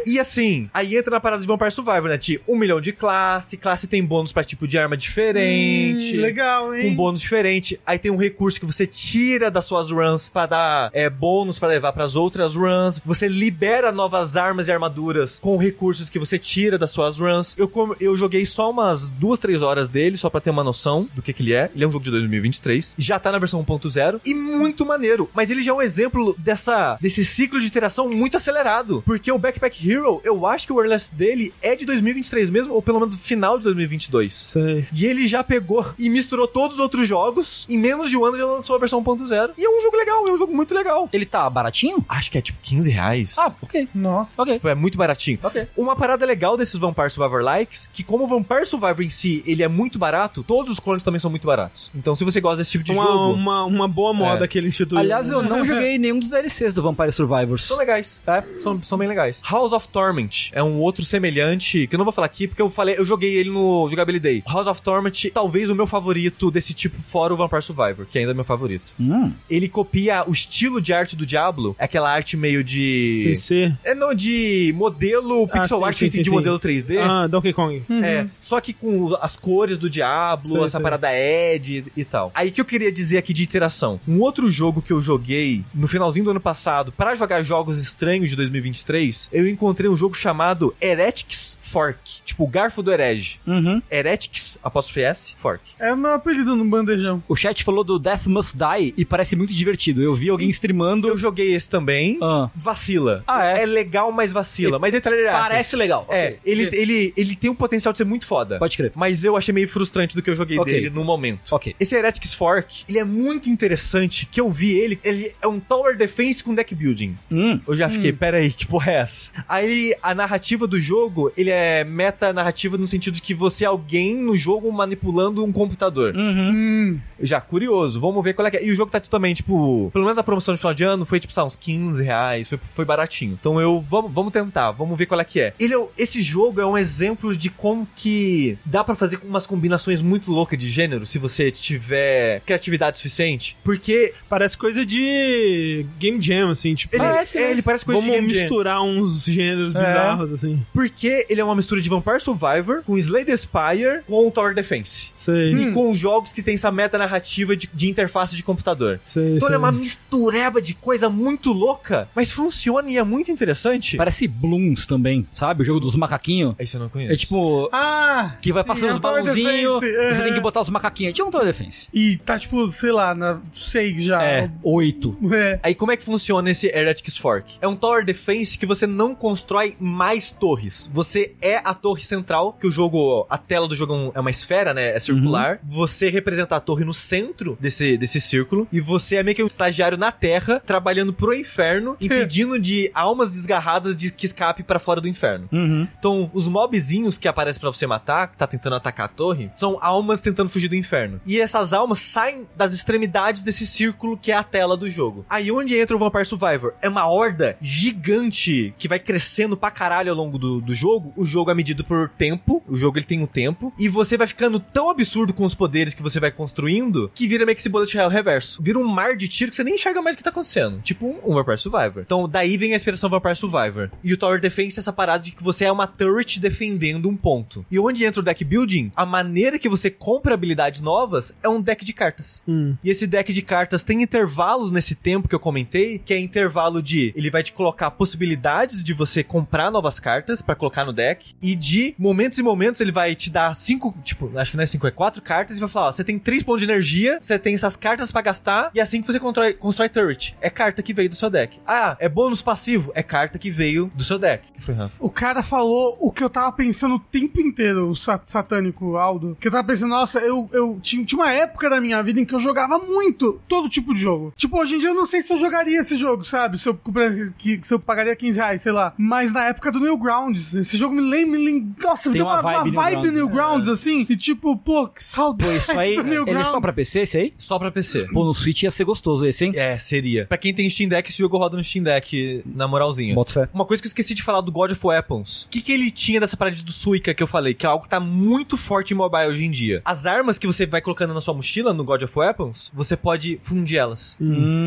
Speaker 3: E assim, aí entra na parada de Vampire Survivor, né? Tipo, um milhão de classe, classe tem bônus pra tipo de arma diferente.
Speaker 2: Hum, legal,
Speaker 3: Com
Speaker 2: hein?
Speaker 3: bônus diferente. Aí tem um recurso que você tira das suas runs pra dar é, bônus pra levar pras outras runs. Você libera novas armas e armaduras com recursos que você tira das suas runs. Eu, com- eu joguei só umas duas, três horas dele, só pra ter uma noção do que, que ele é. Ele é um jogo de 2023. Já tá na versão 1.0. E muito maneiro. Mas ele já é um exemplo dessa, desse ciclo de iteração muito acelerado. Porque o Backpack Hero, eu acho que o wireless dele é de 2023 mesmo, ou pelo menos final de 2022.
Speaker 1: Sei.
Speaker 3: E ele já pegou e misturou todos os outros jogos. Em menos de um ano já lançou a versão 1.0. E é um jogo legal, é um jogo muito legal.
Speaker 4: Ele tá baratinho?
Speaker 3: Acho que é tipo 15 reais.
Speaker 4: Ah, ok.
Speaker 2: Nossa.
Speaker 4: Ok.
Speaker 3: Tipo, é muito baratinho.
Speaker 4: Ok.
Speaker 3: Uma parada legal desses Vampire Survivor likes, que como o Vampire Survivor em si, ele é muito barato, todos os clones também são muito baratos. Então se você gosta desse tipo de
Speaker 1: Uma,
Speaker 3: jogo,
Speaker 1: uma, uma boa moda
Speaker 3: É.
Speaker 1: que ele instituiu.
Speaker 4: Aliás, eu não joguei nenhum dos DLCs do Vampire Survivors.
Speaker 3: são legais. tá?
Speaker 4: É.
Speaker 3: São, são bem legais. House of Torment é um outro semelhante, que eu não vou falar aqui, porque eu falei, eu joguei ele no Jogabilidade. House of Torment, talvez o meu favorito desse tipo, fora o Vampire Survivor, que ainda é meu favorito.
Speaker 4: Hum.
Speaker 3: ele copia o estilo de arte do Diablo, aquela arte meio de.
Speaker 1: PC.
Speaker 3: É não, de modelo
Speaker 1: Ah,
Speaker 3: pixel
Speaker 1: sim,
Speaker 3: art
Speaker 1: sim,
Speaker 3: feito
Speaker 1: sim,
Speaker 3: de
Speaker 1: sim.
Speaker 3: modelo 3D.
Speaker 1: Ah, Donkey Kong.
Speaker 3: É, só que com as cores do Diablo,
Speaker 1: Sei,
Speaker 3: essa
Speaker 1: sei.
Speaker 3: parada Ed e tal. Aí que eu queria dizer aqui de iteração. Um outro jogo que eu joguei no finalzinho do ano passado pra jogar jogos estranhos de 2023, eu encontrei um jogo chamado Heretics Fork, tipo o Garfo do Herege.
Speaker 4: Uhum.
Speaker 3: Heretics apóstrofe S Fork.
Speaker 2: É o meu apelido no bandejão.
Speaker 4: O chat falou do Death Must Die e parece muito divertido. Eu vi alguém
Speaker 3: Eu
Speaker 4: streamando.
Speaker 3: joguei esse também.
Speaker 4: Ah.
Speaker 3: Vacila.
Speaker 4: Ah, é?
Speaker 3: É legal, mas vacila. Mas entre
Speaker 4: Parece legal.
Speaker 3: É,
Speaker 4: Ok.
Speaker 3: ele, ele, ele tem um potencial de ser muito foda.
Speaker 4: Pode crer.
Speaker 3: Mas eu achei meio frustrante do que eu joguei
Speaker 4: Ok.
Speaker 3: dele no momento.
Speaker 4: Ok.
Speaker 3: Esse Heretics Fork, ele é muito interessante, que eu vi ele, ele é um tower defense com deck building.
Speaker 4: Hum.
Speaker 3: Eu já fiquei, peraí, que porra é essa? Aí a narrativa do jogo, ele é meta-narrativa no sentido de que você é alguém no jogo manipulando um computador.
Speaker 2: Hum.
Speaker 3: Já curioso, vamos ver qual é que é. E o jogo tá também, tipo, pelo menos a promoção de final de ano foi, tipo, sabe, uns 15 reais, foi, foi baratinho. Então eu, vamos, vamos tentar, vamos ver qual é que é. Ele é o- esse jogo é um exemplo de como que dá pra fazer umas combinações muito loucas de gênero, se você tiver criatividade suficiente, porque
Speaker 1: Parece coisa de Game Jam, assim, tipo.
Speaker 3: ele
Speaker 4: Parece,
Speaker 3: parece,
Speaker 4: né?
Speaker 3: ele parece coisa
Speaker 1: Vamos
Speaker 3: de game jam. É.
Speaker 1: misturar uns gêneros bizarros, assim.
Speaker 3: Porque ele é uma mistura de Vampire Survivor com Slay the Spire com Tower Defense.
Speaker 1: Sei,
Speaker 3: E com jogos que tem essa meta narrativa de- de interface de computador.
Speaker 1: sei,
Speaker 3: Então
Speaker 1: sei.
Speaker 3: ele é uma mistureba de coisa muito louca, mas funciona e é muito interessante.
Speaker 4: Parece Blooms também, sabe? O jogo dos macaquinhos.
Speaker 3: Esse eu não conheço.
Speaker 4: É tipo.
Speaker 2: Ah!
Speaker 4: Que vai
Speaker 2: sim,
Speaker 4: passando
Speaker 2: é
Speaker 4: os
Speaker 2: o Tower
Speaker 4: balãozinhos.
Speaker 2: Defense,
Speaker 4: e Você
Speaker 2: é.
Speaker 4: tem que botar os macaquinhos. Tinha um Tower Defense.
Speaker 2: E tá tipo, sei lá, na 6 já.
Speaker 4: É, oito.
Speaker 2: É.
Speaker 3: Aí como é que funciona esse Heretics Fork? É um tower defense que você não constrói mais torres. Você é a torre central, que o jogo, a tela do jogo é um- é uma esfera, né? É circular. Você representa a torre no centro desse, desse círculo e você é meio que um estagiário na Terra, trabalhando pro inferno, impedindo de almas desgarradas de que escape pra fora do inferno.
Speaker 4: Uhum.
Speaker 3: Então, os mobzinhos que aparecem pra você matar, que tá tentando atacar a torre, são almas tentando fugir do inferno. E essas almas saem das extremidades desse círculo que é a tela do jogo. Aí onde entra o Vampire Survivor? É uma horda gigante que vai crescendo pra caralho ao longo do, do jogo. O jogo é medido por tempo, o jogo ele tem um tempo, e você vai ficando tão absurdo com os poderes que você vai construindo, que vira meio que esse bullet hell reverso. Vira um mar de tiro que você nem enxerga mais o que tá acontecendo. Tipo um, um Vampire Survivor. Então daí vem a inspiração Vampire Survivor. E o Tower Defense é essa parada de que você é uma turret defendendo um ponto. E onde entra o deck building, a maneira que você compra habilidades novas é um deck de cartas.
Speaker 1: Hum.
Speaker 3: E esse deck de cartas tem intervalos nesse tempo que eu comentei, que é intervalo de ele vai te colocar possibilidades de você comprar novas cartas pra colocar no deck. E de momentos em momentos ele vai te dar cinco, tipo, acho que não é cinco, é quatro cartas e vai falar: ó, você tem três pontos de energia, você tem essas cartas pra gastar, e é assim que você constrói, constrói turret. É carta que veio do seu deck. Ah, é bônus passivo? É carta que veio do seu deck. Que foi, Rafa?
Speaker 2: O cara falou o que eu tava pensando o tempo inteiro, o sa- satânico Aldo. Que eu tava pensando, nossa, eu, eu tinha, tinha uma época da minha vida em que eu jogava muito todo tipo de jogo. Tipo, hoje em dia eu não sei se eu jogaria esse jogo, sabe? Se eu, compra- que, se eu pagaria 15 reais, sei lá. Mas na época do Newgrounds, esse jogo me lembra. Me lembra nossa, me
Speaker 4: Tem
Speaker 2: deu
Speaker 4: uma
Speaker 2: uma, uma
Speaker 4: vibe
Speaker 2: vibe
Speaker 4: Newgrounds, né?
Speaker 2: Newgrounds, assim. E tipo, pô, que saudade
Speaker 4: Pô, isso aí.
Speaker 2: do
Speaker 4: Ele é
Speaker 2: Newgrounds.
Speaker 4: só pra PC, esse aí?
Speaker 3: Só pra PC.
Speaker 4: Pô, no Switch ia ser gostoso esse, hein?
Speaker 3: É, seria. Pra quem tem Steam Deck, esse jogo roda no Steam Deck, na moralzinha.
Speaker 4: Bota fé.
Speaker 3: Uma coisa que eu esqueci de falar do God of Weapons. O que, que ele tinha dessa parada do Suica que eu falei? Que é algo que tá muito forte em mobile hoje em dia. As armas que você vai colocando na sua mochila no God of Weapons, você pode fundir elas.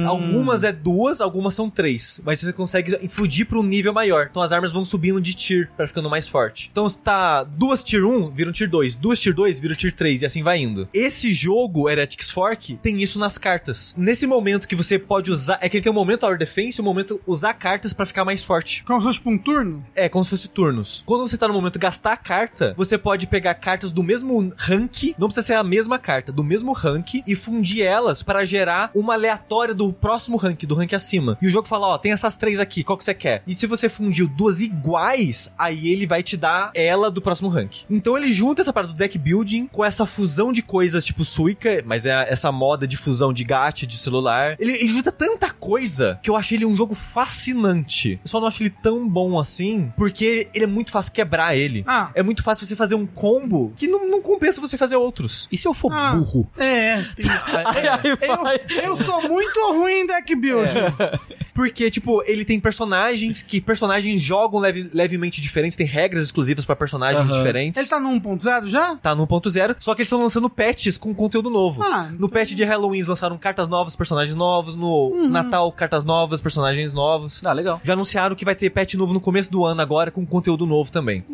Speaker 3: Algumas é duas, algumas são três. Mas você consegue fundir pra um nível maior. Então as armas vão subindo de tier pra ficando mais forte. Então se tá duas tier 1, viram tier 2. Duas tier 2, viram tier 3 e assim vai indo. Esse jogo, Heretics Fork, tem isso nas cartas. Nesse momento que você pode usar. É que ele tem um momento Our Defense e um momento usar cartas pra ficar mais forte.
Speaker 2: Como se fosse tipo um turno?
Speaker 3: É, como se fosse turnos. Quando você tá no momento de gastar a carta, você pode pegar cartas do mesmo rank, não precisa ser a mesma carta, do mesmo rank, e fundir elas para gerar uma aleatória do próximo rank, do rank acima. E o jogo fala, ó, tem essas três aqui, qual que você quer? E se você fundiu duas iguais, aí ele vai te dar ela do próximo rank. Então ele junta essa parada do deck building com essa fusão de coisas tipo Suica, mas é essa moda de fusão de gacha, de celular. Ele, ele junta tanta coisa que eu achei ele um jogo fascinante. Eu só não acho ele tão bom assim, porque ele é muito fácil quebrar ele.
Speaker 2: Ah.
Speaker 3: É muito fácil você fazer um combo que não, não compensa você fazer outros. um
Speaker 4: E se eu for
Speaker 2: Ah.
Speaker 4: burro?
Speaker 2: É, tem- eu, eu sou muito ruim em deck building.
Speaker 3: É. Porque, tipo, ele tem personagens que personagens jogam leve- levemente diferentes, tem regras exclusivas pra personagens
Speaker 4: Aham.
Speaker 3: diferentes.
Speaker 2: Ele tá no 1.0 já?
Speaker 3: Tá no 1.0, só que eles estão lançando patches com conteúdo novo.
Speaker 2: Ah,
Speaker 3: no patch de Halloween eles lançaram cartas novas, personagens novos. No Natal, cartas novas, personagens novos.
Speaker 4: Ah, legal.
Speaker 3: Já anunciaram que vai ter patch novo no começo do ano agora, com conteúdo novo também.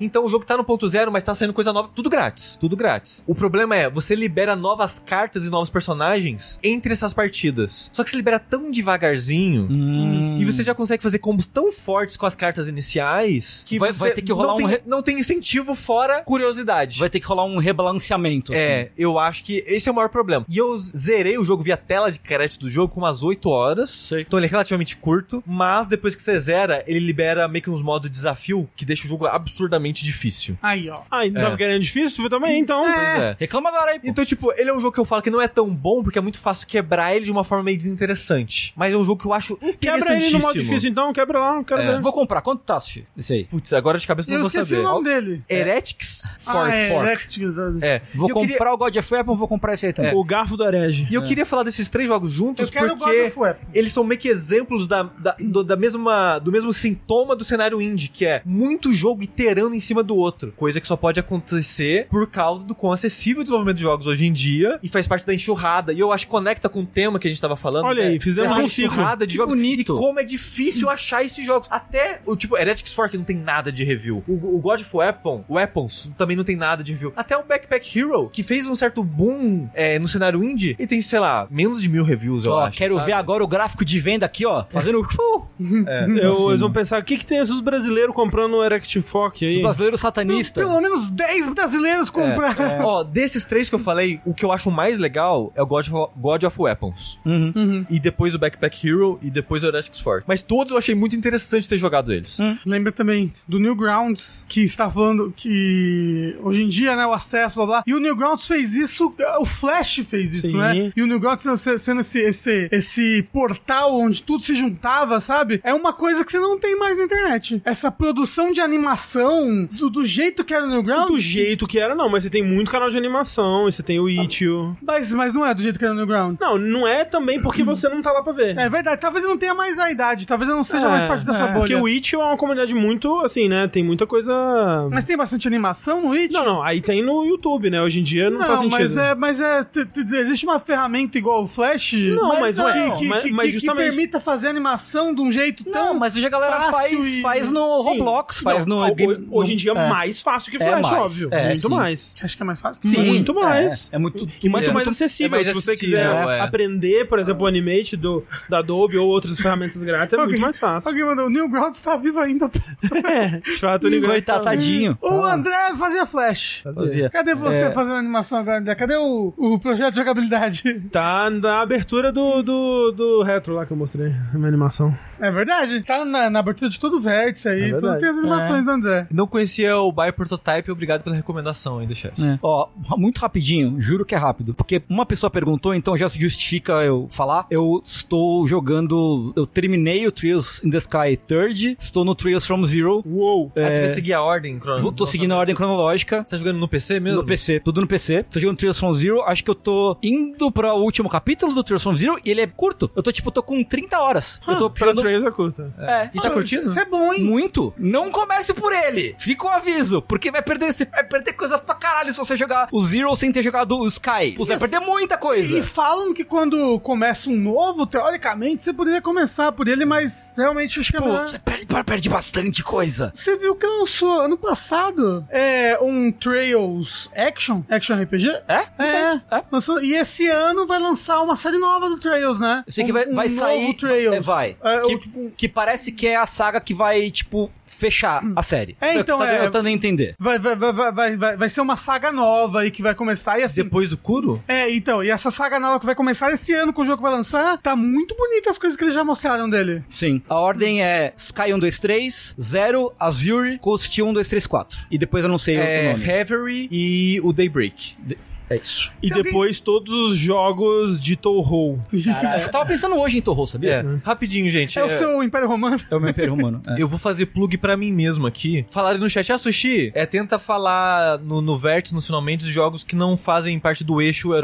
Speaker 3: Então o jogo tá no ponto zero, mas tá saindo coisa nova, tudo grátis. Tudo grátis. O problema é, você libera novas cartas e novos personagens entre essas partidas. Só que você libera tão devagarzinho.
Speaker 4: Hum.
Speaker 3: E você já consegue fazer combos tão fortes com as cartas iniciais que
Speaker 4: Vai-
Speaker 3: você
Speaker 4: vai ter que rolar
Speaker 3: não,
Speaker 4: um
Speaker 3: tem,
Speaker 4: re-
Speaker 3: não tem incentivo fora curiosidade.
Speaker 4: Vai ter que rolar um rebalanceamento, assim.
Speaker 3: É, eu acho que esse é o maior problema. E eu zerei o jogo via tela de crédito do jogo com umas 8 horas. Então ele é relativamente curto, mas depois que você zera, ele libera meio que uns modos de desafio que deixa o jogo absurdamente difícil.
Speaker 2: Aí, ó.
Speaker 1: Ah, então
Speaker 3: É.
Speaker 1: tava querendo difícil? Tu também, então.
Speaker 3: Pois é.
Speaker 4: Reclama agora aí, pô.
Speaker 3: Então, tipo, ele é um jogo que eu falo que não é tão bom porque é muito fácil quebrar ele de uma forma meio desinteressante. Mas é um jogo que eu acho
Speaker 1: Quebra ele no modo
Speaker 3: interessantíssimo.
Speaker 1: difícil, então. Quebra lá, eu quero
Speaker 3: É.
Speaker 1: ver.
Speaker 4: Vou comprar. Quanto tá, Sushi? Esse aí.
Speaker 3: Putz, agora de cabeça eu
Speaker 2: Eu
Speaker 3: não vou
Speaker 2: esqueci
Speaker 3: saber.
Speaker 2: o nome dele.
Speaker 3: Heretics Fork.
Speaker 2: ah, é,
Speaker 3: Fork.
Speaker 2: Erected.
Speaker 3: É.
Speaker 4: Vou
Speaker 3: E eu
Speaker 4: comprar
Speaker 3: queria-
Speaker 4: o God of Weapon, vou comprar esse aí também.
Speaker 1: O garfo do herege.
Speaker 3: E eu queria falar desses três jogos juntos
Speaker 2: Eu quero
Speaker 3: É, porque...
Speaker 2: God of Weapon.
Speaker 3: eles são meio que exemplos da, da, do, da mesma, do mesmo sintoma do cenário indie, que é muito jogo iterando em cima do outro. Coisa que só pode acontecer por causa do quão acessível o desenvolvimento de jogos hoje em dia e faz parte da enxurrada. E eu acho que conecta com o tema que a gente tava falando.
Speaker 1: Olha
Speaker 3: né?
Speaker 1: aí, fizemos
Speaker 3: Essa
Speaker 1: um ciclo.
Speaker 3: enxurrada de
Speaker 4: Que
Speaker 3: jogos.
Speaker 4: bonito.
Speaker 3: E como é difícil achar esses jogos. Até o tipo, Heretics Fork não tem nada de review. O, o God of Weapon, Weapons também não tem nada de review. Até o Backpack Hero, que fez um certo boom é, no cenário indie, e tem, sei lá, menos de mil reviews, eu
Speaker 4: Ó,
Speaker 3: acho.
Speaker 4: quero
Speaker 3: sabe?
Speaker 4: ver agora o gráfico de venda aqui, ó. Fazendo. Uh,
Speaker 1: Eu, eles vão pensar, o que, que tem esses brasileiros comprando o Erect Fock aí?
Speaker 4: os brasileiros satanistas.
Speaker 2: Pelo menos 10 brasileiros
Speaker 3: É,
Speaker 4: É,
Speaker 2: compraram.
Speaker 3: Ó, desses três que eu falei, o que eu acho mais legal é o God of, God of Weapons.
Speaker 4: Uhum.
Speaker 3: E depois o Backpack Hero e depois o Heretics Fork. Mas todos eu achei muito interessante ter jogado eles.
Speaker 4: Hum.
Speaker 2: Lembra também do Newgrounds, que está falando que hoje em dia, né, o acesso, blá blá. E o Newgrounds fez isso, o Flash fez isso,
Speaker 1: Sim.
Speaker 2: né? E o Newgrounds sendo- sendo esse, esse, esse portal onde tudo se juntava, sabe? É uma coisa que você não tem mais na internet. Essa produção de animação, do, do jeito que era o Newgrounds.
Speaker 1: do jeito que era, não, mas você tem muito canal de animação, e você tem o Itch.io.
Speaker 2: Mas, mas não é do jeito que era o Newgrounds.
Speaker 1: Não, não é também porque você não tá lá pra ver.
Speaker 2: É verdade, talvez eu não tenha mais a idade, talvez eu não seja
Speaker 1: É,
Speaker 2: mais parte dessa
Speaker 1: é, Porque
Speaker 2: bolha.
Speaker 1: o Itch.io é uma comunidade muito, assim, né, tem muita coisa...
Speaker 2: Mas tem bastante animação no It?
Speaker 1: Não, não, aí tem no YouTube, né, hoje em dia não, faz sentido.
Speaker 2: mas é, mas é, t- t- existe uma ferramenta igual o Flash? é.
Speaker 1: Não, mas
Speaker 2: que,
Speaker 1: ué,
Speaker 2: que,
Speaker 1: mas-
Speaker 2: que-
Speaker 1: mas
Speaker 2: que
Speaker 1: justamente-
Speaker 2: permita fazer animação de um jeito tão...
Speaker 4: Não, mas hoje a galera
Speaker 2: fácil
Speaker 4: faz,
Speaker 2: e-
Speaker 4: faz no
Speaker 1: Sim.
Speaker 4: Roblox, faz
Speaker 1: Não,
Speaker 4: no.
Speaker 1: ho-
Speaker 4: game-
Speaker 1: Hoje em
Speaker 4: no-
Speaker 1: dia é
Speaker 4: é.
Speaker 1: mais fácil que
Speaker 4: É
Speaker 1: Flash,
Speaker 4: mais,
Speaker 1: óbvio.
Speaker 4: é,
Speaker 1: muito
Speaker 4: sim.
Speaker 1: mais.
Speaker 2: Você acha que é mais fácil?
Speaker 4: Sim,
Speaker 1: muito mais.
Speaker 4: É, é muito.
Speaker 1: E muito
Speaker 4: é
Speaker 1: mais
Speaker 4: muito-
Speaker 1: acessível.
Speaker 3: é mais
Speaker 1: se você
Speaker 3: acessível,
Speaker 1: quiser
Speaker 3: é.
Speaker 1: aprender, por exemplo, o Animate do, da Adobe ou outras ferramentas grátis, é muito mais fácil.
Speaker 2: Alguém mandou, o Neil Ground está vivo ainda.
Speaker 1: É, de fato, tá- ninguém
Speaker 4: Coitado,
Speaker 1: fala.
Speaker 4: tadinho.
Speaker 2: O André fazia flash.
Speaker 1: Fazia. É.
Speaker 2: Cadê você fazendo animação agora, André? Cadê o, o projeto de jogabilidade?
Speaker 1: Tá na abertura do, do, do retro lá que eu mostrei, a minha animação.
Speaker 2: É verdade. Tá na, na abertura de todo o vértice aí.
Speaker 1: É verdade.
Speaker 2: tudo tem as animações do André.
Speaker 3: Não conhecia o Buy Prototype, obrigado pela recomendação ainda, chefe.
Speaker 4: É. Ó, muito rapidinho, juro que é rápido. Porque uma pessoa perguntou, então já se justifica eu falar. Eu estou jogando. Eu terminei o Trials in the Sky Third, estou no Trials from Zero. É,
Speaker 1: Uou!
Speaker 3: Ah, você vai seguir a ordem, Crono?
Speaker 4: Vou- tô seguindo a ordem cronológica.
Speaker 3: Você tá jogando no PC mesmo?
Speaker 4: No PC, tudo no PC. Tô jogando Trials from Zero, acho que eu tô indo pro último capítulo do Trials from Zero e ele é curto. Eu tô tipo, tô com 30 horas. eu tô
Speaker 1: Pra
Speaker 4: jogando-
Speaker 1: Trails é curta.
Speaker 4: É.
Speaker 3: E tá curtindo?
Speaker 2: Isso é bom, hein?
Speaker 4: Muito. Não comece por ele. Fica o aviso, porque vai perder, você vai perder coisa pra caralho se você jogar o Zero sem ter jogado o Sky. Você vai perder muita coisa.
Speaker 2: E falam que quando começa um novo, teoricamente, você poderia começar por ele, mas realmente é o
Speaker 1: Tipo,
Speaker 4: Pô,
Speaker 2: esquema...
Speaker 4: você perde, perde bastante coisa.
Speaker 2: Você viu que lançou ano passado é, um Trails Action, Action RPG?
Speaker 4: É? Não
Speaker 2: É,
Speaker 4: sei. É?
Speaker 2: lançou- e esse ano vai lançar uma série nova do Trails, né?
Speaker 4: Eu sei que
Speaker 2: Um-
Speaker 4: vai,
Speaker 2: um
Speaker 4: vai
Speaker 2: novo
Speaker 4: sair.
Speaker 2: Trails.
Speaker 4: É, vai.
Speaker 2: É,
Speaker 4: que,
Speaker 2: ou, tipo, um-
Speaker 4: que parece que é a saga que vai, tipo, fechar a série.
Speaker 2: É, então,
Speaker 4: tá
Speaker 2: é.
Speaker 4: tentando entender.
Speaker 2: vai, vai, vai, vai, vai, vai, vai ser uma saga nova aí que vai começar e assim.
Speaker 3: Depois do Kuro?
Speaker 2: É, então, e essa saga nova que vai começar esse ano com o jogo que vai lançar, tá muito bonita as coisas que eles já mostraram dele.
Speaker 4: Sim. A ordem é Sky 123, Zero, Azure, um, Coast 1234. E depois eu não sei
Speaker 3: É,
Speaker 4: o nome.
Speaker 3: Reverie e o Daybreak.
Speaker 4: É isso.
Speaker 1: E
Speaker 2: Se alguém-
Speaker 1: depois todos os jogos de Touhou.
Speaker 4: Eu tava pensando hoje em Torro, sabia?
Speaker 3: É, rapidinho, gente.
Speaker 2: É o seu Império Romano.
Speaker 4: É o meu Império Romano. É.
Speaker 3: Eu vou fazer plug pra mim mesmo aqui. Falaram no chat, ah, Sushi, é, tenta falar no, no Vértice, nos finalmente, jogos que não fazem parte do eixo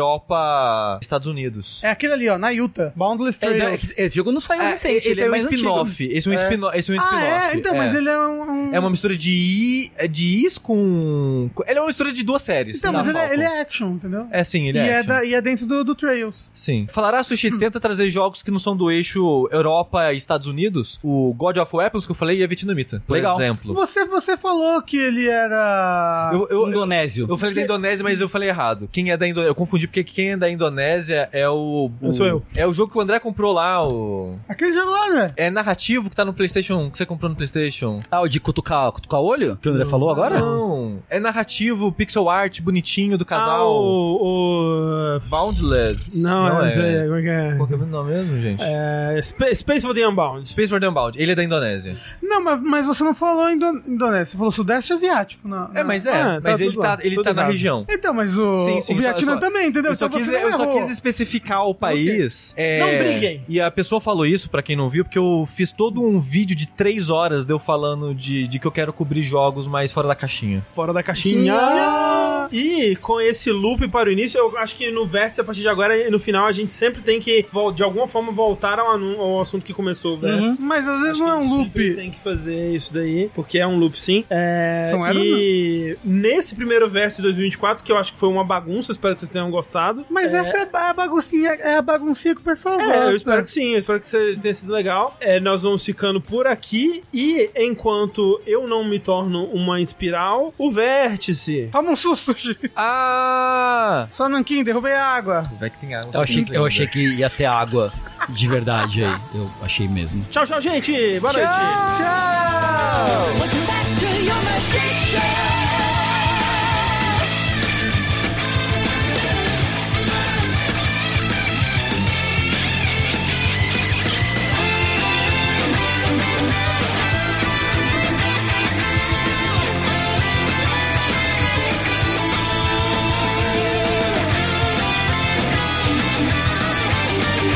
Speaker 3: Europa-Estados Unidos.
Speaker 2: É aquele ali, ó, na Utah. Boundless
Speaker 4: É,
Speaker 2: Trails.
Speaker 4: não, esse- esse jogo não saiu
Speaker 3: É,
Speaker 4: recente,
Speaker 3: esse
Speaker 4: ele é,
Speaker 3: é um
Speaker 4: mais
Speaker 3: spin-off. Esse é um spin-off. Esse é um
Speaker 2: ah,
Speaker 3: spin-off.
Speaker 2: é? Então, mas ele é um... um-
Speaker 3: É uma mistura de I, é de Is com... com- Ele é uma mistura de duas séries.
Speaker 2: Então,
Speaker 3: na
Speaker 2: mas ele, é-
Speaker 3: Falcon.
Speaker 2: ele é action, entendeu?
Speaker 3: É sim, ele
Speaker 2: e,
Speaker 3: é.
Speaker 2: é
Speaker 3: action.
Speaker 2: da- Hum. e é dentro do, do Trails.
Speaker 3: Sim. Falará, Sushi, tenta trazer jogos que não são do eixo Europa e Estados Unidos. O God of Weapons, que eu falei, e a Vietnamita, por
Speaker 4: Legal.
Speaker 3: exemplo.
Speaker 2: Você, você falou que ele era.
Speaker 3: Eu, eu, eu,
Speaker 4: Indonésio.
Speaker 3: eu falei da Indonésia, mas eu falei errado. Quem é da Indonésia? Eu confundi, porque quem é da Indonésia é o... o-
Speaker 1: Eu sou eu.
Speaker 3: É o jogo que o André comprou lá, o...
Speaker 2: Aquele jogo lá, né?
Speaker 3: É narrativo que tá no Playstation, que você comprou no Playstation.
Speaker 4: Ah, o de cutucar, cutucar o olho? Que o André
Speaker 1: Oh,
Speaker 4: falou agora?
Speaker 3: Não. É narrativo, pixel art, bonitinho, do
Speaker 1: Ah,
Speaker 3: casal.
Speaker 1: o, o-
Speaker 3: Boundless.
Speaker 1: Não, é, não sei, como é que é?
Speaker 3: Qual que é o nome mesmo, gente?
Speaker 1: É, Spa- Space for the Unbound.
Speaker 3: Space for the Unbound. Ele é da Indonésia.
Speaker 2: Não, mas, mas você não falou Indo Indonésia, você falou Sudeste Asiático. Não,
Speaker 3: É, mas é.
Speaker 1: Ah, tá
Speaker 3: mas ele
Speaker 1: tudo
Speaker 3: tá,
Speaker 1: lá,
Speaker 3: ele
Speaker 1: tudo
Speaker 3: tá na
Speaker 1: errado.
Speaker 3: região.
Speaker 2: Então, mas o,
Speaker 3: Sim, sim, só-
Speaker 2: o Vietnã
Speaker 3: só-
Speaker 2: também, entendeu?
Speaker 3: Eu só,
Speaker 2: então
Speaker 3: quis,
Speaker 2: você não
Speaker 3: eu só
Speaker 2: errou.
Speaker 3: quis especificar o país. é,
Speaker 1: Não briguem.
Speaker 3: E a pessoa falou isso, pra quem não viu, porque eu fiz todo um vídeo de três horas de eu falando de, de que eu quero cobrir jogos mais fora da caixinha.
Speaker 1: Fora da caixinha. E com esse loop para o início, eu acho que no vértice, a partir de agora e no final, a gente sempre tem que, vol- de alguma forma, voltar ao, anu- ao assunto que começou o vértice.
Speaker 3: Uhum.
Speaker 2: Mas às vezes não é um
Speaker 1: Sempre
Speaker 2: loop.
Speaker 1: Tem que fazer isso daí, porque é um loop sim. É,
Speaker 2: Não era,
Speaker 1: e nesse primeiro verso de 2024, que eu acho que foi uma bagunça, espero que vocês tenham gostado.
Speaker 2: Mas essa é a baguncinha, é a baguncinha que o pessoal
Speaker 1: É,
Speaker 2: gosta.
Speaker 1: eu espero que sim, eu espero que vocês tenha sido legal. É, nós vamos ficando por aqui e enquanto eu não me torno uma espiral, o vértice.
Speaker 2: Toma um susto, Gi.
Speaker 3: Ah!
Speaker 2: Só Nanquim, derrubei a água.
Speaker 3: Vai que tem água.
Speaker 4: Eu achei, que- eu achei que ia ter água de verdade aí. Eu achei mesmo.
Speaker 1: Tchau, tchau, gente. Boa noite.
Speaker 2: Tchau!
Speaker 5: Welcome back to your magician.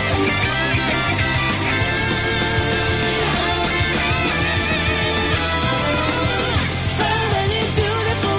Speaker 5: So many beautiful.